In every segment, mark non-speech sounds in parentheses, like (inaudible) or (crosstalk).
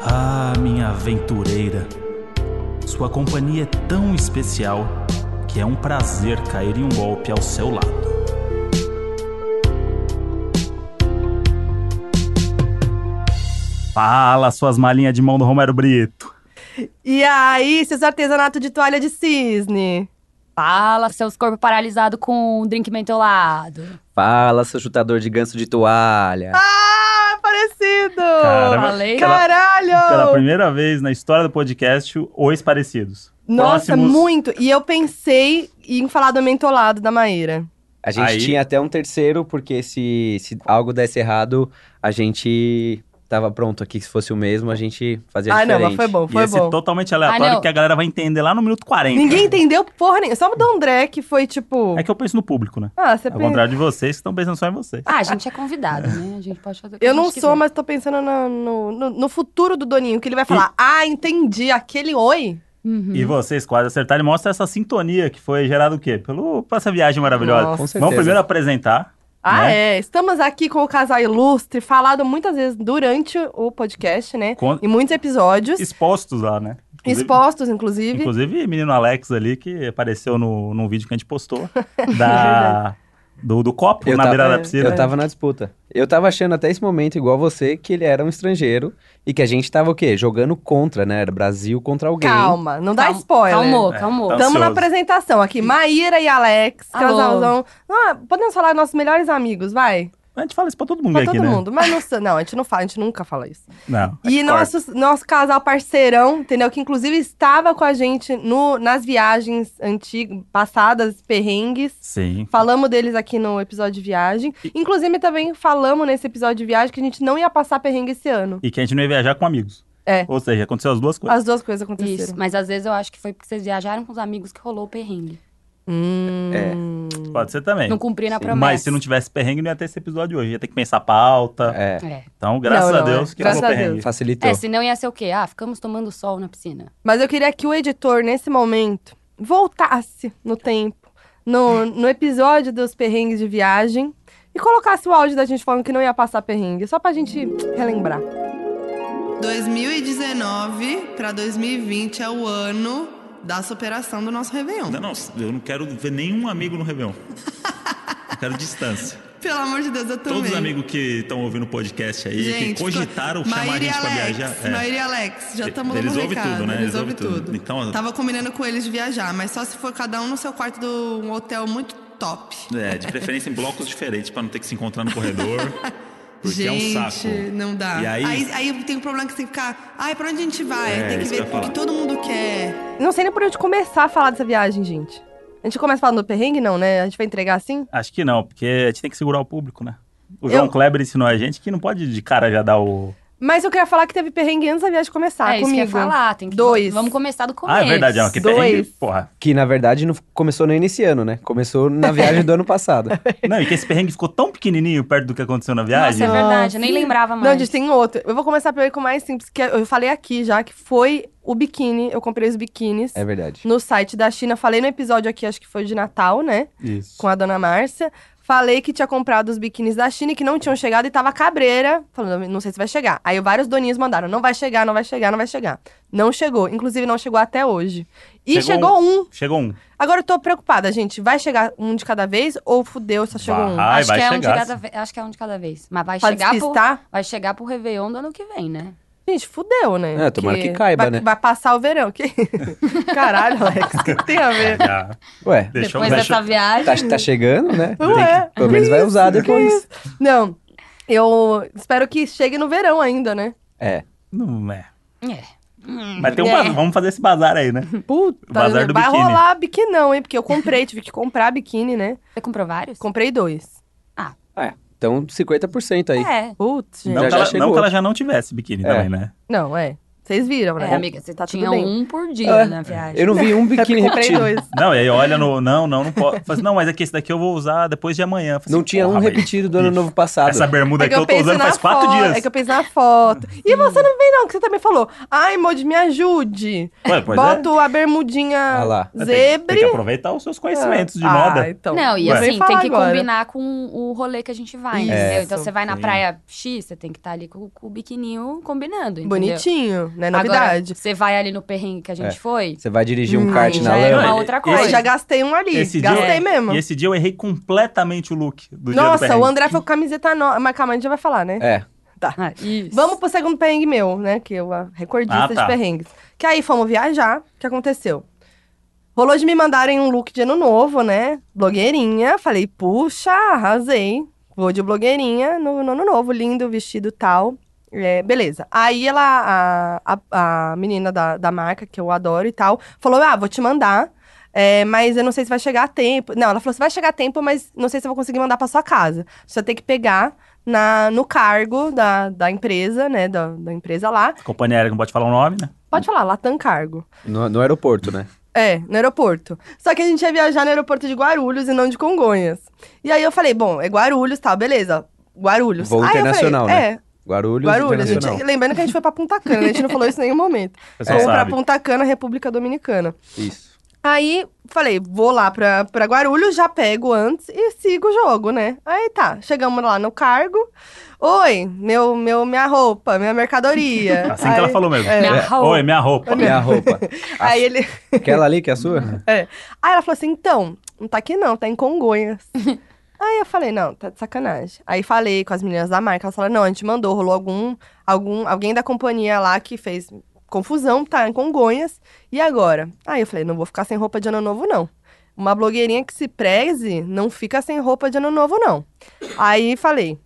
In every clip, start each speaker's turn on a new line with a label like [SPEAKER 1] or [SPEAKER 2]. [SPEAKER 1] Ah, aventureira. Sua companhia é tão especial que é um prazer cair em um golpe ao seu lado. Fala, suas malinhas de mão do Romero Brito.
[SPEAKER 2] E aí, seus artesanato de toalha de cisne?
[SPEAKER 3] Fala, seus corpos paralisados com um drink mentolado.
[SPEAKER 4] Fala, seu chutador de ganso de toalha.
[SPEAKER 2] Ah, parecido!
[SPEAKER 1] Cara,
[SPEAKER 3] Falei.
[SPEAKER 1] pela-
[SPEAKER 2] Caralho!
[SPEAKER 1] Pela primeira vez na história do podcast, Ois Parecidos.
[SPEAKER 2] Nossa,
[SPEAKER 1] Próximos-
[SPEAKER 2] muito! E eu pensei em falar do mentolado da Maíra.
[SPEAKER 4] A gente
[SPEAKER 1] Aí-
[SPEAKER 4] tinha até um terceiro, porque se, se algo desse errado, a gente tava pronto aqui. Se fosse o mesmo, a gente fazia
[SPEAKER 2] ah, não,
[SPEAKER 4] diferente.
[SPEAKER 2] mas foi bom, foi
[SPEAKER 1] e esse
[SPEAKER 2] bom.
[SPEAKER 1] totalmente
[SPEAKER 3] Ah,
[SPEAKER 1] aleatório
[SPEAKER 3] não.
[SPEAKER 1] que a galera vai entender lá no minuto 40.
[SPEAKER 2] Ninguém entendeu porra nenhuma. Só o do André, que foi tipo.
[SPEAKER 1] É que eu penso no público, né?
[SPEAKER 2] Ah, você
[SPEAKER 1] Ao
[SPEAKER 2] pensa.
[SPEAKER 1] contrário de vocês que estão pensando só em vocês.
[SPEAKER 3] Ah, a gente é convidado, né? A gente pode fazer o que a
[SPEAKER 2] Eu
[SPEAKER 3] gente
[SPEAKER 2] não
[SPEAKER 3] quiser.
[SPEAKER 2] sou, mas tô pensando na- no, no, no futuro do Doninho, que ele vai falar: Ah, entendi, aquele oi.
[SPEAKER 3] Uhum.
[SPEAKER 1] E vocês quase acertaram e mostra essa sintonia que foi gerada o quê? Pelo, por essa viagem maravilhosa.
[SPEAKER 2] Nossa.
[SPEAKER 4] Com certeza.
[SPEAKER 1] Vamos primeiro apresentar.
[SPEAKER 2] Ah,
[SPEAKER 1] né?
[SPEAKER 2] é. Estamos aqui com o casal ilustre, falado muitas vezes durante o podcast, né?
[SPEAKER 1] Com-
[SPEAKER 2] Em muitos episódios,
[SPEAKER 1] Expostos lá, né? Inclusive-
[SPEAKER 2] expostos, inclusive.
[SPEAKER 1] Inclusive, menino Alex ali, que apareceu no, num vídeo que a gente
[SPEAKER 2] (laughs)
[SPEAKER 1] postou da, do, do copo
[SPEAKER 4] Eu
[SPEAKER 1] na
[SPEAKER 4] tava-
[SPEAKER 1] beirada da
[SPEAKER 2] é,
[SPEAKER 1] piscina. né?
[SPEAKER 4] Eu tava na disputa. Eu tava achando até esse momento, igual você, que ele era um estrangeiro e que a gente tava o quê? Jogando contra, né? Era Brasil contra alguém.
[SPEAKER 2] Calma, não dá
[SPEAKER 3] Calma-
[SPEAKER 2] spoiler.
[SPEAKER 3] Calmou,
[SPEAKER 1] É,
[SPEAKER 3] calmou.
[SPEAKER 1] então-
[SPEAKER 2] Estamos na
[SPEAKER 1] Ansioso.
[SPEAKER 2] apresentação aqui. Maíra e Alex,
[SPEAKER 3] Alô.
[SPEAKER 2] casalzão. Ah, podemos falar nossos melhores amigos, vai?
[SPEAKER 1] A gente fala isso pra todo mundo
[SPEAKER 2] Pra
[SPEAKER 1] aqui,
[SPEAKER 2] todo
[SPEAKER 1] né?
[SPEAKER 2] mundo. Mas não, sou- não, a gente não fala, a gente nunca fala isso.
[SPEAKER 1] Não.
[SPEAKER 2] E nosso, nosso casal parceirão, entendeu? Que inclusive estava com a gente no, nas viagens antigas, passadas, perrengues.
[SPEAKER 1] Sim.
[SPEAKER 2] Falamos deles aqui no episódio de viagem. Inclusive, também falamos nesse episódio de viagem que a gente não ia passar perrengue esse ano.
[SPEAKER 1] E que a gente não ia viajar com amigos.
[SPEAKER 2] É.
[SPEAKER 1] Ou seja, aconteceu as duas coisas.
[SPEAKER 2] As duas coisas aconteceram.
[SPEAKER 3] Isso, mas às vezes eu acho que foi porque vocês viajaram com os amigos que rolou o perrengue.
[SPEAKER 2] Hum.
[SPEAKER 1] Pode ser também.
[SPEAKER 3] Não cumpriram a
[SPEAKER 4] Sim.
[SPEAKER 3] promessa.
[SPEAKER 1] É, Mas se não tivesse perrengue, não ia ter esse episódio hoje. Ia ter que pensar a pauta.
[SPEAKER 4] É,
[SPEAKER 3] É.
[SPEAKER 1] Então, graças
[SPEAKER 2] Não,
[SPEAKER 1] a
[SPEAKER 2] não,
[SPEAKER 1] Deus
[SPEAKER 2] é.
[SPEAKER 1] que
[SPEAKER 2] Graças
[SPEAKER 1] rolou
[SPEAKER 2] a Deus.
[SPEAKER 1] perrengue.
[SPEAKER 4] facilitou.
[SPEAKER 3] É, senão ia ser o quê? Ah, ficamos tomando sol na piscina.
[SPEAKER 2] Mas eu queria que o editor, nesse momento, voltasse no tempo, no, no episódio dos perrengues de viagem, e colocasse o áudio da gente falando que não ia passar perrengue, só pra gente relembrar.
[SPEAKER 5] 2019 para 2020 é o ano da superação do nosso Réveillon.
[SPEAKER 6] Não, não, eu não quero ver nenhum amigo no Réveillon. Eu quero distância.
[SPEAKER 5] Pelo amor de Deus, eu também.
[SPEAKER 6] Todos os amigos que estão ouvindo o podcast aí, que cogitaram
[SPEAKER 5] ficou-
[SPEAKER 6] chamar a
[SPEAKER 5] Maíra e
[SPEAKER 6] gente pra
[SPEAKER 5] Alex,
[SPEAKER 6] viajar. é.
[SPEAKER 5] Maíra e Alex, já estamos
[SPEAKER 6] Eles
[SPEAKER 5] no
[SPEAKER 6] ouvem
[SPEAKER 5] recado.
[SPEAKER 6] tudo, né?
[SPEAKER 5] Eles ouvem tudo.
[SPEAKER 6] Então-
[SPEAKER 5] Tava combinando com eles de viajar, mas só se for cada um no seu quarto de um hotel muito top.
[SPEAKER 6] É, de preferência em blocos diferentes pra não ter que se encontrar no corredor. Porque
[SPEAKER 5] gente,
[SPEAKER 6] é um saco.
[SPEAKER 5] não dá.
[SPEAKER 6] E aí,
[SPEAKER 5] aí, aí tem um problema que você tem que ficar. Ai, pra onde a gente vai?
[SPEAKER 6] É,
[SPEAKER 5] tem que
[SPEAKER 6] isso que eu ia
[SPEAKER 5] ver o que
[SPEAKER 6] falar.
[SPEAKER 5] todo mundo quer.
[SPEAKER 2] Não sei nem por onde começar a falar dessa viagem, gente. A gente começa falando do perrengue, não, né? A gente vai entregar assim?
[SPEAKER 1] Acho que não, porque a gente tem que segurar o público, né? O João Kleber ensinou a gente que não pode de cara já dar o.
[SPEAKER 2] Mas eu queria falar que teve perrengue antes da viagem começar,
[SPEAKER 3] é, isso
[SPEAKER 2] comigo.
[SPEAKER 3] que eu ia falar. Tem que...
[SPEAKER 2] Dois.
[SPEAKER 3] Vamos começar do
[SPEAKER 1] Tá Ah,
[SPEAKER 3] começo.
[SPEAKER 1] é verdade, não. Que
[SPEAKER 2] Dois.
[SPEAKER 1] perrengue, porra.
[SPEAKER 4] Que na verdade não começou nem nesse ano, né? Começou na viagem do ano
[SPEAKER 2] (laughs)
[SPEAKER 4] passado.
[SPEAKER 1] Não, e que esse perrengue ficou tão pequenininho perto do que aconteceu na
[SPEAKER 3] Nossa,
[SPEAKER 1] viagem. né?
[SPEAKER 3] é verdade. Eu nem
[SPEAKER 2] Nossa.
[SPEAKER 3] lembrava mais.
[SPEAKER 2] Não, gente, tem outro. Eu vou começar primeiro com o mais simples, que eu falei aqui já, que foi o biquíni. Eu comprei os biquínis.
[SPEAKER 4] É verdade.
[SPEAKER 2] no site da China. Falei no episódio aqui, acho que foi de Natal, né?
[SPEAKER 1] Isso.
[SPEAKER 2] Com a dona Márcia. Falei que tinha comprado os biquínis da China e que não tinham chegado e tava cabreira, falando, não sei se vai chegar. Aí vários doninhos mandaram, não vai chegar, não vai chegar, não vai chegar. Não chegou, inclusive não chegou até hoje. E chegou,
[SPEAKER 1] Chegou
[SPEAKER 2] um.
[SPEAKER 1] Chegou um.
[SPEAKER 2] Agora eu tô preocupada, gente. Vai chegar um de cada vez ou fudeu, só chegou um?
[SPEAKER 1] Vai. Ai,
[SPEAKER 3] acho, que é um de
[SPEAKER 1] chegar,
[SPEAKER 3] cada
[SPEAKER 1] sim.
[SPEAKER 3] ve- acho que é um de cada vez. Mas vai
[SPEAKER 2] Pra
[SPEAKER 3] chegar, pro...
[SPEAKER 2] despistar?
[SPEAKER 3] vai chegar pro Réveillon do ano que vem, né?
[SPEAKER 2] Gente, fudeu, né?
[SPEAKER 4] É, tomara
[SPEAKER 2] Porque
[SPEAKER 4] que caiba,
[SPEAKER 2] vai,
[SPEAKER 4] né?
[SPEAKER 2] Vai passar o verão. Que... (laughs) Caralho,
[SPEAKER 1] (laughs)
[SPEAKER 2] Alex,
[SPEAKER 3] (laughs)
[SPEAKER 2] o que que tem a ver?
[SPEAKER 1] É, Já.
[SPEAKER 4] Ué,
[SPEAKER 1] Deixou
[SPEAKER 3] Depois
[SPEAKER 1] já
[SPEAKER 3] dessa viagem.
[SPEAKER 4] tá, tá chegando, né?
[SPEAKER 2] Ué,
[SPEAKER 4] Tem que- pelo menos vai usar
[SPEAKER 2] que
[SPEAKER 4] depois.
[SPEAKER 2] isso? Não, eu espero que chegue no verão ainda, né?
[SPEAKER 4] É.
[SPEAKER 1] Não é.
[SPEAKER 3] É. Hum.
[SPEAKER 1] Mas tem um
[SPEAKER 2] É.
[SPEAKER 1] bazar, vamos fazer esse bazar aí,
[SPEAKER 2] (laughs)
[SPEAKER 1] né?
[SPEAKER 2] Puta,
[SPEAKER 1] Bazar do
[SPEAKER 2] vai
[SPEAKER 1] biquíni.
[SPEAKER 2] rolar biquíni não, hein? Porque eu comprei, tive que comprar biquíni, né?
[SPEAKER 3] Você comprou vários?
[SPEAKER 2] Comprei dois.
[SPEAKER 4] É. Então 50% aí.
[SPEAKER 3] É.
[SPEAKER 2] Putz, gente.
[SPEAKER 1] Não,
[SPEAKER 4] Já
[SPEAKER 1] que,
[SPEAKER 4] já
[SPEAKER 1] ela,
[SPEAKER 4] chegou.
[SPEAKER 1] não que ela já não tivesse biquíni
[SPEAKER 4] É.
[SPEAKER 1] também, né?
[SPEAKER 2] Não, é. Vocês viram, né?
[SPEAKER 3] É, amiga, você
[SPEAKER 2] tá tudo
[SPEAKER 3] tinha
[SPEAKER 2] bem. É
[SPEAKER 3] um por dia
[SPEAKER 4] É.
[SPEAKER 3] na viagem.
[SPEAKER 4] Eu não vi um biquíni
[SPEAKER 2] Comprei
[SPEAKER 4] repetido.
[SPEAKER 2] dois.
[SPEAKER 1] Não, e aí olha no. Não, não, não
[SPEAKER 2] (laughs)
[SPEAKER 1] pode. Fala assim, não, mas é que esse daqui eu vou usar depois de amanhã. Fala assim,
[SPEAKER 4] Não tinha
[SPEAKER 1] porra,
[SPEAKER 4] um
[SPEAKER 1] velho.
[SPEAKER 4] repetido do ano novo passado.
[SPEAKER 1] Essa bermuda
[SPEAKER 2] É
[SPEAKER 1] aqui eu, tô usando faz quatro
[SPEAKER 2] foto,
[SPEAKER 1] dias.
[SPEAKER 2] É que eu penso na foto. E você não vem, não, que você também falou. Ai, Mod, me ajude.
[SPEAKER 1] Ué, pois é.
[SPEAKER 2] Boto a bermudinha
[SPEAKER 4] Ah lá.
[SPEAKER 1] Tem que- Tem,
[SPEAKER 2] zebre.
[SPEAKER 1] que aproveitar os seus conhecimentos de moda.
[SPEAKER 2] Ah, então.
[SPEAKER 3] Não, e
[SPEAKER 1] Ué.
[SPEAKER 3] assim,
[SPEAKER 2] Vem
[SPEAKER 3] tem
[SPEAKER 2] falar
[SPEAKER 3] que
[SPEAKER 2] agora.
[SPEAKER 3] combinar com o rolê que a gente vai,
[SPEAKER 2] Isso.
[SPEAKER 3] entendeu? Então você vai na
[SPEAKER 1] Sim.
[SPEAKER 3] praia X, você tem que estar ali com, com o biquininho combinando, entendeu?
[SPEAKER 2] Bonitinho, não é novidade.
[SPEAKER 3] Agora, você vai ali no perrengue que a gente
[SPEAKER 4] É.
[SPEAKER 3] foi.
[SPEAKER 4] Você vai dirigir um
[SPEAKER 2] Hum,
[SPEAKER 4] kart
[SPEAKER 3] aí
[SPEAKER 4] na
[SPEAKER 3] já é
[SPEAKER 4] lama.
[SPEAKER 3] uma
[SPEAKER 6] Não,
[SPEAKER 3] outra
[SPEAKER 6] esse-
[SPEAKER 3] coisa.
[SPEAKER 2] Aí já gastei um ali.
[SPEAKER 6] Esse dia-
[SPEAKER 2] gastei mesmo.
[SPEAKER 6] E esse dia eu errei completamente o look do dia do
[SPEAKER 2] Nossa,
[SPEAKER 6] perrengue.
[SPEAKER 2] o André foi com camiseta nova. Mas calma, a gente já vai falar, né?
[SPEAKER 4] É.
[SPEAKER 3] Ah, isso.
[SPEAKER 2] Vamos pro segundo perrengue meu, né? Que eu, a recordista
[SPEAKER 6] Ah, tá.
[SPEAKER 2] de perrengues. Que aí fomos viajar. O que aconteceu? Rolou de me mandarem um look de ano novo, né? Blogueirinha. Falei, puxa, arrasei. Vou de blogueirinha no, no ano novo, lindo, vestido tal. É, beleza. Aí ela, a, a, a menina da, da marca, que eu adoro e tal, falou: Ah, vou te mandar. é, mas eu não sei se vai chegar a tempo. Não, ela falou: você vai chegar a tempo, mas não sei se eu vou conseguir mandar pra sua casa. Você vai ter que pegar na, no cargo da, da empresa, né? Da, da empresa lá.
[SPEAKER 6] A companhia aérea que não pode falar o nome, né?
[SPEAKER 2] Pode falar, Latam Cargo.
[SPEAKER 4] No, no aeroporto, né?
[SPEAKER 2] É, no aeroporto. Só que a gente ia viajar no aeroporto de Guarulhos e não de Congonhas. E aí eu falei, bom, é Guarulhos, tal, beleza. Guarulhos.
[SPEAKER 4] Voo
[SPEAKER 2] Aí Ah, eu falei,
[SPEAKER 4] internacional, né?
[SPEAKER 2] É,
[SPEAKER 4] Guarulhos,
[SPEAKER 2] Guarulhos,
[SPEAKER 4] Internacional.
[SPEAKER 2] gente. Lembrando que a gente foi pra Punta Cana, né? a gente não falou isso em nenhum momento.
[SPEAKER 6] O pessoal
[SPEAKER 2] Fomos pra
[SPEAKER 6] sabe.
[SPEAKER 2] Punta Cana, República Dominicana.
[SPEAKER 4] Isso.
[SPEAKER 2] Aí falei, vou lá pra, pra Guarulhos, já pego antes e sigo o jogo, né? Aí tá, chegamos lá no cargo. Oi, meu, meu, minha roupa, minha mercadoria.
[SPEAKER 6] Assim que ela
[SPEAKER 2] Aí-
[SPEAKER 6] falou mesmo.
[SPEAKER 2] É.
[SPEAKER 3] Minha
[SPEAKER 6] É.
[SPEAKER 3] roupa.
[SPEAKER 6] Oi, minha roupa.
[SPEAKER 4] Minha roupa.
[SPEAKER 2] Aí ele.
[SPEAKER 4] Aquela ali que é a sua?
[SPEAKER 2] Aí ela falou assim: então, não tá aqui não, tá em Congonhas. Aí eu falei, não, tá de sacanagem. Aí falei com as meninas da marca, elas falaram, não, a gente mandou, rolou algum, algum, alguém da companhia lá que fez confusão, tá em Congonhas, e agora? Aí eu falei, não vou ficar sem roupa de ano novo, não. Uma blogueirinha que se preze não fica sem roupa de ano novo, não. Aí falei,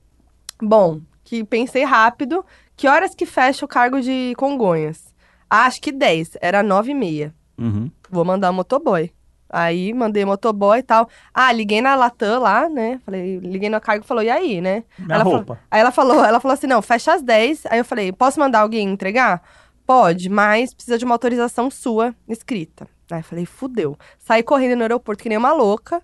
[SPEAKER 2] bom, que pensei rápido, que horas que fecha o cargo de Congonhas? Ah, acho que 10, era 9 e meia
[SPEAKER 6] Uhum.
[SPEAKER 2] vou mandar o motoboy. Aí mandei motoboy e tal. Ah, liguei na Latam lá, né? Falei, liguei no cargo e falou, e aí, né?
[SPEAKER 6] Minha
[SPEAKER 2] Ela
[SPEAKER 6] roupa.
[SPEAKER 2] Aí ela falou, ela falou assim: não, fecha às 10. Aí eu falei, posso mandar alguém entregar? Pode, mas precisa de uma autorização sua escrita. Aí eu falei, fudeu. Saí correndo no aeroporto que nem uma louca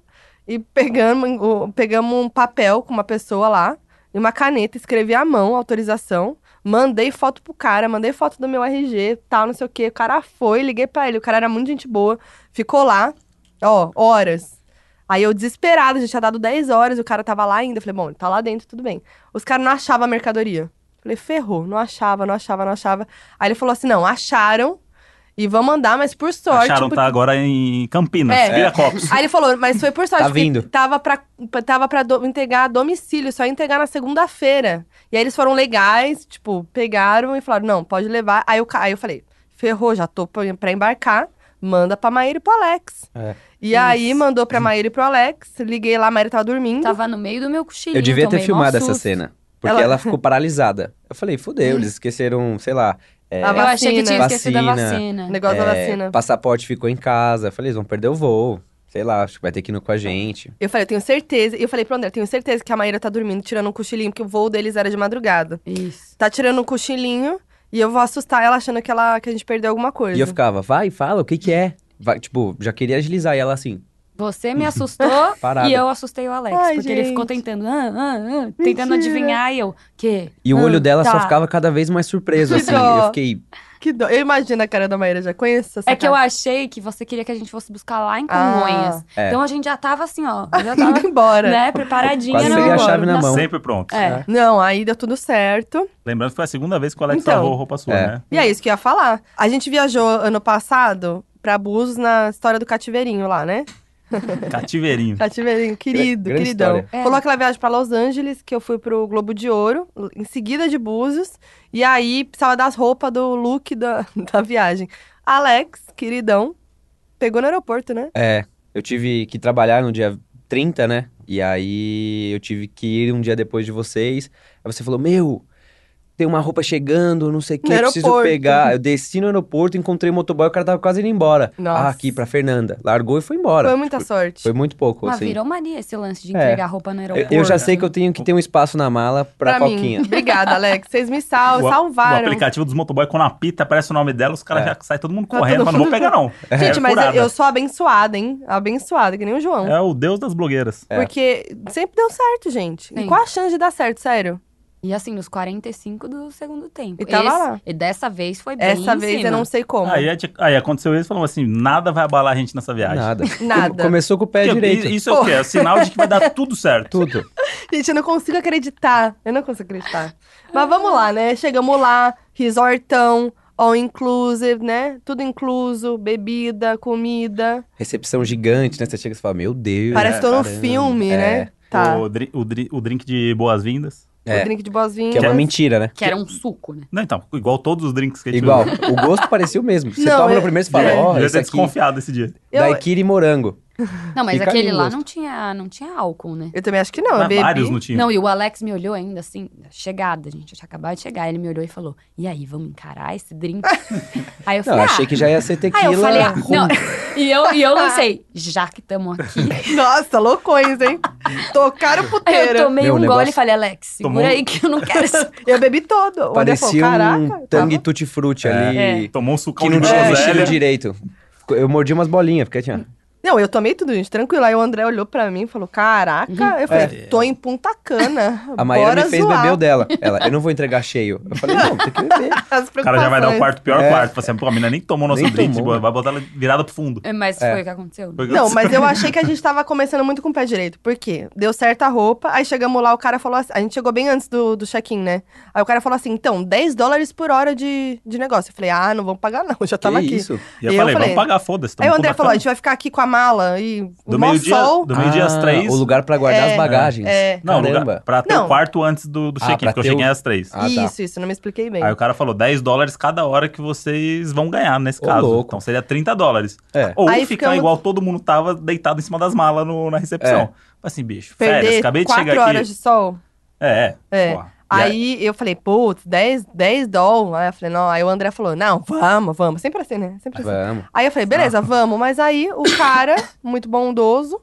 [SPEAKER 2] e pegamos, o- pegamos um papel com uma pessoa lá e uma caneta, escrevi à mão a autorização. Mandei foto pro cara, mandei foto do meu RG, tal, não sei o quê. O cara foi, liguei pra ele. O cara era muito gente boa. Ficou lá, ó, horas. Aí eu desesperada, já tinha dado 10 horas, o cara tava lá ainda. Eu falei, bom, ele tá lá dentro, tudo bem. Os caras não achavam a mercadoria. Falei, ferrou, não achava, não achava, não achava. Aí ele falou assim: não, acharam e vão mandar, mas por sorte.
[SPEAKER 6] Acharam,
[SPEAKER 2] porque-
[SPEAKER 6] tá agora em Campinas,
[SPEAKER 2] É.
[SPEAKER 6] Vira Copos.
[SPEAKER 2] Aí ele falou, mas foi por sorte,
[SPEAKER 4] Tá
[SPEAKER 2] porque
[SPEAKER 4] vindo.
[SPEAKER 2] tava pra, tava pra do- entregar a domicílio, só ia entregar na segunda-feira. E aí eles foram legais, tipo, pegaram e falaram, não, pode levar. Aí eu, ca- aí eu falei, ferrou, já tô pra pra embarcar, manda pra Maíra e pro Alex.
[SPEAKER 4] É.
[SPEAKER 2] E aí mandou pra Maíra e pro Alex, liguei lá, a Maíra tava dormindo.
[SPEAKER 3] Tava no meio do meu cochilinho.
[SPEAKER 4] Eu devia ter
[SPEAKER 3] tomei mó
[SPEAKER 4] filmado essa
[SPEAKER 3] susto.
[SPEAKER 4] cena. Porque ela...
[SPEAKER 2] Ela-
[SPEAKER 4] ficou paralisada. Eu falei, fudeu, eles esqueceram, sei lá. é,
[SPEAKER 2] A
[SPEAKER 3] Eu achei que tinha
[SPEAKER 4] vacina.
[SPEAKER 3] esquecido a
[SPEAKER 4] Vacina.
[SPEAKER 2] O
[SPEAKER 3] vacina.
[SPEAKER 2] negócio da
[SPEAKER 4] é,
[SPEAKER 2] vacina.
[SPEAKER 4] passaporte ficou em casa. Eu falei, eles vão perder o voo. Sei lá, acho que vai ter que ir no com a gente.
[SPEAKER 2] Eu falei, eu tenho certeza. E eu falei pro André, eu tenho certeza que a Maíra tá dormindo, tirando um cochilinho, porque o voo deles era de madrugada.
[SPEAKER 3] Isso.
[SPEAKER 2] Tá tirando um cochilinho e eu vou assustar ela achando que, ela, que a gente perdeu alguma coisa.
[SPEAKER 4] E eu ficava, vai, fala, o que que é? Vai, tipo, já queria agilizar. E ela assim,
[SPEAKER 3] Você me assustou
[SPEAKER 4] Parada.
[SPEAKER 3] e eu assustei o Alex.
[SPEAKER 2] Ai,
[SPEAKER 3] porque ele
[SPEAKER 2] gente.
[SPEAKER 3] ficou tentando, ah, ah, ah, tentando
[SPEAKER 2] Mentira.
[SPEAKER 3] adivinhar e eu, que?
[SPEAKER 4] E o
[SPEAKER 3] Ah,
[SPEAKER 4] olho dela só
[SPEAKER 3] tá.
[SPEAKER 4] ficava cada vez mais surpreso,
[SPEAKER 2] (laughs) Que
[SPEAKER 4] assim.
[SPEAKER 2] "Hum, dó.
[SPEAKER 4] Eu fiquei.
[SPEAKER 2] Que dó. Eu imagino a cara da Maíra, já conheço essa
[SPEAKER 3] É que eu
[SPEAKER 4] tá
[SPEAKER 2] cara.
[SPEAKER 3] achei que você queria que a gente fosse buscar lá em Congonhas.
[SPEAKER 4] É.
[SPEAKER 3] Então a gente já tava assim, ó. Já
[SPEAKER 2] (laughs)
[SPEAKER 3] tava,
[SPEAKER 4] (laughs)
[SPEAKER 2] Indo embora.
[SPEAKER 3] né, preparadinha.
[SPEAKER 4] Quase
[SPEAKER 3] né,
[SPEAKER 4] peguei a
[SPEAKER 3] agora.
[SPEAKER 4] chave na mão.
[SPEAKER 6] Sempre pronto.
[SPEAKER 3] É.
[SPEAKER 2] Não, aí deu tudo certo.
[SPEAKER 6] Lembrando que foi a segunda vez que o Alex
[SPEAKER 2] Então.
[SPEAKER 6] salvou roupa sua,
[SPEAKER 4] É.
[SPEAKER 6] né?
[SPEAKER 2] E é isso que eu ia falar. A gente viajou ano passado pra Búzios na história do cativeirinho lá,
[SPEAKER 4] (laughs)
[SPEAKER 2] né?
[SPEAKER 6] Cativeirinho.
[SPEAKER 2] Cativeirinho, querido,
[SPEAKER 4] grande
[SPEAKER 2] queridão.
[SPEAKER 4] história.
[SPEAKER 3] É.
[SPEAKER 2] Rolou aquela viagem pra Los Angeles, que eu fui pro Globo de Ouro, em seguida de Búzios. E aí, precisava das roupas do look da, (laughs) da viagem. Alex, queridão, pegou no aeroporto, né?
[SPEAKER 4] É, eu tive que trabalhar no dia 30, né? E aí eu tive que ir um dia depois de vocês. Aí você falou: Meu, tem uma roupa chegando, não sei o que,
[SPEAKER 2] No
[SPEAKER 4] preciso
[SPEAKER 2] aeroporto.
[SPEAKER 4] pegar. Eu desci no aeroporto, encontrei o motoboy, o cara tava quase indo embora.
[SPEAKER 2] Nossa.
[SPEAKER 4] Ah, aqui pra Fernanda. Largou e foi embora.
[SPEAKER 2] Foi muita sorte.
[SPEAKER 4] Foi muito pouco,
[SPEAKER 3] Mas
[SPEAKER 4] assim.
[SPEAKER 3] virou mania esse lance de
[SPEAKER 4] É.
[SPEAKER 3] entregar roupa no
[SPEAKER 4] Eu,
[SPEAKER 3] aeroporto.
[SPEAKER 4] eu já sei que eu tenho que ter um espaço na mala pra,
[SPEAKER 2] né? Pra mim. (laughs)
[SPEAKER 4] Coquinha.
[SPEAKER 2] Obrigada, Alex. Vocês me (laughs) sal
[SPEAKER 6] O, a- o
[SPEAKER 2] salvaram.
[SPEAKER 6] aplicativo dos motoboy, quando apita, aparece o nome dela, os caras
[SPEAKER 4] É.
[SPEAKER 6] já saem todo mundo
[SPEAKER 2] Tá
[SPEAKER 6] correndo.
[SPEAKER 2] todo
[SPEAKER 6] Mas não vou pegar, não.
[SPEAKER 2] (laughs) Gente,
[SPEAKER 6] É
[SPEAKER 2] mas eu,
[SPEAKER 6] furada.
[SPEAKER 2] eu sou um abençoada, hein? Abençoada, que nem o João.
[SPEAKER 6] É o deus das blogueiras.
[SPEAKER 2] Porque sempre deu certo, gente. E
[SPEAKER 3] Sim.
[SPEAKER 2] qual a chance de dar certo, sério?
[SPEAKER 3] E assim, nos 45 do segundo tempo.
[SPEAKER 2] E tava
[SPEAKER 3] Esse-
[SPEAKER 2] lá.
[SPEAKER 3] E dessa vez foi bem
[SPEAKER 2] Essa
[SPEAKER 3] em
[SPEAKER 2] vez
[SPEAKER 3] cima.
[SPEAKER 2] eu
[SPEAKER 4] um
[SPEAKER 2] não sei como. um
[SPEAKER 6] Aí, a gente- aí aconteceu isso e falamos assim: nada vai abalar a gente nessa viagem.
[SPEAKER 4] (laughs) Nada.
[SPEAKER 2] Nada.
[SPEAKER 4] Come- Começou com o pé
[SPEAKER 6] Porque
[SPEAKER 4] direito.
[SPEAKER 6] i- Isso é o quê? É o sinal de que vai dar tudo certo.
[SPEAKER 4] Tudo.
[SPEAKER 6] é.
[SPEAKER 2] Gente, eu não consigo acreditar. Eu não consigo acreditar. Mas vamos lá, né? Chegamos lá, resortão, all inclusive, né? Tudo incluso, bebida, comida.
[SPEAKER 4] Recepção gigante, né? Você chega e você fala, meu Deus.
[SPEAKER 2] Parece que tô num
[SPEAKER 4] caramba.
[SPEAKER 2] filme,
[SPEAKER 4] É,
[SPEAKER 2] né? (laughs) Tá.
[SPEAKER 1] O, dri- o dri- o drink de boas-vindas.
[SPEAKER 4] É.
[SPEAKER 2] O drink de boas-vindas.
[SPEAKER 4] Que é uma mentira, né? é
[SPEAKER 3] Que era um suco, né?
[SPEAKER 1] Não, então, igual todos os drinks que a gente
[SPEAKER 4] Igual.
[SPEAKER 1] usa.
[SPEAKER 4] O gosto parecia o mesmo. Você
[SPEAKER 2] Não,
[SPEAKER 4] toma
[SPEAKER 2] é-
[SPEAKER 4] no primeiro e fala, ó,
[SPEAKER 1] Devia
[SPEAKER 4] esse
[SPEAKER 1] ter
[SPEAKER 4] aqui,
[SPEAKER 1] desconfiado esse dia.
[SPEAKER 2] Eu-
[SPEAKER 4] daiquiri morango.
[SPEAKER 3] Não, mas
[SPEAKER 4] Fica aí
[SPEAKER 3] aquele
[SPEAKER 4] o
[SPEAKER 3] lá
[SPEAKER 4] gosto.
[SPEAKER 3] não tinha, não tinha álcool, né?
[SPEAKER 2] Eu também acho que não, eu
[SPEAKER 1] Mas
[SPEAKER 2] bebi.
[SPEAKER 1] vários não tinham.
[SPEAKER 3] Não, e o Alex me olhou ainda assim, chegada, gente, eu tinha acabado de chegar. Ele me olhou e falou: E aí, vamos encarar esse
[SPEAKER 4] (laughs)
[SPEAKER 3] drink? aí eu
[SPEAKER 4] Não,
[SPEAKER 3] falei:
[SPEAKER 4] achei
[SPEAKER 3] ah.
[SPEAKER 4] que já ia ser
[SPEAKER 3] Aí
[SPEAKER 4] tequila. um
[SPEAKER 3] eu falei: ah, (laughs)
[SPEAKER 4] rum.
[SPEAKER 3] não. E eu, e eu lancei, já que estamos aqui. (laughs)
[SPEAKER 2] Nossa, loucões, hein? Tocaram o
[SPEAKER 3] Aí eu
[SPEAKER 2] puteiro.
[SPEAKER 3] tomei
[SPEAKER 4] Meu,
[SPEAKER 3] um
[SPEAKER 4] o negócio- um
[SPEAKER 3] gole e falei: Alex, segura
[SPEAKER 1] Tomou-
[SPEAKER 3] aí que eu não quero isso.
[SPEAKER 2] Eu bebi todo. O André falou,
[SPEAKER 4] Parecia
[SPEAKER 2] caraca. tá
[SPEAKER 4] um tangue
[SPEAKER 2] tava-
[SPEAKER 4] tutti-frutti
[SPEAKER 1] É.
[SPEAKER 4] ali.
[SPEAKER 3] É.
[SPEAKER 1] Tomou um
[SPEAKER 4] Que
[SPEAKER 1] sucão
[SPEAKER 4] não
[SPEAKER 1] de
[SPEAKER 4] tinha
[SPEAKER 1] groselha.
[SPEAKER 4] mexido direito. Eu mordi umas bolinhas, assim, porque tinha...
[SPEAKER 2] Não, eu tomei tudo, gente, tranquilo. Aí o André olhou pra mim e falou, caraca. Eu falei, tô em Punta Cana.
[SPEAKER 4] É. A Maíra
[SPEAKER 2] bora
[SPEAKER 4] me fez
[SPEAKER 2] zoar.
[SPEAKER 4] beber o dela. Ela, eu não vou entregar cheio. Eu falei, não, tem que beber.
[SPEAKER 2] As
[SPEAKER 1] O cara já vai dar o
[SPEAKER 2] preocupações.
[SPEAKER 1] quarto, pior
[SPEAKER 4] É.
[SPEAKER 1] quarto. Fala assim, pô, a mina nem tomou nosso
[SPEAKER 4] Nem
[SPEAKER 1] drink,
[SPEAKER 4] tomou,
[SPEAKER 1] tipo,
[SPEAKER 4] né?
[SPEAKER 1] vai botar ela virada pro fundo.
[SPEAKER 3] (laughs) É, Mas
[SPEAKER 4] É.
[SPEAKER 3] foi o que aconteceu.
[SPEAKER 1] Foi o que
[SPEAKER 2] Não,
[SPEAKER 1] aconteceu.
[SPEAKER 2] mas eu achei que a gente tava começando muito com o pé direito. Por quê? Deu certa roupa, aí chegamos lá, o cara falou assim. A gente chegou bem antes do, do check-in, né? Aí o cara falou assim: então, 10 dólares por hora de, de negócio. Eu falei: ah, não vamos pagar não, eu já tava
[SPEAKER 4] que
[SPEAKER 2] aqui.
[SPEAKER 4] isso?
[SPEAKER 1] (laughs) E eu,
[SPEAKER 2] eu
[SPEAKER 1] falei,
[SPEAKER 2] falei-
[SPEAKER 1] vamos pagar, foda-se.
[SPEAKER 2] Aí
[SPEAKER 1] tamo
[SPEAKER 2] o André
[SPEAKER 1] na
[SPEAKER 2] falou: a
[SPEAKER 1] cama.
[SPEAKER 2] gente vai ficar aqui com a mala e o
[SPEAKER 1] do
[SPEAKER 2] mó
[SPEAKER 1] meio-dia
[SPEAKER 2] sol.
[SPEAKER 1] do meio-dia às
[SPEAKER 4] Ah,
[SPEAKER 1] três.
[SPEAKER 4] O lugar pra guardar
[SPEAKER 2] É,
[SPEAKER 4] as bagagens.
[SPEAKER 2] é.
[SPEAKER 1] Não, lugar,
[SPEAKER 4] Caramba.
[SPEAKER 1] pra ter o
[SPEAKER 2] Não.
[SPEAKER 1] quarto antes do, do
[SPEAKER 4] Ah,
[SPEAKER 1] check-in,
[SPEAKER 4] pra
[SPEAKER 1] porque eu
[SPEAKER 4] ter o-
[SPEAKER 1] cheguei às três.
[SPEAKER 4] Ah, tá.
[SPEAKER 2] isso, isso, não me expliquei bem.
[SPEAKER 1] Aí o cara falou 10 dólares cada hora que vocês vão ganhar nesse
[SPEAKER 4] Ô,
[SPEAKER 1] caso.
[SPEAKER 4] louco.
[SPEAKER 1] Então seria 30 dólares.
[SPEAKER 4] É.
[SPEAKER 1] Ou
[SPEAKER 2] Aí
[SPEAKER 1] ficar
[SPEAKER 2] ficamos-
[SPEAKER 1] igual todo mundo tava deitado em cima das malas no- na recepção.
[SPEAKER 4] É.
[SPEAKER 1] Falei Assim, bicho, férias,
[SPEAKER 2] Perder
[SPEAKER 1] acabei de
[SPEAKER 2] 4
[SPEAKER 1] chegar
[SPEAKER 2] horas
[SPEAKER 1] aqui.
[SPEAKER 2] de sol.
[SPEAKER 1] É,
[SPEAKER 2] É.
[SPEAKER 1] porra. E
[SPEAKER 2] Aí eu falei, putz, 10, 10 dólares. Aí eu falei, não. Aí o André falou, não, vamos, vamos. Sempre assim, né? Sempre assim.
[SPEAKER 4] Vamos.
[SPEAKER 2] Aí eu falei, beleza, vamos. Mas aí o cara, muito bondoso,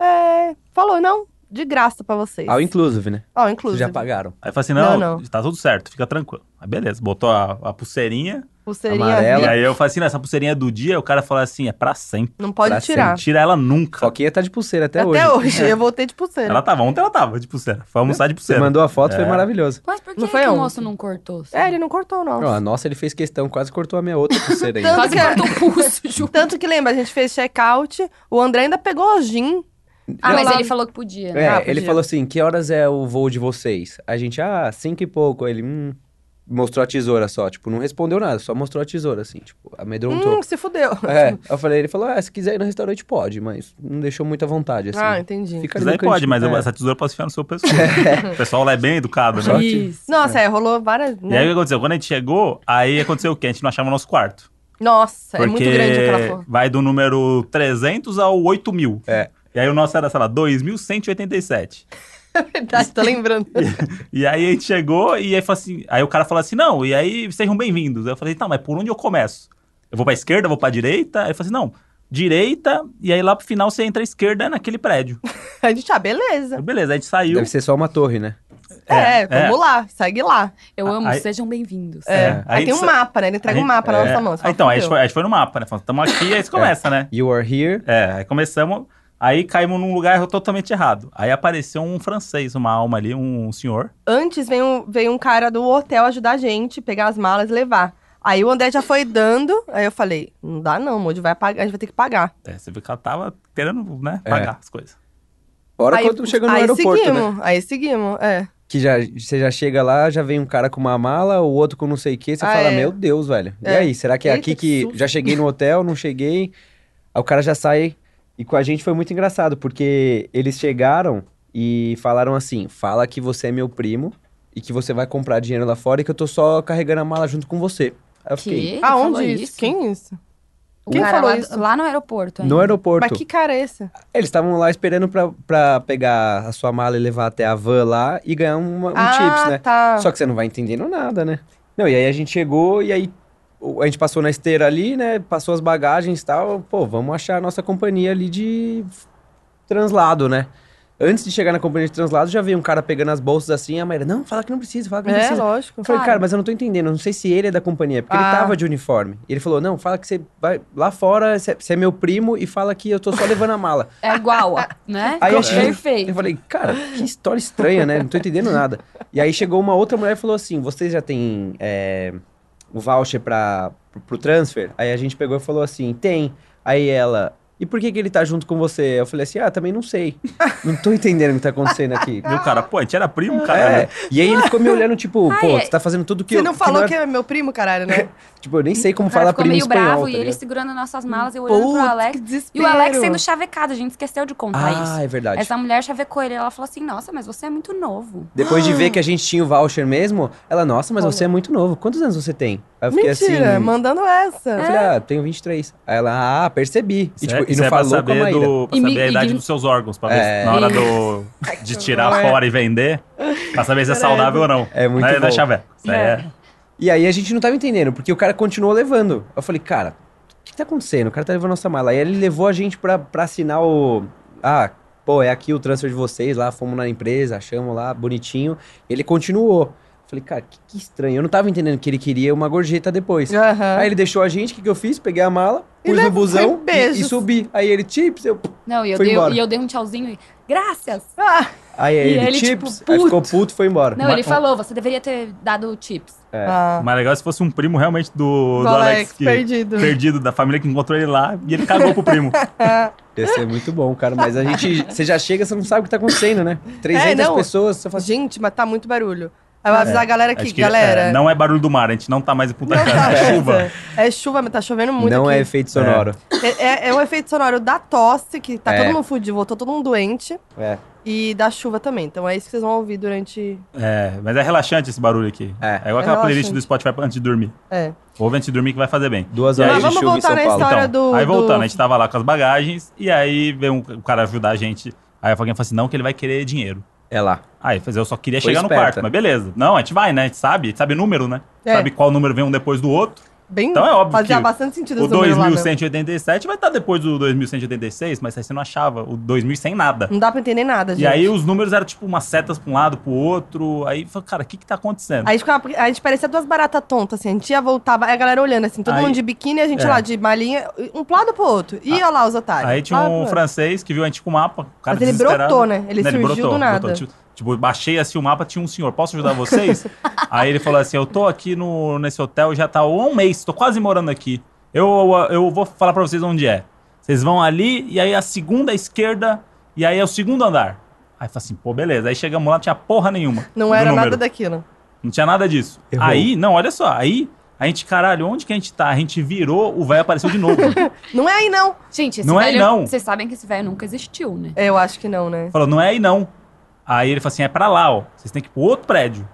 [SPEAKER 2] é, falou, não, de graça pra vocês.
[SPEAKER 4] Ao inclusive, né?
[SPEAKER 2] Ó,
[SPEAKER 4] Vocês
[SPEAKER 2] inclusive.
[SPEAKER 4] Já pagaram.
[SPEAKER 1] Aí eu falei assim, não,
[SPEAKER 2] Não, não.
[SPEAKER 1] tá tudo certo, fica tranquilo. Aí beleza, botou a, a pulseirinha.
[SPEAKER 2] Pulseirinha
[SPEAKER 4] Amarela.
[SPEAKER 1] E
[SPEAKER 4] Ela-
[SPEAKER 1] aí eu falei assim, não, essa pulseirinha é do dia, o cara falou assim, é pra sempre.
[SPEAKER 2] não pode
[SPEAKER 4] Pra
[SPEAKER 2] tirar.
[SPEAKER 1] Não tira ela nunca.
[SPEAKER 4] Foquinha tá de pulseira até,
[SPEAKER 2] Até,
[SPEAKER 4] hoje.
[SPEAKER 2] hoje. Eu voltei de pulseira.
[SPEAKER 1] Ela tava, ontem ela tava de pulseira. Foi almoçar de
[SPEAKER 4] Você
[SPEAKER 1] pulseira.
[SPEAKER 4] mandou a foto, foi
[SPEAKER 1] É.
[SPEAKER 4] maravilhoso.
[SPEAKER 3] Mas por que,
[SPEAKER 2] Não foi
[SPEAKER 3] que o
[SPEAKER 2] ontem.
[SPEAKER 3] moço não cortou?
[SPEAKER 2] É, ele não cortou, não.
[SPEAKER 4] Ó, a nossa, ele fez questão, quase cortou a
[SPEAKER 2] (laughs)
[SPEAKER 4] minha outra pulseira ainda.
[SPEAKER 2] Tanto
[SPEAKER 3] Quase
[SPEAKER 2] que é-
[SPEAKER 3] cortou o (laughs) pulso, Ju.
[SPEAKER 2] Tanto que lembra, a gente fez check-out, o André ainda pegou o gin.
[SPEAKER 3] Ah, mas
[SPEAKER 2] Não.
[SPEAKER 3] ele falou que podia. né?
[SPEAKER 4] É,
[SPEAKER 2] Ah,
[SPEAKER 4] ele
[SPEAKER 2] podia.
[SPEAKER 4] falou assim: que horas é o voo de vocês? A gente, ah, cinco e pouco. Ele, hum, mostrou a tesoura só. Tipo, não respondeu nada, só mostrou a tesoura, assim, tipo, amedrontou.
[SPEAKER 2] Hum, se fudeu.
[SPEAKER 4] (laughs) É, eu falei, ele falou, ah, se quiser ir no restaurante pode, mas não deixou muita vontade, assim.
[SPEAKER 2] Ah, entendi.
[SPEAKER 4] Fica
[SPEAKER 1] Mas
[SPEAKER 4] ali no
[SPEAKER 1] aí pode,
[SPEAKER 4] cantinho,
[SPEAKER 1] mas
[SPEAKER 4] é.
[SPEAKER 1] essa tesoura pode ficar no seu
[SPEAKER 2] (laughs)
[SPEAKER 1] pescoço. o pessoal lá é bem educado, né?
[SPEAKER 3] Isso.
[SPEAKER 2] Nossa, é, rolou várias.
[SPEAKER 1] E aí o que aconteceu? Quando a gente chegou, aí aconteceu o quê? A gente não achava o nosso quarto.
[SPEAKER 2] Nossa,
[SPEAKER 1] porque
[SPEAKER 2] é muito grande aquela
[SPEAKER 4] (laughs)
[SPEAKER 2] porra.
[SPEAKER 1] vai do número 300 ao 8 mil.
[SPEAKER 4] É.
[SPEAKER 1] E aí o nosso era, sei lá, 2.187.
[SPEAKER 4] Tá,
[SPEAKER 2] Verdade,
[SPEAKER 1] (laughs)
[SPEAKER 2] tô lembrando.
[SPEAKER 1] E aí a gente chegou e aí, falou assim, aí o cara falou assim, não, e aí sejam bem-vindos. Aí eu falei, tá, mas por onde eu começo? Eu vou pra esquerda, eu vou pra direita? Aí ele falou assim, não, direita, e aí lá pro final você entra à esquerda naquele prédio.
[SPEAKER 2] (laughs) A gente, ah,
[SPEAKER 1] Eu,
[SPEAKER 2] beleza.
[SPEAKER 1] Beleza, aí a gente saiu.
[SPEAKER 4] Deve ser só uma torre, né?
[SPEAKER 2] É,
[SPEAKER 1] É,
[SPEAKER 2] vamos lá, segue lá.
[SPEAKER 3] Eu
[SPEAKER 4] Ah,
[SPEAKER 3] amo,
[SPEAKER 1] Aí-
[SPEAKER 3] sejam bem-vindos.
[SPEAKER 2] É.
[SPEAKER 1] É,
[SPEAKER 2] Aí,
[SPEAKER 1] aí
[SPEAKER 2] tem um
[SPEAKER 1] sa-
[SPEAKER 2] mapa, né? Ele entrega um
[SPEAKER 1] Aí-
[SPEAKER 2] mapa na
[SPEAKER 1] é.
[SPEAKER 2] nossa mão. você
[SPEAKER 1] Ah,
[SPEAKER 2] fala,
[SPEAKER 1] Então, aí a gente
[SPEAKER 2] "Fudeu".
[SPEAKER 1] foi, a gente foi no mapa, né? Falando, tamo aqui,
[SPEAKER 4] É.
[SPEAKER 1] aí você começa, né?
[SPEAKER 4] You are here.
[SPEAKER 1] É, aí começamos, aí caímos num lugar totalmente errado. Aí apareceu um francês, uma alma ali, um senhor.
[SPEAKER 2] Antes veio, um- veio um cara do hotel ajudar a gente, pegar as malas e levar. Aí o André já foi dando, aí eu falei, não dá não, Moody, vai pagar, a gente vai ter que pagar.
[SPEAKER 1] É, você viu que ela tava querendo, né,
[SPEAKER 4] É.
[SPEAKER 1] pagar as coisas.
[SPEAKER 4] Hora
[SPEAKER 2] aí,
[SPEAKER 4] quando chega no
[SPEAKER 2] aí
[SPEAKER 4] aeroporto, né?
[SPEAKER 2] seguimos, aí seguimos, é.
[SPEAKER 4] Que já, você já chega lá, já vem um cara com uma mala, o outro com não sei o que, você
[SPEAKER 2] Ah,
[SPEAKER 4] fala,
[SPEAKER 2] é.
[SPEAKER 4] meu Deus, velho.
[SPEAKER 2] É.
[SPEAKER 4] E aí, será que é
[SPEAKER 2] Eita,
[SPEAKER 4] aqui
[SPEAKER 2] que
[SPEAKER 4] que
[SPEAKER 2] susto.
[SPEAKER 4] já cheguei no hotel, não cheguei? Aí o cara já sai. E com a gente foi muito engraçado, porque eles chegaram e falaram assim: fala que você é meu primo e que você vai comprar dinheiro lá fora e que eu tô só carregando a mala junto com você. Aí eu fiquei.
[SPEAKER 3] Que?
[SPEAKER 2] Aonde Ah, isso? Quem é isso?
[SPEAKER 3] O
[SPEAKER 2] Quem
[SPEAKER 3] cara
[SPEAKER 2] falou
[SPEAKER 3] lá,
[SPEAKER 2] isso?
[SPEAKER 3] Lá no aeroporto. ainda.
[SPEAKER 4] No aeroporto.
[SPEAKER 2] Mas que cara é esse?
[SPEAKER 4] Eles estavam lá esperando pra, pra pegar a sua mala e levar até a van lá e ganhar uma- um
[SPEAKER 2] ah,
[SPEAKER 4] chips, né?
[SPEAKER 2] tá.
[SPEAKER 4] Só que você não vai entendendo nada, né? Não, e aí a gente chegou e aí o- a gente passou na esteira ali, né? Passou as bagagens e tal. Pô, vamos achar a nossa companhia ali de translado, né? Antes de chegar na companhia de translado, já veio um cara pegando as bolsas assim, a Maíra, não, fala que não precisa, fala que não
[SPEAKER 2] É,
[SPEAKER 4] precisa.
[SPEAKER 2] lógico.
[SPEAKER 4] Eu falei, cara, mas eu não tô entendendo, eu não sei se ele é da companhia, porque ele
[SPEAKER 2] Ah.
[SPEAKER 4] tava de uniforme. E ele falou, não, fala que você vai lá fora, você você é meu primo e fala que eu tô só levando a mala.
[SPEAKER 3] É (laughs) igual, ó, né?
[SPEAKER 4] Aí eu cheguei-
[SPEAKER 3] Perfeito.
[SPEAKER 4] Eu falei, cara,
[SPEAKER 3] (laughs)
[SPEAKER 4] que história estranha, né? Não tô entendendo nada. E aí chegou uma outra mulher e falou assim: vocês já têm é, o voucher pra, pro, pro transfer? Aí a gente pegou e falou assim: tem. Aí ela. E por que, que ele tá junto com você? Eu falei assim: ah, também não sei. Não tô entendendo o que tá acontecendo
[SPEAKER 3] (laughs)
[SPEAKER 4] aqui.
[SPEAKER 1] Viu, cara? Pô, a gente era primo, cara. né?"
[SPEAKER 4] É. E aí ele ficou me olhando, tipo,
[SPEAKER 3] Ah,
[SPEAKER 4] pô,
[SPEAKER 3] é.
[SPEAKER 4] você tá fazendo tudo que
[SPEAKER 2] Você
[SPEAKER 4] eu.
[SPEAKER 2] não falou
[SPEAKER 4] eu-
[SPEAKER 2] que é meu primo, caralho, né?
[SPEAKER 4] Tipo, eu nem sei como
[SPEAKER 3] O cara
[SPEAKER 4] falar
[SPEAKER 3] ficou
[SPEAKER 4] primo em
[SPEAKER 3] meio
[SPEAKER 4] espanhol.
[SPEAKER 3] bravo
[SPEAKER 4] tá
[SPEAKER 3] e ele
[SPEAKER 4] ligado?
[SPEAKER 3] segurando nossas malas, eu olhando
[SPEAKER 2] Putz,
[SPEAKER 3] pro Alex.
[SPEAKER 2] que
[SPEAKER 3] E o Alex
[SPEAKER 2] desespero.
[SPEAKER 3] sendo chavecado, a gente esqueceu de contar isso.
[SPEAKER 4] Ah, é verdade.
[SPEAKER 3] Essa mulher chavecou ele, ela falou assim, nossa, mas você é muito novo.
[SPEAKER 4] Depois
[SPEAKER 3] Ah.
[SPEAKER 4] de ver que a gente tinha o voucher mesmo, ela, nossa, mas
[SPEAKER 3] Olha.
[SPEAKER 4] você é muito novo. Quantos anos você tem? Aí eu fiquei
[SPEAKER 1] né?
[SPEAKER 2] Mentira,
[SPEAKER 4] assim.
[SPEAKER 2] mandando
[SPEAKER 4] Eu
[SPEAKER 2] essa.
[SPEAKER 4] falei, ah, eu tenho 23. Aí ela, ah, percebi. E,
[SPEAKER 1] Isso
[SPEAKER 4] tipo,
[SPEAKER 1] é-
[SPEAKER 4] e
[SPEAKER 1] isso
[SPEAKER 4] não
[SPEAKER 1] é pra
[SPEAKER 4] falou com a É.
[SPEAKER 1] saber,
[SPEAKER 4] Maíra.
[SPEAKER 1] do, pra
[SPEAKER 3] E me-
[SPEAKER 1] saber a
[SPEAKER 3] e
[SPEAKER 1] idade
[SPEAKER 3] me-
[SPEAKER 1] dos seus órgãos, pra ver se na hora do, de tirar
[SPEAKER 2] horror.
[SPEAKER 1] fora e vender, pra saber se é
[SPEAKER 2] Credo.
[SPEAKER 1] saudável ou não.
[SPEAKER 4] É muito
[SPEAKER 1] Né,
[SPEAKER 4] bom.
[SPEAKER 1] né, Xavé? Isso aí é.
[SPEAKER 4] E aí a gente não tava entendendo, porque o cara continuou levando. Eu falei, cara, o que, que tá acontecendo? O cara tá levando nossa mala. Aí ele levou a gente pra, pra assinar o. Ah, pô, é aqui o transfer de vocês lá, fomos na empresa, achamos lá, bonitinho. Ele continuou. Eu Falei, cara, que, que estranho. Eu não tava entendendo que ele queria uma gorjeta depois.
[SPEAKER 2] Aham.
[SPEAKER 4] É. Aí ele deixou a gente, o que, que eu fiz? Peguei a mala,
[SPEAKER 2] Ah. E
[SPEAKER 4] pus no
[SPEAKER 2] levou,
[SPEAKER 4] busão
[SPEAKER 2] foi
[SPEAKER 4] e,
[SPEAKER 2] beijos.
[SPEAKER 4] e subi. Aí ele, chips, eu.
[SPEAKER 3] Não, e eu,
[SPEAKER 4] Foi
[SPEAKER 3] dei,
[SPEAKER 4] embora.
[SPEAKER 3] e eu dei um tchauzinho e... Graças!
[SPEAKER 2] Ah,
[SPEAKER 4] Aí ele,
[SPEAKER 3] ele, tipo,
[SPEAKER 4] chips, aí ficou puto e foi embora.
[SPEAKER 3] Não,
[SPEAKER 1] um
[SPEAKER 3] ele falou, você deveria ter dado tips.
[SPEAKER 2] ah.
[SPEAKER 1] Mas legal se fosse um primo realmente do,
[SPEAKER 2] Do
[SPEAKER 1] do Alex, que-
[SPEAKER 2] perdido.
[SPEAKER 1] perdido, da família que encontrou ele lá, e ele cagou pro primo.
[SPEAKER 4] Ia ser muito bom, cara. Mas
[SPEAKER 2] (laughs)
[SPEAKER 4] a gente. Você já chega, você não sabe o que tá acontecendo, né? 300
[SPEAKER 2] É, não.
[SPEAKER 4] pessoas, você fala assim.
[SPEAKER 2] Gente, mas tá muito barulho. Aí eu vou avisar a galera aqui,
[SPEAKER 1] É, Acho que,
[SPEAKER 2] galera.
[SPEAKER 1] é, não é barulho do mar, a gente não tá mais em Punta Cana,
[SPEAKER 2] tá
[SPEAKER 1] é chuva.
[SPEAKER 2] essa. É chuva, mas tá chovendo muito
[SPEAKER 4] não é
[SPEAKER 2] aqui.
[SPEAKER 4] efeito sonoro.
[SPEAKER 2] É, é, é um efeito sonoro da tosse, que tá
[SPEAKER 4] É.
[SPEAKER 2] todo mundo fudido, voltou todo mundo doente.
[SPEAKER 4] É.
[SPEAKER 2] E da chuva também. Então é isso que vocês vão ouvir durante.
[SPEAKER 1] É, mas é relaxante esse barulho aqui.
[SPEAKER 4] É.
[SPEAKER 1] É, igual aquela
[SPEAKER 2] É
[SPEAKER 1] playlist
[SPEAKER 2] relaxante.
[SPEAKER 1] do Spotify pra antes de dormir.
[SPEAKER 2] É.
[SPEAKER 1] Ouve antes de dormir que vai fazer bem.
[SPEAKER 4] Duas
[SPEAKER 1] E aí,
[SPEAKER 4] horas
[SPEAKER 2] Mas
[SPEAKER 4] de
[SPEAKER 2] vamos
[SPEAKER 4] chuva em
[SPEAKER 2] voltar
[SPEAKER 4] São
[SPEAKER 2] na
[SPEAKER 4] Paulo.
[SPEAKER 2] história do-
[SPEAKER 1] então. Aí
[SPEAKER 2] do-
[SPEAKER 1] voltando, a gente tava lá com as bagagens, e aí veio um, o cara ajudar a gente. Aí alguém falou assim, não, que ele vai querer dinheiro.
[SPEAKER 4] É lá.
[SPEAKER 1] Aí, fazer, eu só queria
[SPEAKER 4] Foi
[SPEAKER 1] chegar no
[SPEAKER 4] esperta.
[SPEAKER 1] quarto, mas beleza. Não, a gente vai, né? A gente sabe, a gente sabe número, né?
[SPEAKER 2] É.
[SPEAKER 1] Sabe qual número vem um depois do outro.
[SPEAKER 2] Bem,
[SPEAKER 1] Então é óbvio
[SPEAKER 2] fazia
[SPEAKER 1] que
[SPEAKER 2] bastante sentido
[SPEAKER 1] O
[SPEAKER 2] esse número lá, né? meu.
[SPEAKER 1] 2187 vai estar depois do 2186, mas aí você não achava o 2100 nada.
[SPEAKER 2] Não dá pra entender nada, gente.
[SPEAKER 1] E aí os números eram tipo umas setas pra um lado, pro outro. Aí falou, cara, o que que tá acontecendo?
[SPEAKER 2] Aí ficava- a gente parecia duas baratas tontas, assim. A gente ia, voltava, aí a galera olhando, assim, todo
[SPEAKER 1] Aí-
[SPEAKER 2] mundo de biquíni, a gente
[SPEAKER 1] é. Ah,
[SPEAKER 2] lá de malinha, um pro lado pro outro. E olha lá os otários.
[SPEAKER 1] Aí tinha
[SPEAKER 2] Lá
[SPEAKER 1] um
[SPEAKER 2] pro-
[SPEAKER 1] francês que viu a gente com o mapa. o Cara
[SPEAKER 2] Mas ele
[SPEAKER 1] desesperado.
[SPEAKER 2] brotou, né? Ele surgiu do nada.
[SPEAKER 1] Tipo, tipo, baixei assim o mapa, tinha um senhor, posso ajudar
[SPEAKER 2] (laughs)
[SPEAKER 1] vocês? Aí ele falou assim: Eu tô aqui no, nesse hotel já tá há um mês, tô quase morando aqui. Eu, eu vou falar pra vocês onde é. Vocês vão ali, e aí a segunda esquerda, e aí é o segundo andar. Aí eu falei assim, pô, beleza. Aí chegamos lá, não tinha porra nenhuma.
[SPEAKER 2] Não
[SPEAKER 1] do
[SPEAKER 2] era
[SPEAKER 1] número.
[SPEAKER 2] nada daquilo.
[SPEAKER 1] Não tinha nada disso.
[SPEAKER 4] Errou.
[SPEAKER 1] Aí, não, olha só. Aí a gente, caralho, onde que a gente tá? A gente virou, o velho apareceu de novo.
[SPEAKER 2] Não é aí, não.
[SPEAKER 3] Gente, esse
[SPEAKER 1] Não é,
[SPEAKER 3] velho...
[SPEAKER 1] não.
[SPEAKER 3] Vocês sabem que esse velho nunca existiu, né?
[SPEAKER 2] Eu acho que não, né?
[SPEAKER 1] Falou, não é aí não. Aí ele falou assim, é pra lá, ó. Vocês têm que ir pro outro prédio.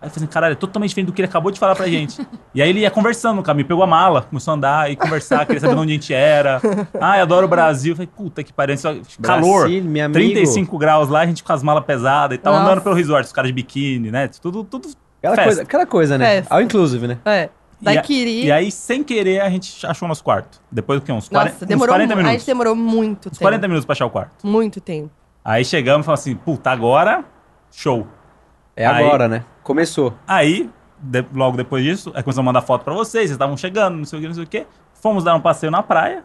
[SPEAKER 1] Aí eu falei assim, caralho, é totalmente diferente do que ele acabou de falar pra
[SPEAKER 2] (laughs)
[SPEAKER 1] gente. e aí ele ia conversando no caminho, pegou a mala, começou a andar e conversar, queria saber de onde a gente era. Ah, eu adoro o Brasil. Eu falei, puta que pariu, só- calor.
[SPEAKER 4] Brasil, meu amigo.
[SPEAKER 1] 35 graus lá, a gente com as malas pesadas e tal,
[SPEAKER 2] Nossa.
[SPEAKER 1] andando pelo resort, os caras de biquíni, né? Tudo, tudo.
[SPEAKER 4] Aquela
[SPEAKER 1] Festa.
[SPEAKER 4] coisa, aquela coisa, né?
[SPEAKER 2] Festa.
[SPEAKER 4] Ao inclusive, né?
[SPEAKER 2] É.
[SPEAKER 1] E
[SPEAKER 2] Daí
[SPEAKER 1] a-
[SPEAKER 2] queria.
[SPEAKER 1] E aí, sem querer, a gente achou o nosso quarto. Depois do que? Uns,
[SPEAKER 2] Nossa,
[SPEAKER 1] 40, uns
[SPEAKER 2] demorou
[SPEAKER 1] 40
[SPEAKER 2] mu- A
[SPEAKER 1] minutos.
[SPEAKER 2] gente demorou muito
[SPEAKER 1] Uns
[SPEAKER 2] tempo.
[SPEAKER 1] 40 minutos pra achar o quarto.
[SPEAKER 2] Muito tempo.
[SPEAKER 1] Aí chegamos e falamos assim, puta, agora, show.
[SPEAKER 4] É
[SPEAKER 1] Aí-
[SPEAKER 4] agora, né? Começou.
[SPEAKER 1] Aí, de- logo depois disso, aí começamos a mandar foto pra vocês, vocês estavam chegando, não sei o que, não sei o que. Fomos dar um passeio na praia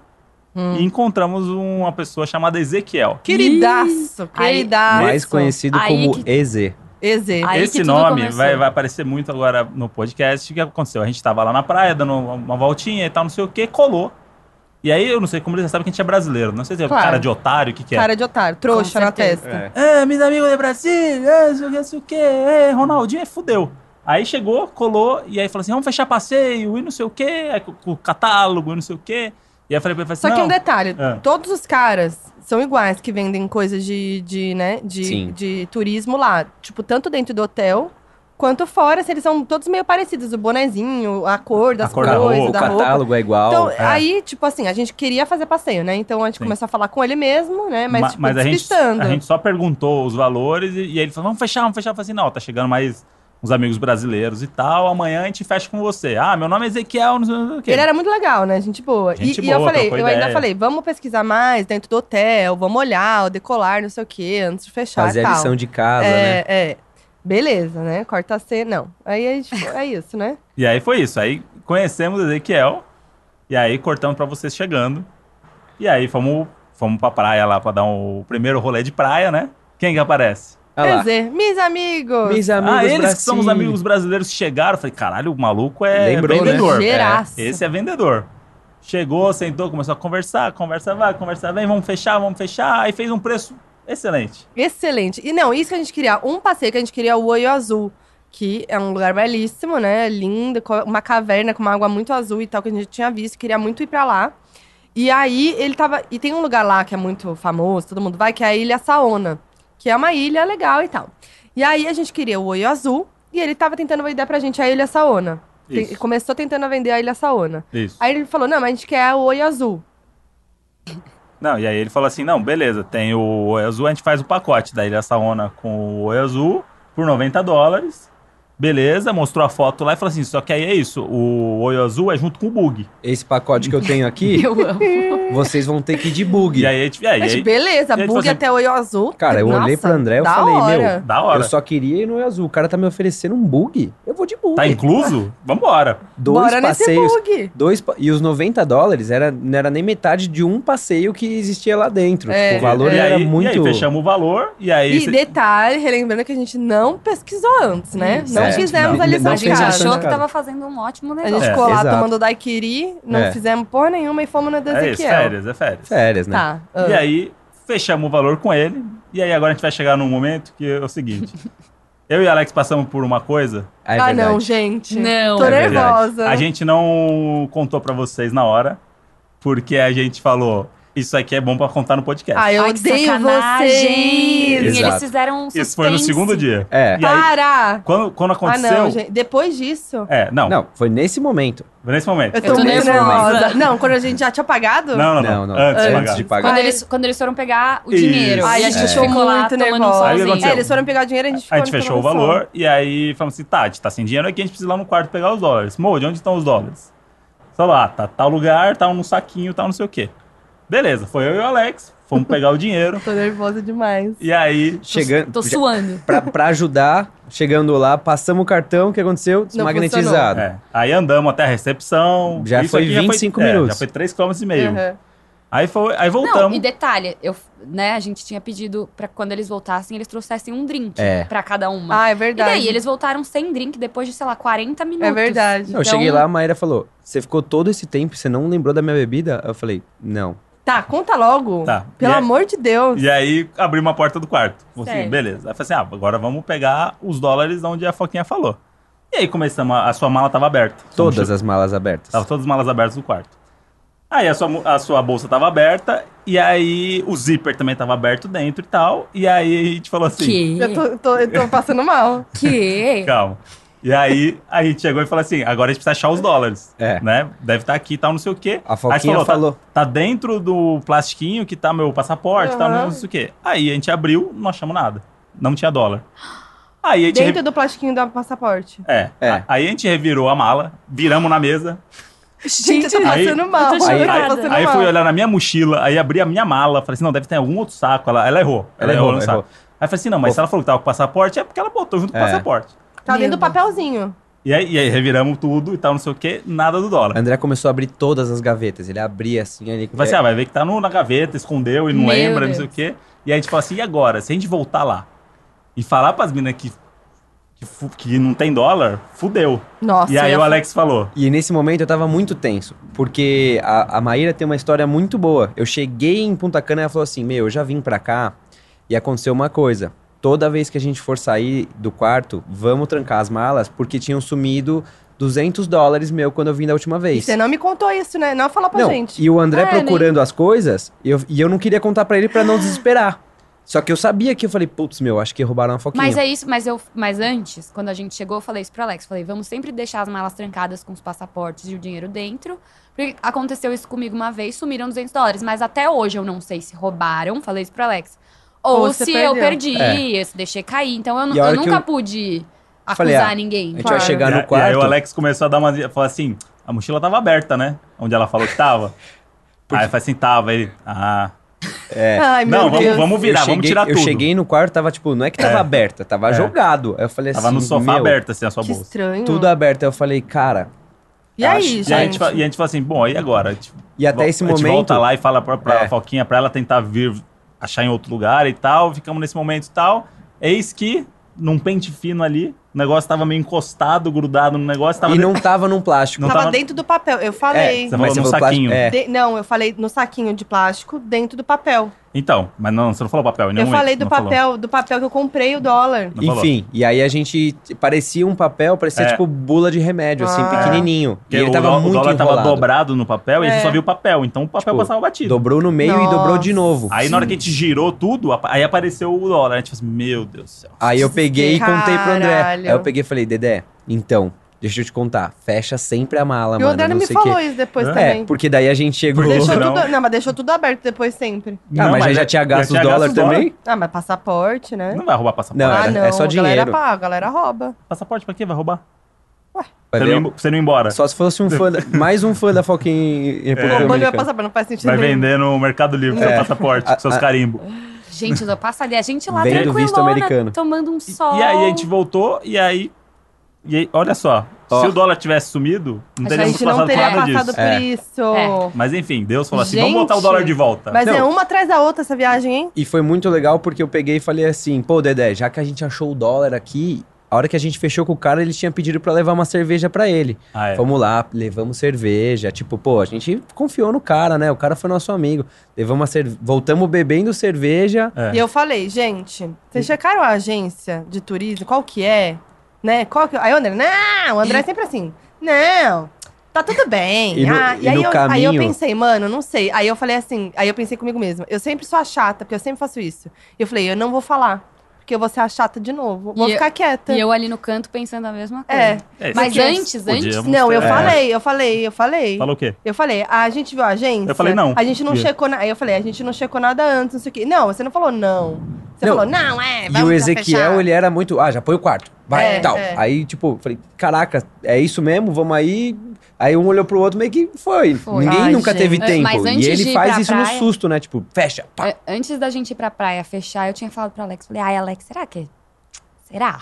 [SPEAKER 3] Hum.
[SPEAKER 1] e encontramos uma pessoa chamada Ezequiel.
[SPEAKER 2] Queridaço,
[SPEAKER 3] Aí-
[SPEAKER 2] queridaço.
[SPEAKER 4] Mais conhecido
[SPEAKER 3] Aí
[SPEAKER 4] como
[SPEAKER 3] que-
[SPEAKER 4] EZ.
[SPEAKER 2] Eze.
[SPEAKER 3] Aí que
[SPEAKER 1] Esse
[SPEAKER 3] tudo
[SPEAKER 1] nome
[SPEAKER 3] começou.
[SPEAKER 1] vai, vai aparecer muito agora no podcast. O que aconteceu? A gente tava lá na praia, dando uma, uma voltinha e tal, não sei o que, colou. E aí, eu não sei como eles já sabem que a gente é brasileiro. Não sei se é
[SPEAKER 2] Claro.
[SPEAKER 1] cara de otário, o que, que é.
[SPEAKER 2] Cara de otário, trouxa
[SPEAKER 3] Com
[SPEAKER 2] na
[SPEAKER 3] certeza.
[SPEAKER 2] testa.
[SPEAKER 1] É, meus amigos do Brasil, é, isso, que, isso, que, é, Ronaldinho, é, fudeu. Aí chegou, colou, e aí falou assim, vamos fechar passeio, e não sei o quê, aí, com com o catálogo, e não sei o quê. E aí eu falei pra ele, falei
[SPEAKER 2] Só que
[SPEAKER 1] assim,
[SPEAKER 2] um
[SPEAKER 1] não,
[SPEAKER 2] detalhe,
[SPEAKER 1] Ah.
[SPEAKER 2] todos os caras são iguais que vendem coisas de, de né, de,
[SPEAKER 4] Sim.
[SPEAKER 2] de turismo lá. Tipo, tanto dentro do hotel, quanto fora, assim, eles são todos meio parecidos. O bonezinho, a cor das
[SPEAKER 1] A cor da
[SPEAKER 2] coisas,
[SPEAKER 1] roupa,
[SPEAKER 4] O
[SPEAKER 2] da roupa.
[SPEAKER 4] catálogo é igual.
[SPEAKER 2] Então,
[SPEAKER 1] é.
[SPEAKER 2] aí, tipo assim, a gente queria fazer passeio, né? Então a gente
[SPEAKER 1] Sim.
[SPEAKER 2] começou a falar com ele mesmo, né? Mas,
[SPEAKER 1] ma-
[SPEAKER 2] tipo,
[SPEAKER 1] a, gente,
[SPEAKER 2] despistando.
[SPEAKER 1] a gente só perguntou os valores, e, e aí ele falou, vamos fechar, vamos fechar. Eu falei assim, não, tá chegando mais uns amigos brasileiros e tal, amanhã a gente fecha com você. Ah, meu nome é Ezequiel, não sei o quê.
[SPEAKER 2] Ele era muito legal, né? Gente boa. E-
[SPEAKER 1] Gente
[SPEAKER 2] e, eu
[SPEAKER 1] boa,
[SPEAKER 2] falei, eu
[SPEAKER 1] trocou
[SPEAKER 2] ainda
[SPEAKER 1] ideia.
[SPEAKER 2] falei, vamos pesquisar mais dentro do hotel, vamos olhar, o decolar, não sei o quê, antes de fechar. e
[SPEAKER 4] Fazer a
[SPEAKER 2] tal.
[SPEAKER 4] lição de casa,
[SPEAKER 2] é,
[SPEAKER 4] né?
[SPEAKER 2] é. Beleza, né? Corta a C, não. Aí a gente, é isso, né?
[SPEAKER 1] E aí foi isso. Aí conhecemos Ezequiel. E aí cortamos pra vocês chegando. E aí fomos, fomos pra praia lá pra dar um, o primeiro rolê de praia, né? Quem que aparece?
[SPEAKER 4] Olha
[SPEAKER 2] Quer
[SPEAKER 4] lá.
[SPEAKER 2] dizer, meus amigos.
[SPEAKER 4] Meus
[SPEAKER 1] ah, eles
[SPEAKER 4] Brasil.
[SPEAKER 1] que são os amigos brasileiros que chegaram. Eu Falei, caralho, o maluco é
[SPEAKER 4] Lembrou, né?
[SPEAKER 1] vendedor.
[SPEAKER 2] Ligeiraço.
[SPEAKER 1] Esse é vendedor. Chegou, sentou, começou a conversar, conversa vai, conversa vem, vamos fechar, vamos fechar. Aí fez um preço excelente.
[SPEAKER 2] Excelente. E não, isso que a gente queria. Um passeio que a gente queria é o Oio Azul, que é um lugar belíssimo, né? Lindo, co- uma caverna com uma água muito azul e tal, que a gente tinha visto, queria muito ir pra lá. E aí ele tava. E tem um lugar lá que é muito famoso, todo mundo vai, que é a Ilha Saona, que é uma ilha legal e tal. E aí a gente queria o Oio Azul e ele tava tentando vender pra gente a Ilha Saona. Tem-
[SPEAKER 1] Isso.
[SPEAKER 2] Começou tentando vender a Ilha Saona.
[SPEAKER 1] Isso.
[SPEAKER 2] Aí ele falou: não, mas a gente quer o Oio Azul.
[SPEAKER 1] Não, e aí ele falou assim: não, beleza, tem o Oi Azul, a gente faz o pacote da Ilha Saona com o Oi Azul por 90 dólares. Beleza, mostrou a foto lá e falou assim: só que aí é isso, o Oi Azul é junto com o bug.
[SPEAKER 4] Esse pacote que eu tenho
[SPEAKER 1] É.
[SPEAKER 2] (laughs)
[SPEAKER 4] aqui,
[SPEAKER 3] Eu amo.
[SPEAKER 4] vocês vão ter que ir de bug.
[SPEAKER 1] E aí a gente. É, e
[SPEAKER 2] Mas
[SPEAKER 1] aí, e
[SPEAKER 2] beleza,
[SPEAKER 1] aí, tipo
[SPEAKER 2] bug
[SPEAKER 1] assim,
[SPEAKER 2] até Oio Azul.
[SPEAKER 4] Cara, eu
[SPEAKER 2] Nossa,
[SPEAKER 4] olhei pro André e
[SPEAKER 2] da
[SPEAKER 4] falei,
[SPEAKER 2] hora.
[SPEAKER 1] da
[SPEAKER 4] meu,
[SPEAKER 1] hora.
[SPEAKER 4] eu só queria ir no azul. O cara tá me oferecendo um bug. Eu vou de bug.
[SPEAKER 1] Tá
[SPEAKER 4] (laughs)
[SPEAKER 1] incluso? Vambora.
[SPEAKER 4] Dois
[SPEAKER 2] Bora
[SPEAKER 4] passeios.
[SPEAKER 2] nesse bug.
[SPEAKER 4] Dois, pa- e os 90 dólares era, não era nem metade de um passeio que existia lá dentro.
[SPEAKER 2] É.
[SPEAKER 4] Tipo, o valor
[SPEAKER 1] e
[SPEAKER 4] era
[SPEAKER 1] aí,
[SPEAKER 4] muito.
[SPEAKER 1] E aí fechamos o valor e aí.
[SPEAKER 2] E
[SPEAKER 1] cê-
[SPEAKER 2] detalhe, relembrando que a gente não pesquisou antes, né?
[SPEAKER 3] Isso.
[SPEAKER 2] Não
[SPEAKER 4] É,
[SPEAKER 2] fizemos
[SPEAKER 4] não,
[SPEAKER 2] a lição
[SPEAKER 4] não
[SPEAKER 3] a
[SPEAKER 2] de
[SPEAKER 3] gente
[SPEAKER 4] fez a
[SPEAKER 2] casa.
[SPEAKER 4] lição
[SPEAKER 3] achou
[SPEAKER 4] de
[SPEAKER 3] que
[SPEAKER 4] casa.
[SPEAKER 3] tava fazendo um ótimo
[SPEAKER 2] A
[SPEAKER 3] negócio.
[SPEAKER 2] gente
[SPEAKER 1] É,
[SPEAKER 2] ficou lá
[SPEAKER 4] exato.
[SPEAKER 2] tomando daiquiri, não
[SPEAKER 4] É.
[SPEAKER 2] fizemos porra nenhuma e fomos na da
[SPEAKER 1] é isso,
[SPEAKER 2] Ezequiel.
[SPEAKER 1] férias, é férias.
[SPEAKER 4] Férias, né?
[SPEAKER 2] Tá.
[SPEAKER 1] E
[SPEAKER 2] ah.
[SPEAKER 1] aí, fechamos o valor com ele. E aí, agora a gente vai chegar num momento que é o seguinte: eu e Alex passamos por uma coisa.
[SPEAKER 4] Ah, é
[SPEAKER 2] ah,
[SPEAKER 4] verdade.
[SPEAKER 2] não, gente.
[SPEAKER 3] Não.
[SPEAKER 2] Tô
[SPEAKER 1] É verdade.
[SPEAKER 2] nervosa.
[SPEAKER 1] A gente não contou pra vocês na hora, porque a gente falou: isso aqui é bom pra contar no podcast.
[SPEAKER 2] Ah, eu
[SPEAKER 3] Ai, que
[SPEAKER 2] odeio
[SPEAKER 3] sacanagem.
[SPEAKER 2] vocês.
[SPEAKER 4] Exato.
[SPEAKER 3] Eles fizeram um suspense.
[SPEAKER 1] isso foi no segundo dia.
[SPEAKER 4] É.
[SPEAKER 1] E aí,
[SPEAKER 2] Para!
[SPEAKER 1] quando, quando
[SPEAKER 2] Ah,
[SPEAKER 1] aconteceu.
[SPEAKER 2] não, gente. Depois disso,
[SPEAKER 1] É, não,
[SPEAKER 4] Não, foi nesse momento.
[SPEAKER 1] nesse momento.
[SPEAKER 2] eu tô,
[SPEAKER 3] tô
[SPEAKER 2] muito
[SPEAKER 3] nervosa.
[SPEAKER 2] nervosa. Não, quando a gente já tinha pagado?
[SPEAKER 1] Não, não, não.
[SPEAKER 4] Não, não.
[SPEAKER 1] Antes, de
[SPEAKER 2] Antes Tipo,
[SPEAKER 1] pagar.
[SPEAKER 4] de
[SPEAKER 3] Quando
[SPEAKER 2] Ai.
[SPEAKER 3] eles, quando eles foram pegar o
[SPEAKER 1] Isso. É.
[SPEAKER 3] dinheiro.
[SPEAKER 2] Ai,
[SPEAKER 3] e a gente
[SPEAKER 2] eu tô
[SPEAKER 3] ficou lá
[SPEAKER 2] muito
[SPEAKER 3] tomando um
[SPEAKER 2] nervosa.
[SPEAKER 1] Aí o que
[SPEAKER 3] solzinho.
[SPEAKER 1] aconteceu?
[SPEAKER 2] É, eles foram pegar o dinheiro e a gente
[SPEAKER 1] A
[SPEAKER 2] ficou
[SPEAKER 1] gente
[SPEAKER 2] no
[SPEAKER 1] fechou o
[SPEAKER 2] telefone.
[SPEAKER 1] valor e aí falamos assim, Tati, tá sem dinheiro aqui, a gente precisa ir lá no quarto pegar os dólares. Mô, de onde estão os dólares? Sei lá, tá tal lugar, tá num saquinho, tá não sei o quê. Beleza, foi eu e o Alex, fomos pegar o dinheiro
[SPEAKER 2] Tô nervosa demais.
[SPEAKER 1] e aí...
[SPEAKER 4] Chegando.
[SPEAKER 3] Tô suando.
[SPEAKER 4] pra, pra ajudar, chegando lá, passamos o cartão, o que aconteceu? Desmagnetizado.
[SPEAKER 1] é, aí andamos até a recepção.
[SPEAKER 4] Já foi
[SPEAKER 1] aqui
[SPEAKER 4] 25
[SPEAKER 1] é,
[SPEAKER 4] minutos.
[SPEAKER 1] já foi 3 km e meio.
[SPEAKER 2] Uhum.
[SPEAKER 1] Aí, foi, aí
[SPEAKER 3] Não,
[SPEAKER 1] voltamos.
[SPEAKER 3] e detalhe, eu, né, a gente tinha pedido pra quando eles voltassem, eles trouxessem um drink
[SPEAKER 4] É.
[SPEAKER 3] pra cada uma.
[SPEAKER 2] Ah, é
[SPEAKER 3] e
[SPEAKER 2] verdade.
[SPEAKER 3] daí, eles voltaram sem drink depois de, sei lá, 40 minutos.
[SPEAKER 2] É verdade.
[SPEAKER 4] Não, eu cheguei lá, a Maíra falou: Você ficou todo esse tempo, você não lembrou da minha bebida? Eu falei: Não.
[SPEAKER 2] Tá, conta logo.
[SPEAKER 1] Tá.
[SPEAKER 2] Pelo
[SPEAKER 1] E aí-
[SPEAKER 2] amor de Deus.
[SPEAKER 1] E aí abrimos a porta do quarto. Falei assim,
[SPEAKER 3] Certo.
[SPEAKER 1] beleza. Aí falei assim, ah, agora vamos pegar os dólares onde a Foquinha falou. E aí começamos, a, a sua mala tava aberta.
[SPEAKER 4] Todas as malas abertas.
[SPEAKER 1] Tava todas as malas abertas no quarto. Aí a sua, mu- a sua bolsa tava aberta, e aí o zíper também tava aberto dentro e tal. E aí a gente falou assim,
[SPEAKER 3] Então, Que?
[SPEAKER 2] Eu tô, tô- eu tô passando mal.
[SPEAKER 4] (laughs)
[SPEAKER 3] Que?
[SPEAKER 4] um
[SPEAKER 1] calma. E aí a gente chegou e falou assim, agora a gente precisa achar os dólares,
[SPEAKER 4] É.
[SPEAKER 1] né? Deve estar aqui e tal, não sei o quê.
[SPEAKER 4] A Foquinha
[SPEAKER 1] Aí a gente
[SPEAKER 4] falou.
[SPEAKER 1] Tá, tá dentro do plastiquinho que tá meu passaporte, tá
[SPEAKER 2] Aham.
[SPEAKER 1] não sei o quê. Aí a gente abriu, não achamos nada. Não tinha dólar. Aí a (laughs) gente...
[SPEAKER 2] Dentro
[SPEAKER 1] revi-
[SPEAKER 2] do plastiquinho do passaporte.
[SPEAKER 1] É.
[SPEAKER 4] É.
[SPEAKER 1] Aí a gente revirou a mala, viramos na mesa,
[SPEAKER 2] (laughs) Gente, eu tô
[SPEAKER 1] aí-
[SPEAKER 2] passando mal.
[SPEAKER 3] eu tô
[SPEAKER 2] eu tô
[SPEAKER 1] Aí,
[SPEAKER 3] chocada.
[SPEAKER 2] passando
[SPEAKER 1] aí
[SPEAKER 2] mal.
[SPEAKER 1] fui olhar na minha mochila, aí abri a minha mala, falei assim, não, deve ter algum outro saco. Ela, ela errou. Ela, errou, no saco. Aí falei assim, não, mas
[SPEAKER 4] Pô.
[SPEAKER 1] se ela falou que tava com passaporte, é porque ela botou junto com o
[SPEAKER 4] É.
[SPEAKER 1] passaporte.
[SPEAKER 2] Tá dentro do
[SPEAKER 3] Meu
[SPEAKER 2] papelzinho.
[SPEAKER 1] E aí, e aí reviramos tudo e tal, não sei o que, nada do dólar.
[SPEAKER 4] André começou a abrir todas as gavetas. Ele abria assim, aí ele.
[SPEAKER 1] Vai assim, ah, vai ver que tá no- na gaveta, escondeu e não
[SPEAKER 3] Meu
[SPEAKER 1] lembra,
[SPEAKER 3] Deus.
[SPEAKER 1] não sei o quê. E aí a gente fala assim, e agora? Se a gente voltar lá e falar pras minas que, que, fu- que não tem dólar, fudeu.
[SPEAKER 2] Nossa.
[SPEAKER 1] e aí
[SPEAKER 2] eu
[SPEAKER 1] o
[SPEAKER 2] ia-
[SPEAKER 1] Alex falou,
[SPEAKER 4] E nesse momento eu tava muito tenso, porque a, a Maíra tem uma história muito boa. Eu cheguei em Punta Cana e ela falou assim: Meu, eu já vim pra cá e aconteceu uma coisa. Toda vez que a gente for sair do quarto, vamos trancar as malas, porque tinham sumido 200 dólares meu quando eu vim da última
[SPEAKER 2] E
[SPEAKER 4] vez.
[SPEAKER 2] Você não me contou isso, né? Não fala pra
[SPEAKER 4] Não,
[SPEAKER 2] gente. Ah, né?
[SPEAKER 4] e o André
[SPEAKER 3] É, nem-
[SPEAKER 4] procurando as coisas, eu- e eu não queria contar pra ele pra não desesperar. Só que eu sabia que eu falei, putz, meu, acho que roubaram a foquinha.
[SPEAKER 3] Mas é isso, mas eu, mas antes, quando a gente chegou, eu falei isso pro Alex, falei, vamos sempre deixar as malas trancadas com os passaportes e o dinheiro dentro, porque aconteceu isso comigo uma vez, sumiram 200 dólares, mas até hoje eu não sei se roubaram, falei isso pro Alex. Ou,
[SPEAKER 2] Ou
[SPEAKER 3] se
[SPEAKER 2] você
[SPEAKER 3] eu
[SPEAKER 2] perdeu.
[SPEAKER 3] perdi, se deixei cair, então eu, nu-
[SPEAKER 4] É. E a
[SPEAKER 3] eu
[SPEAKER 4] hora que
[SPEAKER 3] nunca
[SPEAKER 4] eu-
[SPEAKER 3] pude acusar
[SPEAKER 4] Falei, ah,
[SPEAKER 3] ninguém.
[SPEAKER 4] a gente
[SPEAKER 2] claro.
[SPEAKER 4] vai
[SPEAKER 1] E
[SPEAKER 4] chegar
[SPEAKER 1] a-
[SPEAKER 4] no
[SPEAKER 1] E aí
[SPEAKER 4] quarto.
[SPEAKER 1] o Alex começou a dar uma. Falou assim: a mochila tava aberta, né? Onde ela falou que
[SPEAKER 4] (laughs)
[SPEAKER 1] tava. Aí eu falei assim: tava. Ele. Ah.
[SPEAKER 2] Ai, meu
[SPEAKER 1] não, vamos,
[SPEAKER 2] Deus.
[SPEAKER 1] vamos virar,
[SPEAKER 4] eu cheguei,
[SPEAKER 1] vamos tirar
[SPEAKER 4] eu
[SPEAKER 1] tudo.
[SPEAKER 4] cheguei no quarto, tava tipo, não é que tava aberta, tava
[SPEAKER 1] É.
[SPEAKER 4] jogado. Aí eu falei
[SPEAKER 1] Tava
[SPEAKER 4] assim,
[SPEAKER 1] no sofá
[SPEAKER 4] meu,
[SPEAKER 1] aberto, assim, a sua
[SPEAKER 2] Que
[SPEAKER 1] bolsa.
[SPEAKER 2] estranho.
[SPEAKER 4] Tudo aberto. Aí eu falei, cara.
[SPEAKER 2] E aí,
[SPEAKER 4] acho-
[SPEAKER 1] E aí, a gente,
[SPEAKER 2] gente?
[SPEAKER 1] fa- e a gente falou assim: bom, aí agora? Tipo,
[SPEAKER 4] E até
[SPEAKER 1] vol-
[SPEAKER 4] esse
[SPEAKER 1] A gente
[SPEAKER 4] momento-
[SPEAKER 1] volta lá e fala pra, pra
[SPEAKER 4] É.
[SPEAKER 1] Foquinha pra ela tentar vir, achar em outro lugar e tal. Ficamos nesse momento e tal. Eis que, num pente fino ali, O negócio tava meio encostado, grudado no negócio. Tava
[SPEAKER 4] E não tava num plástico.
[SPEAKER 1] Não
[SPEAKER 2] tava,
[SPEAKER 1] tava-
[SPEAKER 2] dentro do papel, eu falei.
[SPEAKER 1] Você falou no saquinho.
[SPEAKER 4] É.
[SPEAKER 2] De- Não, eu falei no saquinho de plástico dentro do papel.
[SPEAKER 1] Então, mas não, você não falou papel. em
[SPEAKER 2] eu
[SPEAKER 1] nenhum
[SPEAKER 2] falei
[SPEAKER 1] momento,
[SPEAKER 2] do
[SPEAKER 1] não falou.
[SPEAKER 2] papel, do papel que eu comprei o dólar.
[SPEAKER 1] Não falou.
[SPEAKER 4] é, Enfim, e aí a gente parecia um papel, parecia
[SPEAKER 1] É.
[SPEAKER 4] tipo bula de remédio, assim,
[SPEAKER 2] Ah.
[SPEAKER 4] pequenininho.
[SPEAKER 1] Porque
[SPEAKER 4] e ele
[SPEAKER 1] o,
[SPEAKER 4] tava
[SPEAKER 1] dó- o
[SPEAKER 4] muito
[SPEAKER 1] dólar
[SPEAKER 4] enrolado.
[SPEAKER 1] tava dobrado no papel e a gente
[SPEAKER 2] É.
[SPEAKER 1] só viu o papel. Então o papel
[SPEAKER 4] Tipo,
[SPEAKER 1] passava batido.
[SPEAKER 4] Dobrou no meio e
[SPEAKER 2] Nossa.
[SPEAKER 4] dobrou de novo.
[SPEAKER 1] Aí na hora que a gente girou tudo, apa- aí apareceu o dólar. A gente falou assim, meu Deus do céu.
[SPEAKER 4] Aí eu peguei e contei pro André.
[SPEAKER 2] Caralho.
[SPEAKER 4] Aí eu peguei e falei, Dedé, então, deixa eu te contar, fecha sempre a mala,
[SPEAKER 2] e o
[SPEAKER 4] mano.
[SPEAKER 2] André
[SPEAKER 4] não
[SPEAKER 2] me
[SPEAKER 4] sei
[SPEAKER 2] falou
[SPEAKER 4] que.
[SPEAKER 2] isso depois
[SPEAKER 1] É,
[SPEAKER 4] É,
[SPEAKER 2] também.
[SPEAKER 4] porque daí a gente chegou.
[SPEAKER 1] Porque
[SPEAKER 2] Deixou
[SPEAKER 1] Não.
[SPEAKER 2] tudo, não, mas deixou tudo aberto depois sempre.
[SPEAKER 4] Ah, mas aí já tinha gasto os dólares também?
[SPEAKER 2] Ah, mas passaporte, né?
[SPEAKER 1] Não vai roubar passaporte.
[SPEAKER 4] Não,
[SPEAKER 2] ah,
[SPEAKER 4] era-
[SPEAKER 2] não,
[SPEAKER 4] é só
[SPEAKER 2] A galera
[SPEAKER 4] dinheiro.
[SPEAKER 2] paga, a galera rouba.
[SPEAKER 1] Passaporte pra quê? Vai roubar?
[SPEAKER 4] Vai
[SPEAKER 1] Pra
[SPEAKER 4] ver?
[SPEAKER 1] você, não ir, pra você não ir embora.
[SPEAKER 4] Só se fosse um fã, da- mais um fã da Foquinha em República
[SPEAKER 2] Roubando meu
[SPEAKER 4] Dominicana.
[SPEAKER 2] passaporte, não faz sentido
[SPEAKER 1] Vai
[SPEAKER 2] nenhum.
[SPEAKER 1] vender no Mercado Livre seu
[SPEAKER 4] É.
[SPEAKER 1] passaporte,
[SPEAKER 4] A-
[SPEAKER 1] seus
[SPEAKER 4] a-
[SPEAKER 1] carimbos.
[SPEAKER 3] Gente, eu passaria a gente lá
[SPEAKER 4] Vem do visto
[SPEAKER 3] tranquilona,
[SPEAKER 4] americano.
[SPEAKER 3] tomando um
[SPEAKER 2] Oh.
[SPEAKER 3] sol.
[SPEAKER 1] E aí a gente voltou e aí. E aí, olha só.
[SPEAKER 4] Ó.
[SPEAKER 1] Se o dólar tivesse sumido, não
[SPEAKER 2] A
[SPEAKER 1] teríamos
[SPEAKER 2] gente não
[SPEAKER 1] passado por
[SPEAKER 2] teria
[SPEAKER 1] nada
[SPEAKER 2] passado
[SPEAKER 1] disso.
[SPEAKER 2] por
[SPEAKER 4] É.
[SPEAKER 2] isso.
[SPEAKER 3] É.
[SPEAKER 1] Mas enfim, Deus falou assim:
[SPEAKER 3] Gente.
[SPEAKER 1] vamos botar o dólar de volta.
[SPEAKER 2] Mas é
[SPEAKER 4] Não.
[SPEAKER 2] uma atrás da outra essa viagem, hein?
[SPEAKER 4] E foi muito legal porque eu peguei e falei assim: pô, Dedé, já que a gente achou o dólar aqui, a hora que a gente fechou com o cara, ele tinha pedido pra levar uma cerveja pra ele.
[SPEAKER 1] Ah, é.
[SPEAKER 4] Vamos lá, levamos cerveja. Tipo, pô, a gente confiou no cara, né? O cara foi nosso amigo. Levamos uma cerveja. Voltamos bebendo cerveja.
[SPEAKER 1] É.
[SPEAKER 2] E eu falei, gente, vocês checaram a agência de turismo? Qual que é? Né? Qual que... Aí o André, não, o André é sempre assim, não, tá tudo bem.
[SPEAKER 4] E no-
[SPEAKER 2] ah, e
[SPEAKER 4] e
[SPEAKER 2] aí,
[SPEAKER 4] no
[SPEAKER 2] eu, aí eu
[SPEAKER 4] caminho-
[SPEAKER 2] pensei, mano, não sei. Aí eu falei assim, aí eu pensei comigo mesma, eu sempre sou a chata, porque eu sempre faço isso. E eu falei, eu não vou falar, porque eu vou ser a chata de novo. Vou
[SPEAKER 3] E eu-
[SPEAKER 2] ficar quieta.
[SPEAKER 3] E eu ali no canto pensando a mesma coisa.
[SPEAKER 2] É.
[SPEAKER 1] É,
[SPEAKER 3] Mas
[SPEAKER 1] isso aqui é-
[SPEAKER 3] antes, antes-
[SPEAKER 1] podíamos
[SPEAKER 2] Não, eu
[SPEAKER 1] ter-
[SPEAKER 4] É.
[SPEAKER 2] falei, eu falei, eu falei.
[SPEAKER 1] Falou o quê?
[SPEAKER 2] Eu falei, "Ah, a gente viu a agência?
[SPEAKER 1] Eu falei, não.
[SPEAKER 2] A gente não
[SPEAKER 1] Vi.
[SPEAKER 2] checou nada. Aí eu falei, a gente não checou nada antes, não sei o quê. Não, você não falou não. Você
[SPEAKER 4] Não.
[SPEAKER 2] falou, não, é, vamos
[SPEAKER 4] e o
[SPEAKER 2] já
[SPEAKER 4] Ezequiel,
[SPEAKER 2] fechar.
[SPEAKER 4] ele era muito. Ah, já põe o quarto. Vai,
[SPEAKER 2] É,
[SPEAKER 4] tal.
[SPEAKER 2] é.
[SPEAKER 4] Aí, tipo, falei, caraca, é isso mesmo? Vamos aí. Aí um olhou pro outro meio que foi.
[SPEAKER 3] Foi.
[SPEAKER 4] Ninguém
[SPEAKER 2] Ai,
[SPEAKER 4] nunca
[SPEAKER 2] gente.
[SPEAKER 4] teve
[SPEAKER 3] É,
[SPEAKER 4] tempo.
[SPEAKER 3] mas antes
[SPEAKER 4] e
[SPEAKER 3] de
[SPEAKER 4] ele
[SPEAKER 3] ir
[SPEAKER 4] faz
[SPEAKER 3] pra
[SPEAKER 4] isso
[SPEAKER 3] praia-
[SPEAKER 4] no susto, né? Tipo, fecha. Pá.
[SPEAKER 3] A- É, Antes da gente ir pra praia fechar, eu tinha falado pro Alex, falei, ai, Alex, será que... é- Será?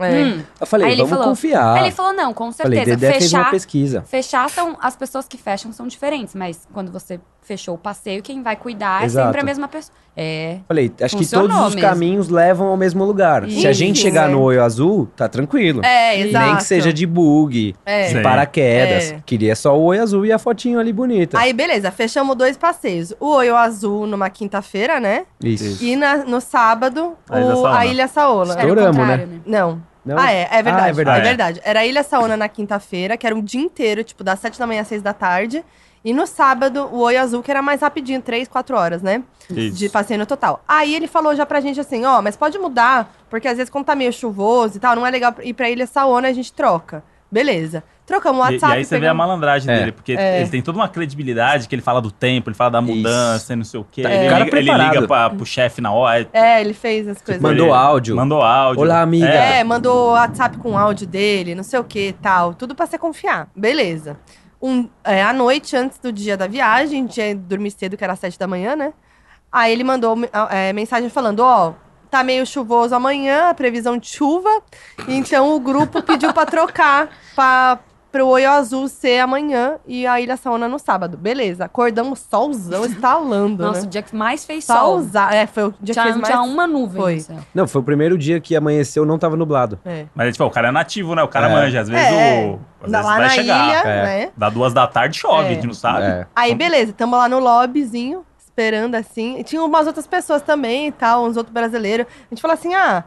[SPEAKER 2] É.
[SPEAKER 3] Hum.
[SPEAKER 4] Eu falei,
[SPEAKER 3] Aí ele
[SPEAKER 4] vamos
[SPEAKER 3] falou-
[SPEAKER 4] confiar.
[SPEAKER 3] Aí ele falou, não, com
[SPEAKER 4] Ah. falei,
[SPEAKER 3] certeza,
[SPEAKER 4] Dedé fez uma
[SPEAKER 3] fechar...
[SPEAKER 4] pesquisa.
[SPEAKER 3] Fechar são... As pessoas que fecham são diferentes, mas quando você fechou o passeio, quem vai cuidar é
[SPEAKER 4] Exato.
[SPEAKER 3] sempre a mesma pessoa. É,
[SPEAKER 4] Falei, acho que
[SPEAKER 3] Funcionou
[SPEAKER 4] todos os
[SPEAKER 3] mesmo.
[SPEAKER 4] caminhos levam ao mesmo lugar. Se a
[SPEAKER 2] Isso,
[SPEAKER 4] gente chegar
[SPEAKER 2] é.
[SPEAKER 4] no olho azul, tá tranquilo.
[SPEAKER 2] É, exato.
[SPEAKER 4] Nem que seja de bug,
[SPEAKER 2] É.
[SPEAKER 1] Sim.
[SPEAKER 4] de paraquedas.
[SPEAKER 2] É.
[SPEAKER 4] Queria só o olho azul e a fotinho ali bonita.
[SPEAKER 2] Aí, beleza, fechamos dois passeios. O Oio Azul numa quinta-feira, né?
[SPEAKER 4] Isso.
[SPEAKER 2] E na- no sábado,
[SPEAKER 1] A Ilha
[SPEAKER 2] o-
[SPEAKER 1] Saona.
[SPEAKER 2] a Ilha Saola.
[SPEAKER 3] era o
[SPEAKER 4] Estouramos,
[SPEAKER 3] contrário, né?
[SPEAKER 2] Não.
[SPEAKER 4] Não?
[SPEAKER 2] Ah, é, é verdade.
[SPEAKER 4] Ah, é verdade.
[SPEAKER 2] Era a Ilha Saona na quinta-feira, que era um dia inteiro, tipo, das sete da manhã às seis da tarde. E no sábado, o Oi Azul, que era mais rapidinho, três, quatro horas, né?
[SPEAKER 1] Isso.
[SPEAKER 2] De passeio no total. Aí ele falou já pra gente assim, ó, mas pode mudar, porque às vezes quando tá meio chuvoso e tal, não é legal ir pra Ilha Saona, a gente troca. Beleza. Trocamos o
[SPEAKER 1] E-
[SPEAKER 2] WhatsApp.
[SPEAKER 1] e aí você vê a
[SPEAKER 2] pegamos-
[SPEAKER 1] malandragem
[SPEAKER 4] É.
[SPEAKER 1] dele, porque ele tem toda uma credibilidade que ele fala do tempo, ele fala da mudança, e não sei o quê.
[SPEAKER 4] Tá,
[SPEAKER 1] Ele,
[SPEAKER 4] o cara
[SPEAKER 1] liga, ele
[SPEAKER 4] preparado.
[SPEAKER 1] liga pra, pro chefe na hora.
[SPEAKER 2] É, ele fez as coisas.
[SPEAKER 4] Mandou
[SPEAKER 1] Ele
[SPEAKER 4] áudio.
[SPEAKER 1] Mandou áudio.
[SPEAKER 4] Olá, amiga.
[SPEAKER 1] É,
[SPEAKER 2] É, mandou WhatsApp com áudio dele, não sei o que tal. Tudo pra você confiar. Beleza. Um, é, à noite, antes do dia da viagem, a gente ia dormir cedo, que era às sete da manhã, né? Aí ele mandou é, mensagem falando, ó, tá meio chuvoso amanhã, a previsão de chuva. Então o grupo pediu pra trocar pra, pro Oio Azul ser amanhã e a Ilha Saona no sábado. Beleza, acordamos solzão estalando,
[SPEAKER 3] Nossa, o
[SPEAKER 2] né?
[SPEAKER 3] dia que mais fez sol.
[SPEAKER 2] Solzão. É, foi o dia que
[SPEAKER 3] Tinha,
[SPEAKER 2] fez mais...
[SPEAKER 3] tinha um uma nuvem
[SPEAKER 2] Foi.
[SPEAKER 3] no céu.
[SPEAKER 4] Não, foi o primeiro dia que amanheceu, não tava nublado.
[SPEAKER 2] É.
[SPEAKER 1] Mas tipo, o cara é nativo, né? O cara
[SPEAKER 4] É.
[SPEAKER 1] manja. Às vezes
[SPEAKER 2] É.
[SPEAKER 1] o. Às vezes
[SPEAKER 2] Lá
[SPEAKER 1] vai
[SPEAKER 2] na
[SPEAKER 1] chegar.
[SPEAKER 2] ilha,
[SPEAKER 4] É.
[SPEAKER 2] né?
[SPEAKER 1] Dá duas da tarde chove,
[SPEAKER 2] É.
[SPEAKER 1] a gente não sabe.
[SPEAKER 4] É.
[SPEAKER 2] Aí, beleza, tamo lá no lobbyzinho, esperando assim. E tinha umas outras pessoas também e tal, uns outros brasileiros. A gente falou assim: ah,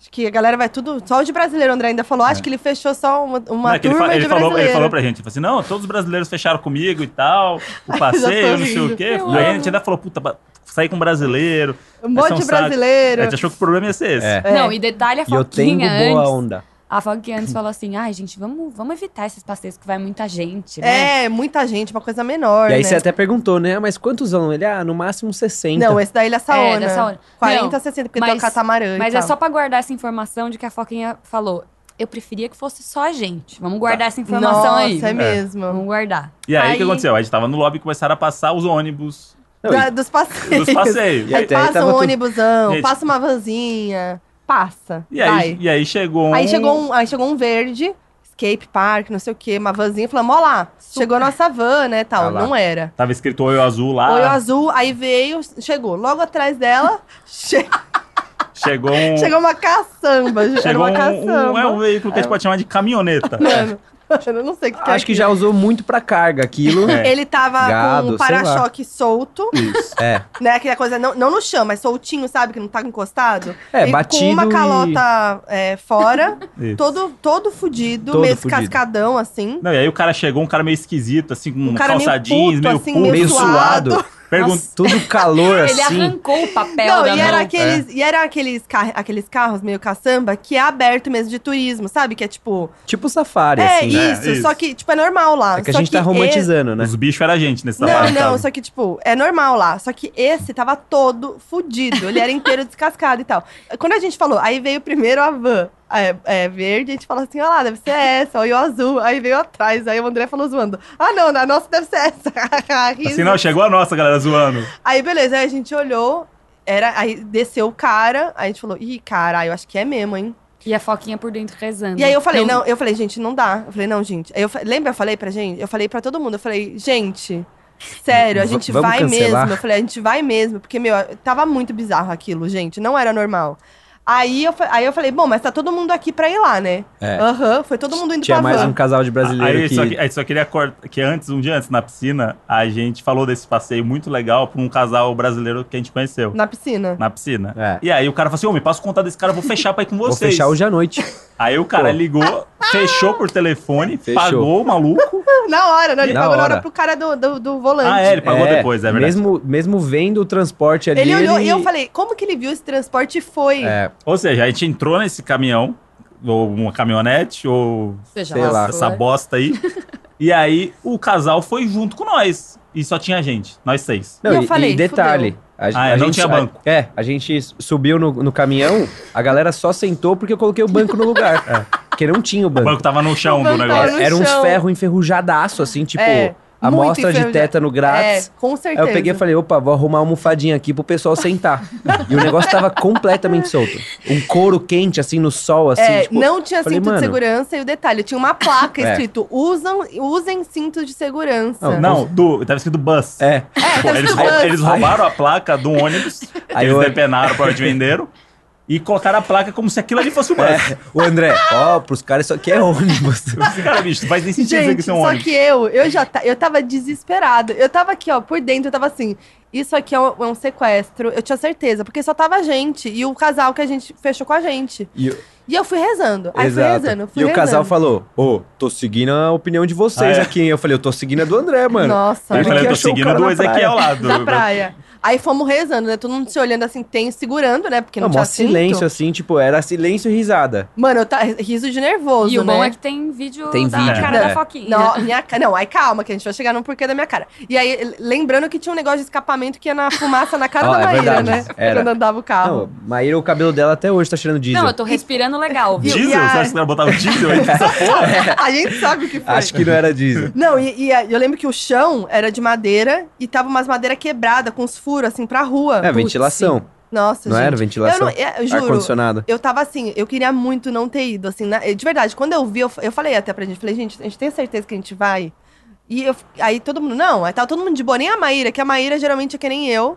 [SPEAKER 2] acho que a galera vai tudo. Só o de brasileiro, o André ainda falou, acho que ele fechou só uma, uma
[SPEAKER 1] É. Não, é que ele,
[SPEAKER 2] turma
[SPEAKER 1] fa- ele
[SPEAKER 2] de
[SPEAKER 1] falou, ele
[SPEAKER 2] brasileiro.
[SPEAKER 1] falou pra gente, ele falou assim, não, todos os brasileiros fecharam comigo e tal, o
[SPEAKER 2] (laughs) já tô
[SPEAKER 1] passeio, não sei
[SPEAKER 2] rindo.
[SPEAKER 1] o quê. Aí a gente ainda falou, puta, ba- sair com brasileiro.
[SPEAKER 2] um monte
[SPEAKER 1] Essa é
[SPEAKER 2] de
[SPEAKER 1] um saco.
[SPEAKER 2] brasileiro.
[SPEAKER 1] A gente achou que o problema ia ser esse.
[SPEAKER 4] É.
[SPEAKER 2] É.
[SPEAKER 3] Não, e detalhe a
[SPEAKER 4] E eu tenho
[SPEAKER 3] Foquinha
[SPEAKER 4] boa
[SPEAKER 3] antes.
[SPEAKER 4] onda.
[SPEAKER 3] A Foquinha antes falou assim, ai, gente, vamos, vamos evitar esses passeios que vai muita gente, né?
[SPEAKER 2] É, muita gente, uma coisa menor.
[SPEAKER 4] E aí
[SPEAKER 2] né?
[SPEAKER 4] você até perguntou, né? "Ah, Mas quantos anos? Ele, ah, no máximo 60.
[SPEAKER 2] Não, esse da Ilha Saona.
[SPEAKER 3] É, da Saona.
[SPEAKER 2] 40,
[SPEAKER 3] Não,
[SPEAKER 2] 60, porque tem o
[SPEAKER 3] mas-
[SPEAKER 2] catamarã. e
[SPEAKER 3] Mas é
[SPEAKER 2] tal.
[SPEAKER 3] só pra guardar essa informação de que a Foquinha falou. Eu preferia que fosse só a gente. Vamos guardar essa informação
[SPEAKER 2] Nossa,
[SPEAKER 3] aí.
[SPEAKER 2] é mesmo.
[SPEAKER 3] Vamos guardar.
[SPEAKER 1] E aí, o que
[SPEAKER 2] Aí-
[SPEAKER 1] aconteceu? A gente tava no lobby e começaram a passar os ônibus
[SPEAKER 4] Não,
[SPEAKER 2] Da-
[SPEAKER 4] e-
[SPEAKER 2] dos passeios. (laughs)
[SPEAKER 1] dos passeios.
[SPEAKER 4] E
[SPEAKER 2] Aí
[SPEAKER 4] Até aí
[SPEAKER 2] passa
[SPEAKER 4] tava
[SPEAKER 2] um
[SPEAKER 4] tudo-
[SPEAKER 2] ônibusão,
[SPEAKER 1] Gente.
[SPEAKER 2] passa uma vanzinha, passa.
[SPEAKER 1] E
[SPEAKER 2] vai.
[SPEAKER 1] aí, e aí chegou um...
[SPEAKER 2] Aí chegou um, aí chegou um verde, escape park, não sei o quê, uma vanzinha, falamos, ó lá, chegou a nossa van, né, tal.
[SPEAKER 4] Ah lá.
[SPEAKER 2] não era.
[SPEAKER 1] Tava escrito olho azul lá.
[SPEAKER 2] Olhou azul, aí veio, chegou logo atrás dela, (laughs) che-
[SPEAKER 1] Chegou um.
[SPEAKER 2] (laughs) Chegou uma caçamba, gente. Era
[SPEAKER 1] chegou
[SPEAKER 2] uma
[SPEAKER 1] um, um- é um
[SPEAKER 2] caçamba. É.
[SPEAKER 1] veículo que a gente pode chamar de
[SPEAKER 2] (laughs)
[SPEAKER 1] caminhoneta.
[SPEAKER 2] Mano, (laughs) eu não sei o que, que é
[SPEAKER 4] Acho que já usou muito pra carga aquilo.
[SPEAKER 1] É.
[SPEAKER 2] Ele tava
[SPEAKER 4] Gado,
[SPEAKER 2] com
[SPEAKER 4] sei
[SPEAKER 2] o para-choque solto,
[SPEAKER 4] É,
[SPEAKER 2] né? Aquela coisa, não, não no chão, mas soltinho, sabe? Que não tá encostado.
[SPEAKER 4] É,
[SPEAKER 2] E
[SPEAKER 4] batido
[SPEAKER 2] Com
[SPEAKER 4] e-
[SPEAKER 2] uma calota é, fora,
[SPEAKER 1] Isso.
[SPEAKER 2] todo, todo fudido,
[SPEAKER 4] Todo
[SPEAKER 2] meio
[SPEAKER 4] fudido.
[SPEAKER 2] descascadão, assim.
[SPEAKER 1] Não, e aí o cara chegou, um cara meio esquisito, assim, com
[SPEAKER 2] Um
[SPEAKER 1] um
[SPEAKER 2] cara meio
[SPEAKER 1] calça jeans,
[SPEAKER 2] puto,
[SPEAKER 1] meio
[SPEAKER 2] assim,
[SPEAKER 1] puto,
[SPEAKER 4] meio suado.
[SPEAKER 2] (laughs)
[SPEAKER 1] Pergun-
[SPEAKER 3] Nossa.
[SPEAKER 4] Tudo calor
[SPEAKER 3] Ele
[SPEAKER 4] assim.
[SPEAKER 3] arrancou o papel
[SPEAKER 2] Não,
[SPEAKER 3] da
[SPEAKER 2] e era,
[SPEAKER 3] mão.
[SPEAKER 2] aqueles,
[SPEAKER 4] É.
[SPEAKER 2] e era aqueles, car- aqueles carros meio caçamba que é aberto mesmo de turismo, sabe? Que é tipo.
[SPEAKER 4] Tipo safari,
[SPEAKER 2] É,
[SPEAKER 4] assim.
[SPEAKER 6] né?
[SPEAKER 2] isso,
[SPEAKER 6] Isso.
[SPEAKER 2] só que, tipo, é normal lá.
[SPEAKER 4] É que a
[SPEAKER 2] Só é
[SPEAKER 4] gente tá
[SPEAKER 2] esse-
[SPEAKER 4] romantizando, né?
[SPEAKER 1] Os bichos era a gente nesse
[SPEAKER 2] Não,
[SPEAKER 1] trabalho.
[SPEAKER 2] não, só que, tipo, é normal lá. Só que esse tava todo fudido. Ele era inteiro (laughs) descascado e tal. Quando a gente falou, aí veio primeiro a van é, é, verde, a gente falou assim: ó lá, deve ser essa. Aí o azul, aí veio atrás. Aí o André falou zoando: ah, não, a nossa deve ser essa. (laughs) Riso.
[SPEAKER 1] Assim, não, chegou a nossa, galera, zoando.
[SPEAKER 2] Aí, beleza, aí a gente olhou, era, aí desceu o cara, aí a gente falou, ih, caralho, eu acho que é mesmo, hein?
[SPEAKER 3] E a Foquinha por dentro rezando.
[SPEAKER 2] E aí eu falei, não, eu falei, gente, não dá. Eu falei, não, gente. Aí eu, fa- lembra eu falei pra gente? Eu falei pra todo mundo, eu falei, gente, sério, a
[SPEAKER 4] V-
[SPEAKER 2] gente
[SPEAKER 4] vamos
[SPEAKER 2] vai
[SPEAKER 4] cancelar?
[SPEAKER 2] mesmo. Eu falei, a gente vai mesmo, porque, meu, tava muito bizarro aquilo, gente, não era normal. Aí eu, fa- aí eu falei, bom, mas tá todo mundo aqui pra ir lá, né?
[SPEAKER 4] É.
[SPEAKER 2] Aham, foi todo mundo indo
[SPEAKER 4] Tinha
[SPEAKER 2] pra
[SPEAKER 4] mais
[SPEAKER 2] van.
[SPEAKER 4] um casal de brasileiro
[SPEAKER 1] Aí
[SPEAKER 4] que...
[SPEAKER 1] só, que- é aí só queria cortar, que antes, um dia antes, na piscina, a gente falou desse passeio muito legal pra um casal brasileiro que a gente
[SPEAKER 4] um
[SPEAKER 1] conheceu.
[SPEAKER 2] (laughs) Na piscina.
[SPEAKER 1] Na piscina.
[SPEAKER 4] É.
[SPEAKER 1] E aí o cara falou assim, ô, me passa o contato desse cara, eu vou fechar pra ir com
[SPEAKER 4] Vou
[SPEAKER 1] vocês.
[SPEAKER 4] fechar hoje à noite.
[SPEAKER 1] Aí o cara
[SPEAKER 4] Pô.
[SPEAKER 1] ligou, fechou por telefone,
[SPEAKER 4] Fechou.
[SPEAKER 1] pagou o maluco.
[SPEAKER 2] (laughs) Na hora, né? Ele
[SPEAKER 4] Na
[SPEAKER 2] pagou na hora
[SPEAKER 4] hora.
[SPEAKER 2] pro cara do, do, do volante.
[SPEAKER 1] Ah, é, ele pagou depois, é verdade.
[SPEAKER 4] Mesmo, mesmo vendo o transporte ali...
[SPEAKER 2] Ele olhou e eu falei, como que ele viu esse transporte e foi?
[SPEAKER 4] É,
[SPEAKER 1] Ou seja, a gente entrou nesse caminhão, ou uma caminhonete, ou
[SPEAKER 3] Seja
[SPEAKER 4] sei lá.
[SPEAKER 3] o que
[SPEAKER 1] essa
[SPEAKER 2] É.
[SPEAKER 3] for.
[SPEAKER 1] bosta aí. e aí o casal foi junto com nós. E só tinha a gente, nós seis.
[SPEAKER 4] Não,
[SPEAKER 2] E eu
[SPEAKER 4] e,
[SPEAKER 2] falei,
[SPEAKER 4] e detalhe. A,
[SPEAKER 1] Ah, é, não tinha banco.
[SPEAKER 4] a- é, a gente subiu no, no caminhão, a galera só sentou porque eu coloquei o banco
[SPEAKER 1] (laughs)
[SPEAKER 4] no lugar.
[SPEAKER 1] É.
[SPEAKER 4] Porque não tinha o
[SPEAKER 1] O
[SPEAKER 4] banco.
[SPEAKER 1] banco tava no chão
[SPEAKER 2] O
[SPEAKER 1] do
[SPEAKER 2] banco tava
[SPEAKER 1] negócio.
[SPEAKER 2] no
[SPEAKER 4] É, Era uns
[SPEAKER 2] chão.
[SPEAKER 4] ferro enferrujadaço, assim, tipo,
[SPEAKER 2] É,
[SPEAKER 4] amostra
[SPEAKER 2] muito
[SPEAKER 4] de
[SPEAKER 2] enferruja-
[SPEAKER 4] tétano grátis.
[SPEAKER 2] É, com
[SPEAKER 4] Aí
[SPEAKER 2] certeza.
[SPEAKER 4] eu peguei e falei, opa, vou arrumar uma almofadinha aqui pro
[SPEAKER 2] (laughs)
[SPEAKER 4] pessoal sentar. e o negócio tava completamente solto. Um couro quente, assim, no sol, assim,
[SPEAKER 2] É,
[SPEAKER 4] tipo...
[SPEAKER 2] não tinha
[SPEAKER 4] falei,
[SPEAKER 2] cinto
[SPEAKER 4] "Mano."
[SPEAKER 2] de segurança e o detalhe, tinha uma placa
[SPEAKER 4] (laughs) É.
[SPEAKER 2] escrito usam, usem cinto de segurança. tá
[SPEAKER 4] Não,
[SPEAKER 1] Não, do, tava escrito bus.
[SPEAKER 4] É,
[SPEAKER 1] Pô,
[SPEAKER 2] tava
[SPEAKER 1] eles,
[SPEAKER 2] escrito
[SPEAKER 1] rou-
[SPEAKER 2] bus.
[SPEAKER 1] eles roubaram a placa do ônibus,
[SPEAKER 4] Aí
[SPEAKER 1] eles
[SPEAKER 4] eu-
[SPEAKER 1] depenaram pra onde venderam, e colocaram a placa como se aquilo ali fosse o bus.
[SPEAKER 4] é. O André, ó, pros caras isso aqui
[SPEAKER 2] (laughs)
[SPEAKER 4] é ônibus.
[SPEAKER 1] Cara, bicho, não faz nem sentido dizer que
[SPEAKER 2] Gente,
[SPEAKER 1] isso é um
[SPEAKER 2] só
[SPEAKER 1] ônibus.
[SPEAKER 2] que eu, eu já ta- eu tava desesperada. Eu tava aqui, ó, por dentro, eu tava assim, isso aqui é um, é um sequestro. Eu tinha certeza, porque só tava a gente e o casal que a gente fechou com a gente.
[SPEAKER 4] E eu-
[SPEAKER 2] E eu fui rezando. Aí fui rezando, fui
[SPEAKER 4] e o
[SPEAKER 2] rezando.
[SPEAKER 4] casal falou: Ô, tô seguindo a opinião de vocês
[SPEAKER 1] Ah, é?
[SPEAKER 4] aqui. hein?" Eu falei: Eu tô seguindo a do André, mano.
[SPEAKER 2] Nossa,
[SPEAKER 1] Aí eu
[SPEAKER 4] Ele
[SPEAKER 2] mano.
[SPEAKER 1] falei, eu
[SPEAKER 4] que
[SPEAKER 1] tô
[SPEAKER 4] achou o
[SPEAKER 1] seguindo
[SPEAKER 4] cara na
[SPEAKER 1] dois aqui
[SPEAKER 4] praia.
[SPEAKER 1] ao lado.
[SPEAKER 2] da praia. Aí fomos rezando, né? Todo mundo se olhando assim, tenso, segurando, né? Porque não,
[SPEAKER 4] Não, mó
[SPEAKER 2] tinha cinto.
[SPEAKER 4] silêncio, assim, tipo, era silêncio e risada.
[SPEAKER 2] Mano, eu tá riso de nervoso,
[SPEAKER 3] E o
[SPEAKER 2] né?
[SPEAKER 3] bom é que né? tem vídeo
[SPEAKER 4] Tem
[SPEAKER 3] da
[SPEAKER 4] vídeo,
[SPEAKER 3] cara da
[SPEAKER 4] é.
[SPEAKER 3] Foquinha.
[SPEAKER 2] Não, minha, ca- não, aí calma, que a gente vai chegar num porquê da minha cara. E aí, lembrando que tinha um negócio de escapamento que ia na fumaça na
[SPEAKER 4] (laughs)
[SPEAKER 2] cara
[SPEAKER 4] Ah,
[SPEAKER 2] da
[SPEAKER 4] é
[SPEAKER 2] Maíra,
[SPEAKER 4] verdade,
[SPEAKER 2] né?
[SPEAKER 4] era.
[SPEAKER 2] Quando andava o (laughs)
[SPEAKER 4] Não,
[SPEAKER 2] carro.
[SPEAKER 4] Maíra, o cabelo dela até hoje tá cheirando diesel.
[SPEAKER 3] Não, eu tô respirando legal. viu?
[SPEAKER 1] Diesel?
[SPEAKER 2] E a-
[SPEAKER 1] Você acha que vai botar o diesel (laughs) aí nessa
[SPEAKER 4] (laughs)
[SPEAKER 1] porra?
[SPEAKER 2] a gente sabe o que foi.
[SPEAKER 4] É. Acho que não era diesel.
[SPEAKER 2] Não, e, e a- eu lembro que o chão era de madeira e tava umas madeira quebrada com os furos, assim, pra rua.
[SPEAKER 4] É, ventilação.
[SPEAKER 2] Nossa,
[SPEAKER 4] Não
[SPEAKER 2] gente.
[SPEAKER 4] era ventilação?
[SPEAKER 2] Eu, não, é, eu juro,
[SPEAKER 4] Ar-condicionado.
[SPEAKER 2] eu tava assim, eu queria muito não ter ido, assim, na- de verdade, quando eu vi, eu, eu falei até pra gente, falei, gente, a gente tem certeza que a gente vai? E eu- aí todo mundo, não, aí tava todo mundo de boa, nem a Maíra, que a Maíra geralmente é que nem eu,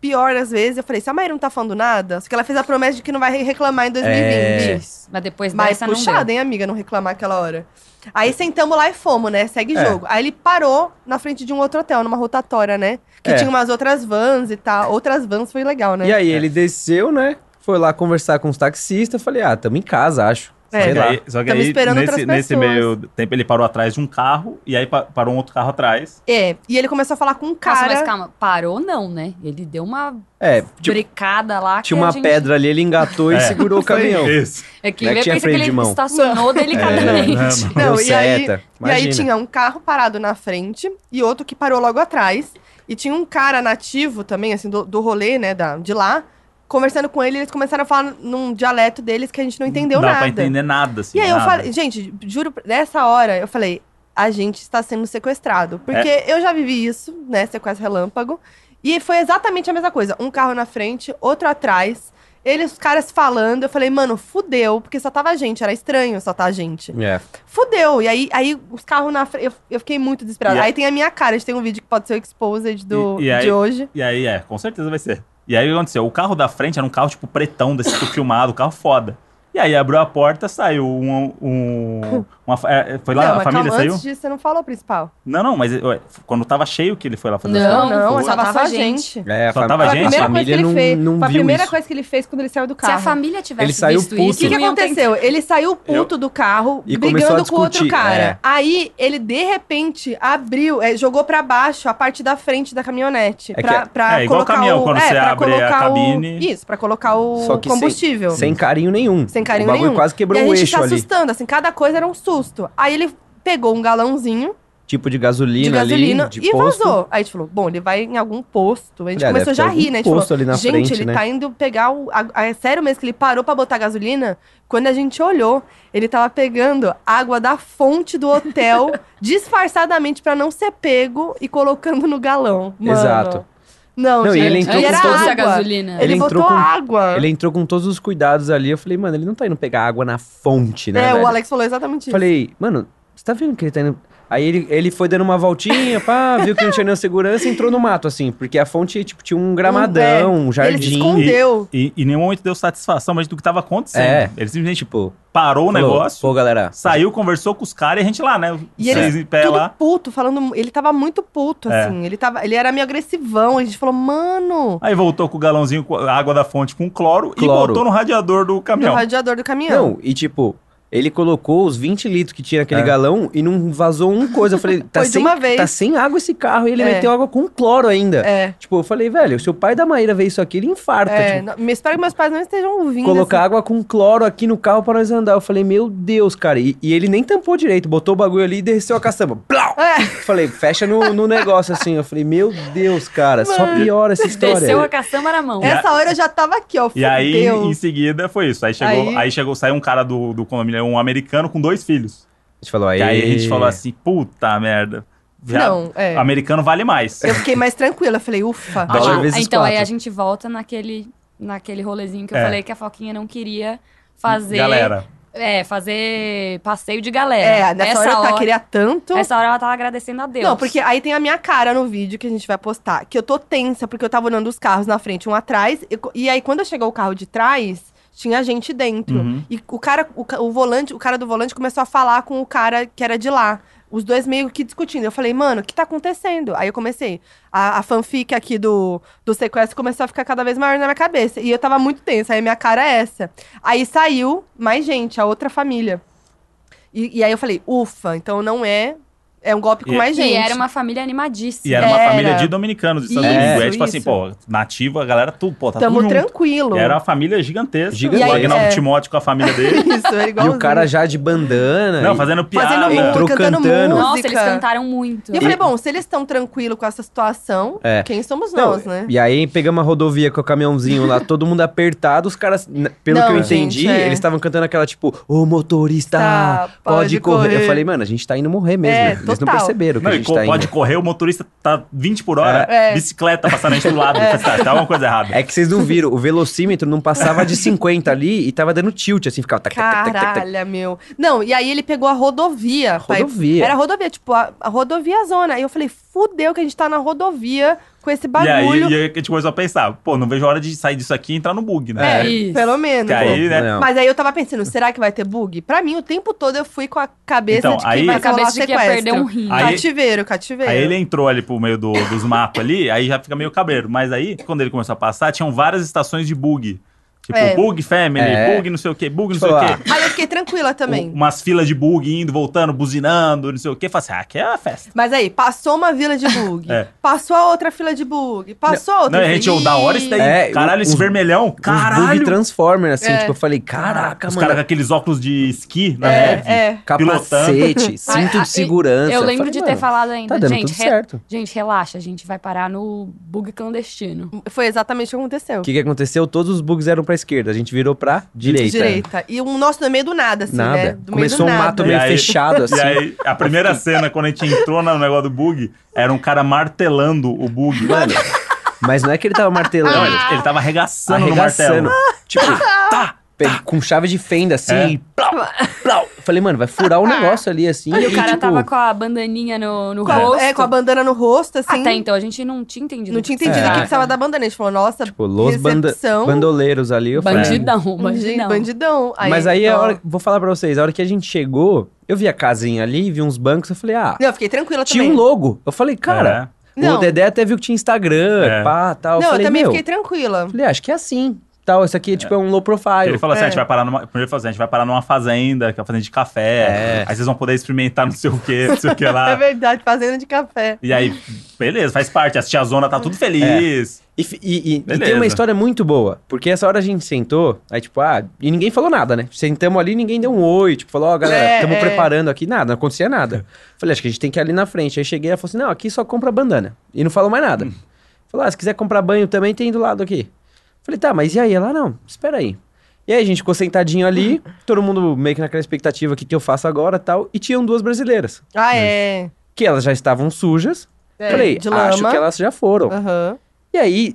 [SPEAKER 2] pior às vezes, eu falei, se a Maíra não tá falando nada, só que ela fez a promessa de que não vai reclamar em 2020.
[SPEAKER 4] É.
[SPEAKER 3] Isso. Mas depois
[SPEAKER 2] Mas
[SPEAKER 3] dessa não
[SPEAKER 2] puxada,
[SPEAKER 3] deu.
[SPEAKER 2] hein, amiga, não reclamar aquela hora. Aí sentamos lá e fomos, né? Segue
[SPEAKER 4] É.
[SPEAKER 2] jogo. Aí ele parou na frente de um outro hotel, numa rotatória, né? Que
[SPEAKER 4] É.
[SPEAKER 2] tinha umas outras vans e tal. Outras vans foi legal, né?
[SPEAKER 4] E
[SPEAKER 1] É.
[SPEAKER 4] aí ele desceu, né? Foi lá conversar com os taxistas. Falei: Ah, tamo em casa, acho.
[SPEAKER 2] É.
[SPEAKER 4] Sei
[SPEAKER 1] Só que
[SPEAKER 4] lá.
[SPEAKER 1] aí, só que
[SPEAKER 2] Tamo
[SPEAKER 1] aí,
[SPEAKER 2] esperando
[SPEAKER 1] nesse,
[SPEAKER 2] outras
[SPEAKER 1] nesse
[SPEAKER 2] pessoas.
[SPEAKER 1] meio tempo, ele parou atrás de um carro e aí pa- parou um outro carro atrás.
[SPEAKER 2] É, e ele começou a falar com um
[SPEAKER 3] Nossa,
[SPEAKER 2] cara.
[SPEAKER 3] mas calma, parou não, né? Ele deu uma
[SPEAKER 4] É, tipo,
[SPEAKER 3] bricada lá. que
[SPEAKER 4] tinha
[SPEAKER 3] a
[SPEAKER 4] uma
[SPEAKER 3] gente-
[SPEAKER 4] pedra ali, ele engatou
[SPEAKER 1] É.
[SPEAKER 4] e segurou o caminhão.
[SPEAKER 1] Isso.
[SPEAKER 3] É que
[SPEAKER 4] Não é que
[SPEAKER 3] ele pensa
[SPEAKER 4] tinha
[SPEAKER 3] que
[SPEAKER 4] freio de
[SPEAKER 3] ele
[SPEAKER 4] mão.
[SPEAKER 3] estacionou delicadamente.
[SPEAKER 1] É, mano.
[SPEAKER 2] Não,
[SPEAKER 4] Deu
[SPEAKER 2] e aí-
[SPEAKER 4] seta.
[SPEAKER 2] E aí
[SPEAKER 4] Imagina.
[SPEAKER 2] tinha um carro parado na frente e outro que parou logo atrás. E tinha um cara nativo também, assim, do, do rolê, né, da, de lá, conversando com ele, eles começaram a falar num dialeto deles que a gente não entendeu
[SPEAKER 1] Não Hum, dá
[SPEAKER 2] nada.
[SPEAKER 1] pra entender nada, assim.
[SPEAKER 2] E aí eu
[SPEAKER 1] nada.
[SPEAKER 2] falei, gente, juro, nessa hora eu falei, a gente está sendo sequestrado.
[SPEAKER 1] É.
[SPEAKER 2] Porque eu já vivi isso, né? Sequestro relâmpago. E foi exatamente a mesma coisa. Um carro na frente, outro atrás. Eles, os caras falando, eu falei, mano, fudeu, porque só tava a gente, era estranho só tá a gente.
[SPEAKER 4] É.
[SPEAKER 2] Fudeu. E aí, aí os carros na frente. Eu, eu fiquei muito desesperada.
[SPEAKER 1] E a-
[SPEAKER 2] Aí tem a minha cara, a gente tem um vídeo que pode ser o exposed do,
[SPEAKER 1] E- e aí-
[SPEAKER 2] de hoje.
[SPEAKER 1] E aí, é, com certeza vai ser. E aí o que aconteceu? O carro da frente era um carro, tipo, pretão, desse tipo filmado, carro foda. E aí abriu a porta, saiu um.
[SPEAKER 2] (laughs)
[SPEAKER 1] um uma fa- é, foi lá,
[SPEAKER 2] não,
[SPEAKER 1] a
[SPEAKER 2] mas
[SPEAKER 1] família
[SPEAKER 2] calma,
[SPEAKER 1] saiu?
[SPEAKER 2] antes disso você não falou o principal.
[SPEAKER 1] Não, não, mas ué, quando tava cheio que ele foi lá fazer as
[SPEAKER 3] Não,
[SPEAKER 1] fotos.
[SPEAKER 2] não,
[SPEAKER 3] foi.
[SPEAKER 2] só tava
[SPEAKER 3] Só
[SPEAKER 2] só a
[SPEAKER 3] tava
[SPEAKER 2] gente.
[SPEAKER 4] É, a,
[SPEAKER 1] Só
[SPEAKER 4] fami-
[SPEAKER 1] tava
[SPEAKER 4] a
[SPEAKER 2] Foi
[SPEAKER 1] gente?
[SPEAKER 2] a primeira coisa que
[SPEAKER 4] família
[SPEAKER 2] ele
[SPEAKER 4] não,
[SPEAKER 2] fez.
[SPEAKER 4] não
[SPEAKER 2] foi a
[SPEAKER 4] viu
[SPEAKER 2] primeira
[SPEAKER 4] isso.
[SPEAKER 2] coisa que ele fez quando ele saiu do
[SPEAKER 3] Se a
[SPEAKER 2] carro.
[SPEAKER 3] família tivesse
[SPEAKER 4] Ele saiu
[SPEAKER 3] visto
[SPEAKER 4] puto.
[SPEAKER 2] O
[SPEAKER 3] isso,
[SPEAKER 2] que, que
[SPEAKER 3] não iam ter-
[SPEAKER 2] aconteceu? Ele saiu puto do carro,
[SPEAKER 4] E começou a
[SPEAKER 2] brigando com outro
[SPEAKER 4] discutir,
[SPEAKER 2] cara.
[SPEAKER 4] é.
[SPEAKER 2] Aí ele, de repente, abriu, é, jogou pra baixo a parte da frente da caminhonete.
[SPEAKER 4] É que
[SPEAKER 2] pra,
[SPEAKER 4] é-
[SPEAKER 2] pra
[SPEAKER 1] é igual
[SPEAKER 2] colocar
[SPEAKER 1] caminhão,
[SPEAKER 2] o,
[SPEAKER 1] quando
[SPEAKER 2] é,
[SPEAKER 1] você
[SPEAKER 2] pra
[SPEAKER 1] abre a
[SPEAKER 2] colocar
[SPEAKER 1] cabine.
[SPEAKER 2] O, isso, pra colocar o
[SPEAKER 4] Só que sem-
[SPEAKER 2] combustível.
[SPEAKER 4] Sem carinho nenhum.
[SPEAKER 2] Sem carinho
[SPEAKER 4] O bagulho
[SPEAKER 2] nenhum.
[SPEAKER 4] quase quebrou
[SPEAKER 2] e
[SPEAKER 4] o
[SPEAKER 2] a gente se
[SPEAKER 4] um eixo ali.
[SPEAKER 2] assustando, assim, cada coisa era um susto. Aí ele pegou um galãozinho
[SPEAKER 4] Tipo de gasolina,
[SPEAKER 2] de gasolina
[SPEAKER 4] ali, de
[SPEAKER 2] e
[SPEAKER 4] posto.
[SPEAKER 2] vazou. Aí a gente falou, bom, ele vai em algum posto. A gente
[SPEAKER 4] É, deve
[SPEAKER 2] começou já a
[SPEAKER 4] ter algum
[SPEAKER 2] rir, né? A gente falou,
[SPEAKER 4] posto ali na
[SPEAKER 2] gente,
[SPEAKER 4] frente,
[SPEAKER 2] ele
[SPEAKER 4] né?"
[SPEAKER 2] tá indo pegar o... a- a- é sério mesmo que ele parou pra botar gasolina? Quando a gente olhou, ele tava pegando água da fonte do
[SPEAKER 4] (laughs)
[SPEAKER 2] hotel, disfarçadamente pra não ser pego e colocando no galão. Mano.
[SPEAKER 4] Exato.
[SPEAKER 2] Não,
[SPEAKER 4] Não, e
[SPEAKER 2] gente,
[SPEAKER 4] ele entrou
[SPEAKER 2] era
[SPEAKER 3] antes
[SPEAKER 4] com
[SPEAKER 3] fosse
[SPEAKER 4] todos-
[SPEAKER 2] água.
[SPEAKER 3] a gasolina.
[SPEAKER 2] Ele,
[SPEAKER 4] Ele entrou
[SPEAKER 2] botou
[SPEAKER 4] com-
[SPEAKER 2] água.
[SPEAKER 4] Ele entrou com todos os cuidados ali. Eu falei, mano, ele não tá indo pegar água na fonte, né?
[SPEAKER 2] É,
[SPEAKER 4] velho?
[SPEAKER 2] o Alex falou exatamente isso.
[SPEAKER 4] Falei, mano, você tá vendo que ele tá indo. Aí ele, ele foi dando uma voltinha, pá, viu que não tinha nenhuma segurança e entrou no mato, assim, porque a fonte, tipo, tinha um gramadão,
[SPEAKER 2] é.
[SPEAKER 4] um
[SPEAKER 2] ele se
[SPEAKER 4] jardim.
[SPEAKER 2] escondeu.
[SPEAKER 1] E e em nenhum momento deu satisfação mas do que tava acontecendo.
[SPEAKER 4] É.
[SPEAKER 1] Ele simplesmente tipo,
[SPEAKER 4] Tipo,
[SPEAKER 1] parou o
[SPEAKER 4] falou,
[SPEAKER 1] negócio,
[SPEAKER 4] Pô, galera.
[SPEAKER 1] saiu, conversou com os caras e a gente lá, né?
[SPEAKER 2] E
[SPEAKER 1] Seis
[SPEAKER 2] eles
[SPEAKER 1] em pé
[SPEAKER 2] tudo
[SPEAKER 1] lá.
[SPEAKER 2] puto, falando. Ele tava muito puto,
[SPEAKER 1] É.
[SPEAKER 2] assim. Ele, tava, ele era meio agressivão. A gente falou, mano,
[SPEAKER 1] Aí voltou com o galãozinho, com a água da fonte com cloro, e
[SPEAKER 4] Cloro.
[SPEAKER 1] botou no radiador do
[SPEAKER 2] o
[SPEAKER 1] caminhão.
[SPEAKER 2] radiador do caminhão.
[SPEAKER 4] Não, e tipo, ele colocou os 20 litros que tinha naquele
[SPEAKER 1] É.
[SPEAKER 4] galão e não vazou um coisa. Eu
[SPEAKER 2] (laughs)
[SPEAKER 4] falei, tá,
[SPEAKER 2] Foi de
[SPEAKER 4] sem,
[SPEAKER 2] uma vez.
[SPEAKER 4] tá sem água esse carro e ele
[SPEAKER 2] É.
[SPEAKER 4] meteu água com cloro ainda.
[SPEAKER 2] É.
[SPEAKER 4] Tipo, eu falei, velho, se o pai da Maíra ver isso aqui, ele infarta.
[SPEAKER 2] é
[SPEAKER 4] tipo,
[SPEAKER 2] não- me- espero que meus pais não estejam ouvindo.
[SPEAKER 4] colocar
[SPEAKER 2] assim.
[SPEAKER 4] água com cloro aqui no carro pra nós andar. Eu falei, meu Deus, cara. E, e ele nem tampou direito, botou o bagulho ali e desceu a caçamba. Plau!
[SPEAKER 2] É.
[SPEAKER 4] Falei, fecha no, no negócio assim. Eu falei, meu Deus, cara, só piora essa história. É.
[SPEAKER 3] Desceu a caçamba na mão.
[SPEAKER 2] Essa hora eu já tava aqui, ó.
[SPEAKER 1] E aí,
[SPEAKER 2] fudeu.
[SPEAKER 1] em seguida, foi isso. Aí chegou,
[SPEAKER 2] Aí-
[SPEAKER 1] aí... chegou, saiu um cara do, do condomínio, um americano com dois filhos.
[SPEAKER 4] A gente falou, aí.
[SPEAKER 1] E aí a gente falou assim, puta merda. viado,
[SPEAKER 2] Não, é.
[SPEAKER 1] Americano vale mais.
[SPEAKER 2] Eu fiquei mais tranquila. Eu falei, ufa.
[SPEAKER 4] Dá uma
[SPEAKER 3] Ah,
[SPEAKER 4] vezes
[SPEAKER 3] então, aí
[SPEAKER 4] quatro.
[SPEAKER 3] a gente volta naquele, naquele rolezinho que eu
[SPEAKER 1] É.
[SPEAKER 3] falei que a Foquinha não queria fazer.
[SPEAKER 1] Galera.
[SPEAKER 3] É, fazer passeio de galera.
[SPEAKER 2] É, nessa hora eu tá queria tanto.
[SPEAKER 3] essa hora ela tava agradecendo a Deus.
[SPEAKER 2] Não, porque aí tem a minha cara no vídeo que a gente vai postar, que eu tô tensa, porque eu tava olhando os carros na frente, um atrás, e, co- e aí quando chegou o carro de trás, tinha gente dentro.
[SPEAKER 1] Uhum.
[SPEAKER 2] E o cara, o, ca- o volante, o cara do volante começou a falar com o cara que era de lá. Os dois meio que discutindo. Eu falei, mano, o que tá acontecendo? Aí eu comecei. A, a fanfic aqui do, do sequestro começou a ficar cada vez maior na minha cabeça. E eu tava muito tensa, aí minha cara é essa. Aí saiu mais gente, a outra família. E, e aí eu falei, ufa, então não é. É um golpe com
[SPEAKER 1] E-
[SPEAKER 2] mais gente.
[SPEAKER 3] E era uma família animadíssima. É.
[SPEAKER 1] E era uma
[SPEAKER 2] Era.
[SPEAKER 1] família de dominicanos de São
[SPEAKER 2] Isso,
[SPEAKER 1] Domingo. É tipo assim,
[SPEAKER 2] isso.
[SPEAKER 1] pô, nativo, a galera, tudo, pô, tá
[SPEAKER 2] Tamo
[SPEAKER 1] tudo junto.
[SPEAKER 2] tranquilo.
[SPEAKER 1] E era uma família gigantesca.
[SPEAKER 4] Gigantesca.
[SPEAKER 1] O
[SPEAKER 4] E aí,
[SPEAKER 1] Agnaldo
[SPEAKER 2] é.
[SPEAKER 1] Timóteo com a família
[SPEAKER 4] (laughs)
[SPEAKER 1] dele.
[SPEAKER 2] (laughs) Isso, era
[SPEAKER 4] E
[SPEAKER 2] igualzinho.
[SPEAKER 4] o cara já de bandana.
[SPEAKER 1] não,
[SPEAKER 4] e-
[SPEAKER 1] fazendo piada.
[SPEAKER 2] fazendo um
[SPEAKER 4] piada.
[SPEAKER 2] música,
[SPEAKER 4] Entrou
[SPEAKER 2] cantando
[SPEAKER 4] cantando.
[SPEAKER 2] música.
[SPEAKER 3] Nossa, eles cantaram muito.
[SPEAKER 2] E eu falei, bom, se eles estão tranquilos com essa situação,
[SPEAKER 4] É.
[SPEAKER 2] quem somos
[SPEAKER 4] Não,
[SPEAKER 2] nós, né?
[SPEAKER 4] E aí pegamos a rodovia com o caminhãozinho lá, todo mundo apertado, os caras, n- pelo
[SPEAKER 2] Não,
[SPEAKER 4] que eu
[SPEAKER 2] gente,
[SPEAKER 4] entendi,
[SPEAKER 2] é.
[SPEAKER 4] eles estavam cantando aquela tipo, ô motorista,
[SPEAKER 2] Tá, pode
[SPEAKER 4] pode correr.
[SPEAKER 2] correr.
[SPEAKER 4] Eu falei, mano, a gente tá indo morrer mesmo.
[SPEAKER 2] É,
[SPEAKER 4] eles não
[SPEAKER 2] total.
[SPEAKER 4] perceberam que
[SPEAKER 1] Não,
[SPEAKER 4] a
[SPEAKER 1] e
[SPEAKER 4] gente
[SPEAKER 1] co-
[SPEAKER 4] tá
[SPEAKER 1] pode
[SPEAKER 4] indo.
[SPEAKER 1] correr, o motorista tá 20 por hora,
[SPEAKER 2] É.
[SPEAKER 1] bicicleta passando a gente do lado. Tá, tá uma coisa errada.
[SPEAKER 4] É que vocês não viram, o velocímetro não passava de 50 ali e tava dando tilt, assim, ficava... tac, tac, tac, tac, tac.
[SPEAKER 2] Caralho, meu. Não, e aí ele pegou a rodovia. pai.
[SPEAKER 4] Rodovia.
[SPEAKER 2] Era a rodovia, tipo, a, a rodovia zona. Aí eu falei, fudeu que a gente tá na rodovia com esse
[SPEAKER 1] E aí,
[SPEAKER 2] bagulho.
[SPEAKER 1] e aí tipo, a gente começou a pensar, pô, não vejo a hora de sair disso aqui e entrar no bug, né?
[SPEAKER 3] É, isso.
[SPEAKER 2] Pelo menos.
[SPEAKER 1] Que aí, né?
[SPEAKER 4] Não.
[SPEAKER 2] Mas aí eu tava pensando, será que vai ter bug? Pra mim, o tempo todo eu fui com a cabeça
[SPEAKER 1] Então,
[SPEAKER 2] de que
[SPEAKER 1] aí-
[SPEAKER 2] vai
[SPEAKER 3] a cabeça
[SPEAKER 2] rolar
[SPEAKER 3] de que ia
[SPEAKER 2] sequestro.
[SPEAKER 3] perder um rim.
[SPEAKER 1] Aí-
[SPEAKER 2] Cativeiro, cativeiro.
[SPEAKER 1] Aí ele entrou ali pro meio do- dos mapas ali, aí já fica meio cabreiro. Mas aí, quando ele começou a passar, tinham várias estações de bug. Tipo,
[SPEAKER 2] É.
[SPEAKER 1] bug family,
[SPEAKER 4] É.
[SPEAKER 1] bug não sei o quê, bug não
[SPEAKER 4] Tipo,
[SPEAKER 1] sei o
[SPEAKER 4] ah,
[SPEAKER 1] quê.
[SPEAKER 2] Aí eu fiquei tranquila também.
[SPEAKER 1] U- umas filas de bug indo, voltando, buzinando, não sei o quê. Falei assim, ah, aqui é a festa.
[SPEAKER 2] Mas aí, passou uma vila de
[SPEAKER 4] (laughs)
[SPEAKER 2] bug,
[SPEAKER 1] É.
[SPEAKER 2] passou a outra fila de bug, passou a outra
[SPEAKER 1] Não, a gente, eu, da hora isso daí.
[SPEAKER 4] É,
[SPEAKER 1] caralho, esse
[SPEAKER 4] os-
[SPEAKER 1] vermelhão.
[SPEAKER 4] Os bug
[SPEAKER 1] Caralho.
[SPEAKER 4] Transformer, assim,
[SPEAKER 2] É.
[SPEAKER 4] tipo, eu falei, caraca,
[SPEAKER 1] Os
[SPEAKER 4] mano,
[SPEAKER 1] caras com aqueles óculos de esqui na
[SPEAKER 2] É,
[SPEAKER 1] neve.
[SPEAKER 2] é.
[SPEAKER 4] capacete, cinto
[SPEAKER 3] Ah, ah,
[SPEAKER 4] de segurança.
[SPEAKER 3] Eu lembro
[SPEAKER 4] falei,
[SPEAKER 3] de ter
[SPEAKER 4] mano,
[SPEAKER 3] falado ainda,
[SPEAKER 4] Tá dando
[SPEAKER 3] gente,
[SPEAKER 4] tudo
[SPEAKER 3] re-
[SPEAKER 4] certo.
[SPEAKER 3] gente, relaxa, a gente vai parar no bug clandestino.
[SPEAKER 2] Foi exatamente o que aconteceu.
[SPEAKER 4] O que, que aconteceu? Todos os bugs eram pra esquerda. A gente virou pra direita.
[SPEAKER 2] Direita. E um nosso no meio do nada, assim,
[SPEAKER 4] Nada.
[SPEAKER 2] né? Do
[SPEAKER 4] Começou um
[SPEAKER 2] meio do
[SPEAKER 4] mato
[SPEAKER 2] nada.
[SPEAKER 1] E
[SPEAKER 4] meio
[SPEAKER 1] aí-
[SPEAKER 4] fechado, assim.
[SPEAKER 1] E aí, a primeira cena, quando a gente entrou no negócio do bug, era um cara martelando o bug. Mano,
[SPEAKER 4] Mas não é que ele tava martelando.
[SPEAKER 1] não, ele,
[SPEAKER 4] ele
[SPEAKER 1] ele tava arregaçando,
[SPEAKER 4] (laughs) arregaçando.
[SPEAKER 1] no
[SPEAKER 4] tá.
[SPEAKER 1] martelo.
[SPEAKER 4] Tipo, tá, pe- com chave de fenda, assim.
[SPEAKER 1] É.
[SPEAKER 4] e Plau, plau. Falei, mano, vai
[SPEAKER 2] (laughs)
[SPEAKER 4] furar o negócio ali, assim.
[SPEAKER 3] E o cara
[SPEAKER 4] tipo,
[SPEAKER 3] tava com a bandaninha no, no
[SPEAKER 2] Com a,
[SPEAKER 3] rosto.
[SPEAKER 2] é, com a bandana no rosto, assim.
[SPEAKER 3] Até então, a gente não tinha entendido.
[SPEAKER 2] Não tinha entendido
[SPEAKER 4] É.
[SPEAKER 2] que precisava da bandana. A gente falou, nossa,
[SPEAKER 4] Tipo, los banda
[SPEAKER 2] recepção.
[SPEAKER 4] bandoleiros ali. Eu falei, "Ah,
[SPEAKER 3] Bandidão,
[SPEAKER 2] Bandidão.
[SPEAKER 3] bandidão.
[SPEAKER 2] bandidão.
[SPEAKER 4] Mas aí, a
[SPEAKER 2] ó.
[SPEAKER 4] hora, vou falar pra vocês, a hora que a gente chegou, eu vi a casinha ali, vi uns bancos, eu falei, ah,
[SPEAKER 2] Não, eu fiquei tranquila
[SPEAKER 4] tinha um
[SPEAKER 2] também. É.
[SPEAKER 4] logo. Eu falei, cara,
[SPEAKER 2] Não.
[SPEAKER 4] o Dedé até viu que tinha Instagram,
[SPEAKER 1] É.
[SPEAKER 4] pá, tal.
[SPEAKER 2] Não,
[SPEAKER 4] eu falei,
[SPEAKER 2] eu também
[SPEAKER 4] meu,
[SPEAKER 2] fiquei tranquila.
[SPEAKER 4] falei, acho que é assim, tal. Isso aqui, tipo, é um low profile.
[SPEAKER 1] Ele falou assim:
[SPEAKER 2] É.
[SPEAKER 1] a gente vai parar numa. Primeiro ele falou assim, a gente vai parar numa fazenda, que é uma fazenda de café.
[SPEAKER 4] É.
[SPEAKER 1] Aí vocês vão poder experimentar não sei o que, não sei o que
[SPEAKER 2] (laughs) É
[SPEAKER 1] lá.
[SPEAKER 2] verdade, fazenda de café.
[SPEAKER 1] E aí, beleza, faz parte. A tia Zona tá tudo feliz.
[SPEAKER 4] E, fi- e- e- e tem
[SPEAKER 1] Beleza.
[SPEAKER 4] uma história muito boa, porque essa hora a gente sentou, aí tipo, ah, e ninguém falou nada, né? Sentamos ali, ninguém deu um oi, tipo, falou, ó, galera,
[SPEAKER 2] É,
[SPEAKER 4] estamos
[SPEAKER 2] é.
[SPEAKER 4] preparando aqui, nada, não acontecia nada. Falei, acho que a gente tem que ir ali na frente. Aí cheguei e falou assim, não, aqui só compra bandana. E não falou mais nada. Falou, ah, se quiser comprar banho também tem do lado aqui. Falei, tá, mas e aí? Ela, não, espera aí. E aí a gente ficou sentadinho ali, todo mundo meio que naquela expectativa, o que, que eu faço agora tal, e tinham duas brasileiras,
[SPEAKER 2] Ah, é.
[SPEAKER 4] que elas já estavam sujas.
[SPEAKER 2] É,
[SPEAKER 4] Hum. Falei,
[SPEAKER 2] de
[SPEAKER 4] acho
[SPEAKER 2] lama.
[SPEAKER 4] que elas já foram.
[SPEAKER 2] Aham.
[SPEAKER 4] E aí,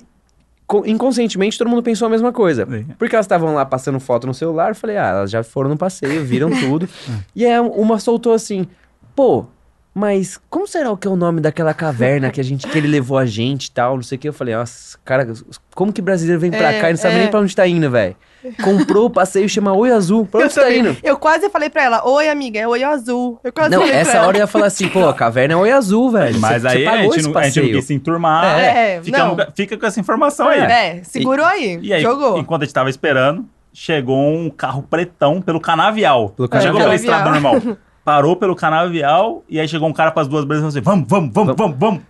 [SPEAKER 4] co- inconscientemente, todo mundo pensou a mesma coisa.
[SPEAKER 1] Sim.
[SPEAKER 4] Porque elas estavam lá passando foto no celular, eu falei, ah, elas já foram no
[SPEAKER 1] (laughs)
[SPEAKER 4] passeio, viram tudo.
[SPEAKER 1] É.
[SPEAKER 4] e aí uma soltou assim, pô, mas como será o que é o nome daquela caverna que a gente que ele levou a gente e tal, não sei o que. Eu falei, nossa, cara, como que brasileiro vem pra
[SPEAKER 2] É,
[SPEAKER 4] cá e não sabe
[SPEAKER 2] é.
[SPEAKER 4] nem pra onde tá indo, velho? Comprou o passeio, chama Oi Azul, pra
[SPEAKER 2] Eu,
[SPEAKER 4] onde você tá
[SPEAKER 2] também-
[SPEAKER 4] indo?
[SPEAKER 2] eu quase falei pra ela, oi, amiga, é oi azul. Eu quase
[SPEAKER 4] Não,
[SPEAKER 2] falei pra
[SPEAKER 4] essa
[SPEAKER 2] ela.
[SPEAKER 4] hora eu ia falar assim, pô, a caverna é Oi Azul, velho.
[SPEAKER 1] Mas
[SPEAKER 4] Você- você
[SPEAKER 1] aí a
[SPEAKER 4] pagou
[SPEAKER 1] gente,
[SPEAKER 4] esse
[SPEAKER 1] não, a gente não
[SPEAKER 4] passeio.
[SPEAKER 1] quis se enturmar.
[SPEAKER 2] É. É,
[SPEAKER 1] fica,
[SPEAKER 2] não.
[SPEAKER 1] fica com essa informação aí.
[SPEAKER 2] É, segurou aí.
[SPEAKER 1] E aí,
[SPEAKER 2] jogou.
[SPEAKER 1] enquanto a gente tava esperando, chegou um carro pretão pelo canavial.
[SPEAKER 4] Pelo
[SPEAKER 1] Não Chegou pela
[SPEAKER 2] canavial.
[SPEAKER 1] estrada normal. (laughs) Parou pelo canavial e aí chegou um cara com as duas brasileiras e falou assim: vamos, vamos, vamos, vamos, vamos.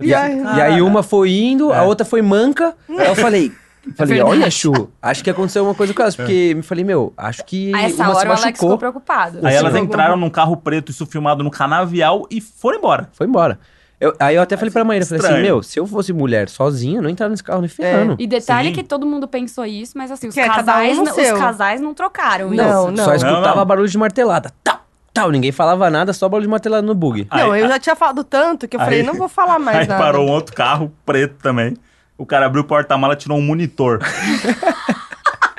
[SPEAKER 2] E aí-
[SPEAKER 4] E aí uma foi indo, a
[SPEAKER 1] É.
[SPEAKER 4] outra foi manca.
[SPEAKER 3] Hum.
[SPEAKER 4] Aí eu falei, falei, olha, Chu, acho que aconteceu alguma coisa com elas.
[SPEAKER 1] É.
[SPEAKER 4] Porque me falei, meu, acho que
[SPEAKER 3] A essa
[SPEAKER 4] uma se
[SPEAKER 3] hora o Alex ficou
[SPEAKER 4] machucou.
[SPEAKER 3] preocupado.
[SPEAKER 1] Aí elas
[SPEAKER 2] Sim.
[SPEAKER 1] entraram num carro preto, isso filmado no canavial e foram embora.
[SPEAKER 4] Foi embora. Eu- aí eu até falei pra Maíra, falei assim,
[SPEAKER 1] Estranho.
[SPEAKER 4] meu, se eu fosse mulher sozinha, eu não entrava nesse carro
[SPEAKER 3] É.
[SPEAKER 4] nem ferrando.
[SPEAKER 3] E detalhe
[SPEAKER 1] Sim.
[SPEAKER 3] que todo mundo pensou isso, mas assim, os,
[SPEAKER 2] Que é, cada
[SPEAKER 3] casais,
[SPEAKER 2] um no
[SPEAKER 3] não-
[SPEAKER 2] seu.
[SPEAKER 3] os casais não trocaram
[SPEAKER 2] Não,
[SPEAKER 3] isso.
[SPEAKER 2] não.
[SPEAKER 4] Só escutava
[SPEAKER 1] Não, não.
[SPEAKER 4] barulho de martelada. Tal, tal. Ninguém falava nada, só barulho de martelada no bug.
[SPEAKER 2] Não,
[SPEAKER 1] Aí-
[SPEAKER 2] eu já tinha falado tanto que eu
[SPEAKER 1] aí-
[SPEAKER 2] falei, não vou falar mais
[SPEAKER 1] aí
[SPEAKER 2] nada.
[SPEAKER 1] parou um outro carro preto também. O cara abriu o porta-mala e tirou um
[SPEAKER 2] (laughs)
[SPEAKER 1] monitor.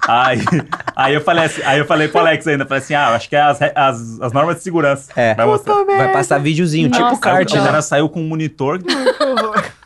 [SPEAKER 1] aí, aí eu falei assim, aí eu falei pro Alex ainda, falei assim: ah, acho que é as, re- as, as normas de segurança.
[SPEAKER 4] É.
[SPEAKER 1] Vai mostrar.
[SPEAKER 4] Vai passar videozinho, tipo
[SPEAKER 3] Nossa,
[SPEAKER 1] Aí
[SPEAKER 4] kart,
[SPEAKER 1] o
[SPEAKER 4] né?
[SPEAKER 1] cara saiu com um monitor,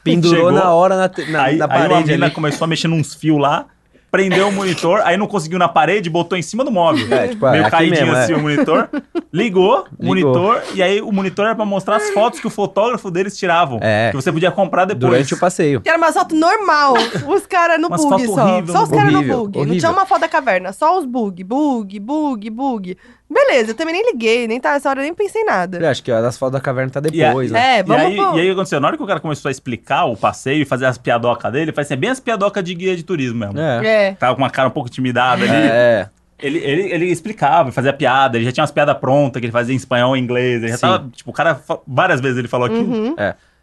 [SPEAKER 4] Pendurou
[SPEAKER 1] Chegou.
[SPEAKER 4] na hora na, te- na,
[SPEAKER 1] aí,
[SPEAKER 4] na
[SPEAKER 1] aí uma
[SPEAKER 4] parede
[SPEAKER 1] mina
[SPEAKER 4] ali.
[SPEAKER 1] começou a mexer uns fios lá, prendeu o monitor, aí não conseguiu na parede, botou em cima do móvel.
[SPEAKER 4] É, tipo, é,
[SPEAKER 1] meio
[SPEAKER 4] aqui
[SPEAKER 1] caidinho
[SPEAKER 4] mesmo, é.
[SPEAKER 1] assim o monitor. Ligou o
[SPEAKER 4] Ligou.
[SPEAKER 1] monitor, e aí o monitor era pra mostrar as fotos que o fotógrafo deles tiravam.
[SPEAKER 4] É.
[SPEAKER 1] Que você podia comprar depois.
[SPEAKER 4] Durante o passeio.
[SPEAKER 2] Que era uma foto normal. Os caras no
[SPEAKER 1] Umas
[SPEAKER 2] bug
[SPEAKER 1] fotos
[SPEAKER 2] só.
[SPEAKER 1] horrível,
[SPEAKER 2] só os caras no
[SPEAKER 4] horrível,
[SPEAKER 2] bug. Não
[SPEAKER 4] horrível.
[SPEAKER 2] tinha uma foto da caverna, só os bug. Bug, bug, bug. Beleza, eu também nem liguei, nem tá, essa hora eu nem pensei em nada.
[SPEAKER 4] Falei, acho que ó, as fotos da caverna tá
[SPEAKER 1] E a-
[SPEAKER 4] depois, né?
[SPEAKER 2] É,
[SPEAKER 1] e
[SPEAKER 2] vamos
[SPEAKER 1] aí,
[SPEAKER 2] pro-
[SPEAKER 1] e aí o que aconteceu? Na hora que o cara começou a explicar o passeio e fazer as piadocas dele, parece ser bem as piadocas de guia de turismo mesmo.
[SPEAKER 2] É.
[SPEAKER 1] Tava com uma cara um pouco intimidada ali.
[SPEAKER 4] É.
[SPEAKER 1] Ele, ele, ele explicava, fazia piada, ele já tinha umas piadas prontas que ele fazia em espanhol e inglês. Ele já
[SPEAKER 4] Sim.
[SPEAKER 1] tava, tipo, o cara, fa- várias vezes ele falou aquilo.
[SPEAKER 2] Uhum.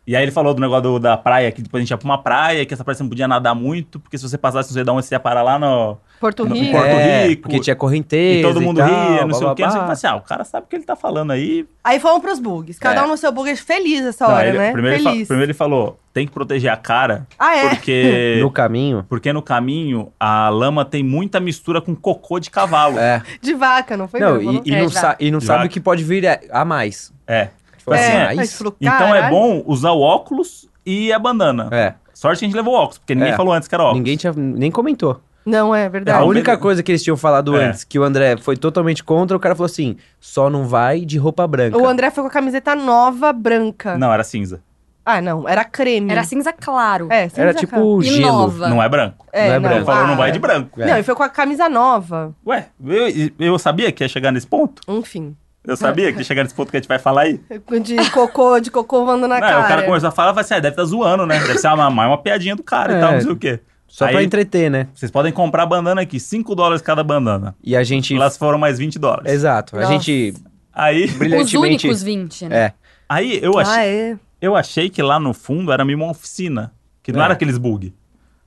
[SPEAKER 1] E aí ele falou do negócio do- da praia, que depois a gente ia pra uma praia, que essa praia você não podia nadar muito, porque se você passasse, não sei de onde você ia parar lá no.
[SPEAKER 2] Porto
[SPEAKER 1] Não,
[SPEAKER 2] Rico.
[SPEAKER 1] Porto
[SPEAKER 4] É,
[SPEAKER 1] Rico.
[SPEAKER 4] Porque tinha
[SPEAKER 1] E
[SPEAKER 4] correnteza.
[SPEAKER 1] todo mundo
[SPEAKER 4] e tal,
[SPEAKER 1] ria, não sei o quê. Não sei o
[SPEAKER 4] bababá.
[SPEAKER 1] que. Mas, assim, ah, o cara sabe o que ele tá falando aí.
[SPEAKER 2] Aí fomos pros bugs. Cada
[SPEAKER 4] É.
[SPEAKER 2] um no seu bug, feliz essa
[SPEAKER 1] Não,
[SPEAKER 2] hora,
[SPEAKER 1] ele-
[SPEAKER 2] né?
[SPEAKER 1] primeiro, ele fa-
[SPEAKER 2] feliz.
[SPEAKER 1] primeiro ele falou: tem que proteger a cara,
[SPEAKER 2] Ah, é?
[SPEAKER 1] porque.
[SPEAKER 4] (laughs) No caminho.
[SPEAKER 1] Porque no caminho a lama tem muita mistura com cocô de cavalo.
[SPEAKER 4] É.
[SPEAKER 2] De vaca, não foi?
[SPEAKER 4] Não,
[SPEAKER 2] mesmo?
[SPEAKER 4] e, e
[SPEAKER 3] É,
[SPEAKER 4] não,
[SPEAKER 3] já.
[SPEAKER 4] sa- e não
[SPEAKER 1] Já.
[SPEAKER 4] sabe o que pode vir a, a mais.
[SPEAKER 1] É.
[SPEAKER 4] Tipo,
[SPEAKER 1] assim,
[SPEAKER 2] é, né?
[SPEAKER 1] é
[SPEAKER 4] a
[SPEAKER 2] mas
[SPEAKER 4] mais?
[SPEAKER 2] falou,
[SPEAKER 1] Então é
[SPEAKER 2] caralho.
[SPEAKER 1] bom usar o óculos e a banana.
[SPEAKER 4] É.
[SPEAKER 1] Sorte que a gente levou o óculos, porque ninguém
[SPEAKER 4] É.
[SPEAKER 1] falou antes que era óculos.
[SPEAKER 4] Ninguém tinha, nem comentou.
[SPEAKER 2] Não, é
[SPEAKER 4] a
[SPEAKER 2] verdade.
[SPEAKER 1] Não,
[SPEAKER 4] única
[SPEAKER 1] beleza.
[SPEAKER 4] coisa que eles tinham falado
[SPEAKER 1] É.
[SPEAKER 4] antes, que o André foi totalmente contra, o cara falou assim: só não vai de roupa branca.
[SPEAKER 2] o André foi com a camiseta nova, branca.
[SPEAKER 1] é Não, era cinza.
[SPEAKER 2] Ah, não, era creme.
[SPEAKER 3] Era cinza claro.
[SPEAKER 2] É, cinza
[SPEAKER 4] Era tipo
[SPEAKER 2] claro.
[SPEAKER 3] E
[SPEAKER 4] gelo.
[SPEAKER 3] nova.
[SPEAKER 1] Não é branco.
[SPEAKER 4] não é branco.
[SPEAKER 1] Ele falou,
[SPEAKER 2] ah,
[SPEAKER 1] não vai de branco.
[SPEAKER 4] É.
[SPEAKER 2] Não, e foi com a camisa nova.
[SPEAKER 1] Ué, eu, eu sabia que ia chegar nesse ponto.
[SPEAKER 2] Enfim.
[SPEAKER 1] Eu sabia que ia chegar nesse ponto que a gente vai falar aí.
[SPEAKER 2] De cocô, de cocô voando na
[SPEAKER 1] Não,
[SPEAKER 2] cara. é.
[SPEAKER 1] o cara começou a falar, vai assim, ah, deve tá zoando, né? Deve ser uma, uma piadinha do cara
[SPEAKER 4] É.
[SPEAKER 1] e tal, não sei o quê.
[SPEAKER 4] Só pra
[SPEAKER 1] Aí-
[SPEAKER 4] entreter, né?
[SPEAKER 1] Vocês podem comprar bandana aqui, 5 dólares cada bandana.
[SPEAKER 4] E a gente.
[SPEAKER 1] Lá foram mais 20 dólares.
[SPEAKER 4] Exato.
[SPEAKER 2] Nossa.
[SPEAKER 4] A gente
[SPEAKER 1] Aí,
[SPEAKER 3] Os
[SPEAKER 4] brilhantemente.
[SPEAKER 3] únicos 20, né?
[SPEAKER 4] É.
[SPEAKER 1] aí eu,
[SPEAKER 2] Ah,
[SPEAKER 1] achei,
[SPEAKER 2] é.
[SPEAKER 1] eu achei que lá no fundo era meio uma oficina. Que não
[SPEAKER 4] É.
[SPEAKER 1] era aqueles bug.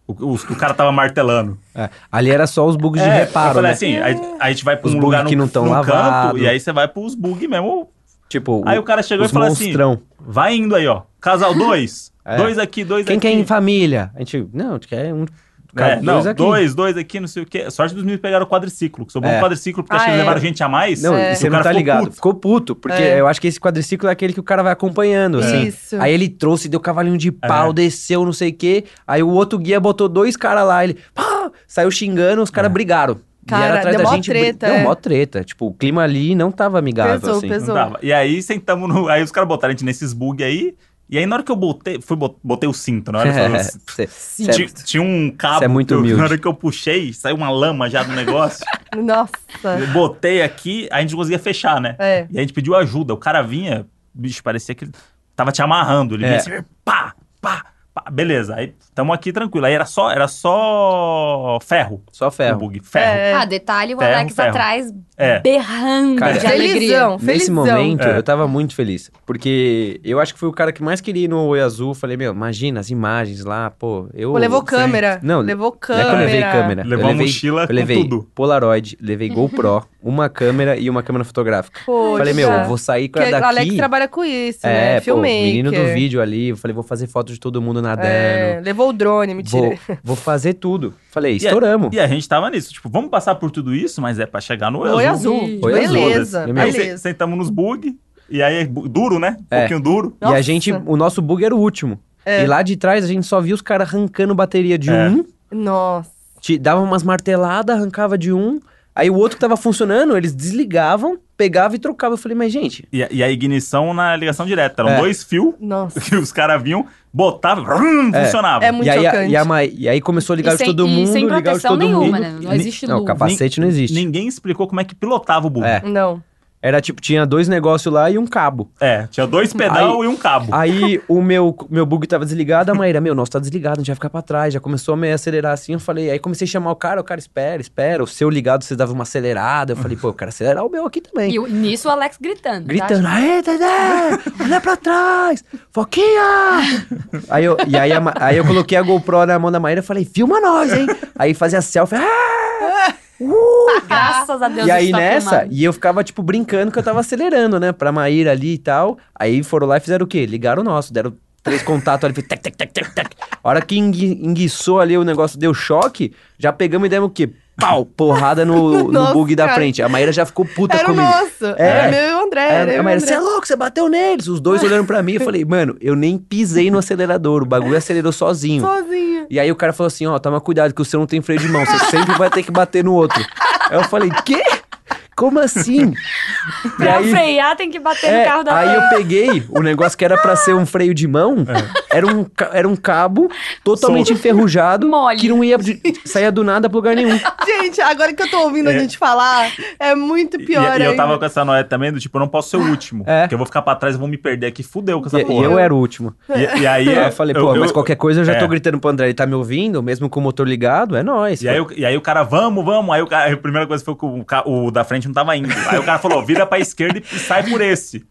[SPEAKER 1] O, o, o cara tava martelando.
[SPEAKER 4] é. Ali era só os bugs de
[SPEAKER 1] É, eu
[SPEAKER 4] reparo.
[SPEAKER 1] falei
[SPEAKER 4] né?
[SPEAKER 1] assim, aí, aí a gente vai pra
[SPEAKER 4] Os
[SPEAKER 1] um
[SPEAKER 4] bug
[SPEAKER 1] lugar no,
[SPEAKER 4] que não tão
[SPEAKER 1] num
[SPEAKER 4] lavado.
[SPEAKER 1] canto, e aí você vai pros bug mesmo.
[SPEAKER 4] tipo,
[SPEAKER 1] Aí o cara chegou e
[SPEAKER 4] os
[SPEAKER 1] falou
[SPEAKER 4] monstrão.
[SPEAKER 1] assim, vai indo aí, ó. Casal dois,
[SPEAKER 4] (laughs) É.
[SPEAKER 1] dois aqui, dois
[SPEAKER 4] Quem
[SPEAKER 2] é,
[SPEAKER 1] aqui.
[SPEAKER 4] quer em família? A gente. Não, a gente quer um.
[SPEAKER 1] É,
[SPEAKER 4] Cara,
[SPEAKER 1] não,
[SPEAKER 4] dois
[SPEAKER 1] dois,
[SPEAKER 4] aqui.
[SPEAKER 1] dois, aqui, não sei o quê. Sorte dos meninos pegaram o quadriciclo. que Sobrou
[SPEAKER 4] É.
[SPEAKER 1] um quadriciclo porque
[SPEAKER 2] Ah,
[SPEAKER 1] acho que
[SPEAKER 2] é.
[SPEAKER 1] eles levaram gente a mais.
[SPEAKER 4] Não,
[SPEAKER 1] e
[SPEAKER 4] você
[SPEAKER 1] o
[SPEAKER 4] não
[SPEAKER 1] cara
[SPEAKER 4] tá
[SPEAKER 1] ficou
[SPEAKER 4] ligado.
[SPEAKER 1] puto.
[SPEAKER 4] Ficou puto, porque
[SPEAKER 2] É.
[SPEAKER 4] eu acho que esse quadriciclo é aquele que o cara vai acompanhando,
[SPEAKER 1] É.
[SPEAKER 4] assim.
[SPEAKER 2] Isso.
[SPEAKER 4] Aí ele trouxe, deu cavalinho de pau, desceu, não sei o quê. Aí o outro guia botou dois caras lá, ele pá, saiu xingando, os
[SPEAKER 1] É.
[SPEAKER 4] caras brigaram.
[SPEAKER 2] Cara,
[SPEAKER 4] Vieram atrás
[SPEAKER 2] deu
[SPEAKER 4] da
[SPEAKER 2] mó
[SPEAKER 4] gente. bri-
[SPEAKER 2] treta,
[SPEAKER 4] Deu
[SPEAKER 2] é.
[SPEAKER 4] mó treta. Tipo, o clima ali não tava amigável,
[SPEAKER 2] Pesou,
[SPEAKER 4] assim.
[SPEAKER 2] pesou.
[SPEAKER 1] Não dava. E aí sentamos no. Aí os caras botaram a gente nesses bug aí. E aí na hora que eu botei. Fui, bot- botei o cinto, na hora que eu
[SPEAKER 4] (laughs) É,
[SPEAKER 1] falei,
[SPEAKER 4] cê-
[SPEAKER 1] Ti-
[SPEAKER 4] cê-
[SPEAKER 1] Tinha, um cabo.
[SPEAKER 4] Você é muito
[SPEAKER 1] que eu-
[SPEAKER 4] humilde.
[SPEAKER 1] Na hora que eu puxei, saiu uma lama já do
[SPEAKER 2] (laughs)
[SPEAKER 1] negócio.
[SPEAKER 2] Nossa.
[SPEAKER 1] eu botei aqui, a gente não conseguia fechar, né?
[SPEAKER 2] É.
[SPEAKER 1] E a gente pediu ajuda. O cara vinha, bicho, parecia que ele tava te amarrando. Ele
[SPEAKER 4] É.
[SPEAKER 1] vinha assim, pá, pá, pá. Beleza, aí tamo aqui tranquilo. Aí era só, era só ferro,
[SPEAKER 4] Só
[SPEAKER 1] o
[SPEAKER 4] ferro.
[SPEAKER 1] bug. Ferro.
[SPEAKER 2] É.
[SPEAKER 3] Ah, detalhe, o
[SPEAKER 1] Ferro,
[SPEAKER 3] Alex
[SPEAKER 1] ferro.
[SPEAKER 3] atrás
[SPEAKER 1] É.
[SPEAKER 3] berrando
[SPEAKER 4] Cara,
[SPEAKER 3] de alegria.
[SPEAKER 2] Felizão, felizão.
[SPEAKER 4] Nesse momento,
[SPEAKER 1] É.
[SPEAKER 4] eu tava muito feliz. Porque eu acho que fui o cara que mais queria ir no Oi Azul. Falei, meu, imagina as imagens lá, pô. Eu...
[SPEAKER 2] Pô, levou câmera.
[SPEAKER 4] Não,
[SPEAKER 2] levou
[SPEAKER 4] Não é
[SPEAKER 2] câmera.
[SPEAKER 4] que eu levei câmera.
[SPEAKER 1] Levou
[SPEAKER 4] eu
[SPEAKER 1] a
[SPEAKER 4] levei,
[SPEAKER 1] mochila
[SPEAKER 4] eu
[SPEAKER 1] com
[SPEAKER 4] levei
[SPEAKER 1] tudo.
[SPEAKER 4] Polaroid,
[SPEAKER 2] (laughs)
[SPEAKER 4] levei GoPro, uma câmera e uma câmera fotográfica.
[SPEAKER 2] Poxa.
[SPEAKER 4] Falei, meu, eu vou sair com
[SPEAKER 2] Porque
[SPEAKER 4] daqui.
[SPEAKER 2] o Alex trabalha com isso,
[SPEAKER 4] é,
[SPEAKER 2] né?
[SPEAKER 4] pô,
[SPEAKER 2] Filmmaker.
[SPEAKER 4] menino do vídeo ali. Eu falei, vou fazer foto de todo mundo nadando.
[SPEAKER 2] É, levou o drone, me
[SPEAKER 4] vou,
[SPEAKER 2] tirei.
[SPEAKER 4] vou fazer tudo. Falei,
[SPEAKER 1] E a-
[SPEAKER 4] estouramos.
[SPEAKER 1] E a gente tava nisso, tipo, vamos passar por tudo isso, mas é pra chegar no
[SPEAKER 2] Oi azul.
[SPEAKER 4] Oi azul.
[SPEAKER 2] Beleza,
[SPEAKER 4] Foda-se.
[SPEAKER 1] Aí se-
[SPEAKER 2] beleza.
[SPEAKER 1] sentamos nos bug, e aí é bu- duro, né? Um
[SPEAKER 4] É.
[SPEAKER 1] pouquinho duro.
[SPEAKER 4] E a
[SPEAKER 2] Nossa.
[SPEAKER 4] gente, o nosso bug era o último.
[SPEAKER 2] É.
[SPEAKER 4] E lá de trás a gente só via os caras arrancando bateria de
[SPEAKER 1] É.
[SPEAKER 4] um,
[SPEAKER 2] Nossa.
[SPEAKER 4] te, dava umas marteladas, arrancava de um. Aí o outro que tava funcionando, eles desligavam, pegavam e trocavam. Eu falei, mas gente,
[SPEAKER 1] E a, e a ignição na ligação direta. Eram
[SPEAKER 4] É.
[SPEAKER 1] dois fios (laughs)
[SPEAKER 2] Nossa.
[SPEAKER 1] que os caras vinham, botavam, brum,
[SPEAKER 4] É.
[SPEAKER 1] funcionava.
[SPEAKER 2] É muito
[SPEAKER 4] e aí, a-
[SPEAKER 2] chocante.
[SPEAKER 4] e, a Ma- e aí começou a ligar
[SPEAKER 3] E
[SPEAKER 4] de
[SPEAKER 3] sem-
[SPEAKER 4] todo
[SPEAKER 3] e
[SPEAKER 4] mundo,
[SPEAKER 3] sem
[SPEAKER 4] ligar de
[SPEAKER 3] proteção
[SPEAKER 4] todo
[SPEAKER 3] nenhuma,
[SPEAKER 4] mundo.
[SPEAKER 3] né? Não existe
[SPEAKER 4] Não,
[SPEAKER 3] luz.
[SPEAKER 4] capacete não existe.
[SPEAKER 1] Ninguém explicou como é que pilotava o bug.
[SPEAKER 4] É.
[SPEAKER 1] É,
[SPEAKER 2] Não.
[SPEAKER 4] Era tipo, tinha dois negócios lá e um cabo.
[SPEAKER 1] É, tinha dois pedal e um cabo.
[SPEAKER 4] Aí o meu, meu bug tava desligado, a Maíra, meu, nosso tá desligado, a gente vai ficar pra trás. Já começou a me acelerar assim, eu falei, aí comecei a chamar o cara, o cara, espera, espera. O seu ligado, você dava uma acelerada. Eu falei, pô, eu quero acelerar o meu aqui também.
[SPEAKER 3] E o- nisso o Alex gritando. tá?
[SPEAKER 4] Gritando, aê, Dedé, olha pra trás, foquinha! (laughs) aí eu, e aí, a Ma- aí eu coloquei a GoPro na mão da Maíra e falei, filma nós, hein? aí fazia selfie, "Ah, uh,
[SPEAKER 3] Graças a Deus.
[SPEAKER 4] e aí
[SPEAKER 3] isso tá
[SPEAKER 4] nessa,
[SPEAKER 3] filmado.
[SPEAKER 4] e eu ficava, tipo, brincando que eu tava acelerando, né? Pra Maíra ali e tal. Aí foram lá e fizeram o quê? Ligaram o nosso, deram três contatos ali, fez tec, tec, tec, tec, tec. A hora que engui- enguiçou ali o negócio, deu choque, já pegamos e demos o quê? Pau!
[SPEAKER 2] (laughs)
[SPEAKER 4] Porrada no, no
[SPEAKER 2] Nossa,
[SPEAKER 4] bug da
[SPEAKER 2] cara.
[SPEAKER 4] frente. A Maíra já ficou puta
[SPEAKER 2] Era o
[SPEAKER 4] comigo.
[SPEAKER 2] nosso. Era meu e o André.
[SPEAKER 4] Aí
[SPEAKER 2] era eu e
[SPEAKER 4] a
[SPEAKER 2] o
[SPEAKER 4] Maíra,
[SPEAKER 2] André.
[SPEAKER 4] você é louco, você bateu neles. Os
[SPEAKER 3] (laughs)
[SPEAKER 4] dois olhando pra mim, eu falei, mano, eu nem pisei no acelerador, o bagulho acelerou sozinho.
[SPEAKER 2] Sozinho.
[SPEAKER 4] E aí o cara falou assim, ó, toma cuidado que o seu não tem freio de mão, você sempre vai ter que bater no outro. Aí eu falei, quê?
[SPEAKER 3] (laughs)
[SPEAKER 4] Como assim? E
[SPEAKER 3] Pra
[SPEAKER 4] aí,
[SPEAKER 3] frear, tem que bater
[SPEAKER 4] é,
[SPEAKER 3] um no carro da
[SPEAKER 4] aí eu peguei o negócio que era pra ser um freio de mão, era, um, ca- era um cabo
[SPEAKER 1] É.
[SPEAKER 4] totalmente
[SPEAKER 1] Solto.
[SPEAKER 4] enferrujado,
[SPEAKER 3] Mole.
[SPEAKER 4] que não ia de- saía do nada pra lugar nenhum.
[SPEAKER 2] Gente, agora que eu tô ouvindo a
[SPEAKER 1] É.
[SPEAKER 2] gente falar, é muito
[SPEAKER 1] E-
[SPEAKER 2] pior
[SPEAKER 1] e, eu
[SPEAKER 2] ainda.
[SPEAKER 1] tava com essa noia também do tipo, eu não posso ser o último.
[SPEAKER 4] É.
[SPEAKER 1] Porque eu vou ficar pra trás e vou me perder aqui. Fudeu com essa
[SPEAKER 4] E, e
[SPEAKER 1] porra.
[SPEAKER 4] eu era o último.
[SPEAKER 1] E, e aí
[SPEAKER 4] Aí eu falei, pô,
[SPEAKER 1] eu-
[SPEAKER 4] mas qualquer coisa eu já tô
[SPEAKER 1] é.
[SPEAKER 4] gritando pro André, ele tá me ouvindo, mesmo com o motor ligado, é nóis.
[SPEAKER 1] E aí, o- e aí o cara, vamos, vamos. Aí o cara- a primeira coisa foi que o, ca- o da frente não tava indo. Aí o cara falou, vira pra esquerda e sai por esse.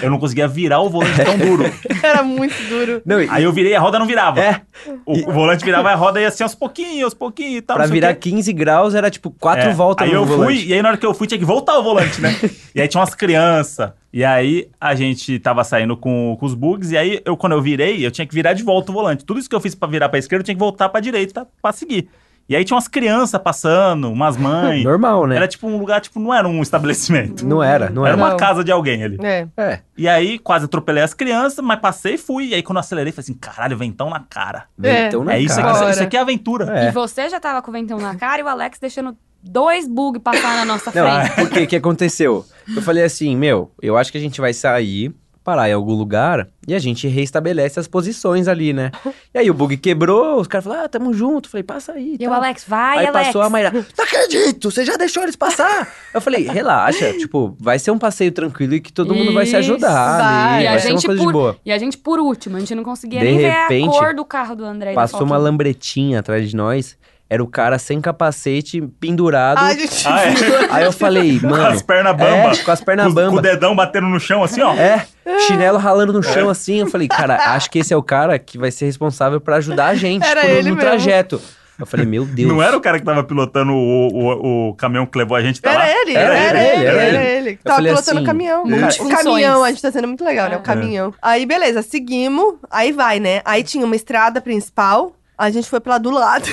[SPEAKER 1] Eu não conseguia virar o volante tão
[SPEAKER 4] (laughs)
[SPEAKER 1] duro.
[SPEAKER 2] Era muito duro.
[SPEAKER 4] Não, e-
[SPEAKER 1] Aí eu "Tá, virei e a roda não virava.
[SPEAKER 4] É.
[SPEAKER 1] O, o volante virava e a roda ia assim aos pouquinhos, aos pouquinhos e tal.
[SPEAKER 4] pra
[SPEAKER 1] não sei o
[SPEAKER 4] virar
[SPEAKER 1] quê.
[SPEAKER 4] 15 graus era tipo quatro
[SPEAKER 1] É,
[SPEAKER 4] voltas
[SPEAKER 1] Aí
[SPEAKER 4] no
[SPEAKER 1] eu
[SPEAKER 4] volante.
[SPEAKER 1] fui, e aí na hora que eu fui tinha que voltar o volante,
[SPEAKER 4] (laughs)
[SPEAKER 1] né? e aí tinha umas crianças. E aí a gente tava saindo com, com os bugs, e aí eu, quando eu virei, eu tinha que virar de volta o volante. Tudo isso que eu fiz pra virar pra esquerda, eu tinha que voltar pra direita pra seguir. E aí tinha umas crianças passando, umas mães.
[SPEAKER 4] Normal, né?
[SPEAKER 1] Era tipo um lugar, tipo, não era um estabelecimento.
[SPEAKER 4] Não era, não
[SPEAKER 1] Era um-
[SPEAKER 4] era.
[SPEAKER 2] Não.
[SPEAKER 1] uma casa de alguém ali.
[SPEAKER 2] É.
[SPEAKER 4] É,
[SPEAKER 1] E aí quase atropelei as crianças, mas passei e fui. E aí quando eu acelerei, falei assim, caralho, ventão na cara.
[SPEAKER 4] ventão na
[SPEAKER 1] é isso
[SPEAKER 4] então cara.
[SPEAKER 1] aqui, isso-
[SPEAKER 2] Bora.
[SPEAKER 1] isso aqui é aventura.
[SPEAKER 4] É.
[SPEAKER 3] E você já tava com o ventão na cara e o Alex deixando dois bug passar na nossa
[SPEAKER 4] Não, ah.
[SPEAKER 3] frente.
[SPEAKER 4] porque o que aconteceu? Eu falei assim, meu, eu acho que a gente vai sair, parar em algum lugar e a gente reestabelece as posições ali, né? E aí o bug quebrou, os caras falaram, ah, tamo junto. Eu falei, passa aí.
[SPEAKER 3] E o
[SPEAKER 4] tal.
[SPEAKER 3] Alex, vai,
[SPEAKER 4] Aí
[SPEAKER 3] Alex.
[SPEAKER 4] passou a Mayra, não acredito, você já deixou eles passar. Eu falei, relaxa, tipo, vai ser um passeio tranquilo e que todo mundo vai se ajudar.
[SPEAKER 2] Vai.
[SPEAKER 4] ali,
[SPEAKER 2] E a
[SPEAKER 4] vai ser uma
[SPEAKER 3] gente
[SPEAKER 4] coisa de
[SPEAKER 3] por-
[SPEAKER 4] boa.
[SPEAKER 3] E a gente, por último, a gente não conseguia
[SPEAKER 4] De
[SPEAKER 3] nem ver a
[SPEAKER 4] repente,
[SPEAKER 3] cor do carro do André. e da
[SPEAKER 4] Passou uma
[SPEAKER 3] Foquinha.
[SPEAKER 4] lambretinha atrás de nós, era o cara sem capacete, pendurado.
[SPEAKER 5] (laughs)
[SPEAKER 2] Ai, gente.
[SPEAKER 1] Ah, é.
[SPEAKER 4] Aí eu falei,
[SPEAKER 1] Com
[SPEAKER 4] (laughs) mano.
[SPEAKER 1] as pernas bambas.
[SPEAKER 4] É, com as pernas
[SPEAKER 1] com, os- com o
[SPEAKER 4] bambas.
[SPEAKER 1] dedão batendo no chão, assim, ó.
[SPEAKER 4] É, chinelo ralando no chão assim. Eu falei, cara, acho que esse é o cara que vai ser responsável pra ajudar a gente
[SPEAKER 2] Era
[SPEAKER 4] tipo, no,
[SPEAKER 2] ele
[SPEAKER 4] no
[SPEAKER 2] mesmo.
[SPEAKER 4] trajeto. Eu falei, meu Deus.
[SPEAKER 1] Não era o cara que tava pilotando o, o, o caminhão que levou a gente pra lá?
[SPEAKER 2] Era ele, era, ele, era ele.
[SPEAKER 4] Eu
[SPEAKER 2] Tava
[SPEAKER 4] falei
[SPEAKER 2] pilotando
[SPEAKER 4] assim,
[SPEAKER 2] o caminhão.
[SPEAKER 3] cara,
[SPEAKER 2] o
[SPEAKER 3] multifunções.
[SPEAKER 2] caminhão, a gente tá sendo muito legal, né? O
[SPEAKER 3] É.
[SPEAKER 2] caminhão. Aí, beleza, seguimos. Aí vai, né? Aí tinha uma estrada principal. A gente foi pra lá do lado.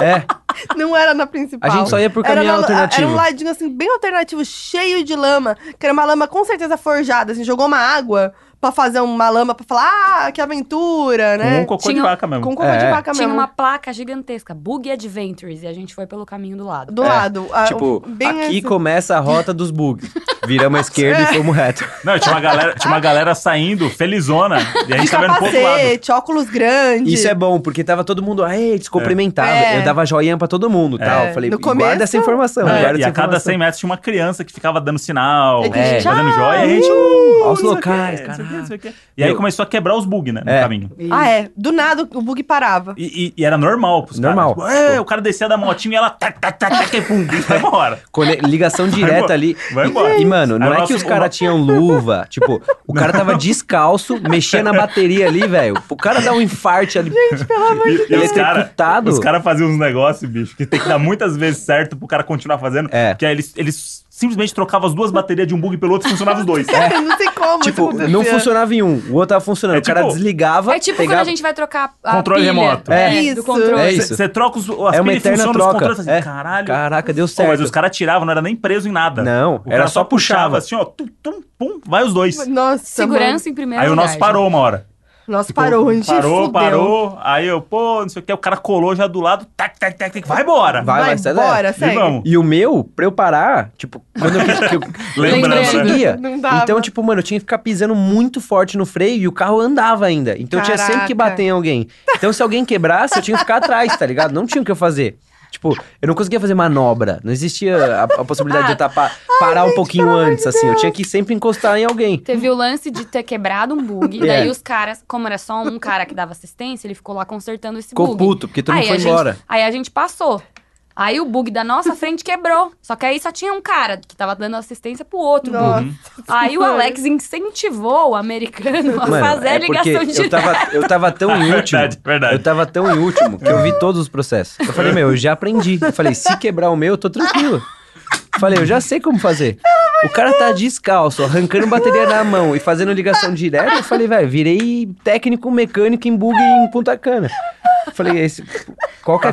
[SPEAKER 4] É,
[SPEAKER 2] Não era na principal.
[SPEAKER 4] a gente só ia por
[SPEAKER 2] Era,
[SPEAKER 4] caminho
[SPEAKER 2] na- era
[SPEAKER 4] alternativo.
[SPEAKER 2] um ladinho assim, bem alternativo, cheio de lama, que era uma lama com certeza forjada, assim, jogou uma água pra fazer uma lama pra falar, ah, que aventura,
[SPEAKER 1] Com um
[SPEAKER 2] né?
[SPEAKER 1] cocô de
[SPEAKER 3] Tinha-
[SPEAKER 1] vaca mesmo.
[SPEAKER 2] Com, coco de
[SPEAKER 4] É.
[SPEAKER 2] vaca
[SPEAKER 3] Tinha
[SPEAKER 2] mesmo.
[SPEAKER 3] uma placa gigantesca, Bug Adventures, e a gente foi pelo caminho do lado.
[SPEAKER 2] Do
[SPEAKER 4] É,
[SPEAKER 2] lado. ah,
[SPEAKER 4] Tipo,
[SPEAKER 2] bem
[SPEAKER 4] aqui
[SPEAKER 2] assim.
[SPEAKER 4] começa a rota dos bugs. Viramos à esquerda e fomos reto.
[SPEAKER 1] Não, tinha uma galera, tinha uma galera saindo, felizona, e a gente
[SPEAKER 2] de
[SPEAKER 1] tá vendo pro outro lado.
[SPEAKER 2] capacete, óculos grandes.
[SPEAKER 4] Isso é bom, porque tava todo mundo, aí, descumprimentava.
[SPEAKER 2] É.
[SPEAKER 4] Eu dava joinha pra todo mundo e tal.
[SPEAKER 2] É.
[SPEAKER 4] Falei,
[SPEAKER 2] No começo-
[SPEAKER 4] guarda essa informação,
[SPEAKER 1] É,
[SPEAKER 4] guarda
[SPEAKER 1] e
[SPEAKER 4] essa
[SPEAKER 1] a cada
[SPEAKER 4] informação.
[SPEAKER 1] 100 metros tinha uma criança que ficava dando sinal,
[SPEAKER 2] É que,
[SPEAKER 1] é,
[SPEAKER 2] tchau,
[SPEAKER 1] fazendo joia. E, a gente,
[SPEAKER 4] Olha os
[SPEAKER 1] isso aqui,
[SPEAKER 4] locais,
[SPEAKER 1] isso aqui,
[SPEAKER 4] caraca.
[SPEAKER 1] isso aqui. E aí
[SPEAKER 4] Meu.
[SPEAKER 1] começou a quebrar os bugs, né, no
[SPEAKER 4] É.
[SPEAKER 1] caminho.
[SPEAKER 2] Ah, é. Do nada o bug parava.
[SPEAKER 1] E, e- e era normal pros
[SPEAKER 4] Normal.
[SPEAKER 1] caras. Tipo, é, o cara descia da motinha e ela... Tac, tac, tac, tac, e pum, e vai embora.
[SPEAKER 4] Cone- Ligação direta
[SPEAKER 1] embora.
[SPEAKER 4] ali.
[SPEAKER 1] (laughs) Vai
[SPEAKER 4] E-
[SPEAKER 1] embora.
[SPEAKER 4] E, mano, não
[SPEAKER 1] Aí
[SPEAKER 4] é
[SPEAKER 1] nós-
[SPEAKER 4] que os
[SPEAKER 1] (laughs)
[SPEAKER 4] caras tinham luva. Tipo, o cara tava descalço, mexendo na bateria ali, velho. O cara dá um infarte ali.
[SPEAKER 1] E, e
[SPEAKER 4] é
[SPEAKER 1] os caras
[SPEAKER 4] Eletrocutado.
[SPEAKER 1] cara faziam uns negócios, bicho, que tem que dar muitas vezes certo pro cara continuar fazendo.
[SPEAKER 4] É.
[SPEAKER 1] Que aí eles, eles simplesmente trocavam as duas baterias de um bug pelo outro e funcionavam os dois.
[SPEAKER 4] (laughs) É
[SPEAKER 2] (laughs) não sei como.
[SPEAKER 4] Tipo,
[SPEAKER 2] isso
[SPEAKER 4] não
[SPEAKER 2] acontecia.
[SPEAKER 4] funcionava em um, o outro tava funcionando.
[SPEAKER 1] É
[SPEAKER 4] o cara
[SPEAKER 1] tipo-
[SPEAKER 4] desligava.
[SPEAKER 3] É tipo
[SPEAKER 4] pegava...
[SPEAKER 3] quando a gente vai trocar a
[SPEAKER 1] Controle
[SPEAKER 3] pilha,
[SPEAKER 1] remoto.
[SPEAKER 3] É,
[SPEAKER 2] É. Isso.
[SPEAKER 3] do controle.
[SPEAKER 4] É isso.
[SPEAKER 1] Você troca os, as
[SPEAKER 4] É uma
[SPEAKER 1] pilhas e
[SPEAKER 4] eterna
[SPEAKER 1] funciona os
[SPEAKER 4] troca.
[SPEAKER 1] controles. Assim,
[SPEAKER 4] É.
[SPEAKER 1] Caralho.
[SPEAKER 4] Caraca, deu
[SPEAKER 1] Pô,
[SPEAKER 4] certo.
[SPEAKER 1] mas os caras tiravam, não era nem preso em nada.
[SPEAKER 4] Não,
[SPEAKER 1] O
[SPEAKER 4] era
[SPEAKER 1] cara
[SPEAKER 4] só puxava.
[SPEAKER 1] assim, ó, tum, tum, pum, vai os dois.
[SPEAKER 2] Nossa, mano.
[SPEAKER 3] Segurança em primeiro
[SPEAKER 1] Aí o
[SPEAKER 3] lugar.
[SPEAKER 1] nosso parou uma hora.
[SPEAKER 2] Nossa,
[SPEAKER 4] Tipo,
[SPEAKER 1] Ficou-
[SPEAKER 2] é parou. A gente
[SPEAKER 1] Parou,
[SPEAKER 2] fudeu.
[SPEAKER 1] parou. Aí eu, pô, não sei o que. O cara colou já do lado, tac, tac, tac, tac, vai embora.
[SPEAKER 4] Vai, vai, sai daí.
[SPEAKER 2] bora,
[SPEAKER 1] E
[SPEAKER 2] segue.
[SPEAKER 1] vamos.
[SPEAKER 4] E o meu, pra eu parar, tipo, quando eu, que eu
[SPEAKER 1] Lembrando,
[SPEAKER 4] não
[SPEAKER 1] né?
[SPEAKER 4] conseguia.
[SPEAKER 2] Não dava.
[SPEAKER 4] Então, tipo, mano, eu tinha que ficar pisando muito forte no freio e o carro andava ainda. Então eu tinha sempre que
[SPEAKER 2] Caraca.
[SPEAKER 4] bater em alguém. Então, se alguém quebrasse, eu tinha que ficar atrás, tá ligado? Não tinha o que eu fazer. Tipo, eu não conseguia fazer manobra. Não existia a, a possibilidade de eu
[SPEAKER 2] Ah.
[SPEAKER 4] tapar, parar um pouquinho antes, assim. Eu tinha que sempre encostar em alguém.
[SPEAKER 3] Teve o lance de ter quebrado um bug,
[SPEAKER 4] (laughs) É.
[SPEAKER 3] daí os caras, como era só um cara que dava assistência, ele ficou lá consertando esse
[SPEAKER 4] Ficou
[SPEAKER 3] bug.
[SPEAKER 4] puto, porque todo mundo
[SPEAKER 3] a
[SPEAKER 4] foi
[SPEAKER 3] gente-
[SPEAKER 4] embora.
[SPEAKER 3] aí a gente passou. Aí o bug da nossa frente quebrou. Só que aí só tinha um cara que tava dando assistência pro outro
[SPEAKER 2] Nossa.
[SPEAKER 3] bug.
[SPEAKER 1] Uhum.
[SPEAKER 3] Aí o Alex incentivou o americano a
[SPEAKER 4] Mano,
[SPEAKER 3] fazer a
[SPEAKER 4] é porque
[SPEAKER 3] ligação
[SPEAKER 4] eu
[SPEAKER 3] direta.
[SPEAKER 4] tava, eu tava
[SPEAKER 1] (laughs)
[SPEAKER 4] tão em último.
[SPEAKER 1] É Verdade, verdade.
[SPEAKER 4] Eu tava tão em último que eu vi todos os processos. Eu falei, meu, eu já aprendi. Eu falei, se quebrar o meu, eu tô tranquilo. Falei, eu já sei como fazer. O cara tá descalço, arrancando bateria na mão e fazendo ligação direta. Eu falei, velho, virei técnico mecânico em bug em Punta Cana. Eu Falei, esse, qualquer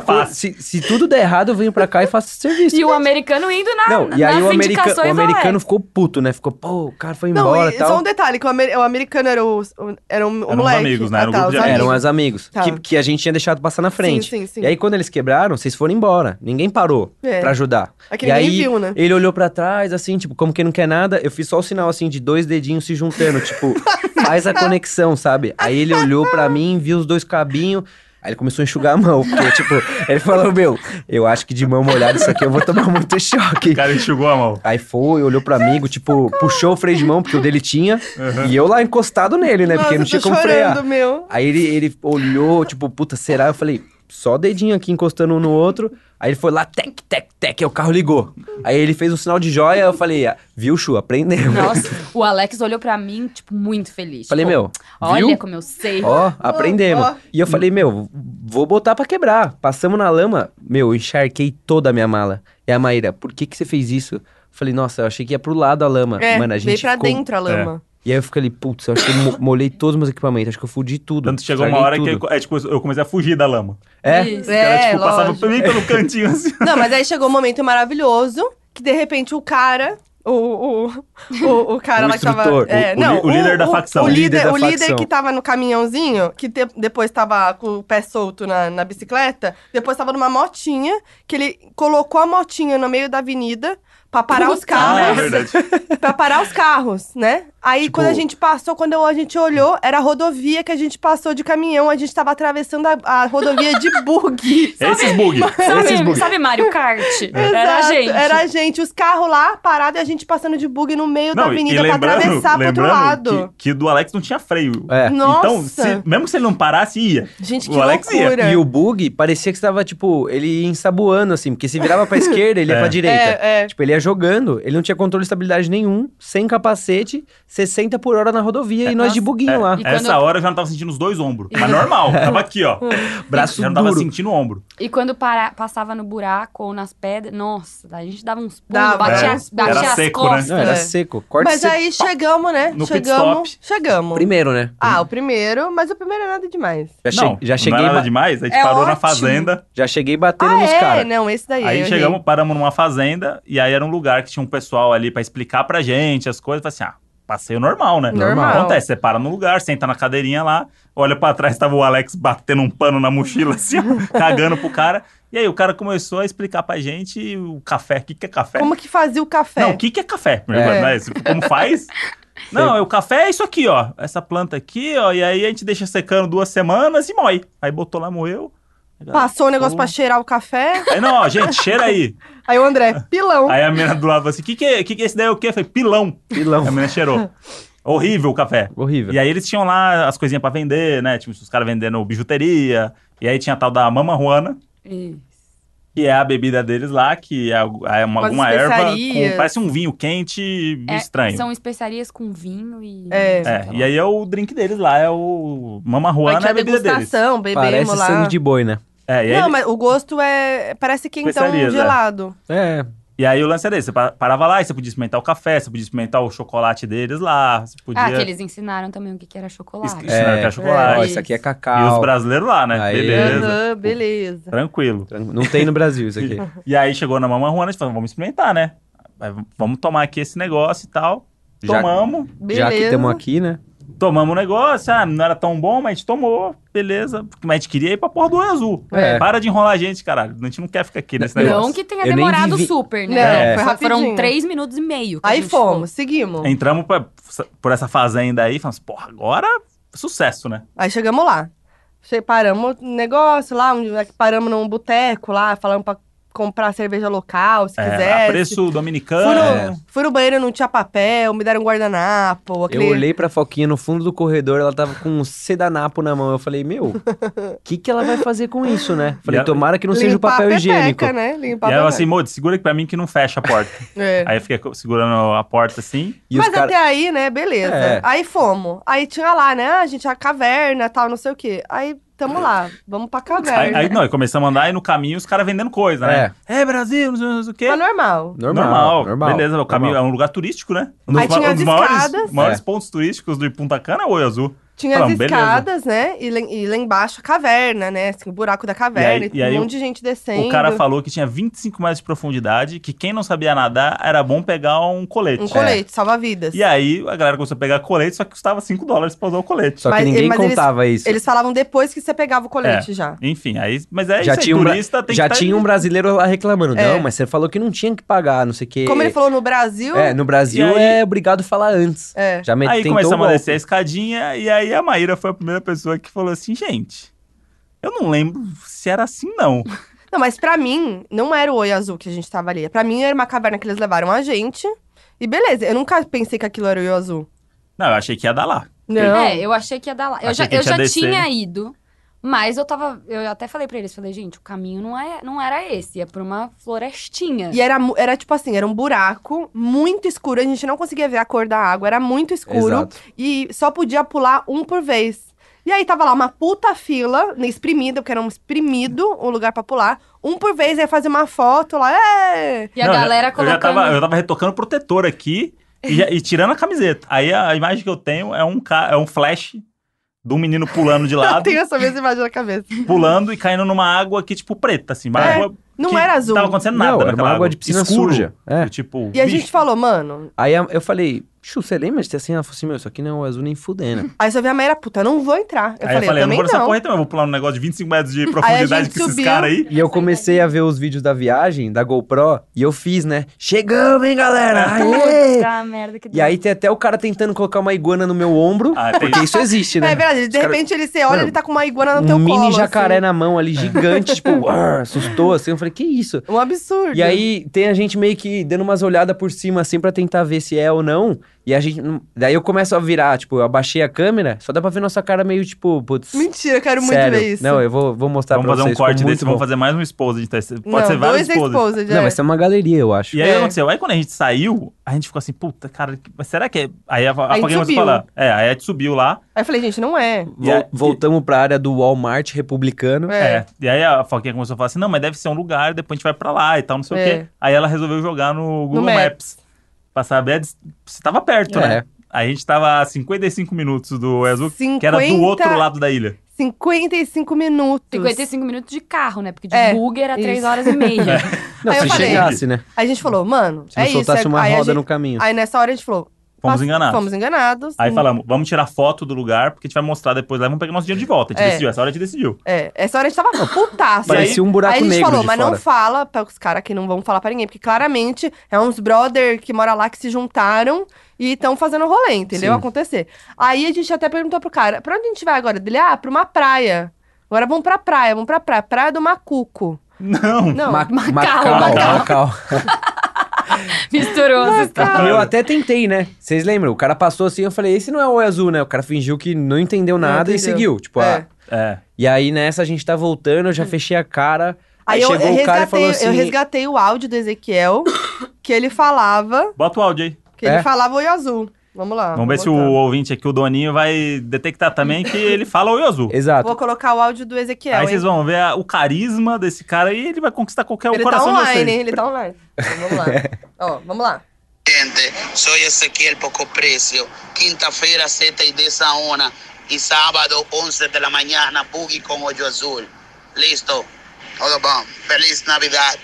[SPEAKER 1] Tá
[SPEAKER 4] coisa. Se,
[SPEAKER 1] fácil.
[SPEAKER 4] se tudo der errado, eu venho pra cá e faço esse serviço.
[SPEAKER 3] (laughs) E o americano indo na,
[SPEAKER 4] Não, e aí
[SPEAKER 3] nas
[SPEAKER 4] o, america- o
[SPEAKER 3] indicações é. do
[SPEAKER 4] americano
[SPEAKER 3] Alex.
[SPEAKER 4] ficou puto, né? Ficou, pô, o cara foi
[SPEAKER 2] Não,
[SPEAKER 4] embora
[SPEAKER 2] e
[SPEAKER 4] e tal.
[SPEAKER 2] só um detalhe, que o, amer- o americano era o, o- era um, o
[SPEAKER 1] os
[SPEAKER 2] moleque.
[SPEAKER 1] amigos, né?
[SPEAKER 2] Ah,
[SPEAKER 1] Era o
[SPEAKER 2] tá,
[SPEAKER 1] grupo
[SPEAKER 2] os
[SPEAKER 1] de
[SPEAKER 2] amigos.
[SPEAKER 4] Eram os amigos.
[SPEAKER 2] Tá.
[SPEAKER 4] Que, que a gente tinha deixado passar na frente.
[SPEAKER 2] sim, sim.
[SPEAKER 4] E aí, quando eles quebraram, vocês foram embora. Ninguém parou
[SPEAKER 2] É.
[SPEAKER 4] pra ajudar.
[SPEAKER 2] É que
[SPEAKER 4] e
[SPEAKER 2] ninguém
[SPEAKER 4] aí,
[SPEAKER 2] viu, né?
[SPEAKER 4] ele olhou pra trás, assim, tipo, como quem não quer nada. Eu fiz só o sinal, assim, de dois dedinhos se juntando.
[SPEAKER 2] (laughs)
[SPEAKER 4] tipo, faz a conexão, sabe? Aí ele olhou pra mim, viu os dois cabinhos. Aí ele começou a enxugar a mão. Porque, tipo, ele falou, meu, eu acho que de mão molhada isso aqui eu vou tomar muito choque.
[SPEAKER 1] O cara enxugou a
[SPEAKER 4] (laughs)
[SPEAKER 1] mão.
[SPEAKER 4] Aí foi, olhou pra amigo, tipo, puxou o freio de mão, porque o dele tinha. E eu lá encostado nele, né?
[SPEAKER 2] Nossa,
[SPEAKER 4] porque não
[SPEAKER 2] eu
[SPEAKER 4] tinha
[SPEAKER 2] tô
[SPEAKER 4] como
[SPEAKER 2] chorando,
[SPEAKER 4] frear.
[SPEAKER 2] meu.
[SPEAKER 4] Aí ele, ele olhou, tipo, puta, será? Eu falei, só o dedinho aqui encostando um no outro. Aí ele foi lá, tec, tec, tec, aí o carro ligou. Aí ele fez um sinal de joia, eu falei, ah, viu, Chu,
[SPEAKER 3] (laughs)
[SPEAKER 4] aprendeu.
[SPEAKER 3] Nossa, o Alex olhou pra mim, tipo, muito feliz.
[SPEAKER 4] Falei,
[SPEAKER 3] Tipo,
[SPEAKER 4] meu,
[SPEAKER 3] Olha
[SPEAKER 4] viu?
[SPEAKER 3] como eu sei.
[SPEAKER 4] (laughs) Ó, aprendemos.
[SPEAKER 2] ó.
[SPEAKER 4] E eu falei, meu, vou botar pra quebrar. Passamos na lama, meu, eu encharquei toda a minha mala. E a Maíra, por que que você fez isso? Eu Falei, nossa, eu achei que ia pro lado a lama.
[SPEAKER 2] É,
[SPEAKER 4] Mano, a gente
[SPEAKER 2] veio pra
[SPEAKER 4] ficou-
[SPEAKER 2] dentro a lama.
[SPEAKER 4] E aí eu fiquei ali, putz, eu acho que eu mo- molhei todos os meus equipamentos, acho que eu fudi tudo.
[SPEAKER 1] Tanto que chegou uma
[SPEAKER 4] estraguei
[SPEAKER 1] hora que
[SPEAKER 4] tudo.
[SPEAKER 1] é, tipo, eu comecei a fugir da lama.
[SPEAKER 4] É,
[SPEAKER 3] Isso.
[SPEAKER 1] O cara, tipo, passava
[SPEAKER 2] lógico.
[SPEAKER 1] por mim pelo cantinho assim.
[SPEAKER 2] Não, mas aí chegou um momento maravilhoso que de repente o cara. O, o, o, o cara
[SPEAKER 4] O
[SPEAKER 2] lá que tava.
[SPEAKER 4] instrutor,
[SPEAKER 2] é,
[SPEAKER 1] o- o
[SPEAKER 2] não,
[SPEAKER 1] li- o líder da facção.
[SPEAKER 2] O
[SPEAKER 1] O
[SPEAKER 4] líder
[SPEAKER 2] líder,
[SPEAKER 4] da
[SPEAKER 2] o líder
[SPEAKER 4] facção.
[SPEAKER 2] que tava no caminhãozinho, que te- depois tava com o pé solto na, na bicicleta, depois tava numa motinha, que ele colocou a motinha no meio da avenida pra parar os
[SPEAKER 1] Ah, é
[SPEAKER 2] carros.
[SPEAKER 1] verdade.
[SPEAKER 2] (laughs) pra parar os carros, né? Aí
[SPEAKER 4] Tipo-
[SPEAKER 2] quando a gente passou, quando a gente olhou, era a rodovia que a gente passou de caminhão, a gente tava atravessando a, a rodovia de bug.
[SPEAKER 1] Esses bugs.
[SPEAKER 4] esses
[SPEAKER 3] Sabe,
[SPEAKER 4] bugs.
[SPEAKER 3] sabe Mario Kart?
[SPEAKER 1] É.
[SPEAKER 3] Era a
[SPEAKER 2] Exato,
[SPEAKER 3] gente.
[SPEAKER 2] Era a gente, os carros lá parados e a gente passando de bug no meio da
[SPEAKER 1] Não, e- e
[SPEAKER 2] avenida pra
[SPEAKER 1] lembrando,
[SPEAKER 2] atravessar pro outro
[SPEAKER 1] lembrando
[SPEAKER 2] lado.
[SPEAKER 1] que, que do Alex não tinha freio.
[SPEAKER 4] É.
[SPEAKER 1] Então,
[SPEAKER 2] Nossa!
[SPEAKER 1] se- mesmo que se ele não parasse, ia.
[SPEAKER 2] Gente,
[SPEAKER 1] o
[SPEAKER 2] que
[SPEAKER 1] Alex ia.
[SPEAKER 2] loucura.
[SPEAKER 4] E o bug parecia que estava, tipo, ele ia ensaboando, assim, porque se
[SPEAKER 2] (laughs)
[SPEAKER 4] virava pra esquerda, ele ia
[SPEAKER 1] É.
[SPEAKER 4] pra direita.
[SPEAKER 2] É, é.
[SPEAKER 4] Tipo, ele ia jogando, ele não tinha controle de estabilidade nenhum, sem capacete, 60 por hora na
[SPEAKER 2] É.
[SPEAKER 4] rodovia e nós de buguinho lá.
[SPEAKER 3] E quando
[SPEAKER 1] Essa
[SPEAKER 3] eu-
[SPEAKER 1] hora eu já não tava sentindo os dois ombros. Mas normal, tava aqui, ó.
[SPEAKER 4] Braço
[SPEAKER 1] já não tava
[SPEAKER 4] duro.
[SPEAKER 1] sentindo o ombro.
[SPEAKER 3] E quando para- passava no buraco ou nas pedras, nossa, a gente dava uns pulos,
[SPEAKER 2] Dava,
[SPEAKER 3] batia,
[SPEAKER 2] né?
[SPEAKER 3] as- batia
[SPEAKER 1] Era
[SPEAKER 3] as
[SPEAKER 1] seco, né?
[SPEAKER 3] costas.
[SPEAKER 4] Não, era
[SPEAKER 2] É.
[SPEAKER 4] seco. Corte
[SPEAKER 2] Mas
[SPEAKER 4] seco.
[SPEAKER 2] aí chegamos, né?
[SPEAKER 1] No pit
[SPEAKER 2] chegamos.
[SPEAKER 1] stop.
[SPEAKER 2] Chegamos.
[SPEAKER 4] Primeiro, né?
[SPEAKER 2] Ah, o primeiro, mas o primeiro é nada demais.
[SPEAKER 4] Já, che-
[SPEAKER 1] Não,
[SPEAKER 4] já cheguei,
[SPEAKER 1] não era
[SPEAKER 4] ba-
[SPEAKER 1] nada demais. A gente
[SPEAKER 3] É
[SPEAKER 1] parou na
[SPEAKER 3] ótimo.
[SPEAKER 1] fazenda.
[SPEAKER 4] já cheguei batendo
[SPEAKER 2] ah,
[SPEAKER 4] nos
[SPEAKER 2] é?
[SPEAKER 4] caras.
[SPEAKER 2] Não, esse daí. eu
[SPEAKER 1] Aí
[SPEAKER 2] errei.
[SPEAKER 1] chegamos, paramos numa fazenda. E aí era um lugar que tinha um pessoal ali pra explicar pra gente as coisas. Falei assim, ah, passeio normal, né?
[SPEAKER 2] Normal.
[SPEAKER 1] Acontece, você para no lugar, senta na cadeirinha lá, olha pra trás, tava o Alex batendo um pano na mochila, assim, ó, cagando pro cara. E aí o cara começou a explicar pra gente o café, o que, que é café.
[SPEAKER 2] Como que fazia o café?
[SPEAKER 1] Não, o que, que é café? primeiro,
[SPEAKER 4] É.
[SPEAKER 1] né? Isso, Como faz? Não, o café é isso aqui, ó. Essa planta aqui, ó. E aí a gente deixa secando duas semanas e moe. Aí botou lá, moeu.
[SPEAKER 2] Passou o negócio
[SPEAKER 1] Pô.
[SPEAKER 2] pra cheirar o café.
[SPEAKER 1] Aí, não, ó, gente, cheira aí.
[SPEAKER 2] Aí
[SPEAKER 1] (laughs)
[SPEAKER 2] o André, pilão.
[SPEAKER 1] Aí a menina do lado falou assim: que que, é- que que esse daí é o quê? Eu falei, pilão.
[SPEAKER 4] Pilão.
[SPEAKER 1] A menina cheirou. Horrível o café.
[SPEAKER 2] É.
[SPEAKER 4] Horrível.
[SPEAKER 1] E aí eles tinham lá as coisinhas pra vender, né? Tipo, os caras vendendo bijuteria. E aí tinha a tal da Mama Juana,
[SPEAKER 3] Isso.
[SPEAKER 1] que é a bebida deles lá, que é alguma, é uma-
[SPEAKER 2] Umas
[SPEAKER 1] alguma erva.
[SPEAKER 2] especiarias.
[SPEAKER 1] Com, parece um vinho quente
[SPEAKER 3] É,
[SPEAKER 1] estranho.
[SPEAKER 3] São especiarias com vinho e.
[SPEAKER 2] É.
[SPEAKER 1] É, e aí é o drink deles lá, é o Mama
[SPEAKER 2] Aí
[SPEAKER 1] Juana, é
[SPEAKER 2] tinha
[SPEAKER 1] a bebida deles.
[SPEAKER 2] degustação, bebemos
[SPEAKER 4] Parece
[SPEAKER 2] lá.
[SPEAKER 4] sangue de boi, né?
[SPEAKER 1] É, e aí,
[SPEAKER 2] Não, mas o gosto é. Parece quentão
[SPEAKER 1] Especiarias, é.
[SPEAKER 2] gelado.
[SPEAKER 4] É.
[SPEAKER 1] e aí o lance era esse, você pa- parava lá e você podia experimentar o café, você podia experimentar o chocolate deles lá, você podia...
[SPEAKER 3] Ah, que eles ensinaram também o que que era chocolate.
[SPEAKER 1] Isso, isso não era
[SPEAKER 4] É.
[SPEAKER 1] que era
[SPEAKER 4] Ó,
[SPEAKER 1] chocolate.
[SPEAKER 4] isso aqui é
[SPEAKER 1] E os
[SPEAKER 4] cacau.
[SPEAKER 1] brasileiros lá, né?
[SPEAKER 4] Aí.
[SPEAKER 1] Beleza,
[SPEAKER 2] Aham, beleza.
[SPEAKER 1] tranquilo.
[SPEAKER 4] Tran- Não tem no Brasil isso
[SPEAKER 2] (laughs)
[SPEAKER 4] aqui.
[SPEAKER 1] E aí chegou na Mama Juana, a gente falou, vamos experimentar, né? Vai- Vamos tomar aqui esse negócio e tal.
[SPEAKER 4] Já-
[SPEAKER 1] Tomamos,
[SPEAKER 4] Já que
[SPEAKER 2] Beleza.
[SPEAKER 4] estamos aqui, né?
[SPEAKER 1] tomamos o negócio, ah, não era tão bom, mas a gente tomou, beleza. Mas a gente queria ir pra Porra do Olho Azul.
[SPEAKER 4] É.
[SPEAKER 1] Para de enrolar a gente, caralho. A gente não quer ficar aqui nesse
[SPEAKER 4] Não,
[SPEAKER 1] negócio.
[SPEAKER 3] Não que tenha
[SPEAKER 4] Eu nem
[SPEAKER 3] demorado
[SPEAKER 4] vivi-
[SPEAKER 3] super, né?
[SPEAKER 2] Não,
[SPEAKER 1] É.
[SPEAKER 2] foi
[SPEAKER 3] Só Foram
[SPEAKER 2] rapidinho.
[SPEAKER 3] três minutos e meio. que a
[SPEAKER 2] Aí
[SPEAKER 3] gente
[SPEAKER 2] fomos, seguimos.
[SPEAKER 1] Entramos pra- por essa fazenda aí e falamos, porra, agora sucesso, né?
[SPEAKER 2] Aí chegamos lá. Che- Paramos no negócio lá, onde- é paramos num boteco lá, falamos pra comprar cerveja local, se
[SPEAKER 1] É,
[SPEAKER 2] quiser.
[SPEAKER 1] a preço
[SPEAKER 2] Fui
[SPEAKER 1] dominicano. É.
[SPEAKER 2] no, fui no banheiro, não tinha papel, me deram um guardanapo.
[SPEAKER 4] Eu
[SPEAKER 2] Aquele...
[SPEAKER 4] olhei pra Foquinha no fundo do corredor, ela tava com um sedanapo na mão. Eu falei, meu, o que, que ela vai fazer com
[SPEAKER 1] (laughs)
[SPEAKER 4] isso, né?
[SPEAKER 1] E
[SPEAKER 4] Falei,
[SPEAKER 1] a-
[SPEAKER 4] tomara que não seja o
[SPEAKER 2] Limpar
[SPEAKER 4] papel
[SPEAKER 2] a
[SPEAKER 4] higiênico.
[SPEAKER 2] pepeca, né? Limpar
[SPEAKER 1] E
[SPEAKER 2] a
[SPEAKER 1] ela assim,
[SPEAKER 2] pepeca.
[SPEAKER 1] Modi, segura aqui pra mim que não fecha a porta.
[SPEAKER 2] É.
[SPEAKER 1] aí eu fiquei co- segurando a porta assim.
[SPEAKER 4] E
[SPEAKER 2] Mas
[SPEAKER 4] assim, os caras.
[SPEAKER 2] até aí, né, beleza.
[SPEAKER 4] É.
[SPEAKER 2] Aí fomos. Aí tinha lá, né, ah, gente, a caverna, tal, não sei o quê. Aí tamo lá, vamos pra
[SPEAKER 1] Aí,
[SPEAKER 2] caverna. Tá
[SPEAKER 1] aí, não, aí começamos a andar e no caminho os caras vendendo coisa, né? É, Brasil, não sei, não sei o quê.
[SPEAKER 2] Tá normal.
[SPEAKER 4] Normal, normal.
[SPEAKER 1] Beleza, o caminho
[SPEAKER 4] normal.
[SPEAKER 1] é um lugar turístico, né? Um dos,
[SPEAKER 2] Aí tinha
[SPEAKER 1] ma- um
[SPEAKER 2] as
[SPEAKER 1] dos maiores,
[SPEAKER 2] escadas.
[SPEAKER 1] maiores
[SPEAKER 4] É.
[SPEAKER 1] pontos turísticos do Punta Cana é o Oi Azul.
[SPEAKER 2] Tinha as
[SPEAKER 1] Falamos, beleza.
[SPEAKER 2] escadas, né, e lá, e lá embaixo a caverna, né, assim, o buraco da caverna,
[SPEAKER 1] E aí-
[SPEAKER 2] e
[SPEAKER 1] e aí
[SPEAKER 2] um
[SPEAKER 1] o-
[SPEAKER 2] monte de gente descendo.
[SPEAKER 1] O cara falou que tinha 25 metros de profundidade, que quem não sabia nadar era bom pegar um colete.
[SPEAKER 2] Um colete, salva-vidas.
[SPEAKER 1] E aí a galera começou a pegar colete, só que custava 5 dólares pra usar o colete.
[SPEAKER 4] Só que
[SPEAKER 2] Mas-
[SPEAKER 4] ninguém
[SPEAKER 2] mas eles-
[SPEAKER 4] contava isso.
[SPEAKER 2] Eles falavam depois que você pegava o
[SPEAKER 1] É.
[SPEAKER 2] colete já.
[SPEAKER 1] Enfim, aí. Mas é
[SPEAKER 4] Já
[SPEAKER 1] isso aí,
[SPEAKER 4] tinha um bra-
[SPEAKER 1] turista tem
[SPEAKER 4] Já
[SPEAKER 1] que tá-
[SPEAKER 4] tinha um brasileiro lá reclamando.
[SPEAKER 2] É.
[SPEAKER 4] Não, mas você falou que não tinha que pagar, não sei o quê.
[SPEAKER 2] Como ele falou no Brasil,
[SPEAKER 4] É, no Brasil
[SPEAKER 1] E aí-
[SPEAKER 4] é obrigado falar antes.
[SPEAKER 2] É.
[SPEAKER 4] Já me
[SPEAKER 1] Aí
[SPEAKER 4] tentou
[SPEAKER 1] começamos
[SPEAKER 4] o
[SPEAKER 1] a
[SPEAKER 4] golpe.
[SPEAKER 1] descer a escadinha, e aí a Maíra foi a primeira pessoa que falou assim, gente. Eu não lembro se era assim, não.
[SPEAKER 2] Não, mas pra mim, não era o Oi Azul que a gente tava ali. Pra mim, era uma caverna que eles levaram a gente. E beleza, eu nunca pensei que aquilo era o Oi Azul.
[SPEAKER 1] Não, eu achei que ia dar lá.
[SPEAKER 2] Não.
[SPEAKER 3] É, eu achei que ia dar lá. Eu
[SPEAKER 1] Achei
[SPEAKER 3] já,
[SPEAKER 1] que
[SPEAKER 3] eu
[SPEAKER 1] tinha
[SPEAKER 3] já
[SPEAKER 1] descer.
[SPEAKER 3] tinha ido, mas eu tava. Eu até falei pra eles, falei, gente, o caminho não, é, não era esse, é pra uma
[SPEAKER 4] É.
[SPEAKER 3] florestinha.
[SPEAKER 2] E era, mu- era tipo assim, era um buraco muito escuro. A gente não conseguia ver a cor da água, era muito escuro.
[SPEAKER 4] Exato.
[SPEAKER 2] E só podia pular um por vez. E aí tava lá uma puta fila, né, exprimida, porque era um exprimido o lugar pra pular. Um por vez, ia fazer uma foto lá. É!
[SPEAKER 3] E a
[SPEAKER 1] Não, eu já-
[SPEAKER 3] galera
[SPEAKER 1] Eu já
[SPEAKER 3] colocando.
[SPEAKER 1] tava, eu tava retocando o protetor aqui e, já- e tirando a camiseta. Aí a imagem que eu tenho é um, ca- é um flash de um menino pulando de
[SPEAKER 2] (laughs) Eu
[SPEAKER 1] lado,
[SPEAKER 2] tenho essa mesma imagem na cabeça.
[SPEAKER 1] pulando e caindo numa água que, tipo, preta, assim. Uma
[SPEAKER 2] É,
[SPEAKER 1] água
[SPEAKER 2] Não
[SPEAKER 1] que
[SPEAKER 2] era azul.
[SPEAKER 1] Não tava acontecendo nada
[SPEAKER 4] Não, era
[SPEAKER 1] naquela
[SPEAKER 4] uma água de piscina
[SPEAKER 1] Escuro.
[SPEAKER 4] suja. É.
[SPEAKER 1] Eu, tipo,
[SPEAKER 2] E a
[SPEAKER 1] bicho,
[SPEAKER 2] gente falou, mano.
[SPEAKER 4] Aí a- eu falei, Chu, você lembra de ter assim? Ela falou assim, meu, isso aqui não é o azul nem fudendo.
[SPEAKER 2] Aí só vi a Mayra, puta, eu não vou entrar. Eu
[SPEAKER 1] Aí
[SPEAKER 2] falei, eu,
[SPEAKER 1] não
[SPEAKER 2] também
[SPEAKER 1] vou nessa
[SPEAKER 2] não.
[SPEAKER 1] porra aí também, eu vou pular um negócio de 25 metros de profundidade
[SPEAKER 2] gente
[SPEAKER 1] com esses
[SPEAKER 2] subiu.
[SPEAKER 1] caras aí.
[SPEAKER 4] E eu comecei a ver os vídeos da viagem, da GoPro, e eu fiz, né? Chegamos, hein, galera?
[SPEAKER 1] Ah,
[SPEAKER 4] Aê!
[SPEAKER 3] Puta merda que
[SPEAKER 4] E aí tem até o cara tentando colocar uma iguana no meu ombro,
[SPEAKER 1] Ah, tem
[SPEAKER 4] porque isso existe, né?
[SPEAKER 2] É verdade, de
[SPEAKER 4] Os cara-
[SPEAKER 2] repente ele se olha,
[SPEAKER 4] Mano,
[SPEAKER 2] ele tá com uma iguana no teu
[SPEAKER 4] um
[SPEAKER 2] colo.
[SPEAKER 4] mini jacaré
[SPEAKER 2] assim.
[SPEAKER 4] na mão ali, gigante,
[SPEAKER 2] (laughs)
[SPEAKER 4] tipo, "Uar", assustou, assim. Eu falei, que isso?
[SPEAKER 2] Um absurdo.
[SPEAKER 4] E aí tem a gente meio que dando umas olhadas por cima, assim, pra tentar ver se é ou não. E a gente. não- Daí eu começo a virar, tipo, eu abaixei a câmera, só dá pra ver nossa cara meio tipo, putz.
[SPEAKER 2] Mentira, eu quero muito
[SPEAKER 4] sério.
[SPEAKER 2] ver isso.
[SPEAKER 4] Não, eu vou, vou mostrar
[SPEAKER 1] vamos
[SPEAKER 4] pra
[SPEAKER 1] fazer um
[SPEAKER 4] vocês. ficou
[SPEAKER 1] corte
[SPEAKER 4] muito
[SPEAKER 1] desse, vamos
[SPEAKER 4] bom.
[SPEAKER 1] fazer mais um exposed. Tá? Pode
[SPEAKER 2] Não,
[SPEAKER 1] ser vários
[SPEAKER 2] dois
[SPEAKER 1] exposed.
[SPEAKER 2] exposed,
[SPEAKER 4] Não,
[SPEAKER 2] é.
[SPEAKER 4] vai ser uma galeria, eu acho.
[SPEAKER 1] E aí o
[SPEAKER 2] É.
[SPEAKER 1] que aconteceu? Aí quando a gente saiu, a gente ficou assim, puta, cara, mas será que é. Aí a, a,
[SPEAKER 2] Aí
[SPEAKER 1] a começou a
[SPEAKER 2] subiu.
[SPEAKER 1] falar. É, aí a gente subiu lá.
[SPEAKER 2] Aí eu falei, gente, não é.
[SPEAKER 4] Vol-
[SPEAKER 1] E aí-
[SPEAKER 4] Voltamos pra área do Walmart republicano.
[SPEAKER 2] É.
[SPEAKER 1] É. E aí a Foquinha começou a falar assim: não, mas deve ser um lugar, depois a gente vai pra lá e tal, não sei
[SPEAKER 2] É.
[SPEAKER 1] o quê. Aí ela resolveu jogar no Google
[SPEAKER 2] Maps.
[SPEAKER 1] Maps. Pra saber, a dis- você tava perto,
[SPEAKER 4] É.
[SPEAKER 1] né? Aí a gente tava a 55 minutos do Azul,
[SPEAKER 2] 50...
[SPEAKER 1] que era do outro lado da ilha.
[SPEAKER 2] 55 minutos.
[SPEAKER 3] 55 minutos de carro, né? Porque de
[SPEAKER 2] É,
[SPEAKER 3] bugger era 3
[SPEAKER 2] isso.
[SPEAKER 3] horas
[SPEAKER 1] (laughs)
[SPEAKER 3] e meia.
[SPEAKER 4] Não,
[SPEAKER 2] Aí eu
[SPEAKER 4] se
[SPEAKER 2] falei.
[SPEAKER 4] chegasse, né?
[SPEAKER 2] Aí a gente falou, mano,
[SPEAKER 4] Se não
[SPEAKER 2] é isso.
[SPEAKER 4] soltasse
[SPEAKER 2] é-
[SPEAKER 4] uma
[SPEAKER 2] aí a
[SPEAKER 4] roda
[SPEAKER 2] gente-
[SPEAKER 4] no caminho.
[SPEAKER 2] Aí nessa hora a gente falou...
[SPEAKER 1] Fomos
[SPEAKER 2] pass-
[SPEAKER 1] enganados.
[SPEAKER 2] Fomos enganados. hum,
[SPEAKER 1] Aí falamos, vamos tirar foto do lugar, porque a gente vai mostrar depois lá, vamos pegar nosso dinheiro de volta. A gente
[SPEAKER 2] É.
[SPEAKER 1] decidiu, essa hora a gente decidiu.
[SPEAKER 2] É, essa hora a gente tava putaço. aí-
[SPEAKER 4] Parecia um buraco
[SPEAKER 2] Aí a gente
[SPEAKER 4] negro
[SPEAKER 2] falou,
[SPEAKER 4] de
[SPEAKER 2] mas não
[SPEAKER 4] fora.
[SPEAKER 2] fala para os caras que não vão falar pra ninguém, porque claramente é uns brother que mora lá que se juntaram e estão fazendo rolê, entendeu?
[SPEAKER 4] Sim.
[SPEAKER 2] Acontecer. Aí a gente até perguntou pro cara, pra onde a gente vai agora? Dele, ah, pra uma praia. Agora vamos pra praia, vamos pra praia. Praia do Macuco.
[SPEAKER 1] Não!
[SPEAKER 2] Não,
[SPEAKER 4] Ma-
[SPEAKER 3] Macau,
[SPEAKER 4] Macau,
[SPEAKER 1] Macau.
[SPEAKER 4] Macau.
[SPEAKER 3] Misturou as histórias.
[SPEAKER 4] E eu até tentei, né? Vocês lembram? O cara passou assim, eu falei, esse não é o Oi Azul, né? O cara fingiu que não entendeu
[SPEAKER 2] Não
[SPEAKER 4] nada e
[SPEAKER 2] entendeu.
[SPEAKER 4] seguiu. Tipo,
[SPEAKER 2] É.
[SPEAKER 4] ah,
[SPEAKER 1] É.
[SPEAKER 4] E aí nessa a gente tá voltando, eu já fechei a cara.
[SPEAKER 2] Aí
[SPEAKER 4] Aí,
[SPEAKER 2] eu, eu
[SPEAKER 4] chegou
[SPEAKER 2] resgatei,
[SPEAKER 4] o cara e falou
[SPEAKER 2] eu
[SPEAKER 4] assim.
[SPEAKER 2] resgatei o áudio do Ezequiel, que ele falava,
[SPEAKER 1] Bota o áudio aí.
[SPEAKER 2] que ele
[SPEAKER 4] É?
[SPEAKER 2] falava oi azul. Vamos lá.
[SPEAKER 1] Vamos
[SPEAKER 2] vou
[SPEAKER 1] ver se o
[SPEAKER 2] botar.
[SPEAKER 1] ouvinte aqui, o Doninho, vai detectar também que ele fala oi azul.
[SPEAKER 4] Exato.
[SPEAKER 2] Vou colocar é o áudio do Ezequiel.
[SPEAKER 1] Aí
[SPEAKER 2] hein?
[SPEAKER 1] vocês vão ver a- o carisma desse cara e ele vai conquistar qualquer
[SPEAKER 2] Ele tá
[SPEAKER 1] coração de
[SPEAKER 2] online,
[SPEAKER 1] vocês.
[SPEAKER 2] hein? Ele tá online. Então, vamos lá.
[SPEAKER 1] (laughs)
[SPEAKER 2] Ó, vamos lá.
[SPEAKER 7] Gente, soy Ezequiel Poco Precio. Quinta-feira, 7 y 10 a 1. Y sábado, 11 de la mañana, Boogie con Hoyo Azul. Listo. Todo bom. Feliz Navidad.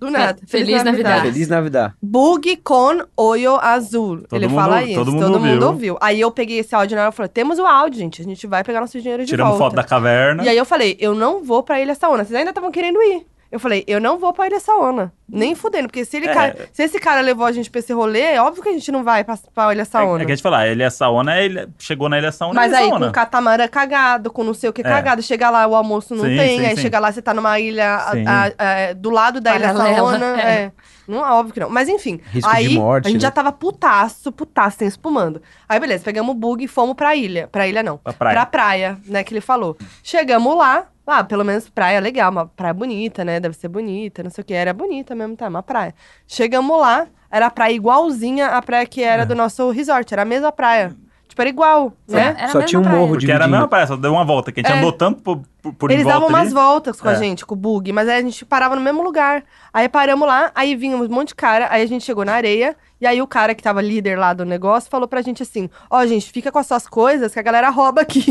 [SPEAKER 2] Do nada.
[SPEAKER 3] Feliz Navidade.
[SPEAKER 4] Feliz Navidad.
[SPEAKER 2] Bug con olho azul.
[SPEAKER 1] Todo
[SPEAKER 2] ele
[SPEAKER 1] mundo-
[SPEAKER 2] fala isso.
[SPEAKER 1] todo mundo
[SPEAKER 2] ouviu.
[SPEAKER 1] ouviu.
[SPEAKER 2] Aí eu peguei esse áudio na hora e falei: temos o áudio, gente. A gente vai pegar nosso dinheiro de
[SPEAKER 1] Tiramos
[SPEAKER 2] volta.
[SPEAKER 1] foto da né? caverna.
[SPEAKER 2] E aí eu falei: eu não vou pra Ilha Saona. Vocês ainda estavam querendo ir. Eu falei, eu não vou pra Ilha Saona. Nem fudendo, porque se, ele
[SPEAKER 1] É.
[SPEAKER 2] cara- se esse cara levou a gente pra esse rolê, é óbvio que a gente não vai pra, pra Ilha
[SPEAKER 1] É,
[SPEAKER 2] Saona.
[SPEAKER 1] é que a gente fala, ele é Saona, ele chegou na Ilha Saona,
[SPEAKER 2] Mas
[SPEAKER 1] ele é
[SPEAKER 2] aí,
[SPEAKER 1] Saona.
[SPEAKER 2] com catamarã cagado, com não sei o que
[SPEAKER 1] É.
[SPEAKER 2] cagado, chega lá, o almoço não
[SPEAKER 1] Sim,
[SPEAKER 2] tem,
[SPEAKER 1] sim,
[SPEAKER 2] aí
[SPEAKER 1] sim.
[SPEAKER 2] chega lá, você tá numa ilha a-
[SPEAKER 1] Sim.
[SPEAKER 2] a- é, do lado da ilha
[SPEAKER 3] Paralela,
[SPEAKER 2] Saona.
[SPEAKER 3] (laughs) é.
[SPEAKER 2] é. Não é óbvio que não. Mas enfim,
[SPEAKER 4] Risco de
[SPEAKER 2] aí
[SPEAKER 4] morte,
[SPEAKER 2] a gente
[SPEAKER 4] né?
[SPEAKER 2] já tava putaço, putaço, sem espumando. Aí beleza, pegamos o bug e fomos pra ilha. Pra ilha não.
[SPEAKER 1] Pra praia.
[SPEAKER 2] Pra praia, né, que ele falou. Chegamos lá, ah, pelo menos praia legal, uma praia bonita, né, deve ser bonita, não sei o que. Era bonita mesmo, tá, uma praia. Chegamos lá, era a praia igualzinha à praia que
[SPEAKER 1] É.
[SPEAKER 2] era do nosso resort, era a mesma praia. Tipo, era igual, né?
[SPEAKER 3] Era a
[SPEAKER 4] Só
[SPEAKER 3] mesma
[SPEAKER 4] tinha um
[SPEAKER 3] praia.
[SPEAKER 4] morro de
[SPEAKER 1] Porque era a mesma praia, só deu uma volta, que a gente
[SPEAKER 2] É.
[SPEAKER 1] andou tanto por, por, por em
[SPEAKER 2] Eles
[SPEAKER 1] volta
[SPEAKER 2] davam umas
[SPEAKER 1] ali.
[SPEAKER 2] voltas com a
[SPEAKER 1] É.
[SPEAKER 2] gente, com o bug, mas aí a gente parava no mesmo lugar. Aí paramos lá, aí vinha um monte de cara, aí a gente chegou na areia, e aí o cara que tava líder lá do negócio falou pra gente assim: Ó, gente, fica com as suas coisas que a galera
[SPEAKER 1] (laughs)
[SPEAKER 2] rouba aqui.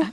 [SPEAKER 2] a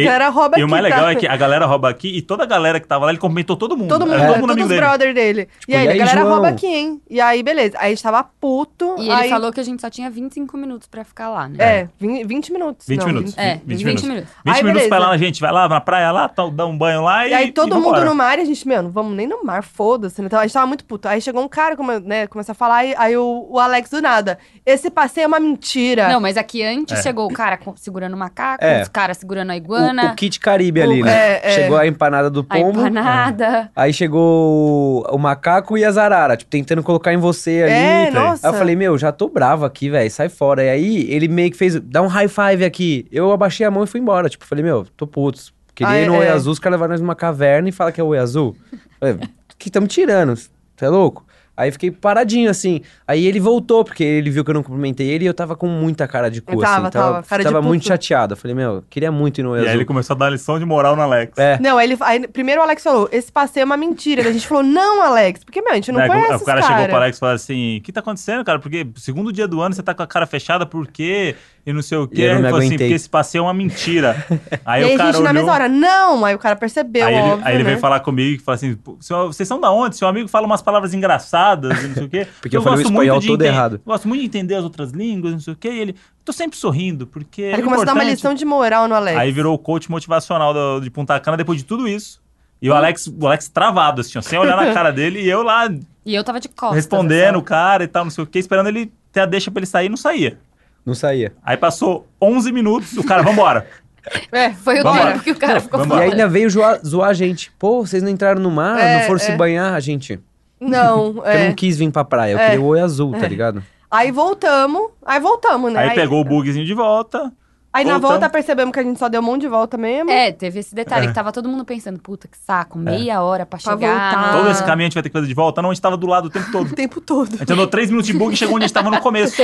[SPEAKER 1] E-
[SPEAKER 2] galera
[SPEAKER 1] E
[SPEAKER 2] rouba aqui.
[SPEAKER 1] o mais
[SPEAKER 2] tá?
[SPEAKER 1] legal é que a galera rouba aqui e toda a galera que tava lá, ele cumprimentou todo mundo.
[SPEAKER 2] Todo mundo, é,
[SPEAKER 1] Era todo mundo
[SPEAKER 2] todos
[SPEAKER 1] amigo
[SPEAKER 2] os
[SPEAKER 1] dele.
[SPEAKER 2] brother dele. e aí,
[SPEAKER 4] e
[SPEAKER 2] a
[SPEAKER 4] aí,
[SPEAKER 2] galera
[SPEAKER 4] João?
[SPEAKER 2] rouba aqui, hein? E aí, beleza. Aí a gente tava puto.
[SPEAKER 3] E ele
[SPEAKER 2] aí,
[SPEAKER 3] falou que a gente só tinha 25 minutos pra ficar lá, né?
[SPEAKER 2] É, vin- 20 minutos.
[SPEAKER 1] 20
[SPEAKER 2] não,
[SPEAKER 1] minutos.
[SPEAKER 3] É,
[SPEAKER 1] 20
[SPEAKER 3] 20,
[SPEAKER 1] minutos.
[SPEAKER 3] minutos.
[SPEAKER 1] 20
[SPEAKER 2] Aí,
[SPEAKER 1] minutos
[SPEAKER 2] beleza.
[SPEAKER 1] pra lá, gente, vai lá na praia lá, tá- dá um banho lá e.
[SPEAKER 2] E aí todo
[SPEAKER 1] e
[SPEAKER 2] mundo
[SPEAKER 1] vambora.
[SPEAKER 2] no mar e a gente, meu, não vamos nem no mar, foda-se. né? Então a gente tava muito puto. Aí chegou um cara, come, né, começou a falar, e aí o, o Alex do nada. Esse passeio é uma mentira.
[SPEAKER 3] Não, mas aqui antes
[SPEAKER 1] É.
[SPEAKER 3] chegou o cara com- segurando o macaco,
[SPEAKER 4] É.
[SPEAKER 3] os caras segurando a
[SPEAKER 4] O,
[SPEAKER 3] iguana,
[SPEAKER 4] o kit Caribe ali,
[SPEAKER 2] O-
[SPEAKER 4] né?
[SPEAKER 2] é, é.
[SPEAKER 4] Chegou a empanada do
[SPEAKER 3] a
[SPEAKER 4] pombo.
[SPEAKER 1] É.
[SPEAKER 3] empanada.
[SPEAKER 4] Aí chegou o, o macaco e a zarara, tipo, tentando colocar em você ali.
[SPEAKER 2] é,
[SPEAKER 1] tá aí.
[SPEAKER 2] nossa.
[SPEAKER 4] Aí eu falei, meu, já tô bravo aqui, velho, sai fora. E aí ele meio que fez, dá um high five aqui. Eu abaixei a mão e fui embora. Tipo, falei, meu, tô puto. Queria
[SPEAKER 2] Ah,
[SPEAKER 4] ir no
[SPEAKER 2] é,
[SPEAKER 4] Oi
[SPEAKER 2] é.
[SPEAKER 4] Azul, os caras levaram nós numa caverna e falam que é o Oi Azul. Falei, que tamo tirando, tá louco? Aí fiquei paradinho assim. Aí ele voltou, porque ele viu que eu não cumprimentei ele e eu tava com muita cara de cu,
[SPEAKER 2] Eu tava,
[SPEAKER 4] assim.
[SPEAKER 2] tava, cara de puto.
[SPEAKER 4] muito chateado. Eu Falei, meu, queria muito ir no Oi
[SPEAKER 1] E aí
[SPEAKER 4] Azul.
[SPEAKER 1] ele começou a dar lição de moral no Alex.
[SPEAKER 4] É.
[SPEAKER 2] Não, aí ele, aí primeiro o Alex falou, esse passeio é uma mentira. Daí A gente falou, não, Alex, porque, meu, a gente não
[SPEAKER 1] Né,
[SPEAKER 2] conhece
[SPEAKER 1] o
[SPEAKER 2] os
[SPEAKER 1] cara chegou pro
[SPEAKER 2] cara.
[SPEAKER 1] Alex e falou assim: O que tá acontecendo, cara? Porque segundo dia do ano você tá com a cara fechada, por quê? E não sei o quê.
[SPEAKER 4] E eu não
[SPEAKER 1] Ele
[SPEAKER 4] me
[SPEAKER 1] falou assim:
[SPEAKER 4] aguentei.
[SPEAKER 1] Porque esse passeio é uma mentira.
[SPEAKER 2] (laughs)
[SPEAKER 1] aí
[SPEAKER 2] e aí
[SPEAKER 1] o
[SPEAKER 2] a
[SPEAKER 1] cara
[SPEAKER 2] gente na
[SPEAKER 1] olhou,
[SPEAKER 2] mesma hora, não. Aí o cara percebeu,
[SPEAKER 1] aí, ele,
[SPEAKER 2] óbvio,
[SPEAKER 1] aí ele
[SPEAKER 2] né?
[SPEAKER 1] veio falar comigo e falou assim: "Pô, seu- Vocês são da onde? Seu amigo fala umas palavras engraçadas e não sei o quê.
[SPEAKER 4] (laughs) Porque eu falei o
[SPEAKER 1] gosto muito
[SPEAKER 4] espanhol
[SPEAKER 1] de
[SPEAKER 4] todo
[SPEAKER 1] enten-
[SPEAKER 4] errado.
[SPEAKER 1] Gosto muito de entender as outras línguas, não sei o quê. E ele, tô sempre sorrindo, porque.
[SPEAKER 2] Aí ele
[SPEAKER 1] é
[SPEAKER 2] começou a dar uma
[SPEAKER 1] importante."
[SPEAKER 2] lição de moral no Alex.
[SPEAKER 1] Aí virou o coach motivacional do- de Punta Cana depois de tudo isso. E
[SPEAKER 2] Hum.
[SPEAKER 1] o Alex, o Alex travado, assim, ó, sem olhar na cara dele, e eu lá
[SPEAKER 3] E eu tava de costas.
[SPEAKER 1] respondendo o
[SPEAKER 3] assim.
[SPEAKER 1] cara e tal, não sei o que, esperando ele ter a deixa pra ele sair e não saía.
[SPEAKER 4] Não saía.
[SPEAKER 1] Aí passou 11 minutos, o cara, vambora.
[SPEAKER 3] assim,
[SPEAKER 2] É,
[SPEAKER 3] Foi o
[SPEAKER 1] Vambora.
[SPEAKER 3] tempo que o cara ficou
[SPEAKER 1] Vambora.
[SPEAKER 4] E
[SPEAKER 3] falando.
[SPEAKER 4] ainda veio zoar, zoar a gente. Pô, vocês não entraram no mar,
[SPEAKER 2] É,
[SPEAKER 4] não foram se
[SPEAKER 2] é.
[SPEAKER 4] banhar, a gente.
[SPEAKER 2] não,
[SPEAKER 4] Eu
[SPEAKER 1] (laughs)
[SPEAKER 2] é.
[SPEAKER 4] não quis vir pra praia, eu
[SPEAKER 2] É.
[SPEAKER 4] queria o Oi Azul, tá ligado?
[SPEAKER 2] Aí voltamos, aí voltamos, né?
[SPEAKER 1] Aí pegou o bugzinho de volta.
[SPEAKER 2] aí na
[SPEAKER 1] voltamos.
[SPEAKER 2] volta percebemos que a gente só deu um monte de volta mesmo.
[SPEAKER 3] É, teve esse detalhe
[SPEAKER 1] É.
[SPEAKER 3] que tava todo mundo pensando, puta que saco, meia hora pra chegar.
[SPEAKER 2] voltar.
[SPEAKER 3] né?
[SPEAKER 1] Todo esse caminho a gente vai ter que fazer de volta. Não, a gente tava do lado o tempo todo.
[SPEAKER 2] O tempo todo.
[SPEAKER 1] A gente andou três minutos de bug e chegou onde a gente tava no começo.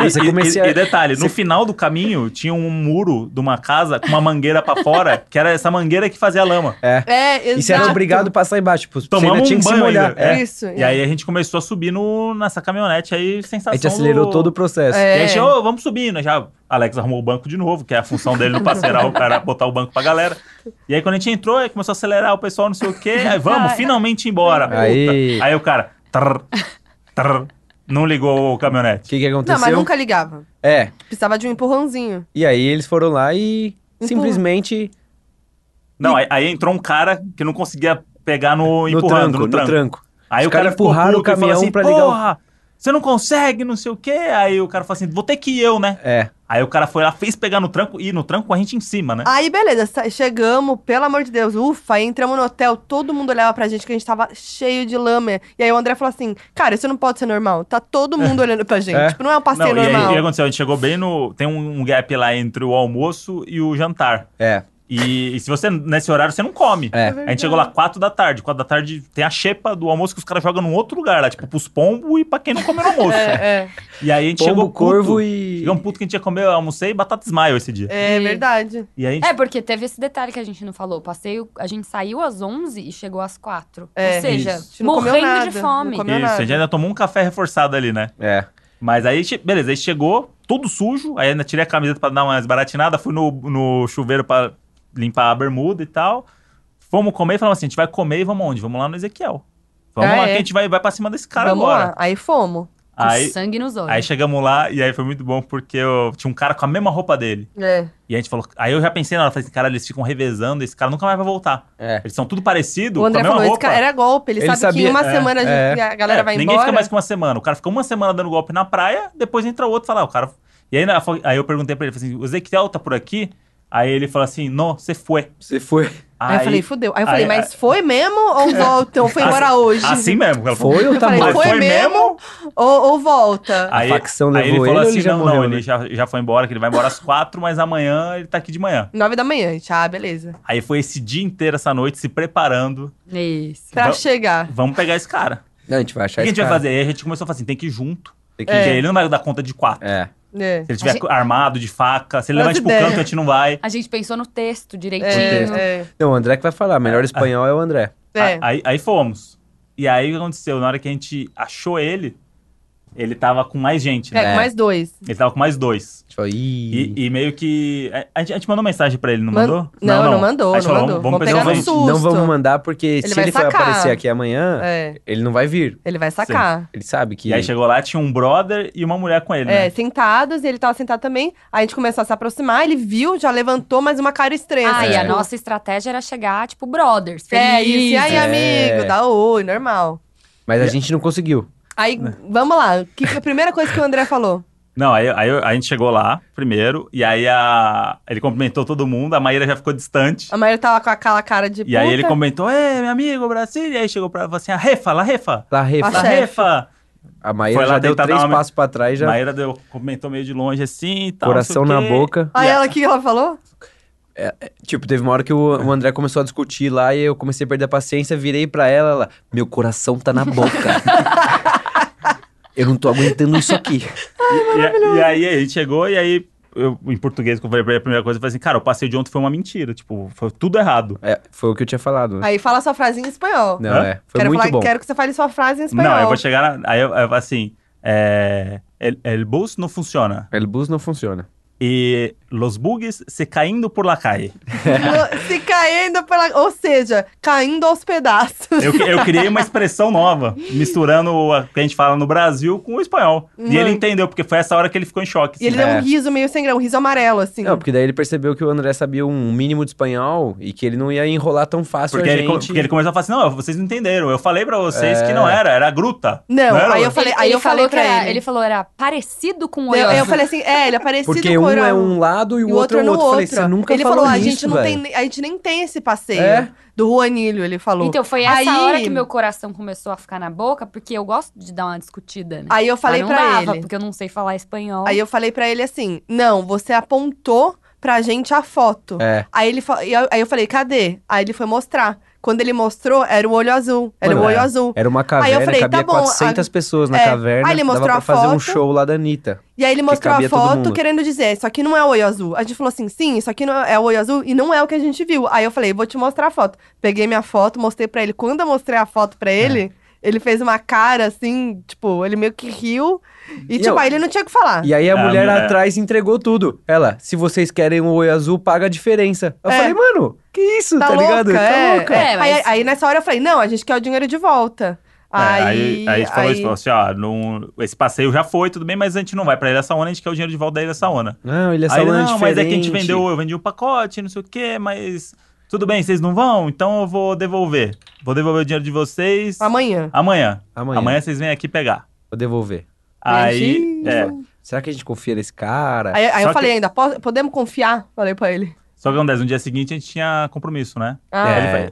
[SPEAKER 1] E,
[SPEAKER 4] Você
[SPEAKER 1] e-
[SPEAKER 4] comecei a-
[SPEAKER 1] e detalhe, no final do caminho tinha um muro de uma casa com uma mangueira pra fora, que era essa mangueira que fazia lama.
[SPEAKER 2] É, exato.
[SPEAKER 4] E você era obrigado a passar embaixo. Tipo, você ainda
[SPEAKER 1] Tomamos
[SPEAKER 4] tinha
[SPEAKER 1] um
[SPEAKER 4] que se
[SPEAKER 1] banho
[SPEAKER 4] molhar.
[SPEAKER 1] ainda. É.
[SPEAKER 2] Isso.
[SPEAKER 1] E aí a gente começou a subir no, nessa caminhonete aí, sensação.
[SPEAKER 4] A gente acelerou
[SPEAKER 1] do-
[SPEAKER 4] todo o processo.
[SPEAKER 1] E aí,
[SPEAKER 2] É.
[SPEAKER 1] a gente, ô, vamos subindo. Aí Já Alex arrumou o banco de novo, que é a função dele no passeio, era o cara botar o banco pra galera. E aí, quando a gente entrou, aí começou a acelerar o pessoal, não sei o quê. Aí, vamos,
[SPEAKER 3] Ai.
[SPEAKER 1] finalmente ir embora. puta.
[SPEAKER 4] Aí.
[SPEAKER 1] o cara. trrr, trrr, não ligou o
[SPEAKER 4] O
[SPEAKER 1] caminhonete.
[SPEAKER 4] que, que aconteceu?
[SPEAKER 2] Não, mas nunca ligava.
[SPEAKER 4] É.
[SPEAKER 2] Precisava de um empurrãozinho.
[SPEAKER 4] E aí eles foram lá e
[SPEAKER 2] Empurra.
[SPEAKER 4] simplesmente
[SPEAKER 1] Não, aí, aí entrou um cara que não conseguia pegar no,
[SPEAKER 4] no
[SPEAKER 1] empurrando,
[SPEAKER 4] tranco,
[SPEAKER 1] no tranco. Aí
[SPEAKER 4] Os
[SPEAKER 1] o cara
[SPEAKER 4] caras
[SPEAKER 1] ficou
[SPEAKER 4] empurraram
[SPEAKER 1] puto
[SPEAKER 4] o
[SPEAKER 1] e falou
[SPEAKER 4] caminhão
[SPEAKER 1] assim,
[SPEAKER 4] pra ligar o-
[SPEAKER 1] Porra, você não consegue, não sei o quê. Aí o cara falou assim, vou ter que ir eu, né?
[SPEAKER 4] É.
[SPEAKER 1] Aí o cara foi lá, fez pegar no tranco, e no tranco com a gente em cima, né?
[SPEAKER 2] Aí, beleza, sa- chegamos, pelo amor de Deus, ufa, aí entramos no hotel, todo mundo olhava pra gente que a gente tava cheio de lama. E aí o André falou assim: Cara, isso não pode ser normal. Tá
[SPEAKER 1] (laughs)
[SPEAKER 2] todo mundo olhando pra gente.
[SPEAKER 4] É.
[SPEAKER 2] Tipo, não é um passeio
[SPEAKER 1] e aí, o
[SPEAKER 2] normal.
[SPEAKER 1] que aconteceu? A gente chegou bem no. Tem um, um gap lá entre o almoço e o jantar.
[SPEAKER 4] É.
[SPEAKER 1] E, e se você, nesse horário, você não come.
[SPEAKER 4] É. É
[SPEAKER 1] A gente chegou lá 4 da tarde. 4 da tarde tem a xepa do almoço que os caras jogam num outro lugar, lá, tipo, pros pombo e pra quem não comeu no almoço.
[SPEAKER 2] É,
[SPEAKER 1] E aí a gente
[SPEAKER 4] Pombo,
[SPEAKER 1] chegou.
[SPEAKER 4] corvo
[SPEAKER 1] puto.
[SPEAKER 4] e.
[SPEAKER 1] Chegamos puto que a gente ia comer, eu almocei batata smile esse dia.
[SPEAKER 2] é, é verdade.
[SPEAKER 1] E aí a gente.
[SPEAKER 2] (laughs)
[SPEAKER 3] É, porque teve esse detalhe que a gente não falou. O Passeio, a gente saiu às 11 e chegou às 4.
[SPEAKER 2] É.
[SPEAKER 3] Ou seja,
[SPEAKER 1] Isso.
[SPEAKER 2] A gente não comeu
[SPEAKER 3] morrendo
[SPEAKER 2] nada,
[SPEAKER 3] de
[SPEAKER 2] não
[SPEAKER 3] fome.
[SPEAKER 2] comeu
[SPEAKER 1] Isso, a gente ainda tomou um café reforçado ali, né?
[SPEAKER 4] É.
[SPEAKER 1] Mas aí, che- beleza, aí chegou, todo sujo. Aí ainda tirei a camiseta pra dar uma esbaratinada, fui no, no chuveiro pra limpar a bermuda e tal. Fomos comer e falamos assim: a gente vai comer e vamos aonde? Vamos lá no Ezequiel. Vamos
[SPEAKER 2] Ah,
[SPEAKER 1] lá,
[SPEAKER 2] é.
[SPEAKER 1] que a gente vai, vai pra cima desse cara
[SPEAKER 2] Vamos
[SPEAKER 1] agora.
[SPEAKER 2] lá. Aí fomos.
[SPEAKER 3] Com
[SPEAKER 1] Aí,
[SPEAKER 3] sangue nos olhos.
[SPEAKER 1] aí chegamos lá e aí foi muito bom porque eu, tinha um cara com a mesma roupa dele.
[SPEAKER 2] É.
[SPEAKER 1] E a gente falou. Aí eu já pensei na hora, falei assim: cara, eles ficam revezando, esse cara nunca mais vai voltar.
[SPEAKER 4] É.
[SPEAKER 1] Eles são tudo parecido,
[SPEAKER 2] O
[SPEAKER 1] com
[SPEAKER 2] André
[SPEAKER 1] a mesma
[SPEAKER 2] falou: Esse
[SPEAKER 1] roupa.
[SPEAKER 2] cara era golpe. Ele,
[SPEAKER 4] Ele
[SPEAKER 2] sabe que
[SPEAKER 4] sabia-
[SPEAKER 2] em uma
[SPEAKER 4] é,
[SPEAKER 2] semana a, gente- a galera
[SPEAKER 1] É,
[SPEAKER 2] vai
[SPEAKER 1] ninguém
[SPEAKER 2] embora.
[SPEAKER 1] fica mais que uma semana. O cara fica uma semana dando golpe na praia, depois entra outro e fala, ah, o cara. E aí, na- aí eu perguntei pra ele, falei assim, o Ezequiel tá por aqui? Aí ele falou assim, não, você foi.
[SPEAKER 4] Você foi.
[SPEAKER 2] Aí, eu falei, fudeu. Aí eu falei,
[SPEAKER 1] aí-
[SPEAKER 2] mas foi mesmo
[SPEAKER 1] (laughs)
[SPEAKER 2] ou volta? Ou foi embora hoje?
[SPEAKER 1] Assim mesmo. Ela falou,
[SPEAKER 4] Foi ou
[SPEAKER 2] Eu
[SPEAKER 4] tá
[SPEAKER 2] falei,
[SPEAKER 1] mas
[SPEAKER 4] morto?
[SPEAKER 2] foi, mesmo? Ou, ou volta?
[SPEAKER 1] Aí,
[SPEAKER 4] A facção
[SPEAKER 1] aí ele
[SPEAKER 4] levou
[SPEAKER 1] falou
[SPEAKER 4] ele ou
[SPEAKER 1] assim,
[SPEAKER 4] ele já
[SPEAKER 1] não, não,
[SPEAKER 4] morreu,
[SPEAKER 1] ele
[SPEAKER 4] né?"
[SPEAKER 1] já, já foi embora, que ele vai embora às quatro, mas amanhã ele tá aqui de manhã.
[SPEAKER 2] Nove da manhã, gente. Ah, beleza.
[SPEAKER 1] Aí foi esse dia inteiro, essa noite, se preparando.
[SPEAKER 3] É Isso.
[SPEAKER 2] Pra
[SPEAKER 1] Vam-
[SPEAKER 2] chegar.
[SPEAKER 1] Vamos pegar esse cara.
[SPEAKER 4] Não, a gente vai
[SPEAKER 1] o
[SPEAKER 4] achar
[SPEAKER 1] que a
[SPEAKER 4] esse
[SPEAKER 1] gente vai
[SPEAKER 4] cara.
[SPEAKER 1] fazer? Aí a gente começou a falar assim, tem que ir junto.
[SPEAKER 4] Tem que-
[SPEAKER 1] Porque ele não vai dar conta de quatro.
[SPEAKER 4] É.
[SPEAKER 2] É.
[SPEAKER 1] Se ele estiver
[SPEAKER 3] A gente-
[SPEAKER 1] armado, de faca, se ele
[SPEAKER 2] Faz
[SPEAKER 1] levar a gente pro
[SPEAKER 2] ideia.
[SPEAKER 1] canto, a gente não vai.
[SPEAKER 3] A gente pensou no texto direitinho.
[SPEAKER 2] É,
[SPEAKER 4] Contexto.
[SPEAKER 2] é,
[SPEAKER 4] Não, o André que vai falar.
[SPEAKER 1] ah.
[SPEAKER 4] Melhor espanhol é o André.
[SPEAKER 2] é.
[SPEAKER 1] A- Aí, aí fomos. E aí o que aconteceu? Na hora que a gente achou ele, ele tava com mais gente,
[SPEAKER 2] É,
[SPEAKER 1] né?
[SPEAKER 2] com mais dois.
[SPEAKER 1] Ele tava com mais dois.
[SPEAKER 4] Tipo, ih.
[SPEAKER 1] E, e meio que. a- A gente, a gente mandou mensagem pra ele, não
[SPEAKER 2] Man-
[SPEAKER 1] mandou?
[SPEAKER 2] Não, não mandou,
[SPEAKER 1] Aí a gente
[SPEAKER 2] não
[SPEAKER 1] falou, Vamos, vamos
[SPEAKER 2] mandou. Vamos
[SPEAKER 1] pegar
[SPEAKER 2] pegar
[SPEAKER 1] um
[SPEAKER 2] no
[SPEAKER 1] gente.
[SPEAKER 2] sul.
[SPEAKER 4] Não
[SPEAKER 2] susto.
[SPEAKER 4] vamos mandar, porque se
[SPEAKER 2] vai
[SPEAKER 4] ele for
[SPEAKER 2] sacar.
[SPEAKER 4] aparecer aqui amanhã,
[SPEAKER 2] É.
[SPEAKER 4] ele não vai vir.
[SPEAKER 2] Ele vai sacar.
[SPEAKER 4] Ele sabe que.
[SPEAKER 1] E aí chegou lá, tinha um brother e uma mulher com ele,
[SPEAKER 2] É,
[SPEAKER 1] né?
[SPEAKER 2] sentados, e ele tava sentado também. Aí a gente começou a se aproximar, ele viu, já levantou, mas uma cara estranha.
[SPEAKER 3] Ah,
[SPEAKER 2] assim,
[SPEAKER 3] e a
[SPEAKER 2] tipo,
[SPEAKER 3] nossa estratégia era chegar, tipo, brothers.
[SPEAKER 2] É,
[SPEAKER 3] felizes.
[SPEAKER 2] isso. E aí,
[SPEAKER 4] É.
[SPEAKER 2] amigo, dá oi, normal.
[SPEAKER 4] Mas a gente não conseguiu.
[SPEAKER 2] Aí,
[SPEAKER 1] Né?
[SPEAKER 2] vamos lá. Que que a primeira coisa que o André falou?
[SPEAKER 1] Não, aí, aí a gente chegou lá primeiro, e aí a, ele cumprimentou todo mundo, a Maíra já ficou distante.
[SPEAKER 2] A Maíra tava com aquela cara de
[SPEAKER 1] E aí
[SPEAKER 2] Ah, puta.
[SPEAKER 1] ele comentou, é, meu amigo, Brasil. E aí chegou pra ela e falou assim, a refa, la refa,
[SPEAKER 4] Lá
[SPEAKER 2] A
[SPEAKER 1] la
[SPEAKER 4] refa.
[SPEAKER 2] chefe.
[SPEAKER 1] refa.
[SPEAKER 4] A Maíra
[SPEAKER 1] Foi lá
[SPEAKER 4] já deu
[SPEAKER 1] tentar
[SPEAKER 4] três
[SPEAKER 1] dar uma-
[SPEAKER 4] passos pra trás, já.
[SPEAKER 1] Maíra deu, comentou meio de longe assim e tal. não sei
[SPEAKER 4] coração
[SPEAKER 1] o
[SPEAKER 4] na
[SPEAKER 1] quê.
[SPEAKER 4] boca.
[SPEAKER 2] Aí
[SPEAKER 1] E a-
[SPEAKER 2] ela, o que ela falou?
[SPEAKER 4] Tipo, teve uma hora que o, o André começou a discutir lá e eu comecei a perder a paciência, virei pra ela, ela, meu coração tá na boca. (laughs) eu não tô aguentando isso aqui.
[SPEAKER 1] E- e, e aí a gente chegou, e aí, eu, em português, que eu falei pra ele a primeira coisa, eu falei assim, cara, o passeio de ontem foi uma mentira, tipo, foi tudo errado.
[SPEAKER 4] É, foi o que eu tinha falado.
[SPEAKER 2] Aí fala sua frase em espanhol.
[SPEAKER 4] Não,
[SPEAKER 1] Hã?
[SPEAKER 4] é. Foi
[SPEAKER 2] quero
[SPEAKER 4] muito
[SPEAKER 2] falar-
[SPEAKER 4] bom.
[SPEAKER 2] Quero que você fale sua frase em espanhol.
[SPEAKER 1] Não, eu vou chegar, na, aí eu, eu assim, é, el, el bus não funciona,
[SPEAKER 4] El bus É, não funciona.
[SPEAKER 1] e los bugs se caindo por la calle.
[SPEAKER 2] No- Se caindo pela. Ou seja, caindo aos pedaços.
[SPEAKER 1] Eu, eu criei uma expressão nova, misturando o que a gente fala no Brasil com o espanhol. E ele
[SPEAKER 2] Mano.
[SPEAKER 1] entendeu, porque foi essa hora que ele ficou em choque.
[SPEAKER 2] Uhum. E ele
[SPEAKER 1] assim.
[SPEAKER 2] deu
[SPEAKER 4] É.
[SPEAKER 2] um riso meio sem grão, um riso amarelo, assim.
[SPEAKER 4] Não, porque daí ele percebeu que o André sabia um mínimo de espanhol e que ele não ia enrolar tão fácil
[SPEAKER 1] Porque
[SPEAKER 4] a
[SPEAKER 1] ele, co-
[SPEAKER 4] gente.
[SPEAKER 1] porque ele começou a falar assim, não, vocês não entenderam, eu falei pra vocês que não era, era gruta.
[SPEAKER 2] Não,
[SPEAKER 1] era
[SPEAKER 2] aí
[SPEAKER 1] outra.
[SPEAKER 2] eu falei,
[SPEAKER 3] Ele-
[SPEAKER 2] aí
[SPEAKER 3] ele
[SPEAKER 2] eu falei
[SPEAKER 3] falou
[SPEAKER 2] pra
[SPEAKER 3] que era-
[SPEAKER 2] ele.
[SPEAKER 3] falou, era parecido com o
[SPEAKER 2] Eu,
[SPEAKER 3] Oió.
[SPEAKER 2] eu falei assim, é, ele é parecido
[SPEAKER 4] Porque
[SPEAKER 2] com
[SPEAKER 4] um
[SPEAKER 2] o
[SPEAKER 4] é
[SPEAKER 2] Oió.
[SPEAKER 4] um lá lado e o, outro, é o outro. Eu Falei, você nunca
[SPEAKER 2] ele
[SPEAKER 4] falou,
[SPEAKER 2] falou, a
[SPEAKER 4] isso,
[SPEAKER 2] gente não
[SPEAKER 4] velho."
[SPEAKER 2] tem, a gente nem tem esse passeio
[SPEAKER 4] É?
[SPEAKER 2] do Juanilho, ele falou.
[SPEAKER 3] Então, foi essa
[SPEAKER 2] Aí-
[SPEAKER 3] hora que meu coração começou a ficar na boca, porque eu gosto de dar uma discutida, né?
[SPEAKER 2] aí eu falei
[SPEAKER 3] Mas não
[SPEAKER 2] pra
[SPEAKER 3] dava,
[SPEAKER 2] ele.
[SPEAKER 3] porque eu não sei falar espanhol.
[SPEAKER 2] Aí eu falei pra ele assim: "Não, você apontou pra gente a foto".
[SPEAKER 4] É.
[SPEAKER 2] Aí ele fa- e eu- aí eu falei: "Cadê?". Aí ele foi mostrar. Quando ele mostrou, era o olho azul. Era
[SPEAKER 4] Mano,
[SPEAKER 2] o olho
[SPEAKER 4] é.
[SPEAKER 2] azul.
[SPEAKER 4] Era uma caverna,
[SPEAKER 2] falei,
[SPEAKER 4] cabia
[SPEAKER 2] tá bom,
[SPEAKER 4] 400 pessoas na
[SPEAKER 2] é.
[SPEAKER 4] caverna.
[SPEAKER 2] Aí ele mostrou
[SPEAKER 4] dava
[SPEAKER 2] a
[SPEAKER 4] pra fazer um
[SPEAKER 2] foto.
[SPEAKER 4] show lá da Anitta.
[SPEAKER 2] E aí ele mostrou a
[SPEAKER 4] cabia todo
[SPEAKER 2] foto
[SPEAKER 4] mundo.
[SPEAKER 2] querendo dizer, isso aqui não é o olho azul. A gente falou assim, sim, isso aqui não é é o olho azul e não é o que a gente viu. Aí eu falei, vou te mostrar a foto. Peguei minha foto, mostrei pra ele. Quando eu mostrei a foto pra
[SPEAKER 4] É.
[SPEAKER 2] ele, ele fez uma cara assim, tipo, ele meio que riu. E,
[SPEAKER 4] E
[SPEAKER 2] tipo,
[SPEAKER 4] eu-
[SPEAKER 2] aí ele não tinha o que falar.
[SPEAKER 4] E aí a
[SPEAKER 6] Ah,
[SPEAKER 4] mulher
[SPEAKER 6] mulher.
[SPEAKER 4] atrás entregou tudo. Ela, se vocês querem o oi azul, paga a diferença. Eu
[SPEAKER 2] É.
[SPEAKER 4] falei, mano, que isso, tá,
[SPEAKER 2] Tá
[SPEAKER 4] ligado?
[SPEAKER 2] louca,
[SPEAKER 4] tá
[SPEAKER 2] é,
[SPEAKER 4] louca.
[SPEAKER 3] é, mas-
[SPEAKER 2] aí, aí nessa hora eu falei, não, a gente quer o dinheiro de volta.
[SPEAKER 1] É,
[SPEAKER 2] Aí,
[SPEAKER 1] aí, aí você falou
[SPEAKER 2] aí-
[SPEAKER 1] isso, falou assim, ó, não- esse passeio já foi, tudo bem, mas a gente não vai pra Ilha Saona, a gente quer o dinheiro de volta da Ilha Saona.
[SPEAKER 4] Não, ele é
[SPEAKER 1] Aí, ele,
[SPEAKER 4] salão
[SPEAKER 1] não, mas é que a gente
[SPEAKER 4] diferente.
[SPEAKER 1] vendeu, eu vendi um pacote, não sei o quê, mas tudo bem, vocês não vão, então eu vou devolver. Vou devolver o dinheiro de
[SPEAKER 4] assim,
[SPEAKER 1] vocês
[SPEAKER 2] Amanhã.
[SPEAKER 1] amanhã.
[SPEAKER 4] Amanhã,
[SPEAKER 1] Amanhã, vocês vêm aqui pegar.
[SPEAKER 4] vou devolver.
[SPEAKER 1] Aí,
[SPEAKER 2] Imagina.
[SPEAKER 1] é,
[SPEAKER 4] Será que a gente confia nesse cara?
[SPEAKER 2] Aí, aí
[SPEAKER 1] Só
[SPEAKER 2] eu
[SPEAKER 1] que-
[SPEAKER 2] falei ainda, "Po- podemos confiar? Falei pra ele.
[SPEAKER 1] só que acontece, no dia seguinte a gente tinha compromisso, né?
[SPEAKER 2] Ah,
[SPEAKER 1] Aí
[SPEAKER 4] É.
[SPEAKER 1] ele vai-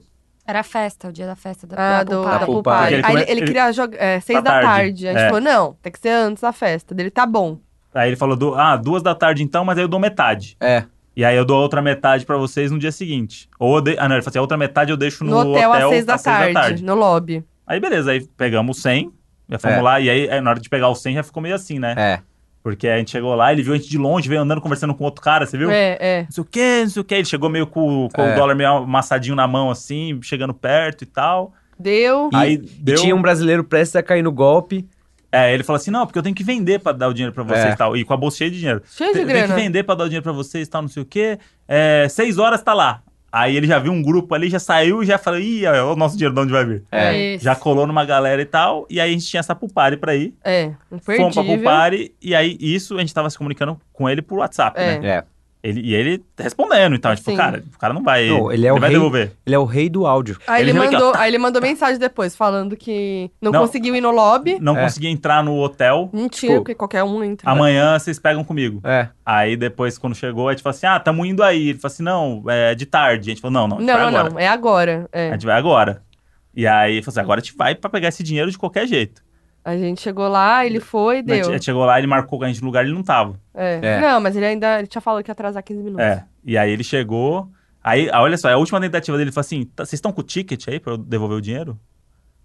[SPEAKER 3] Era a festa, o dia da festa da,
[SPEAKER 2] Ah,
[SPEAKER 3] da
[SPEAKER 2] do,
[SPEAKER 3] poupada.
[SPEAKER 2] da
[SPEAKER 4] Pool
[SPEAKER 2] Pool
[SPEAKER 4] Party.
[SPEAKER 2] Party.
[SPEAKER 1] Ele
[SPEAKER 2] Aí
[SPEAKER 1] come-
[SPEAKER 2] ele, ele
[SPEAKER 1] ele-
[SPEAKER 2] queria jogar é, seis
[SPEAKER 1] Da
[SPEAKER 2] da tarde.
[SPEAKER 1] tarde.
[SPEAKER 2] A gente
[SPEAKER 1] É.
[SPEAKER 2] falou, não, tem que ser antes da festa. Dele, tá bom.
[SPEAKER 1] aí ele falou, do, ah, duas da tarde então, mas aí eu dou metade.
[SPEAKER 4] É.
[SPEAKER 1] E aí eu dou a outra metade pra vocês no dia seguinte. Ou eu dei- ah, não, ele falou assim, a outra metade eu deixo
[SPEAKER 2] No,
[SPEAKER 1] no,
[SPEAKER 2] hotel, às seis, da, tarde,
[SPEAKER 1] tarde.
[SPEAKER 2] no lobby.
[SPEAKER 1] Aí beleza, aí pegamos o 100, já fomos
[SPEAKER 4] É.
[SPEAKER 1] lá, e aí é, na hora de pegar o 100 já ficou meio assim, né?
[SPEAKER 4] É.
[SPEAKER 1] Porque a gente chegou lá, ele viu a gente de longe, veio andando, conversando com outro cara, você viu?
[SPEAKER 2] É, é.
[SPEAKER 1] Não sei o que, não sei o que. Ele chegou meio com, com
[SPEAKER 4] É.
[SPEAKER 1] o dólar meio amassadinho na mão, assim, chegando perto e tal.
[SPEAKER 2] Deu.
[SPEAKER 4] E-
[SPEAKER 1] aí
[SPEAKER 4] E
[SPEAKER 1] deu.
[SPEAKER 4] tinha um brasileiro prestes a cair no golpe.
[SPEAKER 1] É, ele falou assim: não, porque eu tenho que vender pra dar o dinheiro pra vocês
[SPEAKER 4] É.
[SPEAKER 1] e tal. E com a bolsa cheia de dinheiro.
[SPEAKER 2] Cheio de
[SPEAKER 1] eu tenho que
[SPEAKER 2] grana.
[SPEAKER 1] vender pra dar o dinheiro pra vocês e tal, não sei o que. É, seis horas tá lá. Aí ele já viu um grupo ali, já saiu e já falou: ih, é o nosso dinheiro de onde vai vir.
[SPEAKER 4] É.
[SPEAKER 3] Isso.
[SPEAKER 1] Já colou numa galera e tal. E aí a gente tinha essa pulpare pra ir.
[SPEAKER 2] É,
[SPEAKER 1] Fomos pra
[SPEAKER 2] imperdível.
[SPEAKER 1] pulpare. E aí isso a gente tava se comunicando com ele por WhatsApp,
[SPEAKER 2] É.
[SPEAKER 1] né?
[SPEAKER 4] É.
[SPEAKER 1] Ele, e ele respondendo e tal. Tipo,
[SPEAKER 2] Sim.
[SPEAKER 1] cara, o cara não vai.
[SPEAKER 4] Não, ele é o
[SPEAKER 1] vai
[SPEAKER 4] rei-
[SPEAKER 1] devolver.
[SPEAKER 4] Ele é o rei do áudio.
[SPEAKER 2] Aí ele,
[SPEAKER 1] Ele veio aqui,
[SPEAKER 2] mandou, aí ele mandou mensagem depois, falando que não,
[SPEAKER 1] Não.
[SPEAKER 2] conseguiu ir no lobby.
[SPEAKER 1] Não
[SPEAKER 4] É.
[SPEAKER 1] consegui entrar no hotel.
[SPEAKER 2] Mentira,
[SPEAKER 4] Pô.
[SPEAKER 2] porque qualquer um entra.
[SPEAKER 1] Amanhã vocês pegam comigo.
[SPEAKER 4] É.
[SPEAKER 1] Aí depois, quando chegou, a gente falou assim: ah, tamo indo aí. Ele falou assim: não, é de tarde. A gente falou: não, não, a gente vai
[SPEAKER 2] Não,
[SPEAKER 1] agora.
[SPEAKER 2] não, não. É agora. é.
[SPEAKER 1] A gente vai agora. E aí ele falou assim: agora a gente vai pra pegar esse dinheiro de qualquer jeito.
[SPEAKER 2] A gente chegou lá, ele
[SPEAKER 1] A
[SPEAKER 2] foi,
[SPEAKER 1] gente,
[SPEAKER 2] deu.
[SPEAKER 1] a gente chegou lá, ele marcou com a gente no lugar, ele não tava.
[SPEAKER 2] É.
[SPEAKER 4] É.
[SPEAKER 2] Não, mas ele ainda ele tinha falado que ia atrasar 15 minutos.
[SPEAKER 1] É. E aí ele chegou. Aí, ah, olha só, a última tentativa dele ele falou assim: "Tá- vocês estão com o ticket aí pra eu devolver o dinheiro?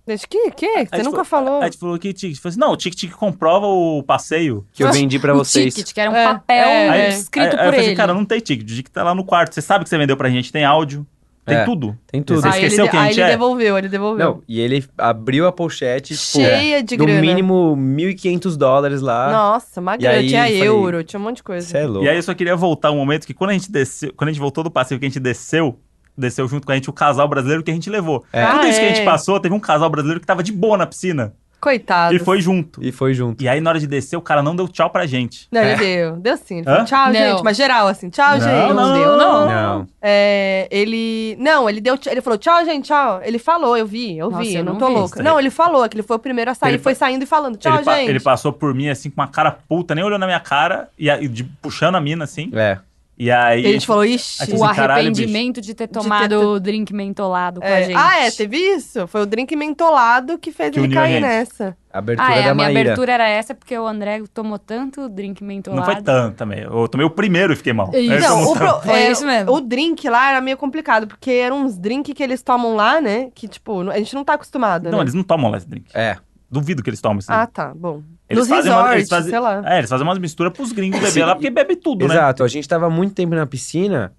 [SPEAKER 2] Gente, que? que? Você
[SPEAKER 1] gente
[SPEAKER 2] nunca falou.
[SPEAKER 1] Aí a gente falou: que ticket? Ele falou assim: não, o ticket que comprova o passeio.
[SPEAKER 4] Que eu
[SPEAKER 3] Ah,
[SPEAKER 4] vendi pra
[SPEAKER 3] o
[SPEAKER 4] vocês.
[SPEAKER 3] ticket, que era um
[SPEAKER 2] É,
[SPEAKER 3] papel
[SPEAKER 2] é,
[SPEAKER 1] é.
[SPEAKER 3] escrito
[SPEAKER 1] aí, aí eu
[SPEAKER 3] por
[SPEAKER 1] falei assim,
[SPEAKER 3] ele.
[SPEAKER 1] cara, não tem ticket, o ticket tá lá no quarto. Você sabe que você vendeu pra gente, tem áudio, tem
[SPEAKER 4] É.
[SPEAKER 1] tudo.
[SPEAKER 4] Tem tudo.
[SPEAKER 1] Você
[SPEAKER 2] aí ele,
[SPEAKER 1] esqueceu quem a
[SPEAKER 2] aí
[SPEAKER 1] gente
[SPEAKER 2] ele
[SPEAKER 1] é?
[SPEAKER 2] devolveu, ele devolveu.
[SPEAKER 4] Não, e ele abriu a pochete, tipo,
[SPEAKER 2] Cheia de
[SPEAKER 4] no
[SPEAKER 2] grana.
[SPEAKER 4] mínimo 1.500 dólares
[SPEAKER 1] ah,
[SPEAKER 4] lá.
[SPEAKER 2] Nossa, uma
[SPEAKER 4] E
[SPEAKER 2] grana.
[SPEAKER 4] aí,
[SPEAKER 2] tinha
[SPEAKER 4] falei,
[SPEAKER 2] euro, tinha um monte de coisa.
[SPEAKER 4] Você é louco.
[SPEAKER 1] E aí eu só queria voltar um momento que quando a gente desceu, quando a gente voltou do passeio que a gente desceu, desceu junto com a gente o casal brasileiro que a gente levou.
[SPEAKER 4] É.
[SPEAKER 1] Tudo
[SPEAKER 2] Ah,
[SPEAKER 1] isso que a
[SPEAKER 2] é.
[SPEAKER 1] gente passou, teve um casal brasileiro que tava de boa na piscina
[SPEAKER 2] Coitado.
[SPEAKER 1] e foi junto.
[SPEAKER 4] E foi junto.
[SPEAKER 1] E aí na hora de descer, o cara não deu tchau pra gente.
[SPEAKER 2] Não, ele
[SPEAKER 4] É.
[SPEAKER 2] deu. Deu sim. Ele
[SPEAKER 1] Hã?
[SPEAKER 2] falou, tchau,
[SPEAKER 3] Não.
[SPEAKER 2] gente. Mas geral, assim, tchau,
[SPEAKER 1] Não,
[SPEAKER 2] gente.
[SPEAKER 1] não.
[SPEAKER 2] deu, não.
[SPEAKER 4] Não.
[SPEAKER 2] É, ele. Não, ele deu. tch- Ele falou, tchau, gente, tchau. Ele falou, eu vi, eu
[SPEAKER 3] Nossa,
[SPEAKER 2] vi,
[SPEAKER 3] eu
[SPEAKER 2] eu não
[SPEAKER 3] não
[SPEAKER 2] tô
[SPEAKER 3] vi
[SPEAKER 2] louca.
[SPEAKER 1] isso.
[SPEAKER 2] Não, ele falou, que ele foi o primeiro a sair,
[SPEAKER 1] Ele
[SPEAKER 2] foi saindo e falando, tchau,
[SPEAKER 1] ele, pa-
[SPEAKER 2] gente.
[SPEAKER 1] ele passou por mim assim com uma cara puta, nem olhou na minha cara e, a- e de- puxando a mina assim.
[SPEAKER 4] É.
[SPEAKER 1] E aí
[SPEAKER 2] E a gente falou, ixi.
[SPEAKER 1] a gente
[SPEAKER 3] O
[SPEAKER 1] assim, caralho,
[SPEAKER 3] arrependimento de ter tomado
[SPEAKER 2] (laughs)
[SPEAKER 3] o drink mentolado com a
[SPEAKER 2] É,
[SPEAKER 3] gente.
[SPEAKER 2] Ah, é, teve isso? Foi o drink mentolado que fez
[SPEAKER 1] Que
[SPEAKER 2] ele
[SPEAKER 1] uniu a
[SPEAKER 2] cair
[SPEAKER 1] gente.
[SPEAKER 2] nessa.
[SPEAKER 4] A abertura
[SPEAKER 3] Ah, é,
[SPEAKER 4] da
[SPEAKER 3] a minha
[SPEAKER 4] Maíra.
[SPEAKER 3] abertura era essa, porque o André tomou tanto drink mentolado.
[SPEAKER 1] não foi tanto também. Eu tomei o primeiro e fiquei mal.
[SPEAKER 3] Isso.
[SPEAKER 1] Aí eu
[SPEAKER 2] Não,
[SPEAKER 1] tomo
[SPEAKER 2] Então, o,
[SPEAKER 1] tanto.
[SPEAKER 2] pro-
[SPEAKER 3] Foi
[SPEAKER 2] é,
[SPEAKER 3] isso mesmo.
[SPEAKER 2] o drink lá era meio complicado, porque eram uns drinks que eles tomam lá, né? Que, tipo, a gente não tá acostumado,
[SPEAKER 1] não
[SPEAKER 2] né?
[SPEAKER 1] eles não tomam lá esse drink.
[SPEAKER 4] É.
[SPEAKER 1] Duvido que eles tomem isso.
[SPEAKER 2] Ah, tá, bom.
[SPEAKER 1] Eles
[SPEAKER 2] Nos
[SPEAKER 1] fazem uma-
[SPEAKER 2] resorts,
[SPEAKER 1] eles fazem-
[SPEAKER 2] sei lá.
[SPEAKER 1] É, eles fazem umas misturas pros gringos beber lá, porque bebe tudo, né?
[SPEAKER 4] Exato. A gente tava muito tempo na piscina.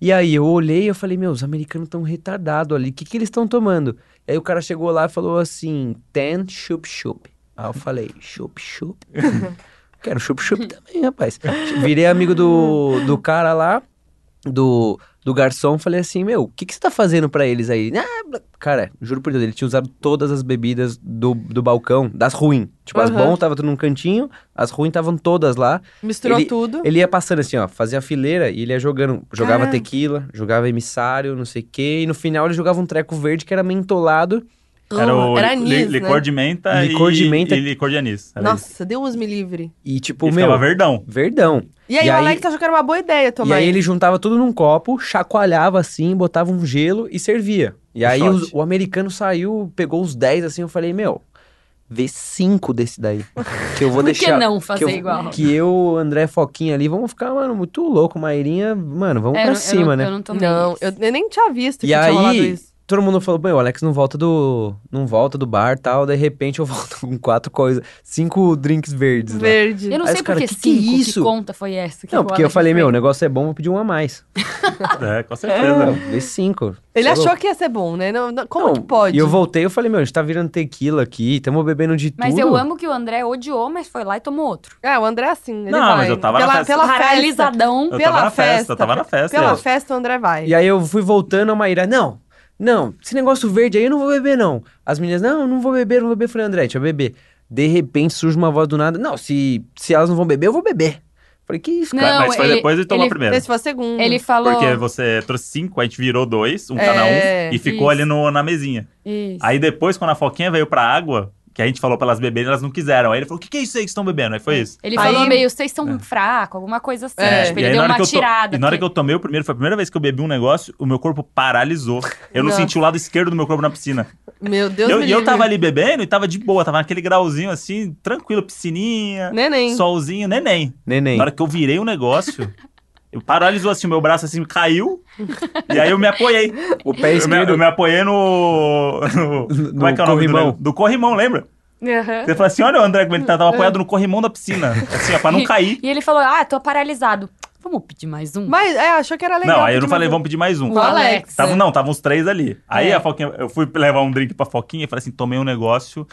[SPEAKER 4] E aí eu olhei e eu falei, meu, os americanos tão retardados ali. O que, que eles estão tomando? E aí o cara chegou lá e falou assim, ten chup chup. Aí eu falei, chup
[SPEAKER 1] (laughs)
[SPEAKER 4] chup. Quero chup chup também, rapaz. Virei amigo do, do cara lá, do, do garçom. Falei assim, meu, o que, que você tá fazendo pra eles aí? Ah, bla- cara, juro por Deus, ele tinha usado todas as bebidas do, do balcão, das ruins. Tipo, as
[SPEAKER 2] Aham.
[SPEAKER 4] bons estavam tudo num cantinho, as ruins estavam todas lá.
[SPEAKER 1] é,
[SPEAKER 2] Misturou
[SPEAKER 4] ele-
[SPEAKER 2] tudo.
[SPEAKER 4] Ele ia passando assim, ó, fazia a fileira e ele ia jogando. Jogava
[SPEAKER 3] Ah.
[SPEAKER 2] Caramba.
[SPEAKER 4] tequila, jogava emissário, não sei o quê. E no final ele jogava um treco verde que era mentolado.
[SPEAKER 1] Era o
[SPEAKER 2] Era
[SPEAKER 1] li-
[SPEAKER 2] anis,
[SPEAKER 1] licor
[SPEAKER 2] né?
[SPEAKER 1] de menta,
[SPEAKER 4] Licor
[SPEAKER 1] e,
[SPEAKER 4] de menta.
[SPEAKER 1] e licor de anis. Era isso.
[SPEAKER 2] Nossa, Deus me livre.
[SPEAKER 4] E tipo,
[SPEAKER 1] e
[SPEAKER 4] meu,
[SPEAKER 1] ficava
[SPEAKER 4] (laughs)
[SPEAKER 1] verdão.
[SPEAKER 4] verdão.
[SPEAKER 2] E aí
[SPEAKER 4] E
[SPEAKER 2] o
[SPEAKER 4] aí-
[SPEAKER 2] Alex achou que era uma boa ideia
[SPEAKER 4] E
[SPEAKER 2] tomar.
[SPEAKER 4] aí
[SPEAKER 2] isso.
[SPEAKER 4] ele juntava tudo num copo, chacoalhava assim, botava um gelo e servia. E
[SPEAKER 1] Um
[SPEAKER 4] aí
[SPEAKER 1] shot.
[SPEAKER 4] os- o americano saiu, pegou os 10 assim, eu falei, meu, vê 5 desse daí. Que eu vou
[SPEAKER 3] (laughs) Por que
[SPEAKER 4] deixar.
[SPEAKER 3] não fazer
[SPEAKER 4] eu,
[SPEAKER 3] igual?
[SPEAKER 4] Que eu, André Foquinha ali, vamos ficar, mano, muito louco. Mairinha, mano, vamos
[SPEAKER 3] É, eu
[SPEAKER 4] pra
[SPEAKER 3] não- eu
[SPEAKER 4] cima,
[SPEAKER 3] não-
[SPEAKER 4] né?
[SPEAKER 3] Eu não tomei.
[SPEAKER 2] Não,
[SPEAKER 3] isso.
[SPEAKER 2] eu, eu nem tinha visto que
[SPEAKER 4] E
[SPEAKER 2] tinha rolado
[SPEAKER 4] aí,
[SPEAKER 2] isso.
[SPEAKER 4] todo mundo falou, meu, o Alex não volta do. não volta do bar tal. De repente eu (laughs) volto com quatro coisas, cinco drinks verdes lá.
[SPEAKER 2] Verde.
[SPEAKER 3] Eu não
[SPEAKER 4] Aí os
[SPEAKER 3] sei
[SPEAKER 4] cara,
[SPEAKER 3] porque
[SPEAKER 4] que que é
[SPEAKER 3] cinco, que
[SPEAKER 4] isso?
[SPEAKER 3] conta foi essa. que
[SPEAKER 4] Não,
[SPEAKER 3] o
[SPEAKER 4] porque eu
[SPEAKER 3] Alex
[SPEAKER 4] falei,
[SPEAKER 3] fez?
[SPEAKER 4] meu, o negócio é bom, vou pedir um a mais.
[SPEAKER 1] É, com certeza.
[SPEAKER 4] Vê cinco. é
[SPEAKER 2] Ele
[SPEAKER 4] Sei lá.
[SPEAKER 2] achou que ia ser bom, né? Não- não- como
[SPEAKER 4] Não,
[SPEAKER 2] que pode?
[SPEAKER 4] E eu voltei, eu falei, meu, a gente tá virando tequila aqui, tamo bebendo de
[SPEAKER 3] Mas
[SPEAKER 4] tudo.
[SPEAKER 3] eu amo que o André odiou, mas foi lá e tomou outro.
[SPEAKER 2] É, o André é assim, ele
[SPEAKER 1] Não,
[SPEAKER 2] vai.
[SPEAKER 1] mas eu tava na
[SPEAKER 2] pela,
[SPEAKER 1] festa.
[SPEAKER 2] pela festa.
[SPEAKER 3] Paralisadão.
[SPEAKER 1] Eu
[SPEAKER 2] Pela
[SPEAKER 1] tava na festa,
[SPEAKER 2] festa.
[SPEAKER 1] eu tava na festa.
[SPEAKER 2] Pela
[SPEAKER 1] eu-
[SPEAKER 2] festa o André vai.
[SPEAKER 4] E aí eu fui voltando, a Maíra, não, não, esse negócio verde aí eu não vou beber, não. As meninas, não, não vou beber, não vou beber. Eu falei, André, deixa eu beber. De repente surge uma voz do nada, não, se, se elas não vão beber, eu vou beber. Eu falei, que isso, cara?
[SPEAKER 3] Não,
[SPEAKER 1] mas foi
[SPEAKER 3] ele-
[SPEAKER 1] depois de tomar
[SPEAKER 3] ele-
[SPEAKER 1] primeiro.
[SPEAKER 2] Esse foi o segundo.
[SPEAKER 3] Ele falou.
[SPEAKER 1] Porque você trouxe cinco, a gente virou dois, um
[SPEAKER 2] É,
[SPEAKER 1] cada um, e ficou
[SPEAKER 3] isso.
[SPEAKER 1] ali no, na mesinha.
[SPEAKER 3] Isso.
[SPEAKER 1] Aí depois, quando a Foquinha veio pra água, que a gente falou pra elas beberem, elas não quiseram. Aí ele falou: o que, que é isso aí que estão bebendo? Aí foi isso.
[SPEAKER 3] Ele
[SPEAKER 2] Aí-
[SPEAKER 3] falou meio, vocês são fracos, alguma coisa assim.
[SPEAKER 2] É.
[SPEAKER 3] Tipo,
[SPEAKER 1] E
[SPEAKER 3] ele
[SPEAKER 1] aí,
[SPEAKER 3] deu
[SPEAKER 1] na hora
[SPEAKER 3] uma
[SPEAKER 1] que eu to-
[SPEAKER 3] tirada.
[SPEAKER 1] E na hora que
[SPEAKER 3] que-
[SPEAKER 1] eu tomei o primeiro, foi a primeira vez que eu bebi um negócio, o meu corpo paralisou. Eu não,
[SPEAKER 2] Nossa.
[SPEAKER 1] senti o lado esquerdo do meu corpo na piscina.
[SPEAKER 2] Meu Deus
[SPEAKER 1] E eu,
[SPEAKER 2] me
[SPEAKER 1] e eu
[SPEAKER 2] livre.
[SPEAKER 1] tava ali bebendo e tava de boa, tava naquele grauzinho assim, tranquilo, piscininha,
[SPEAKER 2] Neném.
[SPEAKER 1] solzinho, neném.
[SPEAKER 4] Neném.
[SPEAKER 1] Na hora que eu virei o negócio, eu paralisou assim, meu braço assim caiu, e aí eu me apoiei.
[SPEAKER 2] (laughs)
[SPEAKER 4] O pé
[SPEAKER 1] Eu me, eu
[SPEAKER 4] esquerdo.
[SPEAKER 1] me apoiei no. no-
[SPEAKER 4] No
[SPEAKER 1] como é que é o nome do
[SPEAKER 4] corrimão.
[SPEAKER 1] negócio? Do corrimão, lembra?
[SPEAKER 3] Aham.
[SPEAKER 1] Você falou assim: olha o André como ele tá, tava apoiado no corrimão da piscina. Assim, ó, pra
[SPEAKER 2] (laughs)
[SPEAKER 1] não cair.
[SPEAKER 3] E ele falou, ah, tô paralisado. Vamos pedir mais um?
[SPEAKER 2] Mas é, achou que era legal. É.
[SPEAKER 1] não, aí eu não
[SPEAKER 2] porque-
[SPEAKER 1] falei, vamos pedir mais um.
[SPEAKER 3] O Alex.
[SPEAKER 1] Tava, não, tava uns três ali. Aí a Foquinha, eu fui levar um drink pra Foquinha e falei assim: tomei um negócio.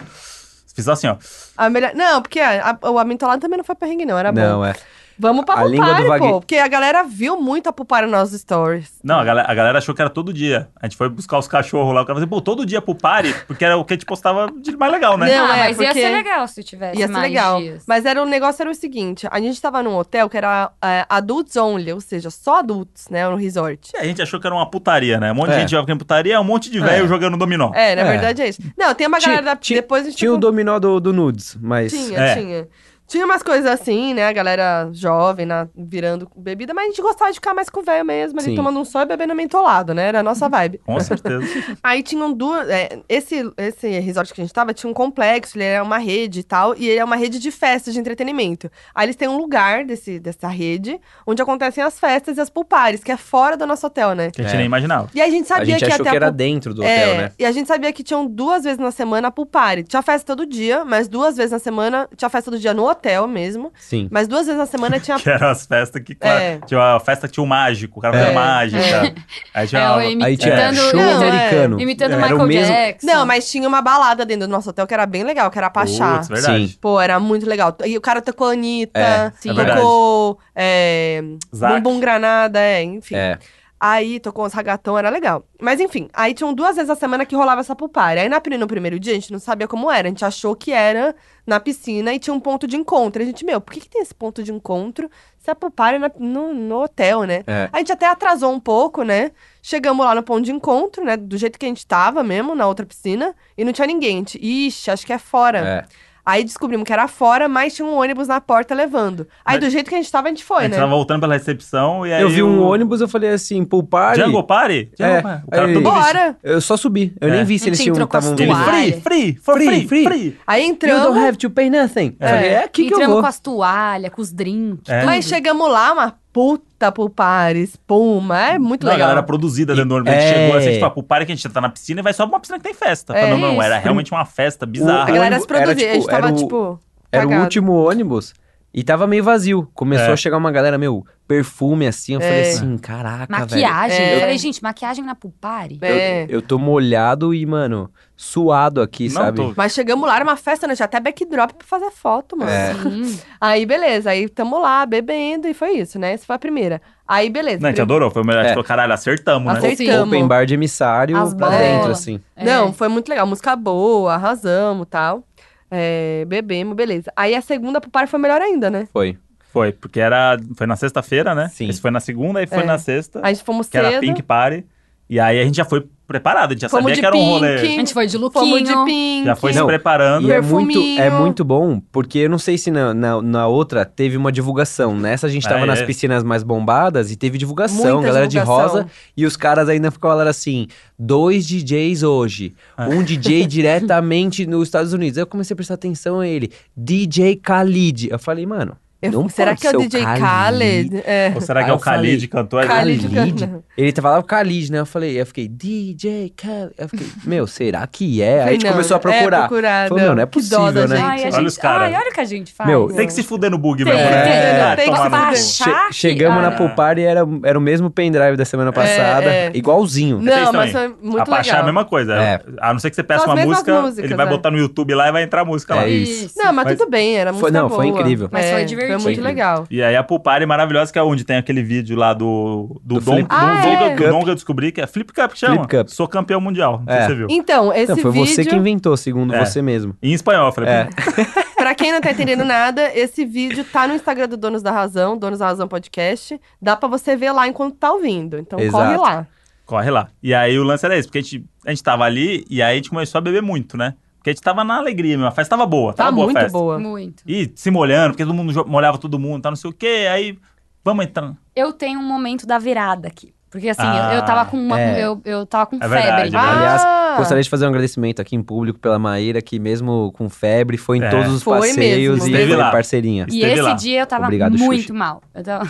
[SPEAKER 1] Fiz só assim, ó.
[SPEAKER 2] A melhor... Não, porque a- a- o amintolado também não foi perrengue, não. Era Tá bom.
[SPEAKER 4] Não, é.
[SPEAKER 2] Vamos pra
[SPEAKER 4] A língua
[SPEAKER 2] Pupari,
[SPEAKER 4] do Wagner-
[SPEAKER 2] pô. Porque a galera viu muito a Pupari nos stories.
[SPEAKER 1] Não, a galera, a galera achou que era todo dia. A gente foi buscar os cachorros lá. O cara falou assim, pô, todo dia pro party, porque era o que a gente postava de mais legal, né?
[SPEAKER 2] Não,
[SPEAKER 3] ah,
[SPEAKER 2] é,
[SPEAKER 3] mas ia
[SPEAKER 2] porque-
[SPEAKER 3] ser legal se tivesse
[SPEAKER 2] Ia ser
[SPEAKER 3] É, mais
[SPEAKER 2] legal.
[SPEAKER 3] dias.
[SPEAKER 2] Mas era, o negócio era o seguinte: a gente tava num hotel que era é, adults only, ou seja, só adultos, né? No resort.
[SPEAKER 1] E a gente achou que era uma putaria, né? Um monte
[SPEAKER 4] É.
[SPEAKER 1] de gente jogando putaria, um monte de velho jogando dominó.
[SPEAKER 2] É, na
[SPEAKER 4] É.
[SPEAKER 2] verdade é isso. Não, tem uma
[SPEAKER 4] Tinha-
[SPEAKER 2] galera da.
[SPEAKER 4] tinha-
[SPEAKER 2] Depois a gente
[SPEAKER 4] Tinha o dominó do, do Nudes, mas.
[SPEAKER 2] Tinha,
[SPEAKER 1] É.
[SPEAKER 2] tinha. Tinha umas coisas assim, né? A galera jovem na, virando bebida, mas a gente gostava de ficar mais com o velho mesmo, ali
[SPEAKER 4] Sim.
[SPEAKER 2] tomando um sol e bebendo mentolado, né? Era a
[SPEAKER 4] (laughs)
[SPEAKER 2] nossa vibe.
[SPEAKER 1] Com certeza.
[SPEAKER 2] Aí tinham duas. é, esse, esse resort que a gente tava tinha um complexo, ele era uma rede e tal, e ele é uma rede de festas de entretenimento. Aí eles têm um lugar desse, dessa rede onde acontecem as festas e as pulpares, que é fora do nosso hotel, né?
[SPEAKER 1] Que a gente
[SPEAKER 4] É.
[SPEAKER 1] nem imaginava.
[SPEAKER 2] E a gente
[SPEAKER 4] A
[SPEAKER 2] sabia
[SPEAKER 4] gente
[SPEAKER 2] que ia
[SPEAKER 4] achou
[SPEAKER 2] ter a
[SPEAKER 4] que era
[SPEAKER 2] pool-
[SPEAKER 4] dentro do
[SPEAKER 2] é,
[SPEAKER 4] hotel, né?
[SPEAKER 2] E a gente sabia que tinham duas vezes na semana a pool party. Tinha festa todo dia, mas duas vezes na semana. Tinha festa do dia no hotel mesmo.
[SPEAKER 4] Sim.
[SPEAKER 2] Mas duas vezes na semana
[SPEAKER 4] (laughs)
[SPEAKER 2] tinha.
[SPEAKER 1] Que eram as festas que.
[SPEAKER 2] É.
[SPEAKER 1] Tinha uma festa que tinha o mágico, o cara fazia
[SPEAKER 2] É.
[SPEAKER 1] mágica. Aí tinha
[SPEAKER 3] É, o
[SPEAKER 1] uma-
[SPEAKER 3] imitando,
[SPEAKER 4] Aí tinha
[SPEAKER 3] imitando,
[SPEAKER 4] show
[SPEAKER 2] Não, é.
[SPEAKER 4] americano.
[SPEAKER 3] imitando
[SPEAKER 4] Era o
[SPEAKER 3] Michael
[SPEAKER 4] mesmo-
[SPEAKER 3] Jackson.
[SPEAKER 2] Não, mas tinha uma balada dentro do nosso hotel que era bem legal, que era Pachá.
[SPEAKER 1] Putz, verdade.
[SPEAKER 4] Sim.
[SPEAKER 2] Pô, era muito legal. E o cara tocou Anitta,
[SPEAKER 4] É,
[SPEAKER 3] sim. é
[SPEAKER 2] tocou é,
[SPEAKER 1] Zac.
[SPEAKER 2] Bumbum Granada, é, enfim.
[SPEAKER 4] É.
[SPEAKER 2] Aí tocou uns ragatão, era legal. Mas enfim, aí tinham duas vezes a semana que rolava essa pulpária. Aí na, pri- no primeiro dia a gente não sabia como era, a gente achou que era na piscina e tinha um ponto de encontro. A gente, meu, por que, que tem esse ponto de encontro se a pulpária é na- no, no hotel, né?
[SPEAKER 4] É.
[SPEAKER 2] A gente até atrasou um pouco, né? Chegamos lá no ponto de encontro, né? Do jeito que a gente tava mesmo, na outra piscina, e não tinha ninguém. A gente, Ixi, acho que é fora.
[SPEAKER 4] É.
[SPEAKER 2] Aí descobrimos que era fora, mas tinha um ônibus na porta levando. Aí
[SPEAKER 1] Mas-
[SPEAKER 2] do jeito que a gente tava, a gente foi,
[SPEAKER 1] a gente
[SPEAKER 2] né?
[SPEAKER 1] tava voltando pela recepção e aí.
[SPEAKER 4] Eu vi um
[SPEAKER 1] o-
[SPEAKER 4] ônibus, eu falei assim, poupar.
[SPEAKER 1] Jungle Party? Jungle
[SPEAKER 4] É.
[SPEAKER 1] Party. O cara
[SPEAKER 4] Aí-
[SPEAKER 1] todo vestido.
[SPEAKER 2] Bora!
[SPEAKER 4] Eu só subi. Eu
[SPEAKER 1] É.
[SPEAKER 4] nem vi se
[SPEAKER 3] Não
[SPEAKER 4] eles
[SPEAKER 3] tinha
[SPEAKER 4] tinham.
[SPEAKER 3] trocado as
[SPEAKER 4] tavam-
[SPEAKER 1] Ele,
[SPEAKER 3] toalhas.
[SPEAKER 1] free, free, for
[SPEAKER 4] Free,
[SPEAKER 1] free,
[SPEAKER 4] free.
[SPEAKER 1] free.
[SPEAKER 2] Aí
[SPEAKER 4] You
[SPEAKER 2] entramos.
[SPEAKER 4] don't have to pay nothing. Eu falei, é aqui que eu
[SPEAKER 3] Entrando
[SPEAKER 4] vou.
[SPEAKER 3] com as toalhas, com os drinks.
[SPEAKER 1] É.
[SPEAKER 3] tudo.
[SPEAKER 2] Mas chegamos lá, uma puta pulpare, espuma. É muito
[SPEAKER 1] Não, a
[SPEAKER 2] legal.
[SPEAKER 1] galera produzida dentro do ônibus. A
[SPEAKER 4] É.
[SPEAKER 1] gente chegou assim, tipo, ah, pro party que a gente tá na piscina e vai só pra uma piscina que tem festa.
[SPEAKER 2] É
[SPEAKER 1] não, não,
[SPEAKER 3] isso.
[SPEAKER 1] era realmente uma festa
[SPEAKER 2] A
[SPEAKER 1] bizarra.
[SPEAKER 4] O-
[SPEAKER 2] galera se
[SPEAKER 4] ônibus era,
[SPEAKER 2] produzia. a gente
[SPEAKER 4] tipo, era
[SPEAKER 2] tava,
[SPEAKER 4] o-
[SPEAKER 2] tipo.
[SPEAKER 4] Era o
[SPEAKER 2] cagado.
[SPEAKER 4] último ônibus e tava meio vazio. Começou
[SPEAKER 1] É.
[SPEAKER 4] a chegar uma galera, meu, perfume assim. Eu falei
[SPEAKER 2] É.
[SPEAKER 4] assim, caraca,
[SPEAKER 1] Ah,
[SPEAKER 3] Maquiagem.
[SPEAKER 2] velho.
[SPEAKER 3] Eu
[SPEAKER 2] É.
[SPEAKER 3] falei, gente, maquiagem na Pupari?
[SPEAKER 4] velho.
[SPEAKER 2] É.
[SPEAKER 4] Eu, eu tô molhado e, mano, suado aqui,
[SPEAKER 1] Não,
[SPEAKER 4] sabe?
[SPEAKER 1] tô-
[SPEAKER 2] Mas chegamos lá, era uma festa, né? Tinha até backdrop pra fazer foto, mano.
[SPEAKER 1] É.
[SPEAKER 3] Sim.
[SPEAKER 2] Aí, beleza. Aí tamo lá, bebendo, e foi isso, né? Essa foi a primeira. Aí, beleza.
[SPEAKER 1] Não, a gente
[SPEAKER 2] Pri-
[SPEAKER 1] adorou. Foi o melhor.
[SPEAKER 4] É.
[SPEAKER 1] Tipo, caralho, acertamos, né?
[SPEAKER 2] Acertamos.
[SPEAKER 4] Open bar de emissário
[SPEAKER 3] As
[SPEAKER 4] pra
[SPEAKER 3] bolas.
[SPEAKER 4] dentro, assim.
[SPEAKER 3] É.
[SPEAKER 2] Não, foi muito legal. Música boa, arrasamos e tal. É, bebemos, beleza. Aí a segunda pro par foi melhor ainda, né?
[SPEAKER 4] Foi.
[SPEAKER 1] Foi, porque era. Foi na sexta-feira, né?
[SPEAKER 4] Sim.
[SPEAKER 1] Esse foi na segunda e foi
[SPEAKER 2] É.
[SPEAKER 1] na sexta.
[SPEAKER 2] Aí fomos
[SPEAKER 1] Que era
[SPEAKER 2] cedo.
[SPEAKER 1] Pink Party. E aí a gente já foi preparado, a gente já
[SPEAKER 2] Fomos
[SPEAKER 1] sabia
[SPEAKER 2] de
[SPEAKER 1] que era um rolê.
[SPEAKER 2] pink.
[SPEAKER 3] A gente foi de
[SPEAKER 2] Fomos
[SPEAKER 3] lookinho.
[SPEAKER 2] de pink.
[SPEAKER 1] Já foi se
[SPEAKER 4] Não,
[SPEAKER 1] preparando.
[SPEAKER 4] E é muito, é
[SPEAKER 2] Perfuminho.
[SPEAKER 4] muito bom, porque eu não sei se na, na, na outra teve uma divulgação. Nessa a gente tava
[SPEAKER 1] Ah, é.
[SPEAKER 4] nas piscinas mais bombadas e teve divulgação,
[SPEAKER 2] Muita
[SPEAKER 4] galera de
[SPEAKER 2] divulgação.
[SPEAKER 4] rosa. E os caras ainda falaram assim: dois DJs hoje.
[SPEAKER 1] Ah. (laughs)
[SPEAKER 4] Um DJ diretamente nos Estados Unidos. Aí eu comecei a prestar atenção a ele. DJ Khalid. Eu falei, mano.
[SPEAKER 2] Eu-
[SPEAKER 4] não
[SPEAKER 2] será
[SPEAKER 4] pode
[SPEAKER 2] que é
[SPEAKER 4] ser
[SPEAKER 2] o DJ
[SPEAKER 4] Khalid?
[SPEAKER 2] Khaled? É.
[SPEAKER 1] Ou será
[SPEAKER 4] Aí
[SPEAKER 1] que é
[SPEAKER 4] eu
[SPEAKER 1] o Khalid
[SPEAKER 4] falei,
[SPEAKER 1] cantor?
[SPEAKER 2] Khalid né?
[SPEAKER 4] Khalid?
[SPEAKER 2] cantando.
[SPEAKER 4] Ele tava lá o Khalid, né? Eu falei, eu fiquei, DJ Khalid. Eu fiquei, meu, será que é? Aí a gente
[SPEAKER 2] Não,
[SPEAKER 4] começou a
[SPEAKER 2] é
[SPEAKER 4] procurar.
[SPEAKER 2] procurado.
[SPEAKER 4] Falou, não, não é
[SPEAKER 2] Que dó da
[SPEAKER 4] possível, né?
[SPEAKER 2] gente.
[SPEAKER 3] Ai, a
[SPEAKER 1] Olha
[SPEAKER 3] gente...
[SPEAKER 1] os cara.
[SPEAKER 3] Ai, olha o que a gente faz.
[SPEAKER 4] Meu,
[SPEAKER 1] Tem que se fuder no bug
[SPEAKER 3] Tem
[SPEAKER 1] mesmo.
[SPEAKER 3] que
[SPEAKER 1] né?
[SPEAKER 2] ter,
[SPEAKER 1] Ah,
[SPEAKER 2] tem que
[SPEAKER 1] tomar no
[SPEAKER 2] baixar.
[SPEAKER 1] cu.
[SPEAKER 4] Che-
[SPEAKER 3] Chaque-
[SPEAKER 4] chegamos
[SPEAKER 3] Ah.
[SPEAKER 4] na pool party, era, era o mesmo pendrive da semana passada.
[SPEAKER 2] é.
[SPEAKER 4] Igualzinho.
[SPEAKER 2] Não,
[SPEAKER 1] Vocês
[SPEAKER 2] mas foi
[SPEAKER 1] também.
[SPEAKER 2] muito
[SPEAKER 1] a Pachá é
[SPEAKER 2] legal.
[SPEAKER 1] a mesma coisa.
[SPEAKER 4] É.
[SPEAKER 1] A não ser que você
[SPEAKER 2] São
[SPEAKER 1] peça
[SPEAKER 2] as
[SPEAKER 1] uma
[SPEAKER 2] mesmas
[SPEAKER 1] música,
[SPEAKER 2] músicas,
[SPEAKER 1] ele vai
[SPEAKER 2] é.
[SPEAKER 1] botar no YouTube lá e vai entrar a música lá.
[SPEAKER 4] É isso.
[SPEAKER 2] Não, mas,
[SPEAKER 1] Mas-
[SPEAKER 2] tudo bem, era música
[SPEAKER 4] não, foi
[SPEAKER 2] boa.
[SPEAKER 4] incrível.
[SPEAKER 3] Mas
[SPEAKER 2] É,
[SPEAKER 3] foi divertido.
[SPEAKER 2] Foi muito legal.
[SPEAKER 1] E aí a Pulpare maravilhosa, que é onde tem aquele vídeo lá do, do,
[SPEAKER 4] Do
[SPEAKER 1] Dom,
[SPEAKER 4] Flip-
[SPEAKER 1] do,
[SPEAKER 2] Ah,
[SPEAKER 1] Dom,
[SPEAKER 2] é.
[SPEAKER 1] do Dom que eu descobri, que é Flip Cup que chama.
[SPEAKER 4] Flip Cup.
[SPEAKER 1] Sou campeão mundial, não sei
[SPEAKER 4] É.
[SPEAKER 1] se você viu.
[SPEAKER 2] Então, esse
[SPEAKER 4] Então, foi
[SPEAKER 2] vídeo,
[SPEAKER 4] você que inventou, segundo
[SPEAKER 1] É.
[SPEAKER 4] você mesmo.
[SPEAKER 1] Em espanhol, eu falei.
[SPEAKER 4] É.
[SPEAKER 1] pô,
[SPEAKER 2] pra quem não tá entendendo nada, esse vídeo tá no Instagram do Donos da Razão, Donos da Razão Podcast. Dá pra você ver lá enquanto tá ouvindo. Então
[SPEAKER 4] Exato.
[SPEAKER 2] corre lá.
[SPEAKER 1] Corre lá. E aí o lance era esse, porque a gente, a gente tava ali e aí a gente começou a beber muito, né? Porque a gente tava na alegria mesmo, a festa tava boa,
[SPEAKER 2] Tá
[SPEAKER 1] tava boa a
[SPEAKER 2] muito
[SPEAKER 1] festa.
[SPEAKER 2] boa.
[SPEAKER 3] Muito.
[SPEAKER 1] E se molhando, porque todo mundo jo- molhava todo mundo, tá não sei o quê, aí vamos entrar.
[SPEAKER 3] Eu tenho um momento da virada aqui. Porque assim,
[SPEAKER 1] Ah,
[SPEAKER 3] eu, eu tava com uma.
[SPEAKER 4] é.
[SPEAKER 3] Eu, eu tava com
[SPEAKER 1] É
[SPEAKER 3] febre.
[SPEAKER 1] verdade, é verdade.
[SPEAKER 4] Aliás,
[SPEAKER 2] Ah!
[SPEAKER 4] gostaria de fazer um agradecimento aqui em público pela Maíra, que mesmo com febre, foi em
[SPEAKER 1] É.
[SPEAKER 4] todos os
[SPEAKER 2] Foi
[SPEAKER 4] passeios
[SPEAKER 2] mesmo.
[SPEAKER 4] e
[SPEAKER 1] Esteve
[SPEAKER 4] foi
[SPEAKER 1] lá.
[SPEAKER 4] parceirinha.
[SPEAKER 3] E
[SPEAKER 1] Esteve
[SPEAKER 3] esse
[SPEAKER 1] lá.
[SPEAKER 3] dia eu tava
[SPEAKER 4] Obrigado,
[SPEAKER 3] muito
[SPEAKER 4] Xuxa.
[SPEAKER 3] mal. Eu tava...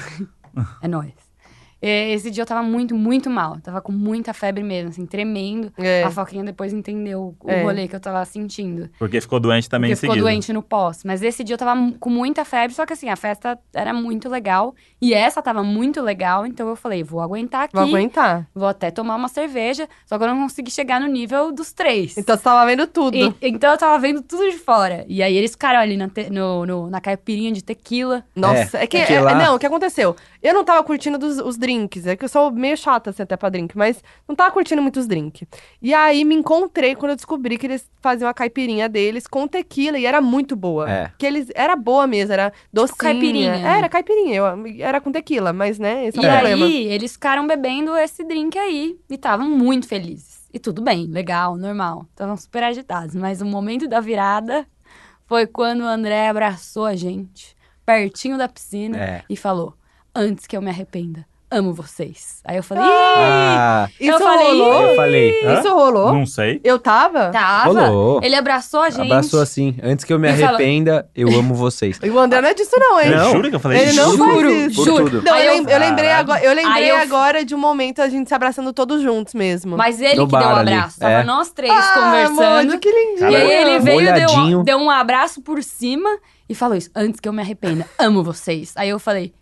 [SPEAKER 1] (laughs)
[SPEAKER 3] é nóis. É, Esse dia eu tava muito, muito mal. Eu tava com muita febre mesmo, assim, tremendo.
[SPEAKER 2] É.
[SPEAKER 3] A Foquinha depois entendeu o
[SPEAKER 2] É.
[SPEAKER 3] rolê que eu tava sentindo.
[SPEAKER 1] Porque ficou doente também
[SPEAKER 3] porque
[SPEAKER 1] em
[SPEAKER 3] ficou
[SPEAKER 1] seguida.
[SPEAKER 3] doente no pós. Mas esse dia eu tava mu- com muita febre, só que assim, a festa era muito legal. E essa tava muito legal, então eu falei, vou aguentar aqui.
[SPEAKER 2] Vou aguentar.
[SPEAKER 3] Vou até tomar uma cerveja, só que eu não consegui chegar no nível dos três.
[SPEAKER 2] Então você tava vendo tudo.
[SPEAKER 3] E- então eu tava vendo tudo de fora. E aí eles ficaram ali na, te- no- no- na caipirinha de tequila.
[SPEAKER 2] Nossa, é, que.
[SPEAKER 4] é que
[SPEAKER 2] é-
[SPEAKER 4] lá-
[SPEAKER 2] Não, o que aconteceu? Eu não tava curtindo dos, os drinks. É que eu sou meio chata assim, até pra drink, mas não tava curtindo muito os drinks. E aí me encontrei quando eu descobri que eles faziam a caipirinha deles com tequila e era muito boa.
[SPEAKER 4] É.
[SPEAKER 2] Que eles. Era boa mesmo, era docinha.
[SPEAKER 3] caipirinha, né?
[SPEAKER 2] É, era caipirinha. eu- era com tequila, mas né, esse é o
[SPEAKER 3] E
[SPEAKER 2] problema.
[SPEAKER 3] aí eles ficaram bebendo esse drink aí e estavam muito felizes. E tudo bem, legal, normal. Estavam super agitados. Mas o momento da virada foi quando o André abraçou a gente, pertinho da piscina,
[SPEAKER 4] É.
[SPEAKER 3] e falou: Antes que eu me arrependa, amo vocês. Aí eu falei:
[SPEAKER 4] Ah,
[SPEAKER 3] Eu
[SPEAKER 2] Isso
[SPEAKER 3] falei, Tá.
[SPEAKER 2] rolou?
[SPEAKER 4] eu falei.
[SPEAKER 1] Hã?
[SPEAKER 2] Isso rolou?
[SPEAKER 1] Não sei.
[SPEAKER 2] Eu tava?
[SPEAKER 3] "Ih, tava.
[SPEAKER 4] Rolou.
[SPEAKER 3] Ele abraçou a gente.
[SPEAKER 4] Abraçou assim. Antes que eu me
[SPEAKER 3] E fala-
[SPEAKER 4] arrependa, eu
[SPEAKER 2] (laughs)
[SPEAKER 4] amo vocês.
[SPEAKER 2] E o André não é disso, não, hein?
[SPEAKER 1] Eu
[SPEAKER 4] Não.
[SPEAKER 1] juro que eu falei
[SPEAKER 2] Ele
[SPEAKER 1] isso.
[SPEAKER 2] não
[SPEAKER 3] juro,
[SPEAKER 2] faz isso.
[SPEAKER 4] Por
[SPEAKER 3] juro.
[SPEAKER 4] tudo.
[SPEAKER 2] Não,
[SPEAKER 3] Aí
[SPEAKER 2] eu,
[SPEAKER 3] eu-
[SPEAKER 2] lem- eu lembrei,
[SPEAKER 1] Caralho.
[SPEAKER 2] agora, eu lembrei
[SPEAKER 3] Aí eu-
[SPEAKER 2] agora de um momento a gente se abraçando todos juntos mesmo.
[SPEAKER 3] Mas ele
[SPEAKER 4] No
[SPEAKER 3] que deu o
[SPEAKER 4] bar ali,
[SPEAKER 3] abraço. Tava
[SPEAKER 4] é.
[SPEAKER 3] nós três
[SPEAKER 2] Ah,
[SPEAKER 3] conversando.
[SPEAKER 2] Modi, que lindinho.
[SPEAKER 3] E aí
[SPEAKER 1] é
[SPEAKER 3] ele veio, deu,
[SPEAKER 4] Molhadinho.
[SPEAKER 3] deu um abraço por cima e falou isso. Antes que eu me arrependa, amo vocês. Aí eu falei,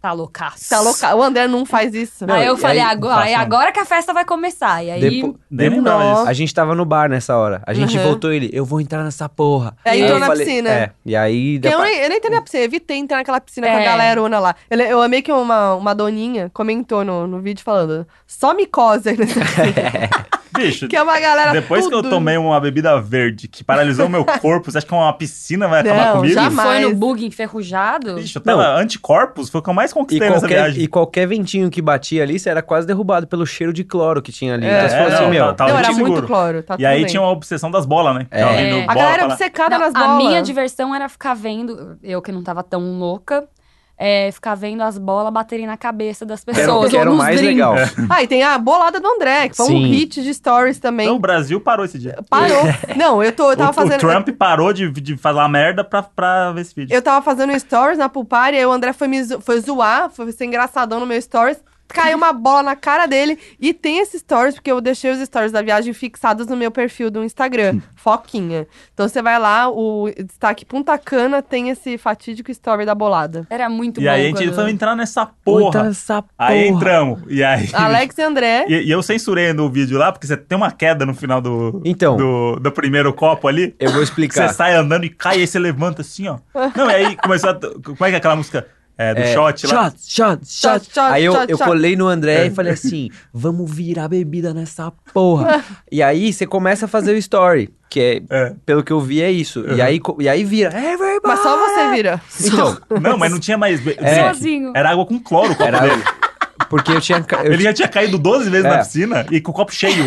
[SPEAKER 3] tá loucaço.
[SPEAKER 2] Tá louca. O André não faz isso.
[SPEAKER 4] Não,
[SPEAKER 3] aí eu
[SPEAKER 4] e
[SPEAKER 3] falei,
[SPEAKER 4] aí-
[SPEAKER 3] agora, aí
[SPEAKER 1] Façam.
[SPEAKER 3] agora que a festa vai começar. E aí,
[SPEAKER 4] Depo-
[SPEAKER 1] Nem lembrava
[SPEAKER 2] Nossa.
[SPEAKER 1] disso.
[SPEAKER 4] A gente tava no bar nessa hora. A gente
[SPEAKER 2] Uhum.
[SPEAKER 4] voltou ele, eu vou entrar nessa porra.
[SPEAKER 2] Aí
[SPEAKER 4] eu
[SPEAKER 2] entrou na
[SPEAKER 4] falei-
[SPEAKER 2] piscina. um
[SPEAKER 4] É, e aí...
[SPEAKER 2] Porque eu,
[SPEAKER 4] depois-
[SPEAKER 2] nem, eu nem entrei na piscina, eu evitei entrar naquela piscina com a
[SPEAKER 3] É.
[SPEAKER 2] galerona lá. Eu, le- eu amei que uma, uma doninha comentou no, no vídeo falando: só micose aí nessa
[SPEAKER 1] (laughs)
[SPEAKER 2] piscina.
[SPEAKER 1] Bicho,
[SPEAKER 2] que é uma galera.
[SPEAKER 1] depois que eu
[SPEAKER 2] tudo.
[SPEAKER 1] tomei uma bebida verde que paralisou
[SPEAKER 2] (laughs)
[SPEAKER 1] meu corpo, você acha que uma piscina vai acabar
[SPEAKER 2] Não,
[SPEAKER 1] comigo?
[SPEAKER 3] e
[SPEAKER 2] jamais.
[SPEAKER 3] foi no bug enferrujado.
[SPEAKER 1] Bicho, eu tava anticorpos, foi o que eu mais
[SPEAKER 4] E
[SPEAKER 1] conquistei nessa
[SPEAKER 4] qualquer,
[SPEAKER 1] viagem.
[SPEAKER 4] e qualquer ventinho que batia ali, você era quase derrubado pelo cheiro de cloro que tinha ali.
[SPEAKER 2] É,
[SPEAKER 4] então você falou
[SPEAKER 2] é,
[SPEAKER 4] assim,
[SPEAKER 2] não,
[SPEAKER 4] meu...
[SPEAKER 1] tá- tá
[SPEAKER 2] Não,
[SPEAKER 1] eu
[SPEAKER 2] era
[SPEAKER 1] te
[SPEAKER 2] muito
[SPEAKER 1] seguro.
[SPEAKER 2] cloro. Tá
[SPEAKER 1] E aí
[SPEAKER 2] tudo bem.
[SPEAKER 1] tinha uma obsessão das bolas, né? Ficava
[SPEAKER 4] É.
[SPEAKER 1] vindo
[SPEAKER 3] A
[SPEAKER 2] A
[SPEAKER 1] bola
[SPEAKER 2] galera
[SPEAKER 1] pra lá.
[SPEAKER 2] obcecada
[SPEAKER 3] Não,
[SPEAKER 2] nas
[SPEAKER 3] a
[SPEAKER 2] bolas.
[SPEAKER 3] minha diversão era ficar vendo, eu que não tava tão louca, é, ficar vendo as bolas baterem na cabeça das
[SPEAKER 1] tá.
[SPEAKER 4] que era,
[SPEAKER 3] pessoas.
[SPEAKER 4] que era
[SPEAKER 3] ou
[SPEAKER 4] o
[SPEAKER 3] nos
[SPEAKER 4] mais
[SPEAKER 3] drinks.
[SPEAKER 1] É.
[SPEAKER 4] legal.
[SPEAKER 2] Ah, e tem a bolada do André, que foi um
[SPEAKER 4] Sim.
[SPEAKER 2] hit de stories também.
[SPEAKER 1] Então o Brasil parou esse dia.
[SPEAKER 2] Parou. Não, eu, tô, eu
[SPEAKER 1] O,
[SPEAKER 2] tava
[SPEAKER 1] o
[SPEAKER 2] fazendo.
[SPEAKER 1] Trump parou de, de falar merda pra, pra ver esse vídeo.
[SPEAKER 2] Eu tava fazendo stories na Pulpari, aí o André foi, me zo- foi zoar, foi ser engraçadão no meu stories. Caiu uma bola na cara dele. E tem esses stories, porque eu deixei os stories da viagem fixados no meu perfil do Instagram,
[SPEAKER 1] Hum.
[SPEAKER 2] Foquinha. Então você vai lá, o destaque Punta Cana tem esse fatídico story da bolada.
[SPEAKER 3] Era muito
[SPEAKER 1] e
[SPEAKER 3] bom.
[SPEAKER 1] aí a gente
[SPEAKER 3] quando-
[SPEAKER 1] foi entrar nessa
[SPEAKER 4] Puta
[SPEAKER 1] porra.
[SPEAKER 4] essa porra.
[SPEAKER 1] Aí entramos. E aí. (laughs)
[SPEAKER 2] Alex e André.
[SPEAKER 1] E, e eu censurei no vídeo lá, porque você tem uma queda no final do,
[SPEAKER 4] Então.
[SPEAKER 1] do, do primeiro copo ali.
[SPEAKER 4] Eu vou
[SPEAKER 1] Que você
[SPEAKER 4] explicar.
[SPEAKER 1] sai andando e cai, aí você levanta assim, ó. Não, e aí começou a. Como é que é aquela música? É, do
[SPEAKER 4] É,
[SPEAKER 1] shot lá. É.
[SPEAKER 4] Shot, shot, shot.
[SPEAKER 2] shot,
[SPEAKER 4] Aí eu,
[SPEAKER 2] shot,
[SPEAKER 4] eu
[SPEAKER 2] shot.
[SPEAKER 4] colei no André e falei assim: vamos virar bebida nessa porra. e aí você começa a fazer o story, que é,
[SPEAKER 1] É. Uhum.
[SPEAKER 4] pelo que eu vi, é isso. E, aí, co- e aí vira. Everybody!
[SPEAKER 2] Mas só você vira.
[SPEAKER 4] Então,
[SPEAKER 1] Não, mas não tinha mais. be-
[SPEAKER 4] É.
[SPEAKER 1] drink.
[SPEAKER 3] Sozinho.
[SPEAKER 1] Era água com cloro o copo
[SPEAKER 4] Era-
[SPEAKER 1] dele.
[SPEAKER 4] Porque eu tinha. ca- eu
[SPEAKER 1] Ele já tinha caído 12 vezes
[SPEAKER 4] É.
[SPEAKER 1] na piscina e com o copo cheio.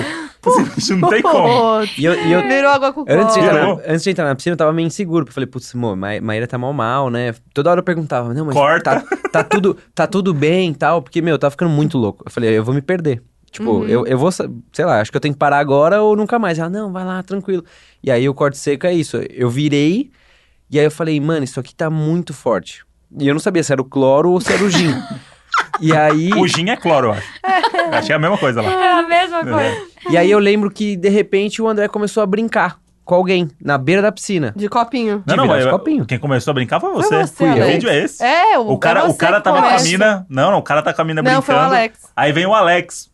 [SPEAKER 1] Assim, não tem como.
[SPEAKER 2] Pô,
[SPEAKER 4] E eu, e eu-
[SPEAKER 2] (laughs) Virou água com
[SPEAKER 4] antes,
[SPEAKER 2] cola.
[SPEAKER 4] de entrar na,
[SPEAKER 1] Virou.
[SPEAKER 4] antes de entrar na piscina, eu tava meio inseguro. Porque eu falei, putz, mo, Ma- Maíra tá mal mal, né? Toda hora eu perguntava, não, mas
[SPEAKER 1] Corta.
[SPEAKER 4] Tá, tá tudo, tá tudo bem e tal. Porque, meu, eu tava ficando muito louco. Eu falei, eu vou me perder. Tipo,
[SPEAKER 2] Uhum.
[SPEAKER 4] eu, eu vou, sa- sei lá, acho que eu tenho que parar agora ou nunca mais. Ela, não, vai lá, tranquilo. E aí o corte seco é isso. Eu virei e aí eu falei, mano, isso aqui tá muito forte. E eu não sabia se era o cloro ou se era o gin. e aí.
[SPEAKER 1] O gin é cloro, eu acho. Eu achei a mesma coisa lá.
[SPEAKER 3] (laughs) É a mesma coisa.
[SPEAKER 4] E aí eu lembro que, de repente, o André começou a brincar com alguém na beira da piscina.
[SPEAKER 2] De copinho.
[SPEAKER 1] Não, não,
[SPEAKER 4] virar os
[SPEAKER 1] eu-
[SPEAKER 4] copinhos.
[SPEAKER 1] quem começou a brincar foi você.
[SPEAKER 2] Foi você,
[SPEAKER 1] o
[SPEAKER 2] Alex.
[SPEAKER 1] vídeo é esse.
[SPEAKER 2] É, o,
[SPEAKER 1] O cara,
[SPEAKER 2] é
[SPEAKER 1] o
[SPEAKER 2] você
[SPEAKER 1] cara
[SPEAKER 2] que
[SPEAKER 1] tava com a
[SPEAKER 2] começa.
[SPEAKER 1] mina. Não, não, o cara tá com a mina
[SPEAKER 2] Não,
[SPEAKER 1] brincando.
[SPEAKER 2] foi o Alex.
[SPEAKER 1] Aí vem o Alex.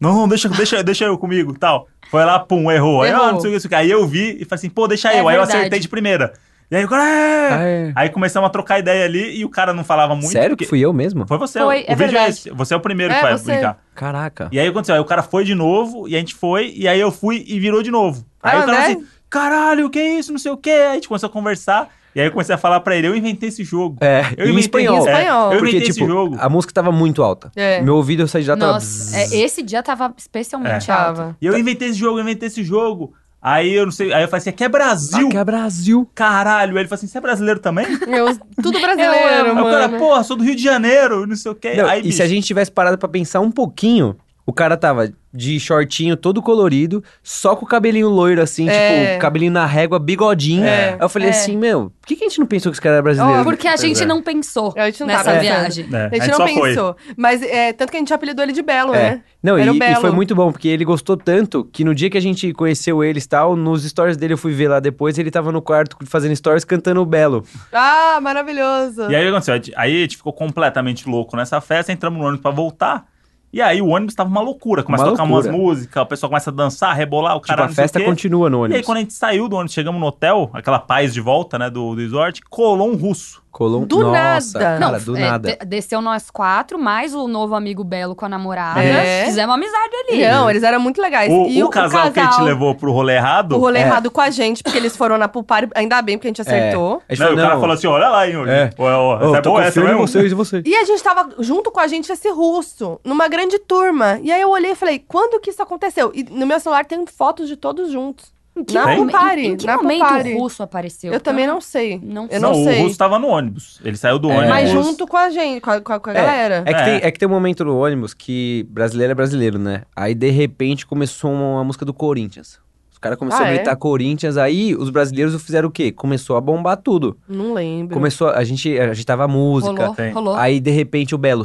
[SPEAKER 1] Não, deixa, deixa, deixa eu comigo, tal. Foi lá, pum, errou. Aí,
[SPEAKER 2] Errou.
[SPEAKER 1] ah, não sei o que, não sei o que. Aí eu vi e falei assim, pô, deixa
[SPEAKER 3] É
[SPEAKER 1] eu. Aí eu
[SPEAKER 3] verdade.
[SPEAKER 1] acertei de primeira. E aí o cara. "É".
[SPEAKER 4] Ah, é.
[SPEAKER 1] Aí começamos a trocar ideia ali e o cara não falava muito.
[SPEAKER 4] Sério que
[SPEAKER 1] porque-
[SPEAKER 4] fui eu mesmo?
[SPEAKER 1] Foi você.
[SPEAKER 3] Foi,
[SPEAKER 1] o
[SPEAKER 3] é
[SPEAKER 1] vídeo é
[SPEAKER 3] verdade.
[SPEAKER 1] esse. Você é o primeiro
[SPEAKER 2] É,
[SPEAKER 1] que vai
[SPEAKER 2] você.
[SPEAKER 1] brincar.
[SPEAKER 4] Caraca.
[SPEAKER 1] E aí aconteceu, aí o cara foi de novo, e a gente foi, e aí eu fui e virou de novo. Aí
[SPEAKER 2] Ah,
[SPEAKER 1] o cara
[SPEAKER 2] né?
[SPEAKER 1] falou assim, caralho, que isso, não sei o quê. Aí a gente começou a conversar, e aí eu comecei a falar pra ele, eu inventei esse jogo.
[SPEAKER 4] É,
[SPEAKER 1] eu
[SPEAKER 4] em espanhol.
[SPEAKER 1] é,
[SPEAKER 2] Espanhol.
[SPEAKER 1] eu
[SPEAKER 4] Porque,
[SPEAKER 1] inventei esse
[SPEAKER 4] tipo,
[SPEAKER 1] jogo.
[SPEAKER 4] a música tava muito alta.
[SPEAKER 2] É.
[SPEAKER 4] Meu ouvido, eu saí de lá, tava...
[SPEAKER 3] Nossa, é, esse dia tava
[SPEAKER 1] É.
[SPEAKER 3] especialmente alto.
[SPEAKER 2] Tava.
[SPEAKER 1] E eu inventei esse jogo, eu inventei esse jogo. Aí eu não sei, aí eu falei assim, aqui é Brasil,
[SPEAKER 4] Aqui é Brasil.
[SPEAKER 1] caralho. Aí ele falou assim, você é brasileiro também? Aí
[SPEAKER 2] Eu- tudo brasileiro,
[SPEAKER 1] É o cara,
[SPEAKER 2] mano.
[SPEAKER 1] porra, sou do Rio de Janeiro, não sei o quê.
[SPEAKER 4] Não,
[SPEAKER 1] É, aí,
[SPEAKER 4] e
[SPEAKER 1] bicho,
[SPEAKER 4] se a gente tivesse parado pra pensar um pouquinho, o cara tava de shortinho todo colorido, só com o cabelinho loiro, assim,
[SPEAKER 2] É.
[SPEAKER 4] tipo, cabelinho na régua, bigodinho.
[SPEAKER 2] É.
[SPEAKER 4] Aí eu falei
[SPEAKER 3] É.
[SPEAKER 4] assim, meu, por que, que a gente não pensou que esse cara era brasileiro?
[SPEAKER 2] Ó,
[SPEAKER 3] Porque a
[SPEAKER 1] Pois
[SPEAKER 3] gente
[SPEAKER 1] é.
[SPEAKER 3] não pensou
[SPEAKER 2] A gente não
[SPEAKER 3] nessa
[SPEAKER 2] tava pensando.
[SPEAKER 3] viagem.
[SPEAKER 1] É,
[SPEAKER 2] A gente
[SPEAKER 1] só
[SPEAKER 2] não
[SPEAKER 1] foi.
[SPEAKER 2] pensou. Mas é, tanto que a gente apelidou ele de Belo,
[SPEAKER 4] É.
[SPEAKER 2] né?
[SPEAKER 4] Não,
[SPEAKER 2] Era o
[SPEAKER 4] e, e
[SPEAKER 2] Belo.
[SPEAKER 4] foi muito bom, porque ele gostou tanto que no dia que a gente conheceu eles e tal, nos stories dele eu fui ver lá depois, ele tava no quarto fazendo stories cantando o Belo.
[SPEAKER 2] Ah, maravilhoso.
[SPEAKER 1] E aí o que aconteceu? A gente- Aí a gente ficou completamente louco nessa festa, entramos no ônibus pra voltar. E aí o ônibus tava uma loucura. Começa
[SPEAKER 4] Uma
[SPEAKER 1] a tocar
[SPEAKER 4] loucura.
[SPEAKER 1] umas músicas, o pessoal começa a dançar, rebolar, o cara.
[SPEAKER 4] tipo, a
[SPEAKER 1] não sei o
[SPEAKER 4] festa
[SPEAKER 1] quê.
[SPEAKER 4] continua no
[SPEAKER 1] E aí
[SPEAKER 4] ônibus.
[SPEAKER 1] quando é a gente saiu do ônibus, chegamos no hotel, aquela paz de volta, né, do, do resort, colou um russo.
[SPEAKER 4] Colom...
[SPEAKER 2] Do
[SPEAKER 4] Nossa,
[SPEAKER 2] nada.
[SPEAKER 4] Cara,
[SPEAKER 3] Não,
[SPEAKER 4] do
[SPEAKER 3] é,
[SPEAKER 4] nada.
[SPEAKER 3] de- desceu nós quatro, mais o novo amigo Belo com a namorada.
[SPEAKER 2] É.
[SPEAKER 3] Fizemos amizade ali.
[SPEAKER 2] Não, eles eram muito legais.
[SPEAKER 1] O,
[SPEAKER 2] e
[SPEAKER 1] o casal que a gente levou pro rolê errado.
[SPEAKER 2] o rolê
[SPEAKER 4] É.
[SPEAKER 2] errado com a gente, porque eles foram na Pulpar, ainda bem
[SPEAKER 1] É.
[SPEAKER 2] porque a gente acertou.
[SPEAKER 4] A gente
[SPEAKER 1] Não,
[SPEAKER 4] falou,
[SPEAKER 1] o cara
[SPEAKER 4] tipo, não,
[SPEAKER 1] falou assim: olha lá, hein, Yuri.
[SPEAKER 4] É.
[SPEAKER 1] Ô, ô,
[SPEAKER 4] "Ô,
[SPEAKER 1] essa é
[SPEAKER 4] tô
[SPEAKER 1] boa, essa
[SPEAKER 4] confiando em
[SPEAKER 1] mesmo?
[SPEAKER 4] vocês e vocês.
[SPEAKER 2] E a gente tava junto com a gente esse russo, numa grande turma. E aí eu olhei e falei, quando que isso aconteceu? E no meu celular tem fotos de todos juntos.
[SPEAKER 3] Que
[SPEAKER 2] na
[SPEAKER 1] Tem?
[SPEAKER 3] momen-
[SPEAKER 2] Campari,
[SPEAKER 3] em, em que
[SPEAKER 2] na
[SPEAKER 3] momento
[SPEAKER 2] Campari.
[SPEAKER 3] o russo apareceu?
[SPEAKER 2] Eu, também não sei.
[SPEAKER 3] não
[SPEAKER 2] eu
[SPEAKER 3] sei.
[SPEAKER 2] não,
[SPEAKER 1] o
[SPEAKER 2] sei.
[SPEAKER 1] russo tava no ônibus. Ele saiu do ônibus.
[SPEAKER 2] Mas junto com a gente, com a, com a- com a galera.
[SPEAKER 4] É que,
[SPEAKER 1] É.
[SPEAKER 4] Tem, é que tem um momento no ônibus que brasileiro é brasileiro, né? Aí, de repente, começou uma, uma música do Corinthians. Os caras começaram
[SPEAKER 2] Ah,
[SPEAKER 4] a
[SPEAKER 2] é?
[SPEAKER 4] gritar Corinthians, aí os brasileiros fizeram o quê? Começou a bombar tudo.
[SPEAKER 1] é.
[SPEAKER 2] Não lembro.
[SPEAKER 4] Começou, a gente agitava a música.
[SPEAKER 3] Rolou,
[SPEAKER 1] Tem.
[SPEAKER 3] rolou.
[SPEAKER 4] Aí, de repente, o Belo,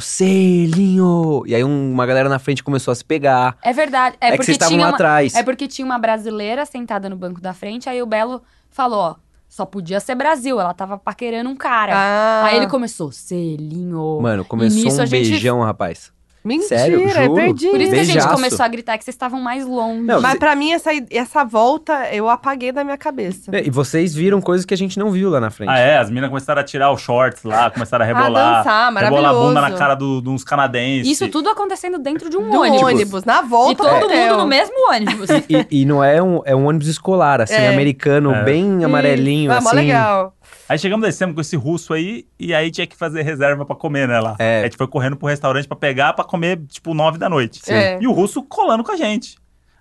[SPEAKER 4] selinho! E aí um- uma galera na frente começou a se pegar.
[SPEAKER 3] É verdade. É,
[SPEAKER 4] É, que
[SPEAKER 3] porque
[SPEAKER 4] vocês estavam
[SPEAKER 3] tinha
[SPEAKER 4] lá
[SPEAKER 3] uma,
[SPEAKER 4] atrás.
[SPEAKER 3] É porque tinha uma brasileira sentada no banco da frente, aí o Belo falou, ó, só podia ser Brasil, ela tava paquerando um cara.
[SPEAKER 2] Ah,
[SPEAKER 3] Aí ele começou, selinho.
[SPEAKER 4] Mano, começou
[SPEAKER 3] nisso
[SPEAKER 4] um
[SPEAKER 3] a gente-
[SPEAKER 4] beijão, rapaz.
[SPEAKER 2] Mentira,
[SPEAKER 4] sério,
[SPEAKER 2] eu
[SPEAKER 4] juro.
[SPEAKER 2] perdi.
[SPEAKER 3] Por isso que a
[SPEAKER 4] Beijaço.
[SPEAKER 3] gente começou a gritar que vocês estavam mais longe.
[SPEAKER 4] Não,
[SPEAKER 2] Mas pra mim, essa, essa volta eu apaguei da minha cabeça.
[SPEAKER 4] É, E vocês viram coisas que a gente não viu lá na frente.
[SPEAKER 1] Ah, é, as meninas começaram a tirar os shorts lá, começaram a
[SPEAKER 2] Ah,
[SPEAKER 1] rebolar.
[SPEAKER 2] dançar,
[SPEAKER 1] rebolar a
[SPEAKER 2] maravilhoso.
[SPEAKER 1] bunda na cara do- de uns canadenses.
[SPEAKER 3] Isso tudo acontecendo dentro de um
[SPEAKER 2] Do ônibus.
[SPEAKER 4] Tipo,
[SPEAKER 3] ônibus.
[SPEAKER 2] na volta
[SPEAKER 3] E todo
[SPEAKER 2] do
[SPEAKER 3] mundo
[SPEAKER 2] hotel.
[SPEAKER 3] no mesmo ônibus.
[SPEAKER 4] E, e não é um, é um ônibus escolar, assim,
[SPEAKER 2] É.
[SPEAKER 4] americano,
[SPEAKER 1] É.
[SPEAKER 4] bem amarelinho,
[SPEAKER 2] Ah,
[SPEAKER 4] assim.
[SPEAKER 2] mó legal.
[SPEAKER 1] Aí chegamos descemos com esse russo aí, e aí tinha que fazer reserva pra comer, né, lá.
[SPEAKER 4] É.
[SPEAKER 1] Aí A gente foi correndo pro restaurante pra pegar, pra comer, tipo, nove da noite.
[SPEAKER 2] Sim. É.
[SPEAKER 1] E o russo colando com a gente.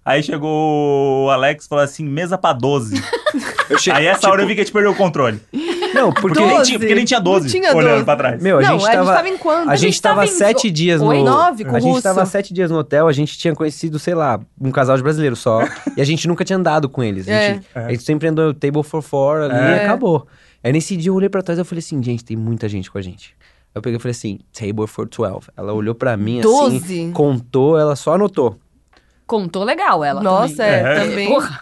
[SPEAKER 1] Aí chegou o Alex e falou assim, mesa pra 12.
[SPEAKER 4] (laughs) Eu che- tipo
[SPEAKER 1] aí essa hora eu vi que a gente perdeu o controle.
[SPEAKER 4] Não, porque...
[SPEAKER 1] Porque nem
[SPEAKER 2] 12?
[SPEAKER 1] tinha, porque nem tinha 12
[SPEAKER 2] Não tinha
[SPEAKER 1] olhando
[SPEAKER 2] 12.
[SPEAKER 1] pra trás.
[SPEAKER 4] Meu, a
[SPEAKER 2] não,
[SPEAKER 4] gente
[SPEAKER 2] a gente
[SPEAKER 4] tava...
[SPEAKER 2] tava em quanto?
[SPEAKER 4] A gente tava
[SPEAKER 3] tava em
[SPEAKER 4] sete
[SPEAKER 3] oito,
[SPEAKER 4] dias no...
[SPEAKER 2] nove com
[SPEAKER 4] a
[SPEAKER 2] o
[SPEAKER 4] gente
[SPEAKER 2] russo.
[SPEAKER 4] tava sete dias no hotel, a gente tinha conhecido, sei lá, um casal de brasileiro só. e a gente nunca tinha andado com eles. A
[SPEAKER 2] É.
[SPEAKER 4] gente, a gente sempre andou table for four ali
[SPEAKER 1] É.
[SPEAKER 4] e acabou. Aí nesse dia eu olhei pra trás e eu falei assim, gente, tem muita gente com a gente. Aí Eu peguei e falei assim, table for 12. Ela olhou pra mim assim,
[SPEAKER 2] Doze?
[SPEAKER 4] contou, ela só anotou.
[SPEAKER 3] (laughs) Contou legal ela
[SPEAKER 2] Nossa,
[SPEAKER 3] também.
[SPEAKER 2] é,
[SPEAKER 1] É.
[SPEAKER 2] também.
[SPEAKER 3] Porra.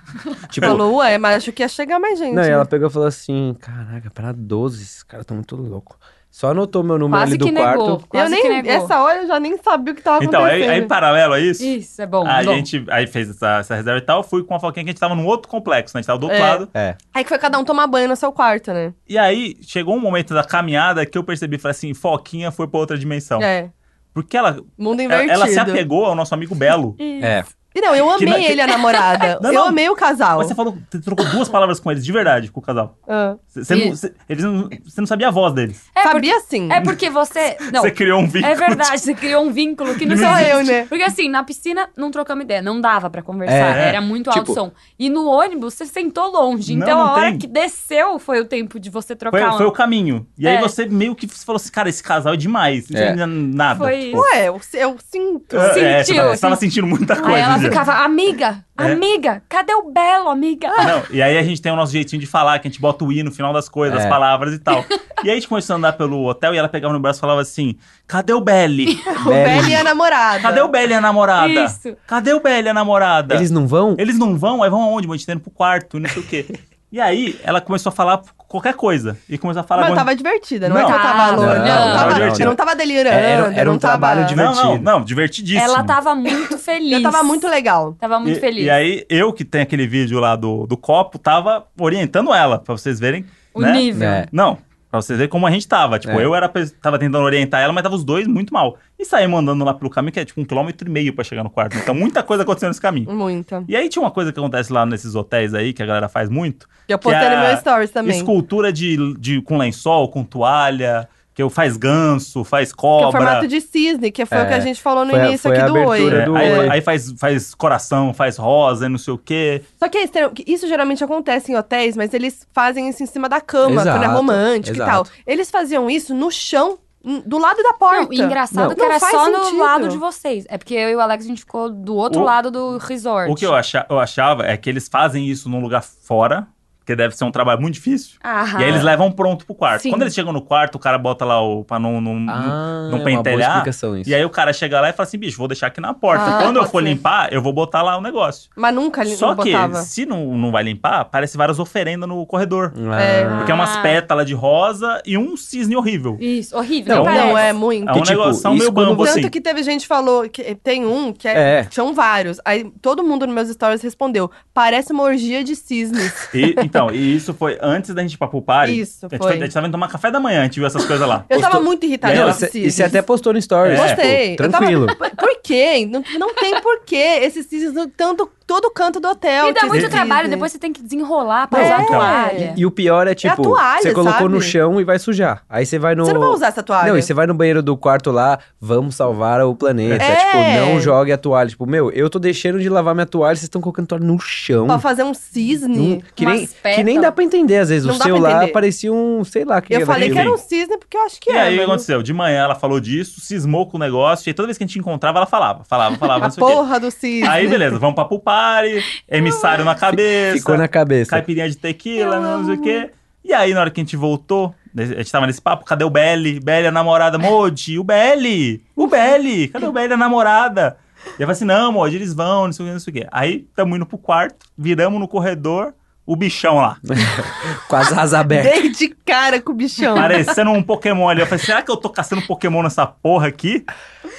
[SPEAKER 4] Tipo,
[SPEAKER 2] Falou, ué, é, mas acho que ia chegar mais gente.
[SPEAKER 4] Não, e
[SPEAKER 2] né?
[SPEAKER 4] ela pegou e falou assim: Caraca, pra 12, esses caras tão muito louco. Só anotou meu número
[SPEAKER 3] Quase
[SPEAKER 4] ali
[SPEAKER 3] que
[SPEAKER 4] do quarto.
[SPEAKER 3] negou. Quase
[SPEAKER 2] Eu
[SPEAKER 3] que
[SPEAKER 2] nem,
[SPEAKER 3] negou.
[SPEAKER 2] essa hora eu já nem sabia o que tava
[SPEAKER 1] Então, aí,
[SPEAKER 2] acontecendo.
[SPEAKER 1] aí, em paralelo a isso,
[SPEAKER 3] Isso, é bom.
[SPEAKER 1] a
[SPEAKER 3] bom.
[SPEAKER 1] gente aí fez essa, essa reserva e tal, fui com a Foquinha que a gente tava num outro complexo, né? A gente tava do outro
[SPEAKER 2] É.
[SPEAKER 1] lado.
[SPEAKER 4] É.
[SPEAKER 2] Aí que foi cada um tomar banho no seu quarto, né?
[SPEAKER 1] E aí, chegou um momento da caminhada que eu percebi, falei assim, Foquinha foi pra outra dimensão.
[SPEAKER 2] É.
[SPEAKER 1] Porque ela,
[SPEAKER 2] Mundo
[SPEAKER 1] Então. ela,
[SPEAKER 2] invertido.
[SPEAKER 3] (laughs) Então.
[SPEAKER 1] ela se apegou ao nosso amigo Belo.
[SPEAKER 4] É.
[SPEAKER 2] E não, eu
[SPEAKER 1] Que
[SPEAKER 2] amei
[SPEAKER 1] na- que-
[SPEAKER 2] ele e a namorada.
[SPEAKER 1] Não,
[SPEAKER 2] eu
[SPEAKER 1] não.
[SPEAKER 2] amei o casal.
[SPEAKER 1] Mas você falou, você trocou duas palavras com eles, de verdade, com o casal.
[SPEAKER 2] Ah.
[SPEAKER 1] Você, você
[SPEAKER 3] E-
[SPEAKER 1] não, você- eles não, você não sabia a voz deles.
[SPEAKER 3] É
[SPEAKER 2] Sabia sim.
[SPEAKER 3] Porque, é porque você.
[SPEAKER 1] (laughs)
[SPEAKER 3] Não,
[SPEAKER 1] Você criou um vínculo.
[SPEAKER 3] é verdade, você criou um vínculo que não
[SPEAKER 2] Só
[SPEAKER 3] existe.
[SPEAKER 2] eu, né?
[SPEAKER 3] Porque assim, na piscina não trocamos ideia, não dava pra conversar,
[SPEAKER 1] É.
[SPEAKER 3] era muito alto
[SPEAKER 4] Tipo-
[SPEAKER 3] o som. E no ônibus você sentou longe,
[SPEAKER 1] Não,
[SPEAKER 3] então
[SPEAKER 1] não
[SPEAKER 3] a hora
[SPEAKER 1] tem.
[SPEAKER 3] que desceu foi o tempo de você
[SPEAKER 1] (laughs) Foi,
[SPEAKER 3] trocar
[SPEAKER 1] foi
[SPEAKER 3] um-
[SPEAKER 1] o caminho. E
[SPEAKER 3] É.
[SPEAKER 1] aí você meio que falou assim, cara, esse casal é demais. Não
[SPEAKER 4] É.
[SPEAKER 1] tinha nada.
[SPEAKER 3] Foi
[SPEAKER 1] tipo.
[SPEAKER 3] isso.
[SPEAKER 2] Ué, eu, eu sinto.
[SPEAKER 1] É, é, você
[SPEAKER 3] Sentiu,
[SPEAKER 1] tava-
[SPEAKER 3] assim.
[SPEAKER 1] você tava sentindo muita coisa.
[SPEAKER 3] Aí ela
[SPEAKER 1] já.
[SPEAKER 3] ficava, amiga,
[SPEAKER 1] É.
[SPEAKER 3] amiga, cadê o Belo, amiga?
[SPEAKER 1] Não, e aí a gente tem o nosso jeitinho de falar, que a gente bota o i no final das coisas,
[SPEAKER 4] É.
[SPEAKER 1] as palavras e tal. E aí a gente começou a andar pelo hotel e ela pegava no braço e falava assim: cadê o Belly?
[SPEAKER 2] (laughs) O velho e a namorada.
[SPEAKER 1] Cadê o Belly e a namorada?
[SPEAKER 3] Isso.
[SPEAKER 1] Cadê o Belly e a namorada?
[SPEAKER 4] Eles não vão?
[SPEAKER 1] Eles não vão, aí vão aonde? mano? A gente tá indo pro quarto, não sei o quê. E aí ela começou a falar qualquer coisa. E começou a falar.
[SPEAKER 2] Mas eu
[SPEAKER 1] alguma-
[SPEAKER 2] tava divertida, não, é
[SPEAKER 1] Não.
[SPEAKER 2] que eu tava
[SPEAKER 3] Tava,
[SPEAKER 2] louca. Não,
[SPEAKER 4] não,
[SPEAKER 2] eu
[SPEAKER 1] tava
[SPEAKER 2] tava-
[SPEAKER 1] divertida.
[SPEAKER 2] eu não tava delirando.
[SPEAKER 4] Era- era
[SPEAKER 2] eu
[SPEAKER 4] um
[SPEAKER 2] não tava-
[SPEAKER 4] trabalho divertido.
[SPEAKER 1] Não, não, não, divertidíssimo.
[SPEAKER 3] Ela tava muito feliz.
[SPEAKER 2] Eu tava muito legal.
[SPEAKER 3] Tava muito
[SPEAKER 1] e,
[SPEAKER 3] feliz.
[SPEAKER 1] E aí, eu que tem aquele vídeo lá do, do copo, tava orientando ela, pra vocês verem.
[SPEAKER 3] o
[SPEAKER 1] né?
[SPEAKER 3] nível.
[SPEAKER 4] É.
[SPEAKER 1] Não, pra vocês verem como a gente tava. Tipo,
[SPEAKER 4] É.
[SPEAKER 1] eu era, a pe- tava tentando orientar ela, mas tava os dois muito mal. E saímos andando lá pelo caminho, que é tipo um quilômetro e meio pra chegar no quarto. Então, muita coisa aconteceu nesse caminho.
[SPEAKER 2] Muita.
[SPEAKER 1] E aí tinha uma coisa que acontece lá nesses hotéis aí, que a galera faz muito.
[SPEAKER 2] E eu postei
[SPEAKER 1] Que
[SPEAKER 2] no
[SPEAKER 1] a-
[SPEAKER 2] meu stories também.
[SPEAKER 1] Escultura de, de, com lençol, com toalha, que eu faz ganso, faz
[SPEAKER 2] Que é
[SPEAKER 1] cobra.
[SPEAKER 2] o formato de cisne, que foi o que a gente falou no
[SPEAKER 4] É. Foi a-
[SPEAKER 2] início
[SPEAKER 4] foi
[SPEAKER 2] aqui
[SPEAKER 4] a
[SPEAKER 2] do Oi.
[SPEAKER 4] abertura
[SPEAKER 1] É,
[SPEAKER 4] do
[SPEAKER 1] aí,
[SPEAKER 4] Oi.
[SPEAKER 1] aí faz, faz coração, faz rosa, e não sei o quê.
[SPEAKER 2] Só que é estranho, que isso geralmente acontece em hotéis, mas eles fazem isso em cima da cama, quando é
[SPEAKER 4] Exato,
[SPEAKER 2] romântico
[SPEAKER 4] exato.
[SPEAKER 2] e tal. Eles faziam isso no chão, n- do lado da porta.
[SPEAKER 3] Não, e engraçado
[SPEAKER 2] Não.
[SPEAKER 3] que era
[SPEAKER 2] Não faz
[SPEAKER 3] só
[SPEAKER 2] sentido.
[SPEAKER 3] no lado de vocês. É porque eu e o Alex, a gente ficou do outro
[SPEAKER 1] O-
[SPEAKER 3] lado do resort.
[SPEAKER 1] O que eu, acha, eu achava é que eles fazem isso num lugar fora, que deve ser um trabalho muito difícil.
[SPEAKER 2] Ah.
[SPEAKER 3] Aham.
[SPEAKER 1] E aí eles levam pronto pro quarto.
[SPEAKER 3] Sim.
[SPEAKER 1] Quando eles chegam no quarto, o cara bota lá o. pra não. não-
[SPEAKER 4] Ah,
[SPEAKER 1] não
[SPEAKER 4] é uma boa
[SPEAKER 1] pentelhar,
[SPEAKER 4] explicação isso.
[SPEAKER 1] E aí o cara chega lá e fala assim, bicho, vou deixar aqui na porta.
[SPEAKER 2] Ah,
[SPEAKER 1] Quando eu
[SPEAKER 2] pode
[SPEAKER 1] for
[SPEAKER 2] ser.
[SPEAKER 1] limpar, eu vou botar lá o negócio.
[SPEAKER 2] Mas nunca li-
[SPEAKER 1] Só
[SPEAKER 2] não
[SPEAKER 1] que,
[SPEAKER 2] botava.
[SPEAKER 1] se não, não vai limpar, aparece várias oferendas no corredor.
[SPEAKER 4] Ah.
[SPEAKER 2] É.
[SPEAKER 1] Porque é umas pétalas de rosa e um cisne horrível.
[SPEAKER 3] Isso, horrível.
[SPEAKER 1] Não,
[SPEAKER 3] Não,
[SPEAKER 2] Não,
[SPEAKER 3] parece.
[SPEAKER 2] é muito.
[SPEAKER 1] É um
[SPEAKER 4] Que, tipo,
[SPEAKER 1] negócio
[SPEAKER 4] isso
[SPEAKER 1] meio
[SPEAKER 4] quando
[SPEAKER 1] bambo,
[SPEAKER 2] Tanto
[SPEAKER 1] assim.
[SPEAKER 2] que teve gente que falou que tem um que é,
[SPEAKER 4] É.
[SPEAKER 2] são vários. Aí todo mundo nos meus stories respondeu: parece uma orgia de cisnes.
[SPEAKER 1] E- então, e isso foi antes da gente ir pra pool party.
[SPEAKER 2] Isso,
[SPEAKER 1] a gente,
[SPEAKER 2] foi.
[SPEAKER 1] a gente tava indo tomar café da manhã, a gente viu essas coisas lá.
[SPEAKER 2] (laughs) Eu tava
[SPEAKER 4] Postou-
[SPEAKER 2] muito
[SPEAKER 1] Tá,
[SPEAKER 2] irritada
[SPEAKER 1] Não,
[SPEAKER 2] com
[SPEAKER 4] Não,
[SPEAKER 2] esses
[SPEAKER 4] cê- Ah, e
[SPEAKER 2] cisnes.
[SPEAKER 4] você até postou no stories.
[SPEAKER 1] É.
[SPEAKER 4] tipo,
[SPEAKER 2] Gostei. Eu tava- (laughs)
[SPEAKER 4] tranquilo.
[SPEAKER 2] Por- Por quê? Não, não tem porquê. Esses cisnes no tanto, todo canto do
[SPEAKER 1] é
[SPEAKER 2] hotel. Tipo,
[SPEAKER 3] E dá
[SPEAKER 2] tinha
[SPEAKER 3] muito
[SPEAKER 2] cisne.
[SPEAKER 3] trabalho, depois você tem que desenrolar,
[SPEAKER 4] Não,
[SPEAKER 3] passar a
[SPEAKER 4] então,
[SPEAKER 3] toalha.
[SPEAKER 4] E o pior é, tipo,
[SPEAKER 2] toalha,
[SPEAKER 4] você colocou
[SPEAKER 2] sabe?
[SPEAKER 4] no chão e vai sujar. Aí você vai no.
[SPEAKER 2] Você não vai usar essa toalha.
[SPEAKER 4] Não,
[SPEAKER 1] é
[SPEAKER 4] e você vai no banheiro do quarto lá, vamos salvar o planeta.
[SPEAKER 2] É.
[SPEAKER 4] Tipo, não jogue a toalha. Tipo, meu, eu tô deixando de lavar minha toalha, vocês estão colocando toalha no chão.
[SPEAKER 2] Pra fazer um cisne.
[SPEAKER 4] Não- que, nem,
[SPEAKER 3] Umas
[SPEAKER 4] que nem dá pra entender, às vezes.
[SPEAKER 2] Não
[SPEAKER 4] o
[SPEAKER 2] dá pra
[SPEAKER 4] seu lá
[SPEAKER 2] entender.
[SPEAKER 4] parecia um, sei lá, que
[SPEAKER 2] Eu falei que
[SPEAKER 4] daquilo.
[SPEAKER 2] era um cisne porque eu acho que
[SPEAKER 1] e
[SPEAKER 2] é.
[SPEAKER 1] aí, o que
[SPEAKER 2] mano.
[SPEAKER 1] aconteceu? De manhã ela falou disso, cismou com o negócio, e toda vez que a gente encontrava, ela falava, falava, falava,
[SPEAKER 2] A
[SPEAKER 1] não sei o quê.
[SPEAKER 2] porra do cisne.
[SPEAKER 1] Aí,
[SPEAKER 2] (laughs)
[SPEAKER 1] beleza, vamos pra pool party, emissário na cabeça,
[SPEAKER 4] Ficou na cabeça.
[SPEAKER 1] caipirinha de tequila, não sei o quê. E aí, na hora que a gente voltou, né, a gente tava nesse papo, cadê o Belly? Belly, é a namorada, Modi, o Belly! O Belly! Cadê o Belly, a namorada? E ela falou assim, não, Modi, eles vão, não sei o quê, não sei o quê. Aí, tamo indo pro quarto, viramos no corredor, o bichão lá.
[SPEAKER 4] (laughs) Com as asas
[SPEAKER 1] é.
[SPEAKER 2] (laughs)
[SPEAKER 4] abertas.
[SPEAKER 2] Dei de cara com o bichão.
[SPEAKER 1] Parecendo um Pokémon ali. Eu falei, será que eu tô caçando Pokémon nessa porra aqui?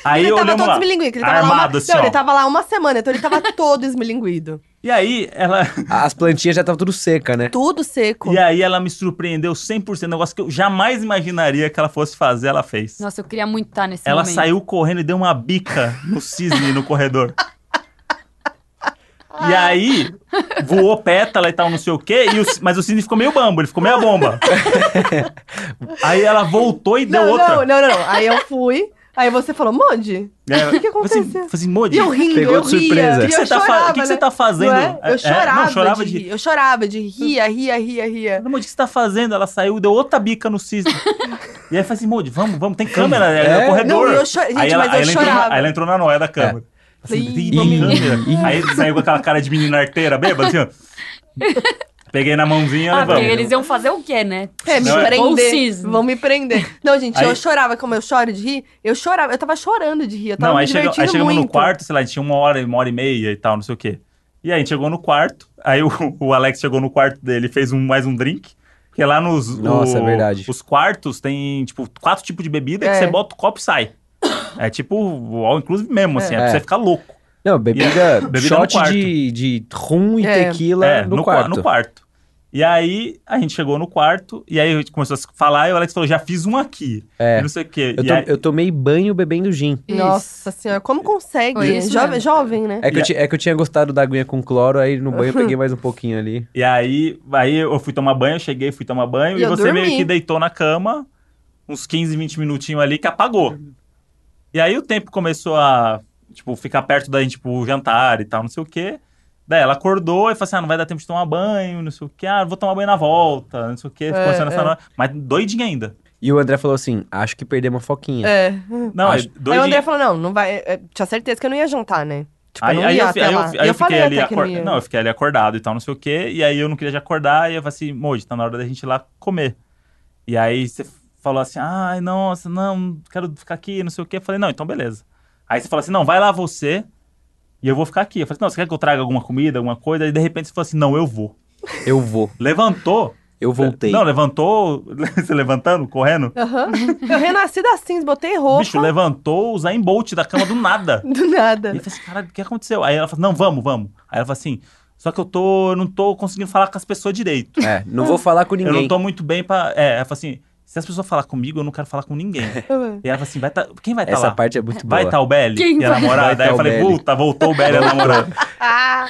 [SPEAKER 1] Aí
[SPEAKER 2] ele
[SPEAKER 1] eu
[SPEAKER 2] tava
[SPEAKER 1] olhamos
[SPEAKER 2] todo
[SPEAKER 1] lá,
[SPEAKER 2] esmilinguido. que Ele tava lá
[SPEAKER 1] armado
[SPEAKER 2] uma...
[SPEAKER 1] assim,
[SPEAKER 2] Não,
[SPEAKER 1] ó.
[SPEAKER 2] ele tava lá uma semana, então ele tava (laughs) todo esmilinguido.
[SPEAKER 1] E aí, ela...
[SPEAKER 4] As plantinhas já estavam tudo seca, né?
[SPEAKER 2] Tudo seco.
[SPEAKER 1] E aí ela me surpreendeu 100%, negócio que eu jamais imaginaria que ela fosse fazer, ela fez.
[SPEAKER 3] Nossa, eu queria muito estar nesse
[SPEAKER 1] ela
[SPEAKER 3] momento.
[SPEAKER 1] saiu correndo e deu uma bica no cisne no corredor. E aí, voou pétala e tal, não sei o quê, e o ci- mas o cisne ficou meio bambo, ele ficou meio bomba. aí ela voltou e deu
[SPEAKER 2] não,
[SPEAKER 1] outra.
[SPEAKER 2] não, não, não. Aí eu fui. Aí você falou, Monde,
[SPEAKER 1] É,
[SPEAKER 2] o que, que
[SPEAKER 1] eu falei
[SPEAKER 2] aconteceu?
[SPEAKER 1] assim, falei assim, Modi,
[SPEAKER 2] E eu rindo,
[SPEAKER 4] Pegou
[SPEAKER 2] eu
[SPEAKER 4] de
[SPEAKER 2] ria.
[SPEAKER 4] surpresa.
[SPEAKER 2] e
[SPEAKER 1] o que,
[SPEAKER 2] eu
[SPEAKER 1] você tá fa-
[SPEAKER 2] chorava,
[SPEAKER 1] o que você
[SPEAKER 2] né?
[SPEAKER 1] tá fazendo?
[SPEAKER 2] Não é?
[SPEAKER 1] É, é,
[SPEAKER 2] Eu chorava,
[SPEAKER 1] não, chorava
[SPEAKER 2] de
[SPEAKER 1] de...
[SPEAKER 2] rir. Eu chorava de ria, ria, ria, ria.
[SPEAKER 1] Falei, Modi, o que você tá fazendo? Ela saiu e deu outra bica no cisne. e aí eu falei assim, Modi, vamos, vamos, tem câmera, é, é
[SPEAKER 4] É?
[SPEAKER 1] o corredor.
[SPEAKER 2] Não, eu cho- gente,
[SPEAKER 1] aí ela,
[SPEAKER 2] mas eu
[SPEAKER 1] aí ela entrou na-
[SPEAKER 2] chorava.
[SPEAKER 1] aí ela entrou na noia da câmera. Assim,
[SPEAKER 2] Ih,
[SPEAKER 1] tem uma
[SPEAKER 4] ih,
[SPEAKER 1] câmera.
[SPEAKER 4] ih.
[SPEAKER 1] Aí saiu com aquela cara de menina arteira, bêbada,
[SPEAKER 2] (laughs)
[SPEAKER 1] assim, ó. Peguei na mãozinha,
[SPEAKER 3] Ah, porque
[SPEAKER 1] levamos.
[SPEAKER 3] eles iam fazer o quê, né?
[SPEAKER 2] É, me
[SPEAKER 1] Não, é-
[SPEAKER 3] Ou
[SPEAKER 2] prender.
[SPEAKER 3] cisne.
[SPEAKER 2] Vão me prender. Não, gente, eu
[SPEAKER 1] Aí-
[SPEAKER 2] chorava como eu choro de rir. Eu chorava, eu tava chorando de rir. Eu tava
[SPEAKER 1] Não,
[SPEAKER 2] me
[SPEAKER 1] aí, chegou,
[SPEAKER 2] divertindo
[SPEAKER 1] aí chegamos
[SPEAKER 2] muito.
[SPEAKER 1] no quarto, sei lá, tinha uma hora, uma hora e meia e tal, não sei o quê. E aí a gente chegou no quarto, aí o, (laughs) o Alex chegou no quarto dele fez um, mais um drink. Porque lá nos
[SPEAKER 4] Nossa,
[SPEAKER 1] o-
[SPEAKER 4] é verdade.
[SPEAKER 1] os quartos tem, tipo, quatro tipos de bebida que
[SPEAKER 2] É.
[SPEAKER 1] você bota o copo e sai. É tipo, all inclusive mesmo, assim, é, pra
[SPEAKER 4] É.
[SPEAKER 1] você ficar louco.
[SPEAKER 4] Não, bebida,
[SPEAKER 1] Bebida no
[SPEAKER 4] shot
[SPEAKER 1] quarto.
[SPEAKER 4] de, de rum e
[SPEAKER 2] É.
[SPEAKER 4] tequila
[SPEAKER 1] é,
[SPEAKER 4] no,
[SPEAKER 1] qua-
[SPEAKER 4] quarto.
[SPEAKER 1] no quarto. E aí a gente chegou no quarto, e aí a gente começou a se falar, e o Alex falou: já fiz um aqui.
[SPEAKER 4] É.
[SPEAKER 1] E não sei o quê.
[SPEAKER 4] Eu,
[SPEAKER 1] E
[SPEAKER 4] to-
[SPEAKER 1] aí-
[SPEAKER 4] eu tomei banho bebendo gin.
[SPEAKER 3] Isso.
[SPEAKER 2] Nossa senhora, como consegue?
[SPEAKER 3] Foi isso
[SPEAKER 2] jovem,
[SPEAKER 3] mesmo.
[SPEAKER 2] jovem, né?
[SPEAKER 4] É que, eu ti- é que eu tinha gostado da aguinha com cloro, aí no banho eu peguei mais um pouquinho ali.
[SPEAKER 1] E aí, aí eu fui tomar banho, eu cheguei, fui tomar banho,
[SPEAKER 2] E
[SPEAKER 1] e,
[SPEAKER 2] eu
[SPEAKER 1] você
[SPEAKER 2] dormi.
[SPEAKER 1] meio que deitou na cama, uns 15, 20 minutinhos ali, que apagou. E aí o tempo começou a, tipo, ficar perto da gente, tipo, jantar e tal, não sei o quê. Daí ela acordou e falou assim, ah, não vai dar tempo de tomar banho, não sei o quê. Ah, vou tomar banho na volta, não sei o quê. Ficou
[SPEAKER 2] É,
[SPEAKER 1] assim nessa
[SPEAKER 2] é.
[SPEAKER 1] noite. Mas doidinha ainda.
[SPEAKER 4] E o André falou assim: acho que perdemos a foquinha.
[SPEAKER 2] É.
[SPEAKER 1] Não,
[SPEAKER 4] Acho-
[SPEAKER 1] é
[SPEAKER 2] Aí o
[SPEAKER 1] doidinha.
[SPEAKER 2] André falou: não, não vai. é, Tinha certeza que eu não ia jantar, né? Tipo, eu
[SPEAKER 1] Aí,
[SPEAKER 2] não
[SPEAKER 1] aí
[SPEAKER 2] ia
[SPEAKER 1] eu, fi-
[SPEAKER 2] até
[SPEAKER 1] aí eu,
[SPEAKER 2] lá.
[SPEAKER 1] fi-
[SPEAKER 2] E
[SPEAKER 1] aí eu
[SPEAKER 2] falei
[SPEAKER 1] fiquei ali
[SPEAKER 2] até que
[SPEAKER 1] acor-
[SPEAKER 2] ia.
[SPEAKER 1] Não, eu fiquei ali acordado e tal, não sei o quê. E aí eu não queria já acordar, e eu falei assim, Moji, tá na hora da gente ir lá comer. E aí você falou assim, ai, nossa, não, quero ficar aqui, não sei o quê. Eu falei, não, então beleza. Aí você falou assim, não, vai lá você e eu vou ficar aqui. Eu falei, assim, não, você quer que eu traga alguma comida, alguma coisa? E de repente você falou assim, não, eu vou.
[SPEAKER 4] Eu vou.
[SPEAKER 1] Levantou.
[SPEAKER 4] Eu voltei.
[SPEAKER 1] Não, levantou, (laughs) você levantando, correndo.
[SPEAKER 2] Aham. Eu renasci das cinzas, botei roupa.
[SPEAKER 1] Bicho, levantou o Zayn Bolt da cama do nada.
[SPEAKER 2] (laughs) Do nada.
[SPEAKER 1] E eu falei assim, cara, o que aconteceu? Aí ela falou, não, vamos, vamos. Aí ela falou assim, só que eu tô, eu não tô conseguindo falar com as pessoas direito.
[SPEAKER 4] É, não vou falar com
[SPEAKER 1] Eu
[SPEAKER 4] ninguém.
[SPEAKER 1] não tô muito bem pra... É, ela falou assim, se as pessoas falar comigo, eu não quero falar com
[SPEAKER 4] (laughs)
[SPEAKER 1] ninguém. e ela falou assim, vai tá, quem vai estar tá
[SPEAKER 4] Essa
[SPEAKER 1] lá?
[SPEAKER 4] parte é muito
[SPEAKER 1] Vai
[SPEAKER 4] boa.
[SPEAKER 1] tá o Belly
[SPEAKER 3] Quem
[SPEAKER 1] e a
[SPEAKER 3] vai?
[SPEAKER 1] namorada?
[SPEAKER 4] Vai tá
[SPEAKER 1] Aí eu
[SPEAKER 4] o
[SPEAKER 1] falei,
[SPEAKER 4] Belly.
[SPEAKER 1] puta, voltou o Belly e
[SPEAKER 4] (laughs)
[SPEAKER 1] a namorada.
[SPEAKER 2] Ah,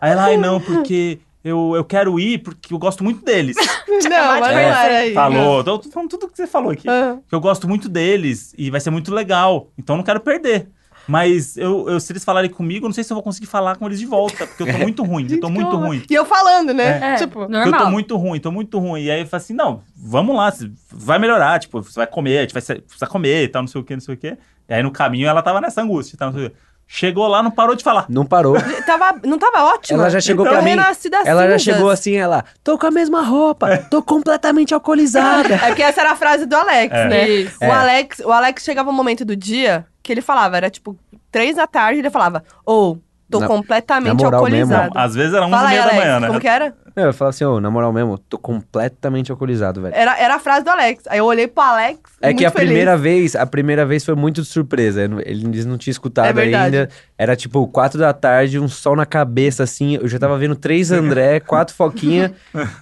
[SPEAKER 1] Aí ela, ai
[SPEAKER 3] (laughs)
[SPEAKER 1] não, porque eu, eu quero ir porque eu gosto muito deles.
[SPEAKER 2] não, mas não
[SPEAKER 4] É.
[SPEAKER 2] era aí. né?
[SPEAKER 1] Falou, Então, tô, tô falando tudo que você falou aqui.
[SPEAKER 2] Ah.
[SPEAKER 1] que eu gosto muito deles e vai ser muito legal. Então eu não quero perder. Mas eu, eu- se eles falarem comigo, eu não sei se eu vou conseguir falar com eles de volta, porque eu tô muito
[SPEAKER 2] (laughs)
[SPEAKER 1] ruim, eu tô muito ruim.
[SPEAKER 2] E eu falando, né?
[SPEAKER 3] É,
[SPEAKER 2] Tipo,
[SPEAKER 1] Eu tô
[SPEAKER 3] normal.
[SPEAKER 1] muito ruim, tô muito ruim. E aí eu falo assim: não, vamos lá, cê- vai melhorar, tipo, você vai comer, a gente vai se- precisa comer e tal, não sei o que, não sei o que. E aí no caminho ela tava nessa angústia, tá, não sei o quê. Chegou lá, não parou de falar.
[SPEAKER 4] Não parou.
[SPEAKER 2] tava, não tava ótimo.
[SPEAKER 4] Ela já chegou
[SPEAKER 2] eu
[SPEAKER 4] pra mim.
[SPEAKER 2] renasci Então, das
[SPEAKER 4] Ela já
[SPEAKER 2] cinzas.
[SPEAKER 4] chegou assim, ela, tô com a mesma roupa, tô completamente
[SPEAKER 2] (laughs)
[SPEAKER 4] alcoolizada.
[SPEAKER 2] É porque essa era a frase do Alex,
[SPEAKER 1] É.
[SPEAKER 2] né?
[SPEAKER 3] Isso.
[SPEAKER 2] O, Alex, o Alex chegava um momento do dia que ele falava, era tipo três da tarde, ele falava, ou, tô
[SPEAKER 4] Na-
[SPEAKER 2] completamente
[SPEAKER 4] na moral mesmo.
[SPEAKER 2] alcoolizado.
[SPEAKER 1] Às vezes era 11
[SPEAKER 2] Fala
[SPEAKER 1] e
[SPEAKER 2] aí,
[SPEAKER 1] meia da
[SPEAKER 2] Alex,
[SPEAKER 1] manhã, né?
[SPEAKER 2] como que é? era?
[SPEAKER 4] Eu falo assim, ô, na moral mesmo, tô completamente alcoolizado, velho.
[SPEAKER 2] era? Era a frase do Alex. Aí eu olhei pro Alex,
[SPEAKER 4] É que
[SPEAKER 2] muito
[SPEAKER 4] a
[SPEAKER 2] feliz.
[SPEAKER 4] primeira vez, a primeira vez foi muito de surpresa. eu não- Eles não tinham
[SPEAKER 2] É
[SPEAKER 4] escutado
[SPEAKER 2] verdade.
[SPEAKER 4] ainda. Era tipo quatro da tarde, um sol na cabeça, assim. Eu já tava vendo três André, quatro Foquinha.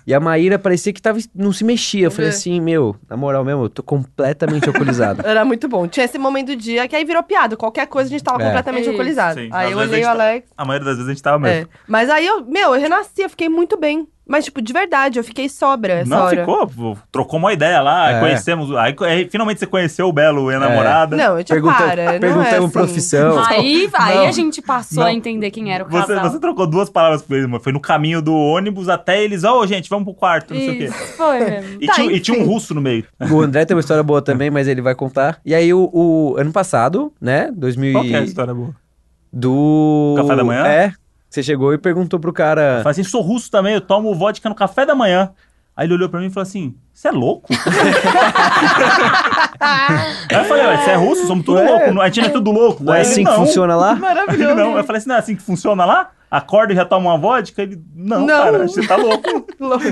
[SPEAKER 4] e a Maíra parecia que tava, não se mexia. Eu falei
[SPEAKER 2] É.
[SPEAKER 4] assim, meu, na moral mesmo, eu tô completamente alcoolizado.
[SPEAKER 2] Era muito bom. Tinha esse momento do dia que aí virou piada. Qualquer coisa a gente tava
[SPEAKER 4] É.
[SPEAKER 2] completamente
[SPEAKER 3] Isso.
[SPEAKER 2] alcoolizado.
[SPEAKER 1] Sim, às
[SPEAKER 2] Aí
[SPEAKER 1] vezes
[SPEAKER 2] eu
[SPEAKER 1] a
[SPEAKER 2] olhei
[SPEAKER 1] gente
[SPEAKER 2] o
[SPEAKER 1] tá-
[SPEAKER 2] Alex.
[SPEAKER 1] A maioria das vezes a gente tava
[SPEAKER 2] é.
[SPEAKER 1] Tá mesmo.
[SPEAKER 2] Mas aí eu, meu, eu renasci, eu fiquei muito bem. Mas, tipo, de verdade, eu fiquei sobra essa
[SPEAKER 1] não
[SPEAKER 2] hora.
[SPEAKER 1] ficou, pô, trocou uma ideia lá,
[SPEAKER 4] É.
[SPEAKER 1] conhecemos. Aí, aí finalmente você conheceu o Belo e a namorada.
[SPEAKER 2] Não, eu te
[SPEAKER 4] Pergunta-
[SPEAKER 2] (laughs)
[SPEAKER 4] um
[SPEAKER 2] para. não é
[SPEAKER 4] perguntamos
[SPEAKER 2] assim.
[SPEAKER 4] profissão.
[SPEAKER 3] Aí,
[SPEAKER 1] Não.
[SPEAKER 3] aí a gente passou
[SPEAKER 1] Não.
[SPEAKER 3] a entender quem era o
[SPEAKER 1] Você,
[SPEAKER 3] casal.
[SPEAKER 1] você trocou duas palavras com eles, mano. Foi no caminho do ônibus até eles, ô, gente, vamos pro quarto, não sei o quê.
[SPEAKER 3] Isso, foi mesmo.
[SPEAKER 1] E,
[SPEAKER 2] Tá,
[SPEAKER 1] tinha, e
[SPEAKER 2] enfim.
[SPEAKER 1] tinha um russo no meio.
[SPEAKER 4] O André tem uma história boa também, mas ele vai contar. E aí, o, o ano passado, né? 2000
[SPEAKER 1] Qual que é a
[SPEAKER 4] e...
[SPEAKER 1] história boa?
[SPEAKER 4] do...
[SPEAKER 1] Café da manhã?
[SPEAKER 4] É. Você chegou e perguntou pro
[SPEAKER 1] Eu
[SPEAKER 4] cara...
[SPEAKER 1] falei assim, sou russo também, eu tomo vodka no café da manhã. Aí ele olhou pra mim e falou assim, você é
[SPEAKER 2] (laughs)
[SPEAKER 1] louco? Aí eu falei, ué, você é russo? Somos tudo
[SPEAKER 4] Ué.
[SPEAKER 1] louco. não- A gente não é tudo louco.
[SPEAKER 4] Não é
[SPEAKER 1] Aí ele,
[SPEAKER 4] assim que
[SPEAKER 1] "Não."
[SPEAKER 4] funciona lá?
[SPEAKER 1] (laughs) Ele, não. Eu falei assim, não é assim que funciona lá? Acorda e já toma uma vodka? Ele, não,
[SPEAKER 2] Não.
[SPEAKER 1] cara, você tá louco.
[SPEAKER 2] Louco.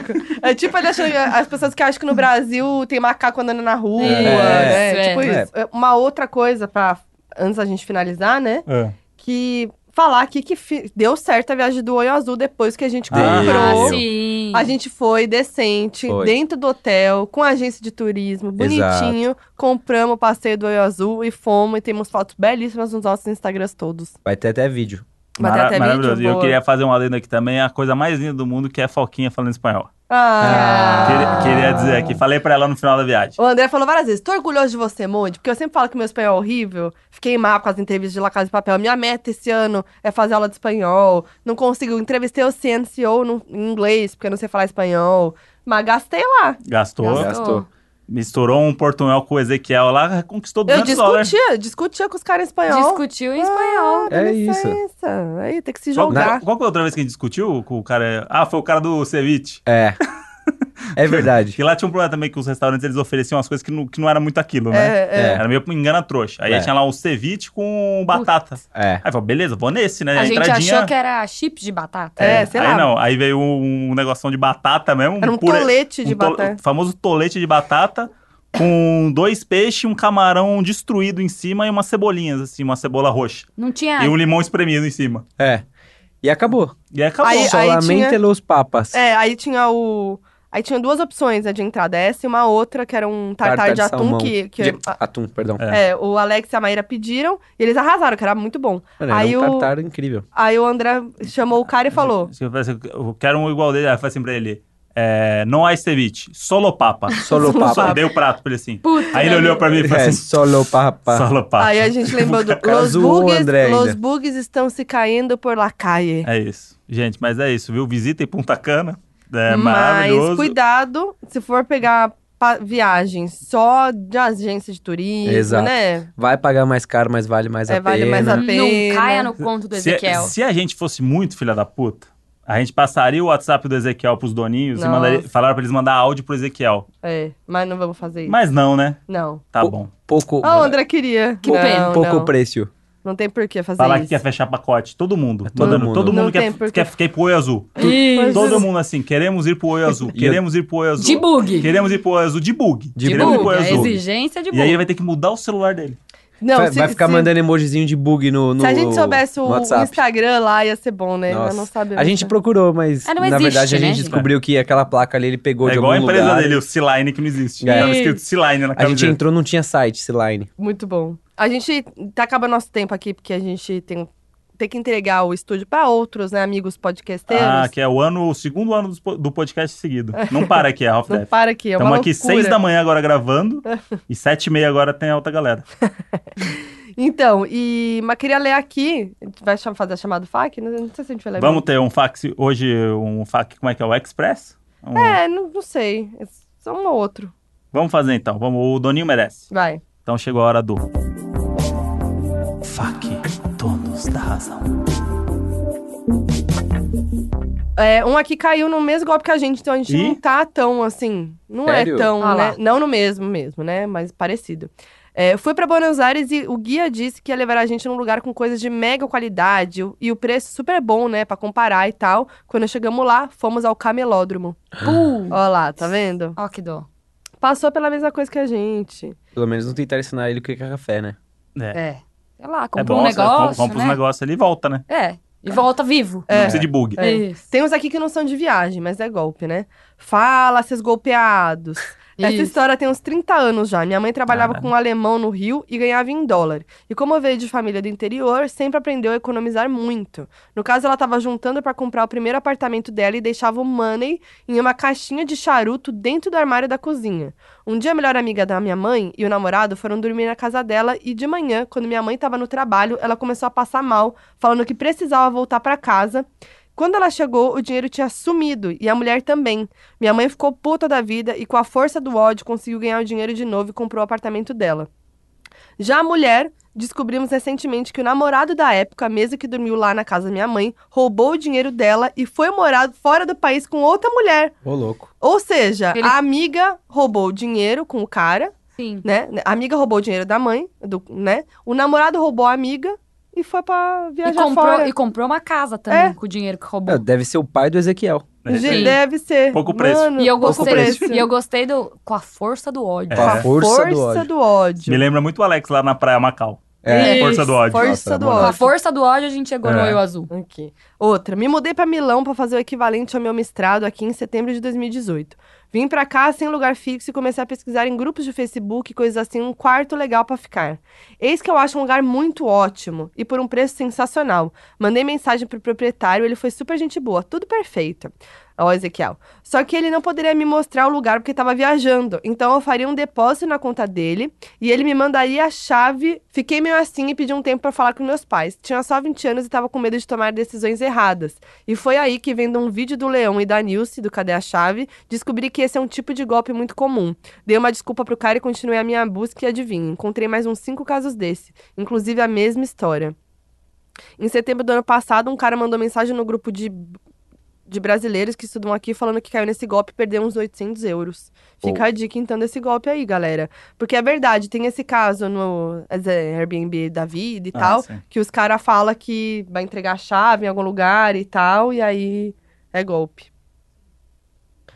[SPEAKER 2] É tipo ele achando- as pessoas que acham que no Brasil tem macaco andando na rua,
[SPEAKER 3] Isso,
[SPEAKER 2] né?
[SPEAKER 3] é.
[SPEAKER 2] Tipo
[SPEAKER 4] É.
[SPEAKER 2] isso. Uma outra coisa, pra, antes da gente finalizar, né?
[SPEAKER 1] É.
[SPEAKER 2] Que falar aqui que fi- deu certo a viagem do Olho Azul depois que a gente
[SPEAKER 1] Ah,
[SPEAKER 2] comprou.
[SPEAKER 3] Ah, sim.
[SPEAKER 2] A gente foi decente,
[SPEAKER 4] Foi.
[SPEAKER 2] dentro do hotel, com agência de turismo, bonitinho. Compramos o passeio do Olho Azul e fomos. E temos fotos belíssimas nos nossos Instagrams todos.
[SPEAKER 4] Vai ter até vídeo.
[SPEAKER 2] Mas
[SPEAKER 1] Mara-
[SPEAKER 2] até vídeo,
[SPEAKER 1] maravilhoso. E eu
[SPEAKER 2] boa.
[SPEAKER 1] queria fazer um adendo aqui também, a coisa mais linda do mundo que é a Foquinha falando espanhol.
[SPEAKER 2] Ah.
[SPEAKER 1] Queria, queria dizer aqui, falei pra ela no final da viagem.
[SPEAKER 2] O André falou várias vezes, tô orgulhoso de você, Monde, porque eu sempre falo que meu espanhol é horrível, fiquei mal com as entrevistas de La Casa de Papel. Minha meta esse ano é fazer aula de espanhol. Não consigo, entrevistei o CNCO no, em inglês, porque eu não sei falar espanhol. Mas gastei lá.
[SPEAKER 1] Gastou,
[SPEAKER 4] Gastou.
[SPEAKER 1] misturou um portunhol com o Ezequiel lá, conquistou
[SPEAKER 2] Eu
[SPEAKER 1] 200 dólares.
[SPEAKER 2] discutia, discutia com os caras em espanhol.
[SPEAKER 3] Discutiu em espanhol.
[SPEAKER 2] Dá
[SPEAKER 4] É
[SPEAKER 2] licença. Aí tem que se
[SPEAKER 1] Qual,
[SPEAKER 2] jogar.
[SPEAKER 1] qual que é a outra vez que a gente discutiu com o cara? Ah, foi o cara do ceviche. (laughs)
[SPEAKER 4] É. é verdade.
[SPEAKER 1] Que lá tinha um problema também que os restaurantes eles ofereciam umas coisas que não, que não era muito aquilo, né?
[SPEAKER 2] É, é.
[SPEAKER 4] É.
[SPEAKER 1] Era meio engana trouxa. Aí
[SPEAKER 4] É.
[SPEAKER 1] tinha lá um ceviche com batata.
[SPEAKER 4] É.
[SPEAKER 1] Aí eu falei, beleza, vou nesse, né?
[SPEAKER 3] A gente
[SPEAKER 1] Entradinha.
[SPEAKER 3] achou que era chips de batata.
[SPEAKER 2] É, sei
[SPEAKER 1] aí
[SPEAKER 2] lá.
[SPEAKER 1] não, aí veio um negocinho de batata mesmo.
[SPEAKER 2] Era um
[SPEAKER 1] purê-
[SPEAKER 2] tolete de
[SPEAKER 1] um to-
[SPEAKER 2] batata.
[SPEAKER 1] famoso tolete de batata com dois peixes, um camarão destruído em cima e umas cebolinhas, assim, uma cebola roxa.
[SPEAKER 2] Ah.
[SPEAKER 3] Não tinha.
[SPEAKER 1] E um limão espremido em cima.
[SPEAKER 4] É. E acabou.
[SPEAKER 1] E aí acabou.
[SPEAKER 2] Aí-
[SPEAKER 4] Solamente
[SPEAKER 2] tinha-
[SPEAKER 4] los papas.
[SPEAKER 2] É, aí tinha o. Aí tinha duas opções, né, de entrada. Essa e uma outra, que era um tartar, de atum,
[SPEAKER 4] salmão.
[SPEAKER 2] que. que
[SPEAKER 4] De- Atum, perdão.
[SPEAKER 1] É.
[SPEAKER 2] é, o Alex e a Maíra pediram e eles arrasaram, que era muito bom.
[SPEAKER 4] Mano, era
[SPEAKER 2] Aí
[SPEAKER 4] um
[SPEAKER 2] o-
[SPEAKER 4] tartar incrível.
[SPEAKER 2] Aí o André chamou o cara e falou:
[SPEAKER 1] Se eu falasse, Eu quero um igual dele. Aí eu falei assim pra ele: é, não há ceviche, solo papa.
[SPEAKER 4] (laughs) Solo
[SPEAKER 1] Só
[SPEAKER 4] papa.
[SPEAKER 1] dei o prato pra ele assim.
[SPEAKER 3] Puta,
[SPEAKER 1] Aí ele olhou pra mim e falou
[SPEAKER 4] É,
[SPEAKER 1] assim:
[SPEAKER 4] solo papa.
[SPEAKER 1] solo papa.
[SPEAKER 2] Aí a gente lembrou do.
[SPEAKER 4] cara
[SPEAKER 2] Los
[SPEAKER 4] zoou o
[SPEAKER 2] bugs,
[SPEAKER 4] André ainda."
[SPEAKER 2] los bugs estão se caindo por la calle.
[SPEAKER 1] É isso. Gente, mas é isso, viu? Visita em Punta Cana. É
[SPEAKER 2] Mas
[SPEAKER 1] maravilhoso.
[SPEAKER 2] cuidado se for pegar pa- viagem só de agência de turismo,
[SPEAKER 4] Exato.
[SPEAKER 2] né?
[SPEAKER 4] Vai pagar mais caro, mas vale mais
[SPEAKER 2] É,
[SPEAKER 4] a
[SPEAKER 2] vale
[SPEAKER 4] pena.
[SPEAKER 2] mais a
[SPEAKER 3] Não
[SPEAKER 2] pena.
[SPEAKER 3] caia no conto do
[SPEAKER 1] Se, é-
[SPEAKER 3] Ezequiel.
[SPEAKER 1] se a gente fosse muito filha da puta, a gente passaria o WhatsApp do Ezequiel pros doninhos e
[SPEAKER 2] Nossa.
[SPEAKER 1] mandaria, falaram pra eles mandar áudio pro Ezequiel.
[SPEAKER 2] É, mas não vamos fazer isso.
[SPEAKER 1] Mas não, né?
[SPEAKER 2] Não.
[SPEAKER 1] Tá
[SPEAKER 4] Pô,
[SPEAKER 1] bom.
[SPEAKER 4] Pouco,
[SPEAKER 2] Ah, o André queria.
[SPEAKER 3] Que
[SPEAKER 2] não,
[SPEAKER 3] pena.
[SPEAKER 4] Um pouco
[SPEAKER 2] não.
[SPEAKER 4] preço.
[SPEAKER 2] Não tem por que fazer
[SPEAKER 1] Falar
[SPEAKER 2] isso.
[SPEAKER 1] que quer fechar pacote. Todo mundo.
[SPEAKER 4] É todo
[SPEAKER 1] Mandando-
[SPEAKER 4] mundo.
[SPEAKER 1] Todo
[SPEAKER 2] Não
[SPEAKER 1] mundo é-
[SPEAKER 2] tem
[SPEAKER 1] quer,
[SPEAKER 2] porque-
[SPEAKER 1] quer ficar pro Oi
[SPEAKER 2] (laughs)
[SPEAKER 1] Azul.
[SPEAKER 3] Isso.
[SPEAKER 1] Todo mundo assim, queremos ir pro
[SPEAKER 4] (laughs)
[SPEAKER 1] Oi Azul.
[SPEAKER 4] E
[SPEAKER 1] Queremos ir pro Oi Azul.
[SPEAKER 3] De bug.
[SPEAKER 1] Queremos ir pro Oi Azul de bug.
[SPEAKER 4] De
[SPEAKER 1] queremos ir
[SPEAKER 3] bug.
[SPEAKER 1] pro Oi
[SPEAKER 2] é,
[SPEAKER 3] A
[SPEAKER 1] Azul.
[SPEAKER 3] exigência de
[SPEAKER 1] E aí ele
[SPEAKER 3] bug.
[SPEAKER 1] vai ter que mudar o celular dele.
[SPEAKER 2] Não,
[SPEAKER 4] vai,
[SPEAKER 2] se,
[SPEAKER 4] vai ficar
[SPEAKER 2] se-
[SPEAKER 4] mandando emojizinho de bug no, no
[SPEAKER 2] Se a gente soubesse o,
[SPEAKER 4] no
[SPEAKER 2] o
[SPEAKER 4] WhatsApp.
[SPEAKER 2] Instagram lá, ia ser bom, né? Mas
[SPEAKER 4] Nossa.
[SPEAKER 2] não sabemos.
[SPEAKER 4] A gente
[SPEAKER 2] né?
[SPEAKER 4] procurou, mas
[SPEAKER 3] Ah, não
[SPEAKER 4] na
[SPEAKER 3] existe,
[SPEAKER 4] verdade a
[SPEAKER 3] né,
[SPEAKER 4] gente
[SPEAKER 3] gente?
[SPEAKER 4] descobriu que aquela placa ali ele pegou
[SPEAKER 1] é
[SPEAKER 4] de
[SPEAKER 1] igual a
[SPEAKER 4] algum
[SPEAKER 1] empresa
[SPEAKER 4] lugar.
[SPEAKER 1] dele, o C-Line que não existe.
[SPEAKER 4] É.
[SPEAKER 1] Tava escrito C-Line na
[SPEAKER 4] A gente
[SPEAKER 1] camiseta.
[SPEAKER 4] entrou, não tinha site, esse line.
[SPEAKER 2] Muito bom. A gente tá acabando nosso tempo aqui, porque a gente tem, tem que entregar o estúdio pra outros, né, amigos podcasteiros.
[SPEAKER 1] Ah, que é o ano, o segundo ano dos po- do podcast seguido. Não para aqui, é Half
[SPEAKER 2] não
[SPEAKER 1] Death.
[SPEAKER 2] para aqui, é uma
[SPEAKER 1] Estamos aqui
[SPEAKER 2] loucura.
[SPEAKER 1] seis da manhã agora
[SPEAKER 2] (laughs)
[SPEAKER 1] gravando e sete e meia agora tem a outra galera.
[SPEAKER 2] Então, e... Mas queria ler aqui. Vai cham- fazer a chamada FAQ? Não, não sei se a gente vai ler.
[SPEAKER 1] Vamos ter um fax hoje, um fax, como é que é? O Express? Um-
[SPEAKER 2] É, não, não sei. É só um ou outro.
[SPEAKER 1] Vamos fazer então, vamos, o Doninho merece.
[SPEAKER 2] Vai.
[SPEAKER 1] Então chegou a hora do... FAQ, donos da razão.
[SPEAKER 2] É, um aqui caiu no mesmo golpe que a gente, então a gente
[SPEAKER 1] Ih.
[SPEAKER 2] não tá tão assim. Não é
[SPEAKER 4] Sério?
[SPEAKER 2] tão,
[SPEAKER 3] Ah lá.
[SPEAKER 2] né? Não no mesmo mesmo, né? Mas parecido. É, fui pra Buenos Aires e o guia disse que ia levar a gente num lugar com coisas de mega qualidade o- e o preço super bom, né? Pra comparar e tal. Quando chegamos lá, fomos ao camelódromo.
[SPEAKER 3] Puh.
[SPEAKER 2] Ó lá, tá vendo?
[SPEAKER 3] Ó, que dó.
[SPEAKER 2] Passou pela mesma coisa que a gente.
[SPEAKER 4] Pelo menos não tentaram ensinar ele o que é café, né?
[SPEAKER 1] É,
[SPEAKER 3] É. Sei lá,
[SPEAKER 1] é
[SPEAKER 3] compra
[SPEAKER 1] bom,
[SPEAKER 3] um
[SPEAKER 1] você compra-
[SPEAKER 3] negócio,
[SPEAKER 1] compra os
[SPEAKER 3] né?
[SPEAKER 1] negócios ali e volta, né?
[SPEAKER 3] É. E volta vivo.
[SPEAKER 1] Não
[SPEAKER 2] É.
[SPEAKER 1] precisa de bug.
[SPEAKER 2] É.
[SPEAKER 3] Isso.
[SPEAKER 2] Tem uns aqui que não são de viagem, mas é golpe, né? Fala, seus golpeados. Essa
[SPEAKER 3] Isso.
[SPEAKER 2] história tem uns 30 anos já. Minha mãe trabalhava com um alemão no Rio e ganhava em dólar. E como eu veio de família do interior, sempre aprendeu a economizar muito. No caso, ela estava juntando para comprar o primeiro apartamento dela e deixava o money em uma caixinha de charuto dentro do armário da cozinha. Um dia, a melhor amiga da minha mãe e o namorado foram dormir na casa dela e de manhã, quando minha mãe estava no trabalho, ela começou a passar mal, falando que precisava voltar para casa. Quando ela chegou, o dinheiro tinha sumido e a mulher também. Minha mãe ficou puta da vida e, com a força do ódio, conseguiu ganhar o dinheiro de novo e comprou o apartamento dela. Já a mulher, descobrimos recentemente que o namorado da época, mesmo que dormiu lá na casa da minha mãe, roubou o dinheiro dela e foi morar fora do país com outra mulher.
[SPEAKER 4] Ô, louco.
[SPEAKER 2] Ou seja,
[SPEAKER 3] Ele-
[SPEAKER 2] a amiga roubou o dinheiro com o cara,
[SPEAKER 3] Sim.
[SPEAKER 2] né? A amiga roubou o dinheiro da mãe, do, né? O namorado roubou a amiga e foi pra
[SPEAKER 3] E
[SPEAKER 2] viajar
[SPEAKER 3] comprou,
[SPEAKER 2] fora.
[SPEAKER 3] e comprou uma casa também
[SPEAKER 2] É.
[SPEAKER 3] com o dinheiro que roubou.
[SPEAKER 4] É, deve ser o pai do Ezequiel.
[SPEAKER 1] É.
[SPEAKER 2] Gente,
[SPEAKER 3] Sim.
[SPEAKER 2] Deve ser.
[SPEAKER 1] Pouco preço.
[SPEAKER 2] Mano,
[SPEAKER 3] E eu
[SPEAKER 2] pouco
[SPEAKER 3] gostei,
[SPEAKER 2] preço.
[SPEAKER 3] e eu gostei do com a força do ódio.
[SPEAKER 1] É.
[SPEAKER 4] Com
[SPEAKER 2] Com
[SPEAKER 4] a força, do
[SPEAKER 2] força
[SPEAKER 4] ódio.
[SPEAKER 2] do ódio.
[SPEAKER 1] Me lembra muito o Alex lá na praia Macau.
[SPEAKER 4] É.
[SPEAKER 3] Isso.
[SPEAKER 1] Força do ódio.
[SPEAKER 2] Força
[SPEAKER 4] Nossa,
[SPEAKER 2] do
[SPEAKER 4] na
[SPEAKER 3] Com
[SPEAKER 2] ódio.
[SPEAKER 3] a força do ódio a gente chegou no
[SPEAKER 1] É.
[SPEAKER 3] olho azul.
[SPEAKER 2] Aqui. Outra. Me mudei pra Milão pra fazer o equivalente ao meu mestrado aqui em setembro de 2018. Vim pra cá sem lugar fixo e comecei a pesquisar em grupos de Facebook e coisas assim, um quarto legal pra ficar. Eis que eu acho um lugar muito ótimo e por um preço sensacional. Mandei mensagem pro proprietário, ele foi super gente boa, tudo perfeito. Ó, Ezequiel. Só que ele não poderia me mostrar o lugar porque estava viajando. Então eu faria um depósito na conta dele e ele me mandaria a chave. Fiquei meio assim e pedi um tempo para falar com meus pais. Tinha só 20 anos e estava com medo de tomar decisões erradas. E foi aí que, vendo um vídeo do Leão e da Nilce, do Cadê a Chave, descobri que esse é um tipo de golpe muito comum. Dei uma desculpa pro cara e continuei a minha busca e adivinha. Encontrei mais uns cinco casos desse, inclusive a mesma história. Em setembro do ano passado, um cara mandou mensagem no grupo de de brasileiros que estudam aqui falando que caiu nesse golpe e perdeu uns 800 euros. Fica a dica, então, desse golpe aí, galera. Porque é verdade, tem esse caso no é, Airbnb da vida e
[SPEAKER 1] Ah,
[SPEAKER 2] tal,
[SPEAKER 1] sim.
[SPEAKER 2] que os caras falam que vai entregar a chave em algum lugar e tal, e aí é golpe.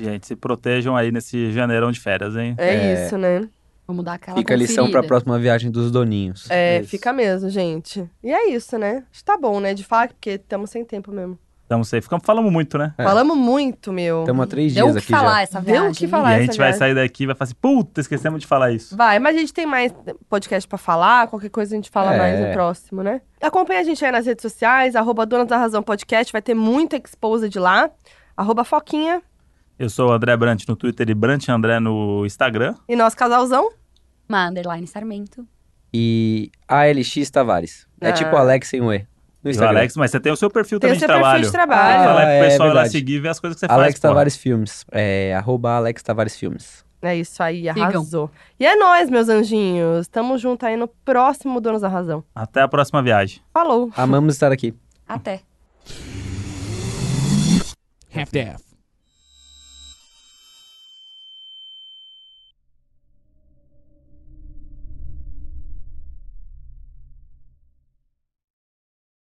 [SPEAKER 1] Gente, se protejam aí nesse janeirão de férias, hein?
[SPEAKER 2] É,
[SPEAKER 4] É.
[SPEAKER 2] isso, né?
[SPEAKER 3] Vamos dar aquela
[SPEAKER 4] Fica a lição pra
[SPEAKER 3] conferida.
[SPEAKER 4] próxima viagem dos doninhos.
[SPEAKER 2] É,
[SPEAKER 4] Isso.
[SPEAKER 2] fica mesmo, gente. E é isso, né? Acho que tá bom, né? De falar, porque estamos sem tempo mesmo.
[SPEAKER 1] Estamos aí. Ficamos, falamos muito, né?
[SPEAKER 4] É.
[SPEAKER 2] Falamos muito, meu.
[SPEAKER 4] Estamos há três
[SPEAKER 3] Deu o
[SPEAKER 4] dias
[SPEAKER 3] que
[SPEAKER 4] aqui
[SPEAKER 3] falar
[SPEAKER 4] já.
[SPEAKER 2] Deu
[SPEAKER 3] essa
[SPEAKER 2] o
[SPEAKER 3] viagem.
[SPEAKER 2] que
[SPEAKER 3] hein?
[SPEAKER 2] falar.
[SPEAKER 1] E a
[SPEAKER 2] essa
[SPEAKER 1] gente vai
[SPEAKER 2] viagem.
[SPEAKER 1] sair daqui e vai falar assim, puta, esquecemos de falar isso.
[SPEAKER 2] Vai, mas a gente tem mais podcast pra falar, qualquer coisa a gente fala
[SPEAKER 4] É.
[SPEAKER 2] mais no próximo, né? Acompanha a gente aí nas redes sociais, arroba Donas da Razão Podcast, vai ter muita exposa de lá. Arroba Foquinha
[SPEAKER 1] Eu sou o André Brant no Twitter e Brant André no Instagram.
[SPEAKER 2] e nosso casalzão.
[SPEAKER 3] Uma underline Sarmento.
[SPEAKER 4] E ALX Tavares. É
[SPEAKER 2] Ah.
[SPEAKER 4] tipo Alex sem o E.
[SPEAKER 1] E o
[SPEAKER 4] No Instagram.
[SPEAKER 1] Alex, mas você tem o seu perfil
[SPEAKER 2] Tem o
[SPEAKER 1] também de
[SPEAKER 2] seu perfil
[SPEAKER 1] trabalho.
[SPEAKER 2] de trabalho.
[SPEAKER 1] Fala aí pro
[SPEAKER 4] Ah, é
[SPEAKER 1] pessoal ir lá
[SPEAKER 4] verdade.
[SPEAKER 1] seguir e ver as coisas que você
[SPEAKER 4] Alex
[SPEAKER 1] faz. é porra.
[SPEAKER 4] Tavares Filmes. É, arroba Alex Tavares Filmes.
[SPEAKER 2] É isso aí,
[SPEAKER 3] Sigam.
[SPEAKER 2] arrasou. E é nóis, meus anjinhos. Tamo junto aí no próximo Donos da Razão.
[SPEAKER 1] Até a próxima viagem.
[SPEAKER 2] Falou!
[SPEAKER 4] Amamos estar aqui.
[SPEAKER 3] Até.
[SPEAKER 8] Half-daff.